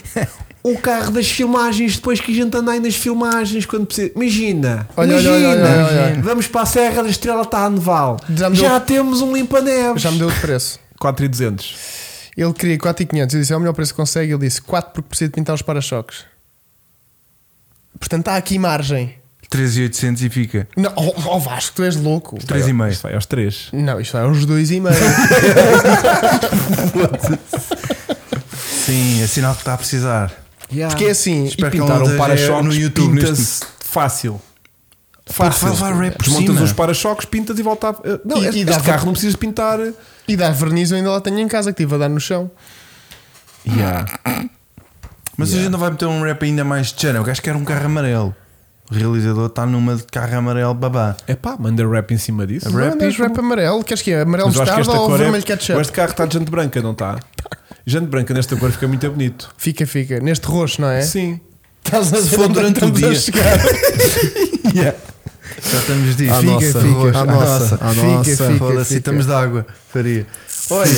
Speaker 1: o carro das filmagens depois que a gente anda aí nas filmagens quando precisa. Imagina,
Speaker 3: Olha, olha,
Speaker 1: imagina,
Speaker 3: olha, olha, olha, olha.
Speaker 1: vamos para a Serra da Estrela está a Neval. Já,
Speaker 3: Já me deu-
Speaker 1: temos um limpa-neves.
Speaker 3: Já me deu de preço.
Speaker 1: 4,200.
Speaker 3: Ele queria 4,500. Eu disse: é o melhor preço que consegue. Ele disse: 4 porque precisa de pintar os para-choques. Portanto, há aqui margem.
Speaker 2: 3,800 e fica
Speaker 3: Não, oh, oh Vasco, tu és louco.
Speaker 2: 3,5.
Speaker 1: vai aos 3.
Speaker 3: Não, isto é uns 2,5.
Speaker 2: Sim, é sinal que está a precisar.
Speaker 3: Porque é assim.
Speaker 1: E
Speaker 2: Espero que
Speaker 1: pintar
Speaker 2: ele
Speaker 1: um
Speaker 2: esteja no
Speaker 1: para-choques
Speaker 2: YouTube neste
Speaker 1: pinta-se fácil.
Speaker 2: Fácil. Vai lá, rap por
Speaker 1: Desmontas
Speaker 2: cima.
Speaker 1: os para-choques, pintas e volta a... Eh, Não,
Speaker 3: E- e
Speaker 1: este,
Speaker 3: dá-
Speaker 1: este carro não precisas pintar.
Speaker 3: E dá verniz, eu ainda lá tenho em casa que estive a dar no chão.
Speaker 2: Mas a gente não vai meter um rap ainda mais de género. O gajo quer um carro amarelo. O realizador está numa de carro amarelo babá.
Speaker 1: É pá, manda rap em cima disso.
Speaker 2: Rap
Speaker 3: Rap, não,
Speaker 2: é-
Speaker 3: rap amarelo, queres que é? Amarelo
Speaker 1: Mas eu acho que
Speaker 3: mostarda
Speaker 1: esta
Speaker 3: ou
Speaker 1: cor
Speaker 3: vermelho
Speaker 1: é...
Speaker 3: ketchup?
Speaker 1: Ou Este carro está de gente branca, não está? Gente branca nesta cor fica muito bonito.
Speaker 3: Fica, fica. Neste roxo, não é?
Speaker 1: Sim.
Speaker 3: Estás a
Speaker 2: Se
Speaker 3: ver
Speaker 2: for
Speaker 3: onde é
Speaker 2: durante o
Speaker 3: estamos a
Speaker 2: dia.
Speaker 3: chegar.
Speaker 2: Já estamos disto.
Speaker 3: À nossa,
Speaker 2: roxo,
Speaker 3: à
Speaker 2: à
Speaker 3: nossa,
Speaker 2: nossa,
Speaker 3: à nossa.
Speaker 2: Fala
Speaker 3: Fica.
Speaker 2: assim, estamos de água, faria. Olha,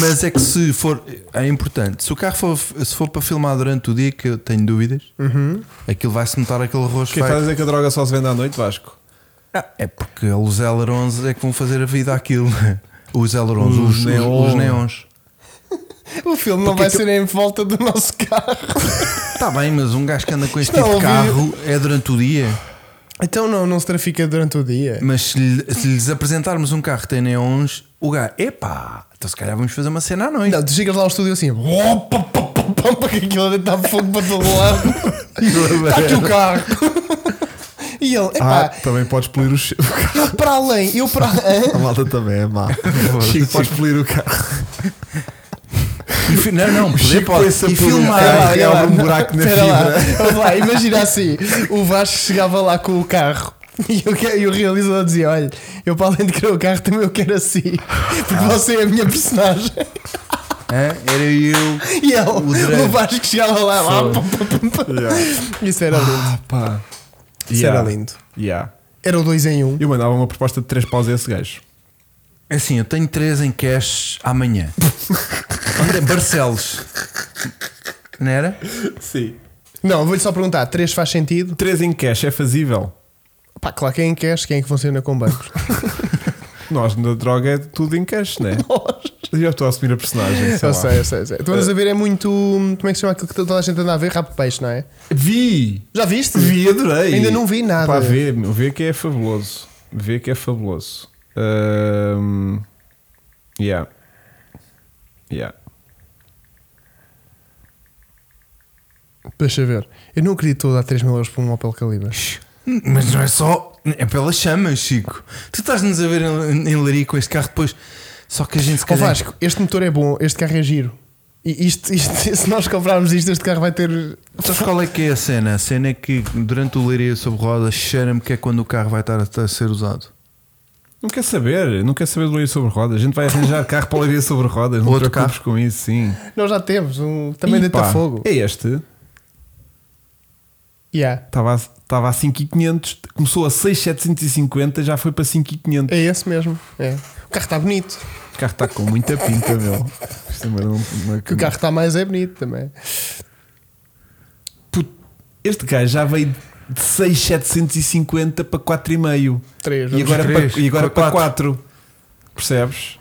Speaker 2: mas é que se for, é importante, se o carro for, se for para filmar durante o dia, que eu tenho dúvidas, aquilo vai-se notar aquele rosto.
Speaker 1: Quem está a dizer que a droga só se vende à noite, Vasco?
Speaker 2: É porque os ailerons é que vão fazer a vida àquilo, né? os ailerons, os, os,
Speaker 1: neon.
Speaker 2: os neons.
Speaker 3: O filme não vai ser em volta do nosso carro.
Speaker 2: Está bem, mas um gajo que anda com este
Speaker 3: Não,
Speaker 2: tipo de
Speaker 3: o
Speaker 2: carro é durante o dia.
Speaker 3: Então não, não se trafica durante o dia.
Speaker 2: Mas se, lhe- se lhes apresentarmos um carro que tem neons, o gajo, epá, então se calhar vamos fazer uma cena à noite.
Speaker 3: Não, tu chegas lá ao estúdio assim, opa, pá, pá, pá, pá, que aquilo ali está fogo para todo lado. Está aqui o carro. E ele,
Speaker 1: Ah,
Speaker 3: epá,
Speaker 1: também podes polir o che-
Speaker 3: eu para além, eu para.
Speaker 1: A malta também é má. Chico, podes polir o carro.
Speaker 2: E fi- Não, não,
Speaker 3: tipo,
Speaker 2: poder pode.
Speaker 1: põe-se a
Speaker 2: E
Speaker 1: pôr o
Speaker 2: filmar.
Speaker 1: carro. é, abre um buraco na
Speaker 3: Espera lá,
Speaker 1: fibra.
Speaker 3: vamos lá, imagina assim: o Vasco chegava lá com o carro. E o, ca- e o realizador dizia: Olha, eu para além de querer o carro também eu quero assim, porque você é a minha personagem.
Speaker 2: Hã? É,
Speaker 3: tipo,
Speaker 2: Era eu.
Speaker 3: E ele,
Speaker 2: O
Speaker 3: o,
Speaker 2: drag.
Speaker 3: Vasco chegava lá, lá pum, pum, pum, pum. isso era lindo.
Speaker 1: Ah, pá.
Speaker 3: Isso
Speaker 1: Ah, Yeah.
Speaker 3: era lindo.
Speaker 1: Yeah.
Speaker 3: Era o 2 em 1. Um.
Speaker 1: Eu mandava uma proposta de 3 paus a esse gajo.
Speaker 2: Assim, eu tenho três em cash amanhã. Onde é? Barcelos. Não era?
Speaker 1: Sim.
Speaker 3: Não, vou-lhe só perguntar: 3 faz sentido?
Speaker 1: 3 em cash é fazível.
Speaker 3: Pá, claro, quem é que és? Quem é que funciona com bancos?
Speaker 1: Nós na droga é tudo em cash, né? Eu estou a assumir a personagem. Sei lá.
Speaker 3: eu sei, eu sei, eu sei. Tu andas a ver é muito. Como é que se chama aquilo que toda a gente anda a ver? Rabo de peixe, não é?
Speaker 1: Vi!
Speaker 3: Já viste?
Speaker 1: Vi, adorei.
Speaker 3: Ainda não vi nada.
Speaker 1: Pá, vê, meu, vê que é fabuloso. Vê que é fabuloso. Ahm, yeah. Yeah.
Speaker 3: Deixa ver. Eu não acredito que eu a dar 3 mil euros por um Opel Calibre.
Speaker 2: Mas não é só. É pelas chamas, Chico. Tu estás-nos a ver em, em Leiria com este carro depois. Só que a gente se
Speaker 3: Ó
Speaker 2: calhar.
Speaker 3: Vasco, este motor é bom, este carro é giro. E isto, isto- se nós comprarmos isto, este carro vai ter.
Speaker 2: Sabes qual é que é a cena? A cena é que durante o Leiria sob rodas, cheira-me que é quando o carro vai estar a, a ser usado.
Speaker 1: Não quer saber, não quer saber do leria sobre rodas. A gente vai arranjar carro para leria sobre rodas. Não
Speaker 2: Outro
Speaker 1: Outro preocupes com isso, sim.
Speaker 3: Nós já temos um. Também
Speaker 1: Ih,
Speaker 3: deita
Speaker 1: pá,
Speaker 3: fogo.
Speaker 1: É este.
Speaker 3: Yeah.
Speaker 1: Estava a, estava a 5,500. Começou a 6,750. Já foi para 5,500.
Speaker 3: É esse mesmo. É. O carro está bonito.
Speaker 1: O carro está com muita pinta, meu. Isto é uma- uma-
Speaker 3: Que o carro está mais é bonito também.
Speaker 1: Puto, Este gajo já veio de 6,750 para 4,5.
Speaker 3: 3.
Speaker 1: E agora,
Speaker 2: três,
Speaker 1: para, e agora
Speaker 2: para
Speaker 1: para 4. Percebes?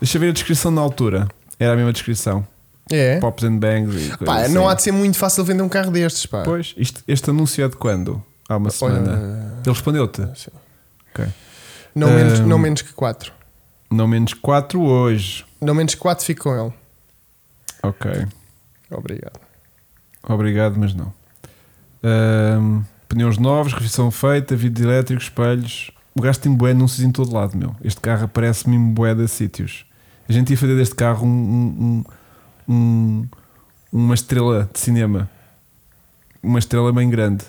Speaker 1: Deixa eu ver a descrição na altura. Era a mesma descrição.
Speaker 3: É.
Speaker 1: Pops and bangs e coisas
Speaker 3: Pá,
Speaker 1: assim.
Speaker 3: não há de ser muito fácil vender um carro destes, pá.
Speaker 1: Pois, isto- este anúncio é de quando? Há uma
Speaker 3: Olha,
Speaker 1: semana. Ele respondeu-te?
Speaker 3: Sim.
Speaker 1: Ok.
Speaker 3: não, menos,
Speaker 1: Ahm.
Speaker 3: não menos que 4.
Speaker 1: Não menos 4 hoje.
Speaker 3: Não menos que 4 fico com ele.
Speaker 1: Ok.
Speaker 3: Obrigado.
Speaker 1: Obrigado, mas não. Ahm, pneus novos, revisão feita, vidro elétrico, espelhos. o gajo tem bué anúncios em todo lado, meu. Este carro aparece mesmo bué de sítios. A gente ia fazer deste carro um- um- um- um- uma estrela de cinema. Uma estrela bem grande.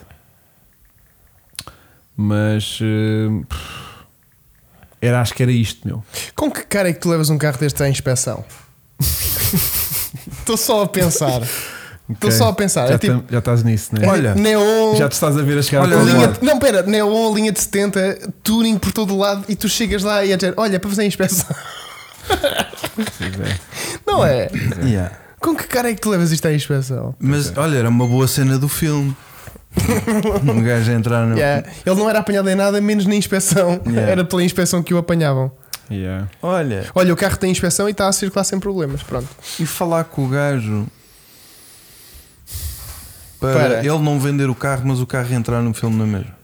Speaker 1: Mas eh, pff, era, acho que era isto, meu.
Speaker 3: Com que cara é que tu levas um carro destes à inspeção? Estou só a pensar. Estou
Speaker 1: Ok.
Speaker 3: só a pensar.
Speaker 1: Já,
Speaker 3: é tipo,
Speaker 1: tam- já estás nisso, né?
Speaker 2: Olha,
Speaker 3: neon,
Speaker 1: já te estás a ver a chegar
Speaker 2: Olha,
Speaker 1: a todo
Speaker 3: linha,
Speaker 1: lado.
Speaker 3: não, pera, neon, linha de 70, tuning por todo lado e tu chegas lá e a dizer, olha, para fazer a inspeção.
Speaker 1: Pois é.
Speaker 3: Não é?
Speaker 2: Yeah.
Speaker 3: Com que cara é que tu levas isto à inspeção?
Speaker 2: Mas olha, era uma boa cena do filme. um gajo a entrar no.
Speaker 3: Yeah. Ele não era apanhado em nada, menos na inspeção.
Speaker 2: Yeah.
Speaker 3: Era pela inspeção que o apanhavam.
Speaker 1: Yeah.
Speaker 2: Olha,
Speaker 3: Olha, o carro tem inspeção e está a circular sem problemas. Pronto.
Speaker 2: e falar com o gajo para,
Speaker 3: Para.
Speaker 2: ele não vender o carro, mas o carro entrar no filme não é mesmo?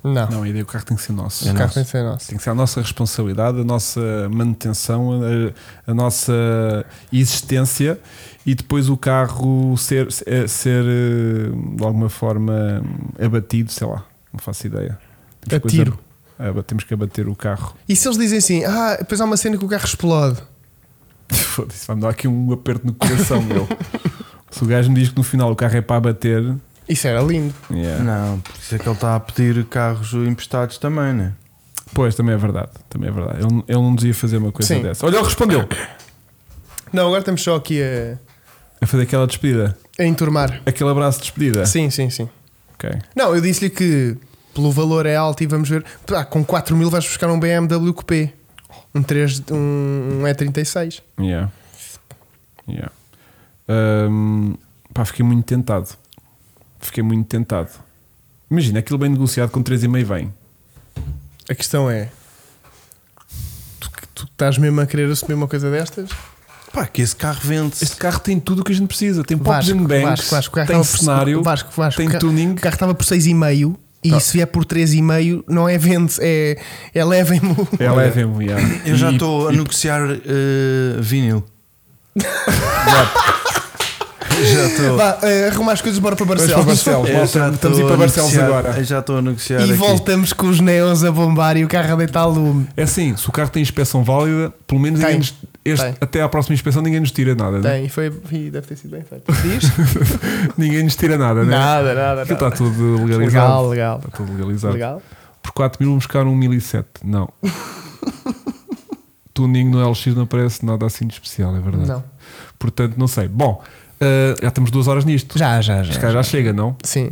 Speaker 3: Não.
Speaker 1: Não, a ideia o carro tem que ser nosso.
Speaker 2: Ah. É
Speaker 3: o carro
Speaker 2: nosso.
Speaker 3: tem que ser nosso.
Speaker 1: Tem que ser a nossa responsabilidade, a nossa manutenção, a, a nossa existência e depois o carro ser, ser, ser, eh, de alguma forma abatido, sei lá, não faço ideia.
Speaker 3: A
Speaker 1: coisa-
Speaker 3: tiro.
Speaker 1: Ah, temos que abater o carro.
Speaker 3: E se eles dizem assim, ah, depois há uma cena que o carro explode.
Speaker 1: Foda-se, vai-me dar aqui um aperto no coração, meu. Se o gajo me diz que no final o carro é para abater,
Speaker 3: Isso era lindo.
Speaker 1: yeah.
Speaker 2: Não, porque isso é que ele está a pedir carros emprestados também, né?
Speaker 1: pois também é verdade. Também é verdade. Ele, ele não nos ia fazer uma coisa
Speaker 3: Sim.
Speaker 1: dessa. Olha, ele respondeu
Speaker 3: Não, agora estamos só aqui a,
Speaker 1: a fazer aquela despedida,
Speaker 3: a enturmar.
Speaker 1: aquele abraço de despedida.
Speaker 3: Sim, sim, sim.
Speaker 1: Ok.
Speaker 3: Não, eu disse-lhe que pelo valor é alto e vamos ver. Ah, com 4 mil vais buscar um BMW Coupé. Um, 3, um, um E36.
Speaker 1: Yeah. Yeah. Ahm, pá, fiquei muito tentado. Fiquei muito tentado. Imagina, aquilo bem negociado com 3,5 vem.
Speaker 3: A questão é. Tu, tu estás mesmo a querer assumir uma coisa destas?
Speaker 2: Pá, que esse carro vende-se.
Speaker 1: Este carro tem tudo o que a gente precisa. Tem pop and banks,
Speaker 3: Vasco, Vasco, o carro
Speaker 1: tem
Speaker 3: estava por-
Speaker 1: cenário,
Speaker 3: Vasco, Vasco,
Speaker 1: tem
Speaker 3: o ca-
Speaker 1: tuning.
Speaker 3: O carro estava por 6,5 e
Speaker 1: Tá.
Speaker 3: se vier por 3,5 não é vende, é, é levem-me.
Speaker 1: É leve-me, yeah.
Speaker 2: Eu já
Speaker 1: E-
Speaker 2: estou a
Speaker 1: e-
Speaker 2: negociar eh, vinil. já estou.
Speaker 3: Vá, eh, arruma as coisas, bora para
Speaker 1: Vamos
Speaker 3: Barcelos.
Speaker 1: para Barcelos,
Speaker 2: Eu
Speaker 1: malta,
Speaker 2: já
Speaker 1: estamos a ir
Speaker 2: estou
Speaker 1: para
Speaker 2: a
Speaker 1: Barcelos
Speaker 2: negociar-
Speaker 1: agora.
Speaker 2: eu já estou a negociar.
Speaker 3: E
Speaker 2: aqui.
Speaker 3: voltamos com os neons a bombar e o carro a deitar lume.
Speaker 1: É assim, se o carro tem inspeção válida, pelo menos
Speaker 3: Tem.
Speaker 1: ninguém nos- este-
Speaker 3: Tem.
Speaker 1: até à próxima inspeção ninguém nos tira nada. né?
Speaker 3: Tem, e foi, e deve ter sido bem feito. Diz?
Speaker 1: Ninguém nos tira nada, né?
Speaker 3: nada, nada.
Speaker 1: Aquilo tá
Speaker 3: nada.
Speaker 1: está tudo
Speaker 3: Legal,
Speaker 1: legalizado.
Speaker 3: legal.
Speaker 1: Está tudo legalizado.
Speaker 3: Legal.
Speaker 1: Por 4 mil buscar um 1007. Não. Tuning no LX não parece nada assim de especial, é verdade.
Speaker 3: Não.
Speaker 1: Portanto, não sei. Bom, eh, já estamos duas horas nisto.
Speaker 3: Já, já,
Speaker 1: Este cara já chega, não?
Speaker 3: Sim.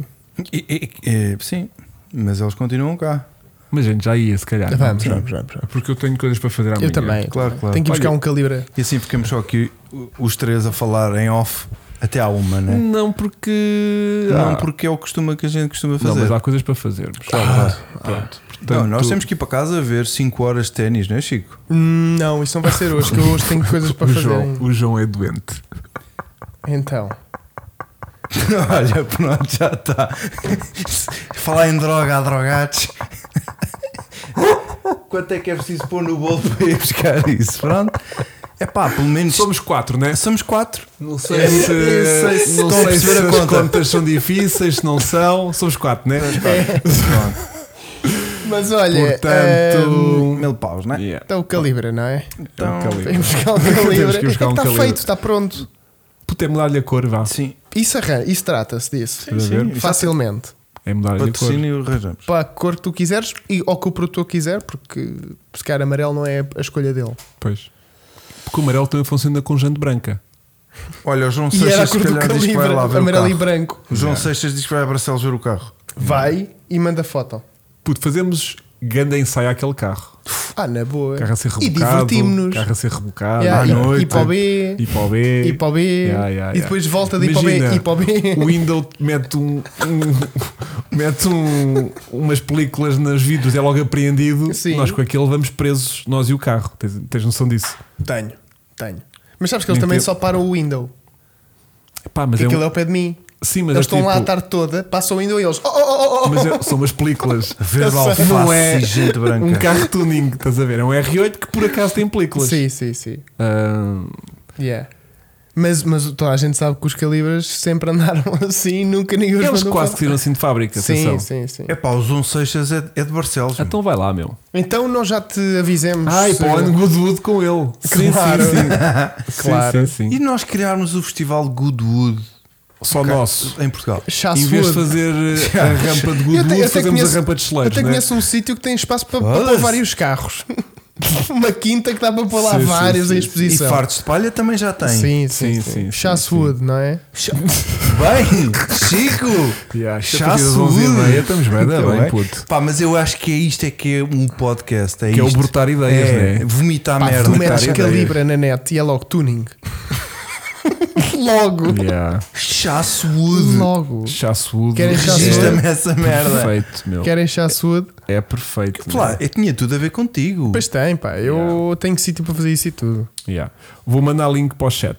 Speaker 2: E- e- e- eh, sim, mas eles continuam cá.
Speaker 1: Mas a gente já ia, se calhar. não?
Speaker 3: Vamos, vamos, vamos.
Speaker 1: É Porque eu tenho coisas para fazer amanhã.
Speaker 3: Eu também.
Speaker 2: Claro, claro.
Speaker 3: Tenho que ir buscar
Speaker 1: Olha-
Speaker 3: um calibre.
Speaker 2: E assim ficamos só aqui o- os três a falar em off até à uma, né?
Speaker 1: Não porque.
Speaker 2: Não,
Speaker 1: Ah,
Speaker 2: porque é o costume que a gente costuma
Speaker 1: Não,
Speaker 2: fazer.
Speaker 1: mas há coisas para fazermos.
Speaker 2: Claro,
Speaker 1: Pronto. Portanto,
Speaker 2: Não, nós temos que ir para casa ver 5 horas de ténis, não é, Chico?
Speaker 3: Hum, Não, isso não vai ser hoje, que eu hoje tenho coisas para
Speaker 1: o
Speaker 3: fazer.
Speaker 1: João, o João é doente.
Speaker 3: Então.
Speaker 2: Olha, pronto, já está. falar em droga a drogados. Quanto é que é preciso pôr no bolo para ir buscar isso? Pronto. É pá, pelo menos
Speaker 1: Somos quatro, não é?
Speaker 2: somos quatro.
Speaker 1: Não sei se,
Speaker 2: Eu sei se
Speaker 1: não
Speaker 2: estou a
Speaker 1: sei se
Speaker 2: perceber a
Speaker 1: as
Speaker 2: conta.
Speaker 1: contas são difíceis, se não são. Somos quatro, não é?
Speaker 2: Pronto.
Speaker 3: Mas olha. hum,
Speaker 1: Portanto.
Speaker 2: Mil paus, não é?
Speaker 1: yeah.
Speaker 3: Então o calibre, não é?
Speaker 2: Então,
Speaker 1: Então, calibre.
Speaker 3: Tem que buscar um calibre.
Speaker 1: Temos que buscar um
Speaker 3: está
Speaker 1: calibre.
Speaker 3: feito, está pronto.
Speaker 1: Puta, é mudar-lhe a cor, vá.
Speaker 2: sim.
Speaker 3: Isso, arran- isso trata-se disso.
Speaker 1: Estás a ver?
Speaker 3: Facilmente.
Speaker 1: É mudar-lhe a cor.
Speaker 2: Patrocínio arranjamos.
Speaker 3: Para a cor que tu quiseres e ou que o produtor quiser, porque pescar amarelo não é a escolha dele.
Speaker 1: Pois. Porque o amarelo também funciona com jante branca.
Speaker 2: Olha, o João
Speaker 3: E era a
Speaker 2: Seixas
Speaker 3: cor
Speaker 2: se
Speaker 3: do
Speaker 2: calhar diz que vai
Speaker 3: calibre,
Speaker 2: lá ver o
Speaker 3: amarelo e
Speaker 2: carro.
Speaker 3: branco.
Speaker 2: O João Seixas diz que vai a Barcelos ver o carro.
Speaker 3: Vai e manda foto.
Speaker 1: Puto, fazemos grande ensaio àquele carro.
Speaker 3: Ah, na boa.
Speaker 1: Carro a ser
Speaker 3: e
Speaker 1: rebocado.
Speaker 3: divertimos-nos.
Speaker 1: Carro a ser rebocado.
Speaker 3: Yeah,
Speaker 1: à
Speaker 3: e-
Speaker 1: noite.
Speaker 3: e para o B.
Speaker 1: E para o B.
Speaker 3: E para o B.
Speaker 1: Yeah, yeah,
Speaker 3: E
Speaker 1: yeah.
Speaker 3: depois volta de ir para o B.
Speaker 1: Imagina,
Speaker 3: E para o
Speaker 1: O
Speaker 3: B.
Speaker 1: Windows mete um, um- mete um, umas películas nos vidros, é logo apreendido.
Speaker 3: Sim.
Speaker 1: Nós com aquele vamos presos, nós e o carro. Tens, tens noção disso?
Speaker 3: Tenho, tenho. Mas sabes que eles
Speaker 1: Nem
Speaker 3: também
Speaker 1: tempo.
Speaker 3: só param o window.
Speaker 1: Pá, mas
Speaker 3: Porque
Speaker 1: é
Speaker 3: aquilo
Speaker 1: um-
Speaker 3: é ao pé de mim.
Speaker 1: Sim, mas
Speaker 3: eles
Speaker 1: é
Speaker 3: estão
Speaker 1: tipo,
Speaker 3: lá a tarde toda, passam o window e eles. Oh, oh, oh, oh, oh.
Speaker 1: Mas é- são umas películas.
Speaker 2: Verde alface
Speaker 1: Não é
Speaker 2: e gente branca.
Speaker 1: um carro tuning, estás a ver? É um R8 que por acaso tem películas.
Speaker 3: Sim, sim, sim.
Speaker 1: Ah,
Speaker 3: Yeah. Mas, mas toda a gente sabe que os calibres sempre andaram assim, nunca ninguém os
Speaker 1: Eles
Speaker 3: mandou
Speaker 1: quase que
Speaker 3: para-
Speaker 1: tiram assim de fábrica,
Speaker 3: Sim,
Speaker 1: atenção.
Speaker 3: sim, sim.
Speaker 2: É pá, os 1.6 é, é de Barcelos. meu.
Speaker 1: Então vai lá, meu.
Speaker 3: Então nós já te avisemos. eh,
Speaker 1: Ai,
Speaker 3: se-
Speaker 1: pá, o Goodwood com ele. Sim,
Speaker 3: Claro.
Speaker 1: sim, sim.
Speaker 3: Claro.
Speaker 1: Sim, sim, sim.
Speaker 2: E nós criarmos o festival Goodwood
Speaker 1: Só
Speaker 2: cá-
Speaker 1: nosso.
Speaker 2: em Portugal.
Speaker 3: Chá
Speaker 1: Em vez de
Speaker 3: Suado.
Speaker 1: fazer eh, a rampa de
Speaker 3: Eu te- eu
Speaker 1: Goodwood,
Speaker 3: até
Speaker 1: fazemos
Speaker 3: conheço-
Speaker 1: a rampa de
Speaker 3: Eu
Speaker 1: Celeiros,
Speaker 3: até
Speaker 1: né?
Speaker 3: conheço um sítio que tem espaço para, para
Speaker 2: Foda-se.
Speaker 3: pôr vários carros. Uma quinta que dá para pôr lá
Speaker 1: Sim, sim,
Speaker 3: vários
Speaker 1: sim,
Speaker 3: em
Speaker 1: sim.
Speaker 2: E
Speaker 3: exposição.
Speaker 2: fartos de palha também já tem.
Speaker 1: Sim,
Speaker 3: Sim, sim,
Speaker 1: sim, sim,
Speaker 3: sim. Chá
Speaker 1: sim.
Speaker 3: Suado, não é?
Speaker 2: Bem, Chico!
Speaker 1: Yeah,
Speaker 2: Chá
Speaker 1: isto a partir das 11 e
Speaker 2: saúde.
Speaker 1: meia, Estamos bem,
Speaker 2: Muito
Speaker 1: ainda bem,
Speaker 2: bem.
Speaker 1: puto.
Speaker 2: é. Pá, mas eu acho que é isto é que é um podcast. É
Speaker 1: Que é o
Speaker 2: isto.
Speaker 1: brotar ideias,
Speaker 2: é,
Speaker 1: né?
Speaker 2: Vomitar
Speaker 3: Pá,
Speaker 2: merda.
Speaker 3: tu metes
Speaker 2: cara.
Speaker 3: calibra na net e é logo tuning. logo.
Speaker 1: Yeah.
Speaker 2: Chá saúde.
Speaker 3: Logo.
Speaker 1: Chá saúde.
Speaker 3: Querem chá
Speaker 1: é
Speaker 3: saúde?
Speaker 2: Registra-me essa merda.
Speaker 1: perfeito, meu.
Speaker 3: Querem chá Suado?
Speaker 1: É perfeito. meu.
Speaker 2: Pá, eu tinha tudo a ver contigo.
Speaker 3: Pois tem, pá. Eu tenho sítio para fazer isso e tudo.
Speaker 1: Yeah. Vou mandar link para o chat.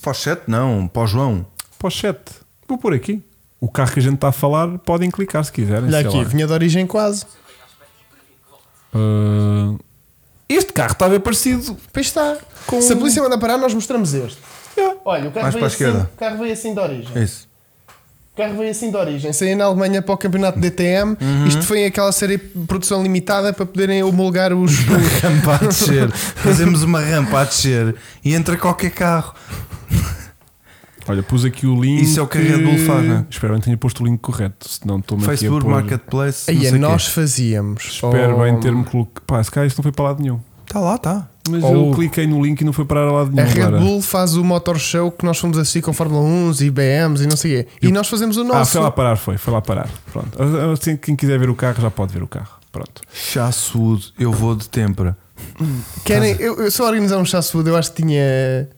Speaker 2: Para o chat, não. Para o João.
Speaker 1: Para o chat. Vou pôr aqui. O carro que a gente está a falar, podem clicar se quiserem.
Speaker 3: Olha
Speaker 1: sei
Speaker 3: aqui,
Speaker 1: lá.
Speaker 3: vinha de origem quase.
Speaker 1: Ah, este carro estava parecido.
Speaker 3: Pois está. Se a polícia manda parar, nós mostramos este. Olha,
Speaker 2: Mais
Speaker 3: o carro, veio
Speaker 2: para a
Speaker 3: assim,
Speaker 2: esquerda.
Speaker 3: o carro veio assim de origem.
Speaker 2: É isso.
Speaker 3: O carro veio assim de origem. Saí na Alemanha para o campeonato DTM. Isto foi aquela série de produção limitada para poderem homologar os.
Speaker 2: Rampa a descer. Fazemos uma rampa a descer e entra qualquer carro.
Speaker 3: é
Speaker 1: Olha, pus aqui o link.
Speaker 2: Isso é o que a Red Bull faz, né?
Speaker 1: Espero bem que tenha posto o link correto. Senão estou-me aqui a
Speaker 2: Facebook,
Speaker 1: pôr.
Speaker 2: Marketplace. não
Speaker 3: Aí é
Speaker 2: sei
Speaker 3: nós
Speaker 2: quê.
Speaker 3: fazíamos.
Speaker 1: Espero
Speaker 3: Oh,
Speaker 1: bem ter-me colocado. Pá, se calhar isto não foi para lado nenhum.
Speaker 2: Está Tá lá, está.
Speaker 1: Mas eu
Speaker 3: Oh.
Speaker 1: cliquei no link e não foi parar a lado
Speaker 3: A
Speaker 1: nenhum.
Speaker 3: Red
Speaker 1: agora.
Speaker 3: Bull faz o Motor Show que nós fomos assim com Fórmula 1 e BMs e não sei o quê. E nós fazemos o
Speaker 1: Ah,
Speaker 3: nosso.
Speaker 1: foi lá parar, foi. Foi lá parar. Pronto. Assim, quem quiser ver o carro já pode ver o carro. Pronto.
Speaker 2: Chá saúde. Eu vou de tempra.
Speaker 3: Querem, eu, eu só organizar um chá saúde, eu acho que tinha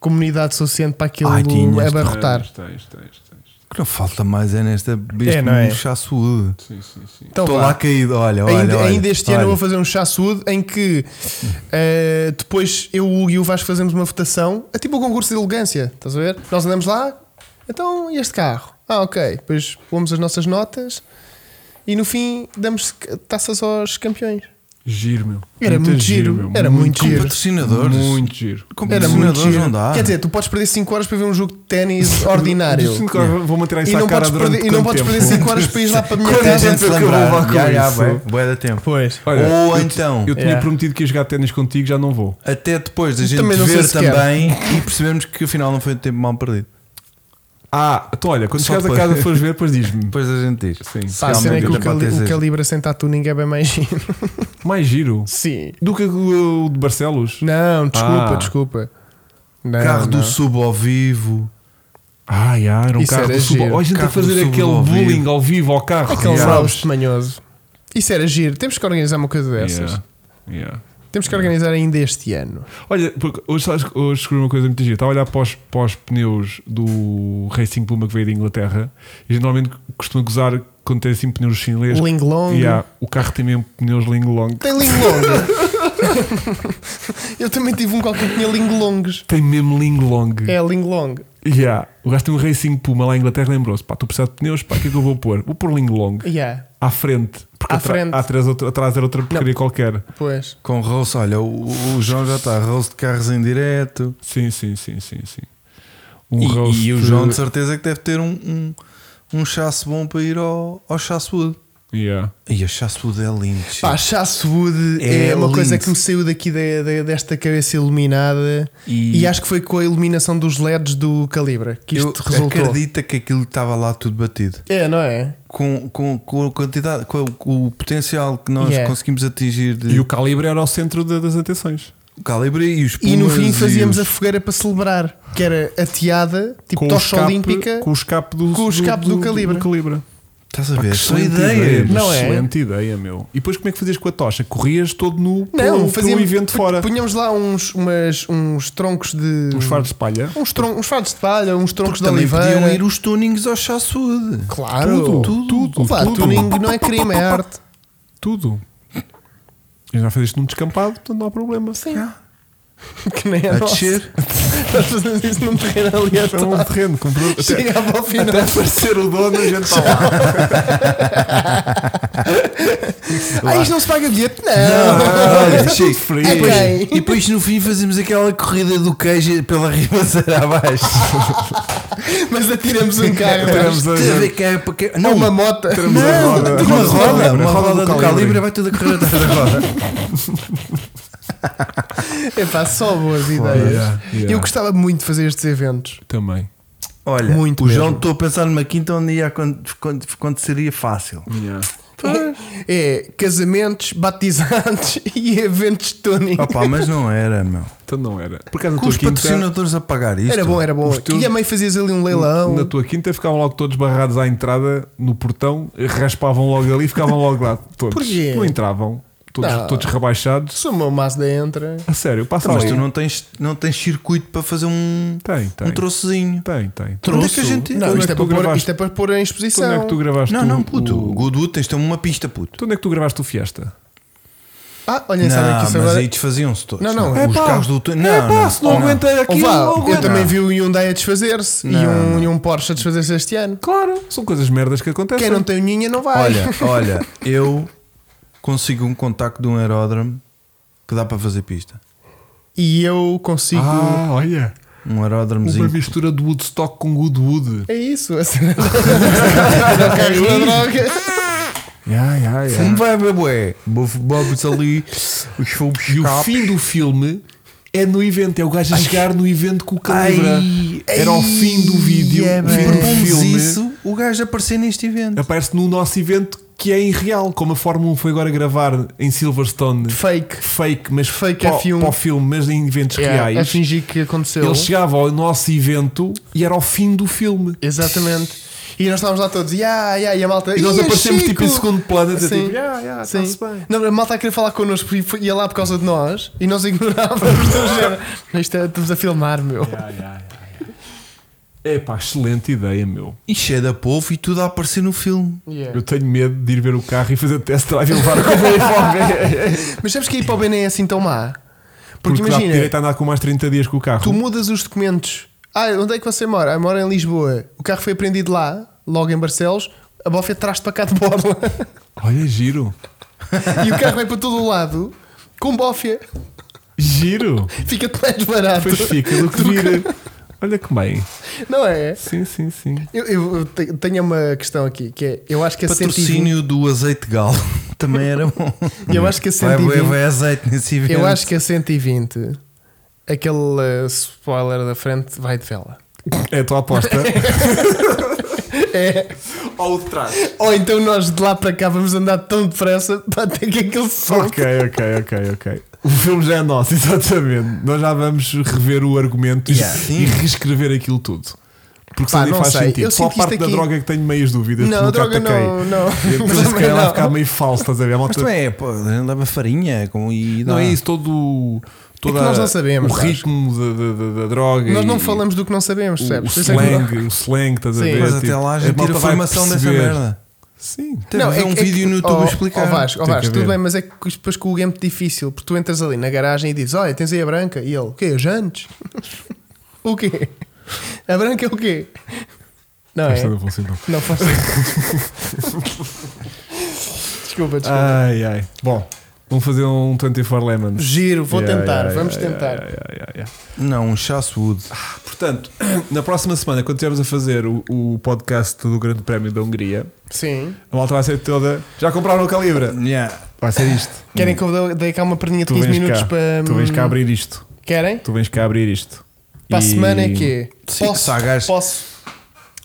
Speaker 3: comunidade suficiente para aquilo
Speaker 2: Ai, tinhas,
Speaker 3: abarrotar.
Speaker 1: Isto, isto, isto, isto.
Speaker 2: O que não falta mais é nesta besta
Speaker 3: É, não é?
Speaker 2: chá saúde.
Speaker 1: Sim, sim, sim.
Speaker 3: Então,
Speaker 2: Estou
Speaker 3: vá.
Speaker 2: lá caído, olha, olha.
Speaker 3: ainda,
Speaker 2: olha,
Speaker 3: ainda este
Speaker 2: olha.
Speaker 3: ano eu vou fazer um chá saúde em que eh, depois eu, o Hugo e o Vasco fazemos uma votação, é tipo um concurso de elegância, estás a ver? Nós andamos lá, então e este carro? Ah, ok. Depois pomos as nossas notas e no fim damos taças aos campeões.
Speaker 1: Giro, meu.
Speaker 3: Era muito, giro,
Speaker 1: meu.
Speaker 3: era muito
Speaker 2: Com
Speaker 3: giro.
Speaker 2: patrocinadores.
Speaker 1: Muito giro.
Speaker 2: Com
Speaker 3: Era muito
Speaker 2: patrocinadores
Speaker 3: giro.
Speaker 2: não dá.
Speaker 3: Quer dizer, tu podes perder 5 horas para ver um jogo de ténis ordinário.
Speaker 1: Sinto que agora Vou manter
Speaker 3: E
Speaker 1: isso à
Speaker 3: não,
Speaker 1: cara
Speaker 3: podes
Speaker 1: durante
Speaker 3: perder, e não podes perder 5 horas para ir lá para a minha
Speaker 2: Quando a gente
Speaker 3: casa.
Speaker 2: se
Speaker 1: acabou lá
Speaker 2: lembrar.
Speaker 1: com
Speaker 2: Já, já,
Speaker 1: isso.
Speaker 2: vai. Boa da tempo.
Speaker 3: Pois.
Speaker 2: Ou então,
Speaker 1: Eu tinha
Speaker 3: Yeah.
Speaker 1: prometido que ia jogar ténis contigo, já não vou.
Speaker 2: até depois da gente
Speaker 3: Também não sei
Speaker 2: ver
Speaker 3: se quero.
Speaker 2: também e percebermos que afinal não foi um tempo mal perdido.
Speaker 1: Ah, então olha, quando
Speaker 2: Só
Speaker 1: chegares a
Speaker 2: depois.
Speaker 1: casa e fores ver, depois diz-me.
Speaker 2: Depois a gente diz.
Speaker 1: Sim.
Speaker 3: Pá, a cena é que o,
Speaker 2: Realmente,
Speaker 3: cali
Speaker 2: pode
Speaker 3: o
Speaker 2: ser.
Speaker 3: calibra sentar tuning é bem mais giro.
Speaker 1: Mais giro
Speaker 3: Sim.
Speaker 1: do que o de Barcelos.
Speaker 3: Não, desculpa,
Speaker 1: Ah.
Speaker 3: desculpa. Não,
Speaker 2: Carro
Speaker 3: não.
Speaker 2: do sub ao vivo.
Speaker 1: Ah, já, era um
Speaker 3: Isso
Speaker 1: carro
Speaker 3: era
Speaker 1: do sub.
Speaker 3: giro.
Speaker 1: Ó, a gente a
Speaker 2: Carro do
Speaker 1: fazer
Speaker 2: sub
Speaker 1: aquele
Speaker 2: ao vivo.
Speaker 1: bullying ao vivo ao carro.
Speaker 3: Aquele
Speaker 1: Yeah.
Speaker 3: rabo manhoso. Isso era giro. Temos que organizar uma coisa dessas.
Speaker 1: Yeah. Yeah.
Speaker 3: Temos que organizar ainda este ano.
Speaker 1: Olha, porque hoje, sabes que hoje descobri uma coisa muito gira. Estava a olhar para os, para os pneus do Racing Puma que veio da Inglaterra e normalmente costuma gozar quando tem assim pneus chineses.
Speaker 3: Linglong.
Speaker 1: E há- o carro tem mesmo pneus Linglong.
Speaker 3: Tem Linglong. Eu também tive um qualquer que tinha Linglongs.
Speaker 1: Tem mesmo Linglong.
Speaker 3: É Linglong.
Speaker 1: Yeah. O gajo tem um Racing Puma lá em Inglaterra lembrou-se: pá, estou a precisar de pneus, pá, o que é que eu vou pôr? Vou pôr Linglong
Speaker 3: Yeah,
Speaker 1: à frente. Porque
Speaker 3: À
Speaker 1: atra-
Speaker 3: frente.
Speaker 1: Atrás, outra- atrás era outra porcaria qualquer.
Speaker 3: pois.
Speaker 2: Com rosto, olha, o, o João já está rosto de carros em direto.
Speaker 1: Sim, sim, sim, sim. sim. Um
Speaker 2: e,
Speaker 1: roast-
Speaker 2: e o João de certeza que deve ter um, um, um chasse bom para ir ao, ao Chassewood.
Speaker 1: Yeah.
Speaker 2: E a Chassewood é lindo.
Speaker 3: Pá, Chasswood é,
Speaker 2: É
Speaker 3: uma coisa
Speaker 2: lindo.
Speaker 3: que me saiu daqui de- de- desta cabeça iluminada.
Speaker 2: E-
Speaker 3: E... acho que foi com a iluminação dos LEDs do Calibra que isto
Speaker 2: Eu
Speaker 3: resultou.
Speaker 2: acredito que aquilo estava lá tudo batido.
Speaker 3: É, não é?
Speaker 2: Com, com, com a quantidade, com, o- com o potencial que nós
Speaker 3: Yeah.
Speaker 2: conseguimos atingir de
Speaker 1: E o calibre era o centro da- das atenções.
Speaker 2: calibre e os
Speaker 3: E no fim
Speaker 2: pumas
Speaker 3: fazíamos
Speaker 2: e
Speaker 3: a
Speaker 2: os...
Speaker 3: fogueira para celebrar, que era ateada, tipo
Speaker 1: o
Speaker 3: tocha
Speaker 1: escape-
Speaker 3: olímpica.
Speaker 1: com o escape do,
Speaker 3: com o escape do Calibra.
Speaker 1: Calibra.
Speaker 2: Estás a ver?
Speaker 1: Que
Speaker 2: São
Speaker 1: excelente ideia,
Speaker 2: ideias.
Speaker 1: meu,
Speaker 3: Não é?
Speaker 1: Excelente ideia, meu. E depois como é que fazias com a tocha? Corrias todo nu
Speaker 3: Não, tipo
Speaker 1: pelo, pelo
Speaker 3: fazíamos-
Speaker 1: evento
Speaker 3: pu-
Speaker 1: fora.
Speaker 3: Punhamos lá uns, umas- uns troncos de.
Speaker 1: Os faros de espalha.
Speaker 3: Uns, tron- uns fardos de palha, uns troncos
Speaker 2: Porque
Speaker 3: de
Speaker 2: também
Speaker 3: oliveira.
Speaker 2: podiam ir os tunings ao Chassewood.
Speaker 1: Tudo,
Speaker 3: Claro,
Speaker 1: tudo,
Speaker 3: Pá,
Speaker 1: tudo.
Speaker 3: tuning não é crime, é arte.
Speaker 1: Tudo. então E já fazeste num descampado, portanto não há problema.
Speaker 3: Que nem é
Speaker 2: A
Speaker 3: nosso.
Speaker 2: descer.
Speaker 3: Estás fazendo isso num é terreno
Speaker 1: Foi um
Speaker 3: aleatório.
Speaker 1: terreno, comprou. Até,
Speaker 3: Chegava ao final.
Speaker 1: até aparecer o dono, a gente está lá.
Speaker 3: Ah, isto não se paga bilhete? Não.
Speaker 2: olha,
Speaker 1: Está tudo
Speaker 2: chega.
Speaker 1: frio.
Speaker 3: É
Speaker 2: E depois,
Speaker 3: quem?
Speaker 2: e depois no fim fazemos aquela corrida do queijo pela ribanceira abaixo.
Speaker 3: Mas atiramos um carro.
Speaker 1: Atiramos
Speaker 2: Estás a ver que é para que-
Speaker 3: Ou
Speaker 2: Não,
Speaker 3: uma moto.
Speaker 1: Atiramos a
Speaker 2: não,
Speaker 1: roda.
Speaker 2: de uma
Speaker 1: Roda do
Speaker 2: roda,
Speaker 1: calibre,
Speaker 2: uma
Speaker 1: roda
Speaker 2: roda
Speaker 1: do
Speaker 2: do
Speaker 1: calibre.
Speaker 2: calibre, vai tudo a correr atrás da roda.
Speaker 3: É pá, só boas ideias.
Speaker 1: yeah, yeah.
Speaker 3: Eu gostava muito de fazer estes eventos.
Speaker 1: Também.
Speaker 2: Olha,
Speaker 3: Muito
Speaker 2: o João
Speaker 3: mesmo.
Speaker 2: estou a pensar numa quinta onde ia acon- acon- aconteceria fácil.
Speaker 3: É casamentos, batizados e eventos de tuning.
Speaker 2: Opa, mas não era, meu.
Speaker 1: Então não era. Por acaso na
Speaker 2: Com os
Speaker 1: tua quinta.
Speaker 2: patrocinadores a pagar isto.
Speaker 3: Era bom, era bom.
Speaker 1: Os teus-
Speaker 3: E a mãe fazias ali um leilão.
Speaker 1: Na tua quinta ficavam logo todos barrados à entrada no portão, raspavam logo ali e ficavam logo lá. Todos.
Speaker 3: Porquê?
Speaker 1: Não entravam. Todos,
Speaker 3: Não.
Speaker 1: todos rebaixados.
Speaker 3: Se o meu Mazda entra.
Speaker 1: A sério, passa
Speaker 2: Então, Mas
Speaker 1: ali.
Speaker 2: tu não tens, não tens circuito para fazer um,
Speaker 1: Tem, tem.
Speaker 2: um troçozinho.
Speaker 1: Tem, tem.
Speaker 2: Onde é que a gente-
Speaker 3: Não,
Speaker 1: Onde é
Speaker 3: isto,
Speaker 1: que
Speaker 3: é
Speaker 1: tu
Speaker 3: para pôr,
Speaker 1: gravaste?
Speaker 3: isto é um- para pôr em
Speaker 1: Tu onde é que
Speaker 3: exposição.
Speaker 1: tu gravaste
Speaker 2: Não,
Speaker 1: o-
Speaker 2: não, puto.
Speaker 1: o-
Speaker 2: O Godu tens de ter uma pista, puto.
Speaker 1: Tu onde é que tu gravaste o Fiesta?
Speaker 3: Ah, olhem,
Speaker 2: Não,
Speaker 3: sabem que
Speaker 2: mas
Speaker 3: isso agora.
Speaker 2: aí desfaziam-se todos.
Speaker 3: Não, é não,
Speaker 2: Os carros do. tu- Não,
Speaker 1: é pá, se não,
Speaker 2: não.
Speaker 1: aguenta
Speaker 3: Oh,
Speaker 1: aqui,
Speaker 3: vá,
Speaker 1: não
Speaker 3: eu
Speaker 1: aguenta.
Speaker 3: também vi um Hyundai a desfazer-se e,
Speaker 2: Não,
Speaker 3: um, e um Porsche a desfazer-se este ano.
Speaker 1: Claro, são coisas merdas que acontecem.
Speaker 3: Quem não tem unhinha não vai.
Speaker 2: Olha, olha, eu consigo um contacto de um aeródromo que dá para fazer pista.
Speaker 3: E eu consigo.
Speaker 1: Ah, olha.
Speaker 2: Um
Speaker 1: Uma
Speaker 2: aeródromozinho.
Speaker 1: mistura de Woodstock com Goodwood.
Speaker 3: É isso. a cena da- do carro da droga.
Speaker 1: Yeah, yeah, yeah.
Speaker 2: Fumo vai haver bué. Bobos ali, os fomos
Speaker 1: E o fim do filme é no evento, é o gajo a chegar no evento com o calibra. Era o fim do vídeo, o fim do
Speaker 2: Propomos
Speaker 1: filme.
Speaker 2: é isso, o gajo aparecer neste evento.
Speaker 1: Aparece no nosso evento que é em real, como a Fórmula 1 foi agora gravar em Silverstone,
Speaker 3: Fake.
Speaker 1: fake, mas
Speaker 3: Fake
Speaker 1: para,
Speaker 3: F1.
Speaker 1: para o filme, mas em eventos
Speaker 3: Yeah, um a
Speaker 1: reais.
Speaker 3: fingir que aconteceu.
Speaker 1: Ele chegava ao nosso evento e era o fim do filme.
Speaker 3: Exatamente. E nós estávamos lá todos, "Ya, ya", e a malta.
Speaker 1: E nós
Speaker 3: "Ia,
Speaker 1: aparecemos tipo em
Speaker 3: é Chico!"
Speaker 1: segundo plano, até
Speaker 3: Sim.
Speaker 1: tipo, "Ya, ya,
Speaker 3: Sim.
Speaker 1: está-se bem.
Speaker 3: Não, a malta a querer falar connosco e foi- ia lá por causa de nós e nós ignorávamos. do género. Isto é, estamos a filmar, meu.
Speaker 1: É pá, excelente ideia, meu.
Speaker 2: E cheio é da povo e tudo a aparecer no filme.
Speaker 1: Eu tenho medo de ir ver o carro e fazer test drive e levar a companhia fora.
Speaker 3: Mas sabes que a ir para o Benem é assim tão má? Porque,
Speaker 1: Porque dá
Speaker 3: imagina,
Speaker 1: direito a andar com mais 30 dias com o carro.
Speaker 3: tu mudas os documentos. Ah, onde é que você mora? Ah, mora em Lisboa. O carro foi apreendido lá, logo em Barcelos. A bofia traz-te para cá de borla.
Speaker 1: Olha, giro.
Speaker 3: e o carro vai para todo o lado com bófia.
Speaker 1: Giro.
Speaker 3: Fica-te mais barato.
Speaker 1: Pois fica do que vira. Olha que bem.
Speaker 3: Não é?
Speaker 1: Sim, sim, sim.
Speaker 3: Eu, eu- eu te- tenho uma questão aqui que é: eu acho que a 120.
Speaker 2: Patrocínio do azeite galo. Também era bom.
Speaker 3: Eu acho que é a
Speaker 2: Vai,
Speaker 3: 120.
Speaker 2: vai, vai azeite nesse evento.
Speaker 3: Eu acho que a 120, aquele eh, spoiler da frente vai de vela.
Speaker 1: É a tua aposta.
Speaker 3: É.
Speaker 1: Ou de trás.
Speaker 3: Ou então nós de lá para cá vamos andar tão depressa para até que aquele sol.
Speaker 1: Ok, ok, ok, ok. O filme já é nosso, exatamente. Nós já vamos rever o argumento e-
Speaker 2: Yeah.
Speaker 1: e reescrever aquilo tudo. Porque senão
Speaker 3: Pá,
Speaker 1: nem
Speaker 3: não
Speaker 1: faz
Speaker 3: sei.
Speaker 1: sentido.
Speaker 3: Eu
Speaker 1: Só a
Speaker 3: sinto que isto
Speaker 1: parte da
Speaker 3: aqui-
Speaker 1: droga é que tenho meias dúvidas.
Speaker 3: Não,
Speaker 1: porque
Speaker 3: a
Speaker 1: nunca
Speaker 3: droga
Speaker 1: ataquei.
Speaker 3: não. não.
Speaker 1: E Depois esse cara vai
Speaker 3: Não.
Speaker 1: ficar meio falso, estás a ver? A
Speaker 2: Mas
Speaker 1: malta-
Speaker 2: também é, pô, leva farinha com, e dá.
Speaker 1: Não é isso, todo, o- toda
Speaker 3: Ah. É que nós não sabemos,
Speaker 1: o
Speaker 3: acho.
Speaker 1: ritmo da, da- da- da droga.
Speaker 3: Nós não
Speaker 1: e-
Speaker 3: falamos do que não sabemos,
Speaker 1: o, o
Speaker 3: percebes? Isso é que-
Speaker 1: slang, o slang, estás a
Speaker 3: Sim.
Speaker 1: ver?
Speaker 2: Mas
Speaker 1: Tipo,
Speaker 2: até lá É a gente
Speaker 1: malta
Speaker 2: tira
Speaker 1: vai
Speaker 2: formação dessa
Speaker 1: perceber.
Speaker 2: merda.
Speaker 1: Sim.
Speaker 2: Tem que ver um vídeo no YouTube
Speaker 3: oh,
Speaker 2: a explicar.
Speaker 3: Oh Vasco, oh
Speaker 1: Tem que
Speaker 3: Vasco, tudo
Speaker 1: haver.
Speaker 3: bem, mas é que depois com o game é muito difícil, porque tu entras ali na garagem e dizes: Olha, tens aí a branca. E ele: O quê? Jantes? o quê? A branca é o quê? Não
Speaker 1: Esta
Speaker 3: é?
Speaker 1: não funcionou.
Speaker 3: Não faz Desculpa, desculpa.
Speaker 1: Ai, ai. Bom, vamos fazer um 24 Lemons.
Speaker 3: Giro, vou
Speaker 1: Yeah,
Speaker 3: tentar,
Speaker 1: yeah,
Speaker 3: vamos
Speaker 1: yeah,
Speaker 3: tentar.
Speaker 1: yeah, yeah, yeah, yeah.
Speaker 2: Não, um chasswood.
Speaker 1: Portanto, na próxima semana, quando estivermos a fazer o, o podcast do Grande Prémio da Hungria,
Speaker 3: Sim.
Speaker 1: a malta vai ser toda. Já compraram o Calibra?
Speaker 2: Yeah.
Speaker 1: Vai ser isto.
Speaker 3: Querem que eu dê- dê cá uma perninha de
Speaker 1: Tu
Speaker 3: 15
Speaker 1: vens
Speaker 3: minutos
Speaker 1: cá.
Speaker 3: para. hum,
Speaker 1: Tu vens cá abrir isto.
Speaker 3: Querem?
Speaker 1: Tu vens cá abrir isto.
Speaker 3: Para a
Speaker 1: E-
Speaker 3: semana é quê?
Speaker 2: Sim,
Speaker 3: Posso?
Speaker 2: há gajo-
Speaker 3: Posso?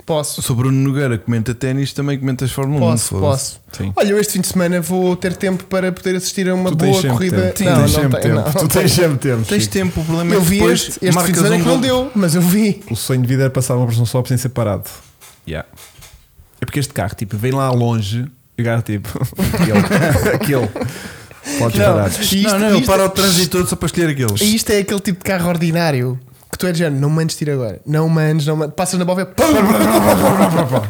Speaker 3: Posso?
Speaker 2: Se o Bruno Nogueira comenta ténis, também comentas
Speaker 1: Hum,
Speaker 2: Fórmula 1.
Speaker 3: Posso?
Speaker 2: foda-se.
Speaker 3: Posso?
Speaker 1: Sim.
Speaker 3: Olha, eu este fim de semana vou ter tempo para poder assistir a uma
Speaker 1: Tu tens
Speaker 3: boa
Speaker 1: sempre
Speaker 3: corrida.
Speaker 1: tempo. Sim,
Speaker 3: não,
Speaker 1: tens
Speaker 3: não
Speaker 1: sempre
Speaker 3: tenho,
Speaker 1: tempo.
Speaker 3: não.
Speaker 1: Tu tens sempre tempo.
Speaker 2: Tens
Speaker 1: Chico.
Speaker 2: tempo, o problema é
Speaker 3: Eu
Speaker 2: que
Speaker 3: vi
Speaker 2: depois
Speaker 3: este, este fim
Speaker 2: marcas
Speaker 3: de semana
Speaker 2: um
Speaker 3: que não
Speaker 2: gol.
Speaker 3: deu, mas eu vi.
Speaker 1: O sonho de vida era passar uma versão só sem ser parado. Yeah. É porque este carro, tipo, vem lá longe e o gajo, tipo, aquele, aquele. Podes
Speaker 3: Não.
Speaker 1: parar.
Speaker 3: E isto-
Speaker 2: não, não, ele
Speaker 3: isto-
Speaker 2: para o trânsito todo só para escolher aqueles.
Speaker 3: E isto é aquele tipo de carro ordinário que tu é de género, não mandes tiro agora. Não mandes, não mandes. Passas na bola e pum!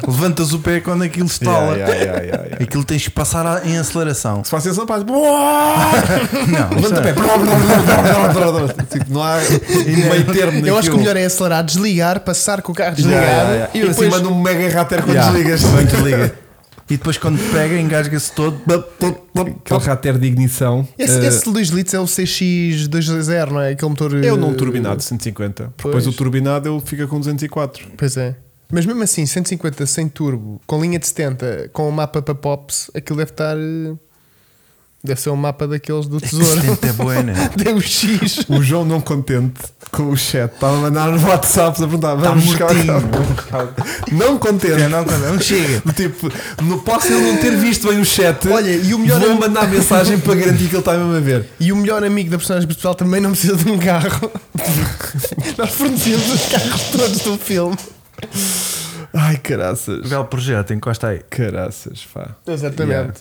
Speaker 2: Levantas o pé quando aquilo
Speaker 1: Yeah,
Speaker 2: estala.
Speaker 1: yeah, yeah, yeah, yeah.
Speaker 2: Aquilo tens que passar a- em aceleração.
Speaker 1: Se faz atenção, faz. Levanta o pé. Tipo, Não há meio termo
Speaker 3: Eu acho que o
Speaker 1: naquilo.
Speaker 3: melhor é acelerar, desligar, passar com o carro desligado.
Speaker 1: Yeah, yeah, yeah.
Speaker 3: E
Speaker 1: é E assim
Speaker 3: depois
Speaker 1: manda um mega rater quando
Speaker 2: Yeah,
Speaker 1: desligas.
Speaker 2: quando desliga. E depois quando te pega, engasga-se todo. Bap, bap, bap,
Speaker 1: Aquele rater de ignição.
Speaker 3: Esse,
Speaker 1: eh,
Speaker 3: esse Luís Litz é o CX220, não é? Aquele motor.
Speaker 1: É o não
Speaker 3: eh,
Speaker 1: turbinado 150. Porque depois o
Speaker 3: Pois.
Speaker 1: turbinado ele fica com 204.
Speaker 3: Pois é. Mas mesmo assim, 150 sem turbo, com linha de 70, com o mapa para pops, aquilo deve estar. eh, Deve ser um mapa daqueles do tesouro.
Speaker 2: Este é bueno.
Speaker 3: Deu o X.
Speaker 1: O João não contente com o chat estava a mandar no WhatsApp a perguntar: vamos buscar o
Speaker 2: mortinho.
Speaker 1: carro. Não contente.
Speaker 2: É, não, não chega.
Speaker 1: Do Tipo, não posso eu não ter visto bem o chat.
Speaker 3: Olha, e o melhor
Speaker 1: Vou
Speaker 3: é-
Speaker 1: mandar mensagem para garantir que ele está mesmo a ver.
Speaker 3: E o melhor amigo da personagem principal também não precisa de um carro. Nós fornecemos os carros todos do filme.
Speaker 1: Ai, caraças.
Speaker 2: Belo projeto, encosta aí.
Speaker 1: Caraças, pá.
Speaker 3: Exatamente.
Speaker 1: Yeah.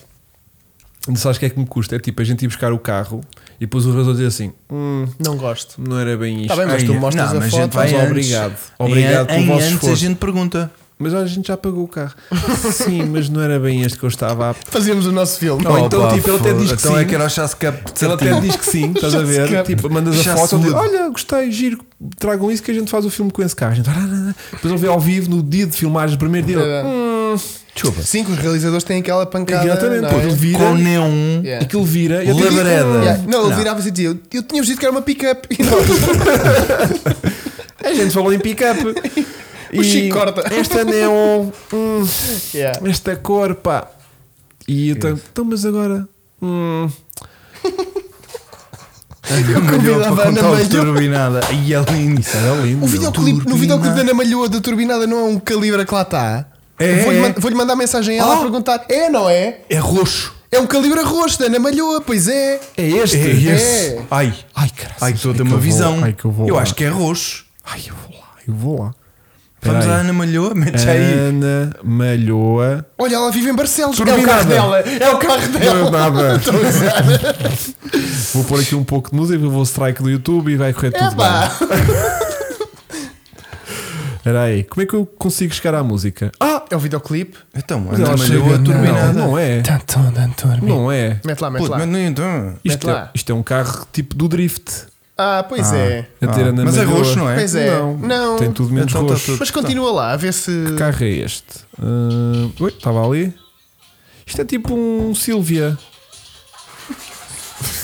Speaker 1: Não sabes o que é que me custa? É tipo a gente ir buscar o carro e depois o realizador dizer assim: hum,
Speaker 3: Não gosto.
Speaker 1: não era bem isto.
Speaker 3: Tá bem, mas tu
Speaker 2: Ai,
Speaker 3: mostras
Speaker 2: não,
Speaker 3: a
Speaker 2: mas
Speaker 3: foto.
Speaker 2: gente vai
Speaker 1: mas
Speaker 2: antes.
Speaker 1: obrigado. Obrigado
Speaker 2: em,
Speaker 1: pelo vosso
Speaker 2: antes a
Speaker 1: esforço.
Speaker 2: gente pergunta.
Speaker 1: Mas olha, a gente já pagou o carro. sim, mas não era bem este que eu estava a.
Speaker 3: Fazíamos o nosso filme.
Speaker 1: Não, então, tipo, ele até diz que
Speaker 2: então
Speaker 1: sim.
Speaker 2: é que era o Chascap de
Speaker 1: Ela até
Speaker 2: certinho.
Speaker 1: diz que sim, estás a
Speaker 3: Já se
Speaker 1: ver?
Speaker 3: quer.
Speaker 1: Tipo, mandas
Speaker 2: Já
Speaker 1: a
Speaker 2: se
Speaker 1: foto, diz,
Speaker 2: muda.
Speaker 1: olha, gostei, giro, tragam isso que a gente faz o filme com esse carro. A gente, "Ah, não, não, não." Depois ele vê ao vivo, no dia de filmagens, primeiro dia, ele,
Speaker 3: É.
Speaker 1: hum, desculpa.
Speaker 3: Sim, que os realizadores têm aquela pancada.
Speaker 1: Exatamente,
Speaker 3: não
Speaker 1: pô,
Speaker 3: é?
Speaker 1: ele vira,
Speaker 2: Com neon.
Speaker 3: Yeah.
Speaker 1: aquilo vira, e até diz,
Speaker 2: Labareda.
Speaker 1: "Hum."
Speaker 3: Yeah. Não, ele
Speaker 2: Não.
Speaker 3: virava-se e dizia: Eu, eu tinha-vos dito que era uma pick-up. E não,
Speaker 1: "Hum, a gente falou em pick-up.
Speaker 3: O Chico corta.
Speaker 1: Esta neon, hum,
Speaker 3: Yeah.
Speaker 1: esta cor, pá. E então, então mas agora, hum,
Speaker 3: eu convidava a Ana Malhoa.
Speaker 2: turbinada. E é lindo. Isso era lindo.
Speaker 3: O videoclipe, no videoclipe da Ana Malhoa da Turbinada não é um calibre que lá está.
Speaker 1: É, Oh.
Speaker 3: Vou-lhe
Speaker 1: é.
Speaker 3: man- Vou-lhe mandar mensagem a ela a perguntar: É, não é?
Speaker 2: É roxo.
Speaker 3: É um calibre roxo da Ana Malhoa, pois é.
Speaker 1: é este?
Speaker 2: É esse.
Speaker 3: É.
Speaker 2: Ai.
Speaker 1: Ai, cara,
Speaker 2: Ai, estou a ter uma visão.
Speaker 1: Ai, que eu vou
Speaker 2: Eu
Speaker 1: lá.
Speaker 2: acho que é roxo.
Speaker 1: Ai, eu vou lá, eu vou lá.
Speaker 2: Vamos
Speaker 1: Espera
Speaker 2: à
Speaker 1: aí.
Speaker 2: Ana Malhoa, mete aí.
Speaker 1: Ana Malhoa.
Speaker 3: Olha, ela vive em Barcelos. É o
Speaker 1: Turbinada.
Speaker 3: carro dela. É o carro dela.
Speaker 1: Não é nada.
Speaker 3: Estou a usar.
Speaker 1: Vou pôr aqui um pouco de música, vou strike do YouTube e vai correr
Speaker 3: É
Speaker 1: tudo bem.
Speaker 3: pá.
Speaker 1: Espera aí, como é que eu consigo chegar à música? Ah,
Speaker 3: É o videoclipe.
Speaker 2: Então,
Speaker 1: ela
Speaker 2: Ana
Speaker 1: chega-
Speaker 2: Malhoa, turbinada.
Speaker 1: Não, não é.
Speaker 4: Tanto da turma.
Speaker 1: Não é.
Speaker 3: Mete lá, mete
Speaker 2: Puto,
Speaker 3: lá.
Speaker 2: mas nem então.
Speaker 3: Mete
Speaker 1: Isto, é-
Speaker 3: lá.
Speaker 1: isto é um carro tipo do Drift.
Speaker 3: Ah, pois é.
Speaker 1: A ter Ana
Speaker 2: Mas é
Speaker 1: Malhoa.
Speaker 2: roxo, não é?
Speaker 3: Pois é.
Speaker 1: Não,
Speaker 3: Não.
Speaker 1: Tem tudo menos
Speaker 2: Então tá
Speaker 1: roxo.
Speaker 2: tudo.
Speaker 3: Mas continua lá, a ver se.
Speaker 1: Que carro é este? Ah, ui, estava ali. Isto é tipo um Silvia.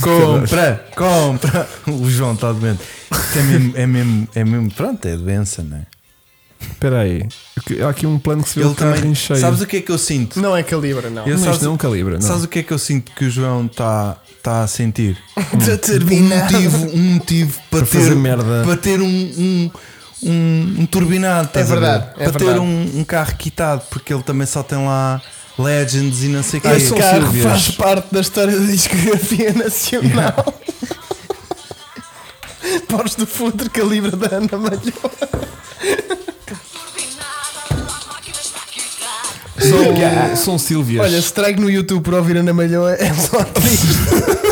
Speaker 2: Compra, compra. O João está doente. Isto É mesmo, é mesmo, é mesmo. Pronto, é doença, não é?
Speaker 1: Espera aí. Há aqui um plano que se vê o carro em cheio.
Speaker 2: Sabes o que é que eu sinto?
Speaker 3: Não é calibre, não.
Speaker 2: Eu-
Speaker 1: Não,
Speaker 2: sabes-
Speaker 1: isto não é um calibre, não.
Speaker 2: Sabes o que é que eu sinto que o João está tá a sentir?
Speaker 3: Da
Speaker 2: Um
Speaker 3: turbinada.
Speaker 2: motivo, um motivo para,
Speaker 1: Para
Speaker 2: ter,
Speaker 1: fazer merda.
Speaker 2: para ter um, um, um, um turbinado. estás
Speaker 3: É
Speaker 2: a ver?
Speaker 3: verdade, é
Speaker 2: Para ter
Speaker 3: verdade.
Speaker 2: um, um carro quitado, porque ele também só tem lá Legends e não sei o que.
Speaker 3: Este carro
Speaker 1: Silvias.
Speaker 3: faz parte da história da discografia nacional. Pares do Futre, calibre da Ana Malhoa.
Speaker 1: São, são Silvias.
Speaker 3: Olha, se trago no YouTube para ouvir Ana Malhoa, é só triste.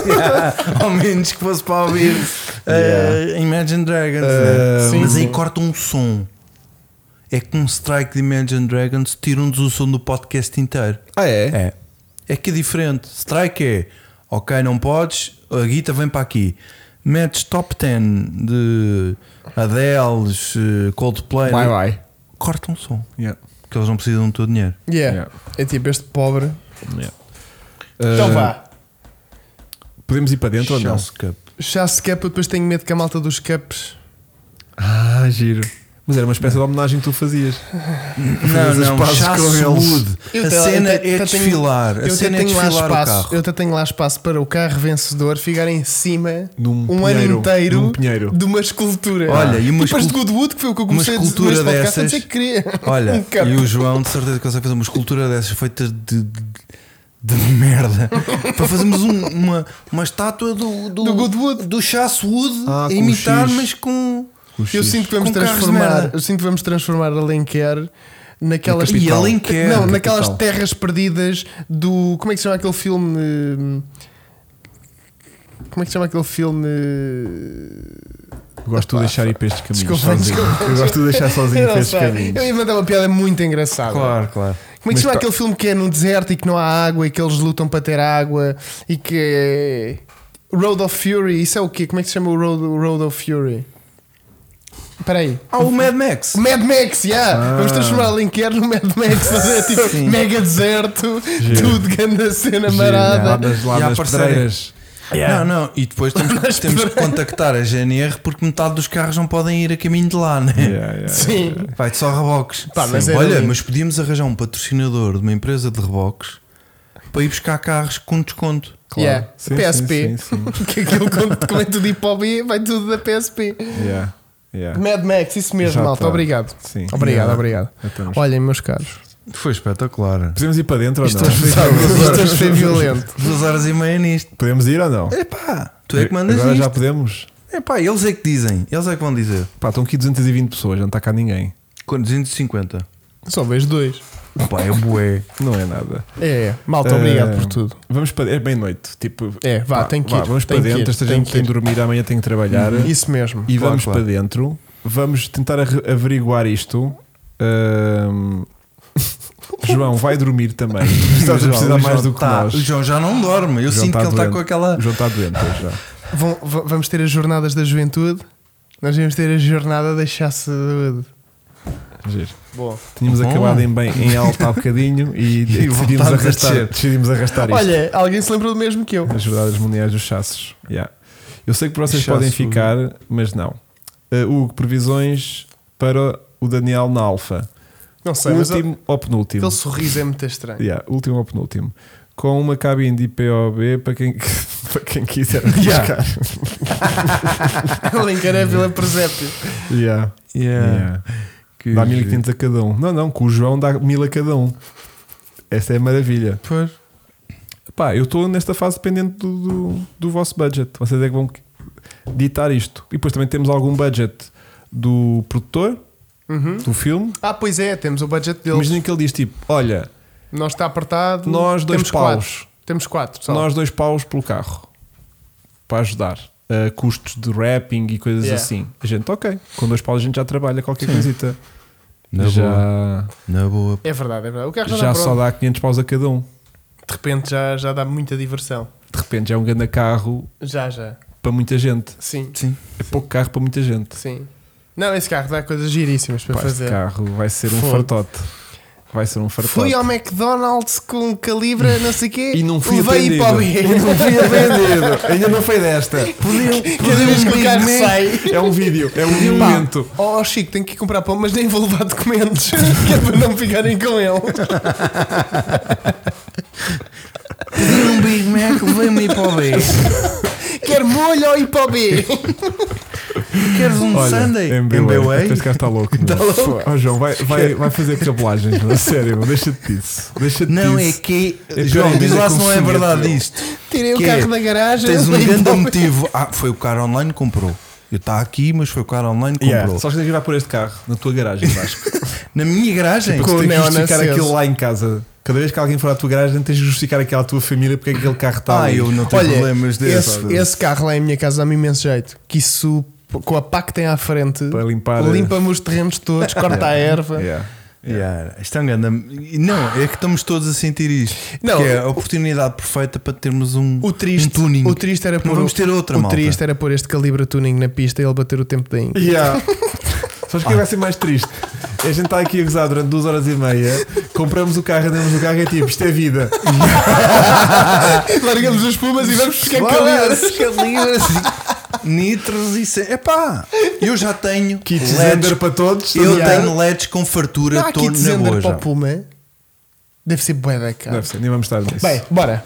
Speaker 2: Ao menos que fosse para ouvir uh, Imagine Dragons.
Speaker 1: Uh,
Speaker 2: né?
Speaker 1: sim.
Speaker 2: Mas aí corta um som. É que um strike de Imagine Dragons tira-nos o som do podcast inteiro.
Speaker 1: Ah, é?
Speaker 2: É. É que é diferente. Strike é ok, não podes, a guita vem para aqui. Metes top 10 de Adeles, eh, Coldplay.
Speaker 1: Vai, vai.
Speaker 2: Corta um som. Porque eles não precisam do teu dinheiro.
Speaker 3: Yeah.
Speaker 1: Yeah.
Speaker 3: É tipo este pobre.
Speaker 2: Eh,
Speaker 1: Ah,
Speaker 3: Então vá.
Speaker 1: Eh, Podemos ir para dentro ou Então, não?
Speaker 2: Chelsea Cup.
Speaker 3: Já se capa, depois tenho medo que a malta dos cups.
Speaker 1: Ah, giro. Mas era uma espécie de homenagem que tu fazias.
Speaker 2: Não,
Speaker 1: Fazer os
Speaker 2: não,
Speaker 1: passos com
Speaker 2: Chelsea
Speaker 1: eles.
Speaker 2: Wood.
Speaker 3: Eu
Speaker 2: A
Speaker 3: até-
Speaker 2: cena
Speaker 3: eu até-
Speaker 2: é
Speaker 3: até tenho-
Speaker 2: desfilar. A
Speaker 3: eu até
Speaker 2: cena é
Speaker 3: tenho lá
Speaker 2: desfilar o
Speaker 3: espaço.
Speaker 2: carro.
Speaker 3: Eu até tenho lá espaço para o carro vencedor ficar em cima
Speaker 1: Num
Speaker 3: um ano
Speaker 1: pinheiro,
Speaker 3: inteiro
Speaker 1: num pinheiro.
Speaker 3: de uma escultura.
Speaker 2: Olha, e uma
Speaker 3: Depois de
Speaker 2: escul-
Speaker 3: Goodwood, que foi o que eu
Speaker 2: uma
Speaker 3: comecei a dizer
Speaker 2: escultura
Speaker 3: neste podcast, a
Speaker 2: dessas-
Speaker 3: dizer que queria. um
Speaker 2: Olha,
Speaker 3: cup.
Speaker 2: e o João de certeza que consegue fazer uma escultura dessas feita de, de, de merda para fazermos um- uma, uma estátua do, do,
Speaker 3: Do Goodwood.
Speaker 2: do Chasse Wood
Speaker 1: Ah,
Speaker 2: a
Speaker 1: com
Speaker 2: imitar,
Speaker 1: X.
Speaker 2: mas com.
Speaker 3: Eu sinto que vamos
Speaker 2: Com carros de
Speaker 3: transformar,
Speaker 2: merda.
Speaker 3: eu sinto que vamos transformar Alenquer naquelas
Speaker 2: E Alenquer.
Speaker 3: não,
Speaker 2: Capital.
Speaker 3: naquelas terras perdidas do como é que se chama aquele filme? hum, Como é que se chama aquele filme? hum,
Speaker 1: Gosto de deixar ir para estes caminhos.
Speaker 3: Desculpa,
Speaker 1: sozinho.
Speaker 3: desculpa.
Speaker 1: Eu gosto de deixar sozinho
Speaker 3: Eu
Speaker 1: para
Speaker 3: não
Speaker 1: estes
Speaker 3: sei.
Speaker 1: caminhos.
Speaker 3: Eu ia mandar uma piada muito engraçada.
Speaker 2: Claro, claro.
Speaker 3: Como é que
Speaker 1: Mas
Speaker 3: se chama
Speaker 1: tá-
Speaker 3: aquele filme que é num deserto e que não há água e que eles lutam para ter água e que é. Road of Fury, isso é o quê? Como é que se chama o Road, o Road of Fury? Espera aí.
Speaker 2: Ah, o Mad Max.
Speaker 3: Mad Max, yeah!
Speaker 1: Ah.
Speaker 3: Vamos transformar Linker no Mad Max, mas é tipo
Speaker 2: Sim.
Speaker 3: mega deserto,
Speaker 1: Giro.
Speaker 3: tudo grande a cena
Speaker 1: Giro, Lá
Speaker 3: marada.
Speaker 1: nas, lá
Speaker 2: E a
Speaker 1: nas
Speaker 2: aparecerem.
Speaker 1: pedreiras.
Speaker 2: Não, não, e depois temos, temos que contactar a GNR porque metade dos carros não podem ir a caminho de lá, né?
Speaker 1: Yeah, yeah,
Speaker 3: Sim.
Speaker 2: Vai só reboques.
Speaker 3: Pá, mas
Speaker 2: Sim.
Speaker 3: era
Speaker 2: Olha,
Speaker 3: lindo.
Speaker 2: mas podíamos arranjar um patrocinador de uma empresa de reboques para ir buscar carros com desconto.
Speaker 3: Yeah.
Speaker 1: Sim, sim,
Speaker 3: PSP.
Speaker 1: sim, sim.
Speaker 3: Que aquilo quando como é tudo hip hop vai tudo da PSP.
Speaker 1: Yeah, yeah.
Speaker 3: Mad Max, isso mesmo,
Speaker 1: Já
Speaker 3: malta.
Speaker 1: tá.
Speaker 3: Obrigado.
Speaker 1: Sim.
Speaker 3: Obrigado,
Speaker 1: Yeah.
Speaker 3: obrigado.
Speaker 1: Então,
Speaker 3: Olhem, meus caros.
Speaker 2: Foi espetacular.
Speaker 1: Podemos ir para dentro ou
Speaker 3: Isto
Speaker 1: não?
Speaker 3: hoje foi- isto hoje foi violento.
Speaker 2: Duas horas e meia nisto.
Speaker 1: Podemos ir ou não?
Speaker 2: Epá, tu é que mandas
Speaker 1: Agora já
Speaker 2: nisto.
Speaker 1: podemos.
Speaker 2: Epá, eles é que dizem. Eles é que vão dizer.
Speaker 1: Pá, estão aqui 220 pessoas, não está cá ninguém.
Speaker 2: Com 250.
Speaker 3: Só vejo dois.
Speaker 2: Pá, é bué.
Speaker 1: Não é nada.
Speaker 3: É, é. malta,
Speaker 1: Eh,
Speaker 3: obrigado por tudo.
Speaker 1: Vamos para É bem noite. Tipo,
Speaker 3: É, vá, tem que ir,
Speaker 1: Vamos
Speaker 3: tem
Speaker 1: para
Speaker 3: que
Speaker 1: dentro.
Speaker 3: ir,
Speaker 1: Esta
Speaker 3: tem
Speaker 1: gente
Speaker 3: que
Speaker 1: tem
Speaker 3: ir.
Speaker 1: de dormir, amanhã tem que trabalhar.
Speaker 3: Isso mesmo.
Speaker 1: E
Speaker 2: Claro,
Speaker 1: vamos
Speaker 2: claro.
Speaker 1: para dentro. Vamos tentar a- averiguar isto. Ahm, João, vai dormir também. Estás a
Speaker 2: O João-
Speaker 1: precisar
Speaker 2: o
Speaker 1: mais
Speaker 2: João
Speaker 1: do que
Speaker 2: tá-
Speaker 1: nós.
Speaker 2: O João já não dorme. Eu
Speaker 1: O João
Speaker 2: sinto
Speaker 1: tá
Speaker 2: que ele está
Speaker 1: doente.
Speaker 2: com aquela.
Speaker 1: O João está doente hoje já.
Speaker 3: Vão- va- vamos ter as jornadas da juventude. Nós vamos ter a jornada da chassaúde.
Speaker 1: Giro.
Speaker 3: Bom.
Speaker 1: Tínhamos
Speaker 2: Bom.
Speaker 1: acabado em, bem, em alta há bocadinho e, decidimos,
Speaker 2: voltámos a
Speaker 1: arrastar,
Speaker 2: descer.
Speaker 1: decidimos arrastar isto.
Speaker 3: Olha, alguém se lembra do mesmo que eu.
Speaker 1: As Jornadas Mundiais dos Chassos. Yeah. Eu sei que vocês
Speaker 2: Chasso.
Speaker 1: podem ficar, mas não. Uh, Hugo, previsões para o Daniel na Alfa.
Speaker 3: Não sei, mas
Speaker 1: último ou penúltimo?
Speaker 3: aquele sorriso é muito estranho.
Speaker 1: Yeah, último ou penúltimo. Com uma cabine de IPOB para quem, para quem quiser
Speaker 3: Yeah.
Speaker 1: arriscar.
Speaker 3: Lincoln é Vila Presépio.
Speaker 1: Yeah. Yeah.
Speaker 2: Que
Speaker 1: Dá 1500 a cada um. Não, não, com o João dá 1000 a cada um. Essa é a maravilha.
Speaker 2: Pois.
Speaker 1: Pá, eu estou nesta fase dependente do, do, do vosso budget. Vocês é que vão ditar isto. E depois também temos algum budget do produtor
Speaker 3: Uhum.
Speaker 1: do filme.
Speaker 3: Ah, pois é, temos o budget deles.
Speaker 1: Imaginem que ele diz tipo: Olha,
Speaker 3: Nós está apertado.
Speaker 1: nós dois
Speaker 3: temos
Speaker 1: paus,
Speaker 3: Quatro. Temos quatro, pessoal.
Speaker 1: nós dois paus pelo carro para ajudar. Uh, custos de wrapping e coisas
Speaker 3: Yeah.
Speaker 1: assim. A gente, ok, com dois paus a gente já trabalha qualquer
Speaker 2: Sim.
Speaker 1: coisita.
Speaker 2: Na boa.
Speaker 1: já
Speaker 2: Na boa.
Speaker 3: É verdade, é verdade. O carro já,
Speaker 1: já
Speaker 3: dá
Speaker 1: só
Speaker 3: pronto.
Speaker 1: dá 500 paus a cada um.
Speaker 3: De repente já, já dá muita diversão.
Speaker 1: De repente já é um grande carro
Speaker 3: Já, já.
Speaker 1: para muita gente.
Speaker 3: Sim,
Speaker 2: Sim.
Speaker 1: É pouco carro para muita gente.
Speaker 3: sim. Não, esse carro dá coisas giríssimas para
Speaker 1: Pá, este
Speaker 3: fazer.
Speaker 1: carro vai ser um
Speaker 3: Fogo.
Speaker 1: fartote. Vai ser um fartote.
Speaker 3: Fui ao McDonald's com calibra, não sei o quê.
Speaker 1: E não fui
Speaker 3: Levei
Speaker 1: atendido.
Speaker 3: hipobe.
Speaker 1: não fui atendido. Ainda não foi desta.
Speaker 3: Cada vez que o carro sai.
Speaker 1: É um vídeo, é um
Speaker 3: Pá,
Speaker 1: momento.
Speaker 3: Oh Chico, tenho que ir comprar pão, mas nem vou levar documentos, que é para não ficarem com ele.
Speaker 2: Pedi um Big Mac, levei-me para o B.
Speaker 3: Quer molho ou hipobê?
Speaker 2: Queres um Sunday?
Speaker 1: MBA. Este carro está louco.
Speaker 3: Tá
Speaker 1: meu. Oh, João, vai, vai, vai fazer cabelagens, meu. sério, meu. deixa-te disso. Deixa-te
Speaker 2: Não, é
Speaker 1: disso.
Speaker 2: que.
Speaker 1: É
Speaker 2: João,
Speaker 1: pior
Speaker 2: diz
Speaker 1: ainda
Speaker 2: lá
Speaker 1: com
Speaker 2: se não é
Speaker 1: sorvete,
Speaker 2: verdade
Speaker 1: meu.
Speaker 2: isto.
Speaker 3: Tirei
Speaker 2: Que
Speaker 3: o
Speaker 2: é?
Speaker 3: carro da garagem.
Speaker 2: Tens um
Speaker 1: é
Speaker 3: levei
Speaker 2: grande
Speaker 3: hipobê.
Speaker 2: motivo. Ah, foi o cara online que comprou. Eu está aqui, mas foi o cara online que
Speaker 1: Yeah.
Speaker 2: comprou.
Speaker 1: Só que tens que ir lá por este carro, na tua garagem, Vasco.
Speaker 2: Na minha garagem.
Speaker 1: Porque
Speaker 3: Com
Speaker 1: tu
Speaker 3: o
Speaker 1: tens que
Speaker 3: neon
Speaker 1: justificar
Speaker 3: aceso.
Speaker 1: aquilo lá em casa. Cada vez que alguém for à tua garagem, tens de justificar aquilo à tua família porque é que aquele carro está
Speaker 2: Ah,
Speaker 1: ali.
Speaker 2: eu não tenho problemas
Speaker 3: Olha,
Speaker 2: desses.
Speaker 3: esse, esse carro lá em minha casa dá-me imenso jeito. Que isso, p- com a pá que tem à frente,
Speaker 1: Para limpar.
Speaker 2: eh,
Speaker 3: limpa-me os terrenos todos, corta a erva.
Speaker 2: É.
Speaker 1: Yeah.
Speaker 2: Yeah, isto é um grande. Não, é que estamos todos a sentir isto.
Speaker 3: Não.
Speaker 2: que é a oportunidade perfeita para termos um,
Speaker 3: O triste,
Speaker 2: um tuning.
Speaker 3: o triste era
Speaker 2: Não
Speaker 3: pôr
Speaker 2: vamos
Speaker 3: o-
Speaker 2: ter outra,
Speaker 3: o
Speaker 2: malta.
Speaker 3: triste era pôr este calibre tuning na pista e ele bater o tempo da Inca.
Speaker 1: Yeah. Sabes o que vai ser mais triste? É A gente está aqui a gozar durante duas horas e meia, compramos o carro, andamos no carro e é tipo, isto é vida.
Speaker 3: Largamos as pumas e vamos buscar
Speaker 2: Olha,
Speaker 3: calibres.
Speaker 2: calibres e- Nitros e. se- Epá, eu já tenho.
Speaker 1: Kits
Speaker 2: LEDs.
Speaker 1: Zender é para todos.
Speaker 2: Eu
Speaker 1: Yeah.
Speaker 2: tenho LEDs com fartura,
Speaker 3: Não há
Speaker 2: estou
Speaker 3: aqui
Speaker 2: na
Speaker 3: desender
Speaker 2: boa.
Speaker 3: para
Speaker 2: já.
Speaker 3: o Puma. Deve ser bué da cara.
Speaker 1: Deve ser, nem vamos estar nisso.
Speaker 3: Bem, bora.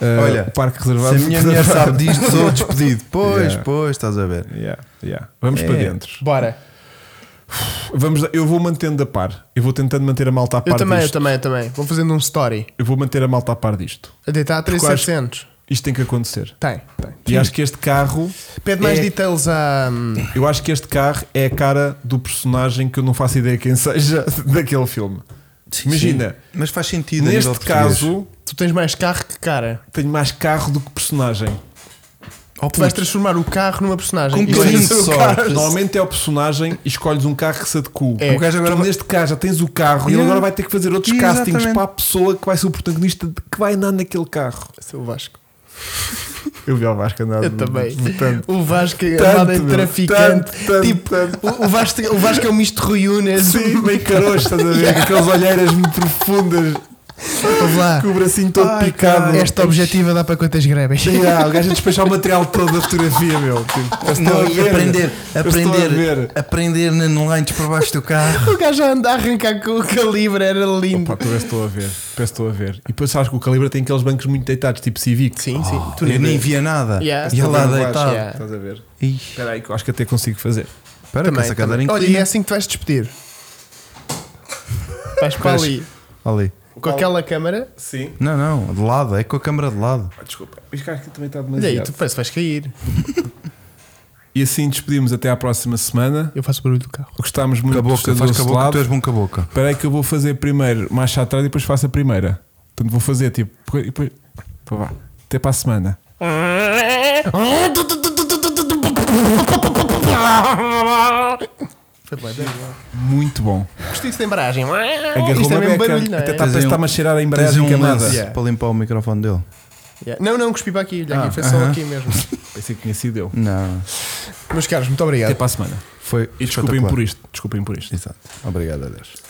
Speaker 1: Uh,
Speaker 2: Olha,
Speaker 1: o parque
Speaker 2: Se
Speaker 1: reservado.
Speaker 2: a minha mulher sabe disto, sou despedido. Pois,
Speaker 1: Yeah.
Speaker 2: pois, estás a ver.
Speaker 1: Yeah, yeah. Vamos
Speaker 2: É.
Speaker 1: para dentro.
Speaker 3: Bora.
Speaker 1: Vamos, eu vou mantendo a par. Eu vou tentando manter a malta a par
Speaker 3: Eu também, eu
Speaker 1: disto.
Speaker 3: também, eu também. Vou fazendo um story.
Speaker 1: Eu vou manter a malta a par disto.
Speaker 3: A deitar a
Speaker 1: Porque
Speaker 3: 3700.
Speaker 1: Isto tem que acontecer.
Speaker 3: Tem, tem.
Speaker 1: E acho que este carro,
Speaker 3: Pede mais
Speaker 1: É.
Speaker 3: details a.
Speaker 1: eu acho que este carro é a cara do personagem que eu não faço ideia quem seja daquele filme.
Speaker 2: Sim,
Speaker 1: Imagina.
Speaker 2: sim. Mas faz sentido. a
Speaker 1: Neste
Speaker 2: nível português.
Speaker 1: caso,
Speaker 3: Tu tens mais carro que cara.
Speaker 1: tenho mais carro do que personagem.
Speaker 2: Oh,
Speaker 3: Tu vais
Speaker 2: puto,
Speaker 3: transformar o carro numa personagem.
Speaker 2: Com
Speaker 3: Isto
Speaker 2: quem
Speaker 3: é ser o
Speaker 2: só?
Speaker 3: carro.
Speaker 1: Normalmente é o personagem e escolhes um carro que se adequa.
Speaker 3: É.
Speaker 1: O gajo agora tu, neste carro já tens o carro e ele
Speaker 2: Yeah.
Speaker 1: agora vai ter que fazer outros
Speaker 2: Yeah,
Speaker 1: castings
Speaker 2: exatamente.
Speaker 1: para a pessoa que vai ser o protagonista de- que vai andar naquele carro.
Speaker 3: Esse é o Vasco.
Speaker 1: Eu vi o Vasco andar.
Speaker 3: Eu também.
Speaker 1: Tanto,
Speaker 3: O Vasco é
Speaker 1: tanto,
Speaker 3: nada de
Speaker 1: meu,
Speaker 3: traficante.
Speaker 1: tanto, tanto,
Speaker 3: tipo,
Speaker 1: tanto.
Speaker 3: O, o Vasco, o Vasco é um misto de Rui Unas.
Speaker 1: Sim, meio caroço, estás a ver? Com aquelas olheiras muito profundas,
Speaker 3: Ouve lá.
Speaker 1: com o bracinho todo
Speaker 2: Ai,
Speaker 1: picado.
Speaker 2: cara.
Speaker 3: Esta objetiva dá para quantas greves?
Speaker 1: Sim, ah, o gajo a despachar o material todo da fotografia, meu. Tipo, parece que estão
Speaker 2: não,
Speaker 1: a
Speaker 2: e
Speaker 1: ver,
Speaker 2: aprender,
Speaker 1: meu. Parece que estão a
Speaker 2: aprender,
Speaker 1: ver.
Speaker 2: aprender na- no lanche para baixo do carro.
Speaker 3: O gajo a andar a arrancar com o calibre era lindo.
Speaker 1: Opa, parece que estou a ver, parece que estou a ver. E depois sabes que o Calibre tem aqueles bancos muito deitados, tipo Civic.
Speaker 3: Sim, sim. tu
Speaker 2: Eu
Speaker 3: nem
Speaker 2: nem
Speaker 3: vês.
Speaker 2: via nada.
Speaker 3: Yeah.
Speaker 2: E
Speaker 1: Estás a
Speaker 2: lá
Speaker 1: ver o baixo,
Speaker 2: deitado.
Speaker 3: yeah.
Speaker 1: Estás a ver?
Speaker 2: Ih,
Speaker 1: Espera aí, que eu acho que até consigo fazer.
Speaker 2: Espera, que
Speaker 3: Também,
Speaker 2: essa cadeira
Speaker 3: também. Olha, e é
Speaker 2: inclina.
Speaker 3: assim que tu vais despedir. Vais para
Speaker 2: Vais-
Speaker 3: ali
Speaker 2: Ali.
Speaker 3: com aquela câmara.
Speaker 1: Sim. Ah,
Speaker 2: Não, não, de lado, é com a câmara de lado.
Speaker 1: Desculpa, isto aqui também está
Speaker 3: Olha
Speaker 1: demasiado.
Speaker 3: aí, tu parece que vais cair.
Speaker 1: E assim despedimos até à próxima semana.
Speaker 3: Eu faço o barulho do carro.
Speaker 1: Gostámos muito
Speaker 2: Caboca,
Speaker 1: de
Speaker 2: faz
Speaker 1: vocês do
Speaker 2: caboca, tu és
Speaker 1: lado.
Speaker 2: bom caboca.
Speaker 1: Espera aí que eu vou fazer primeiro marcha atrás e depois faço a primeira. Portanto, vou fazer tipo. E depois... Então vá. Até para a semana.
Speaker 3: Foi bem,
Speaker 1: Muito bom.
Speaker 3: Gostei da embaragem.
Speaker 1: Agarrou
Speaker 3: Isto é
Speaker 1: uma
Speaker 3: mesmo
Speaker 1: beca.
Speaker 3: barulho, não é?
Speaker 1: Até tá está
Speaker 2: Tens aí um-
Speaker 1: a cheirar a
Speaker 2: Tens aí
Speaker 1: embreagem é
Speaker 2: um
Speaker 1: queimada.
Speaker 2: lance
Speaker 3: Yeah.
Speaker 2: para limpar o microfone dele.
Speaker 3: Yeah. Não, não, cuspi para aqui. Olha, aqui foi só aqui mesmo.
Speaker 1: Pensei que tinha sido eu.
Speaker 2: Não,
Speaker 3: Meus caros, muito
Speaker 1: Até
Speaker 3: obrigado.
Speaker 1: para a semana.
Speaker 2: foi.
Speaker 1: E desculpem
Speaker 2: espetacular.
Speaker 1: por isto. Desculpem por isto.
Speaker 2: Exato. Obrigado a Deus.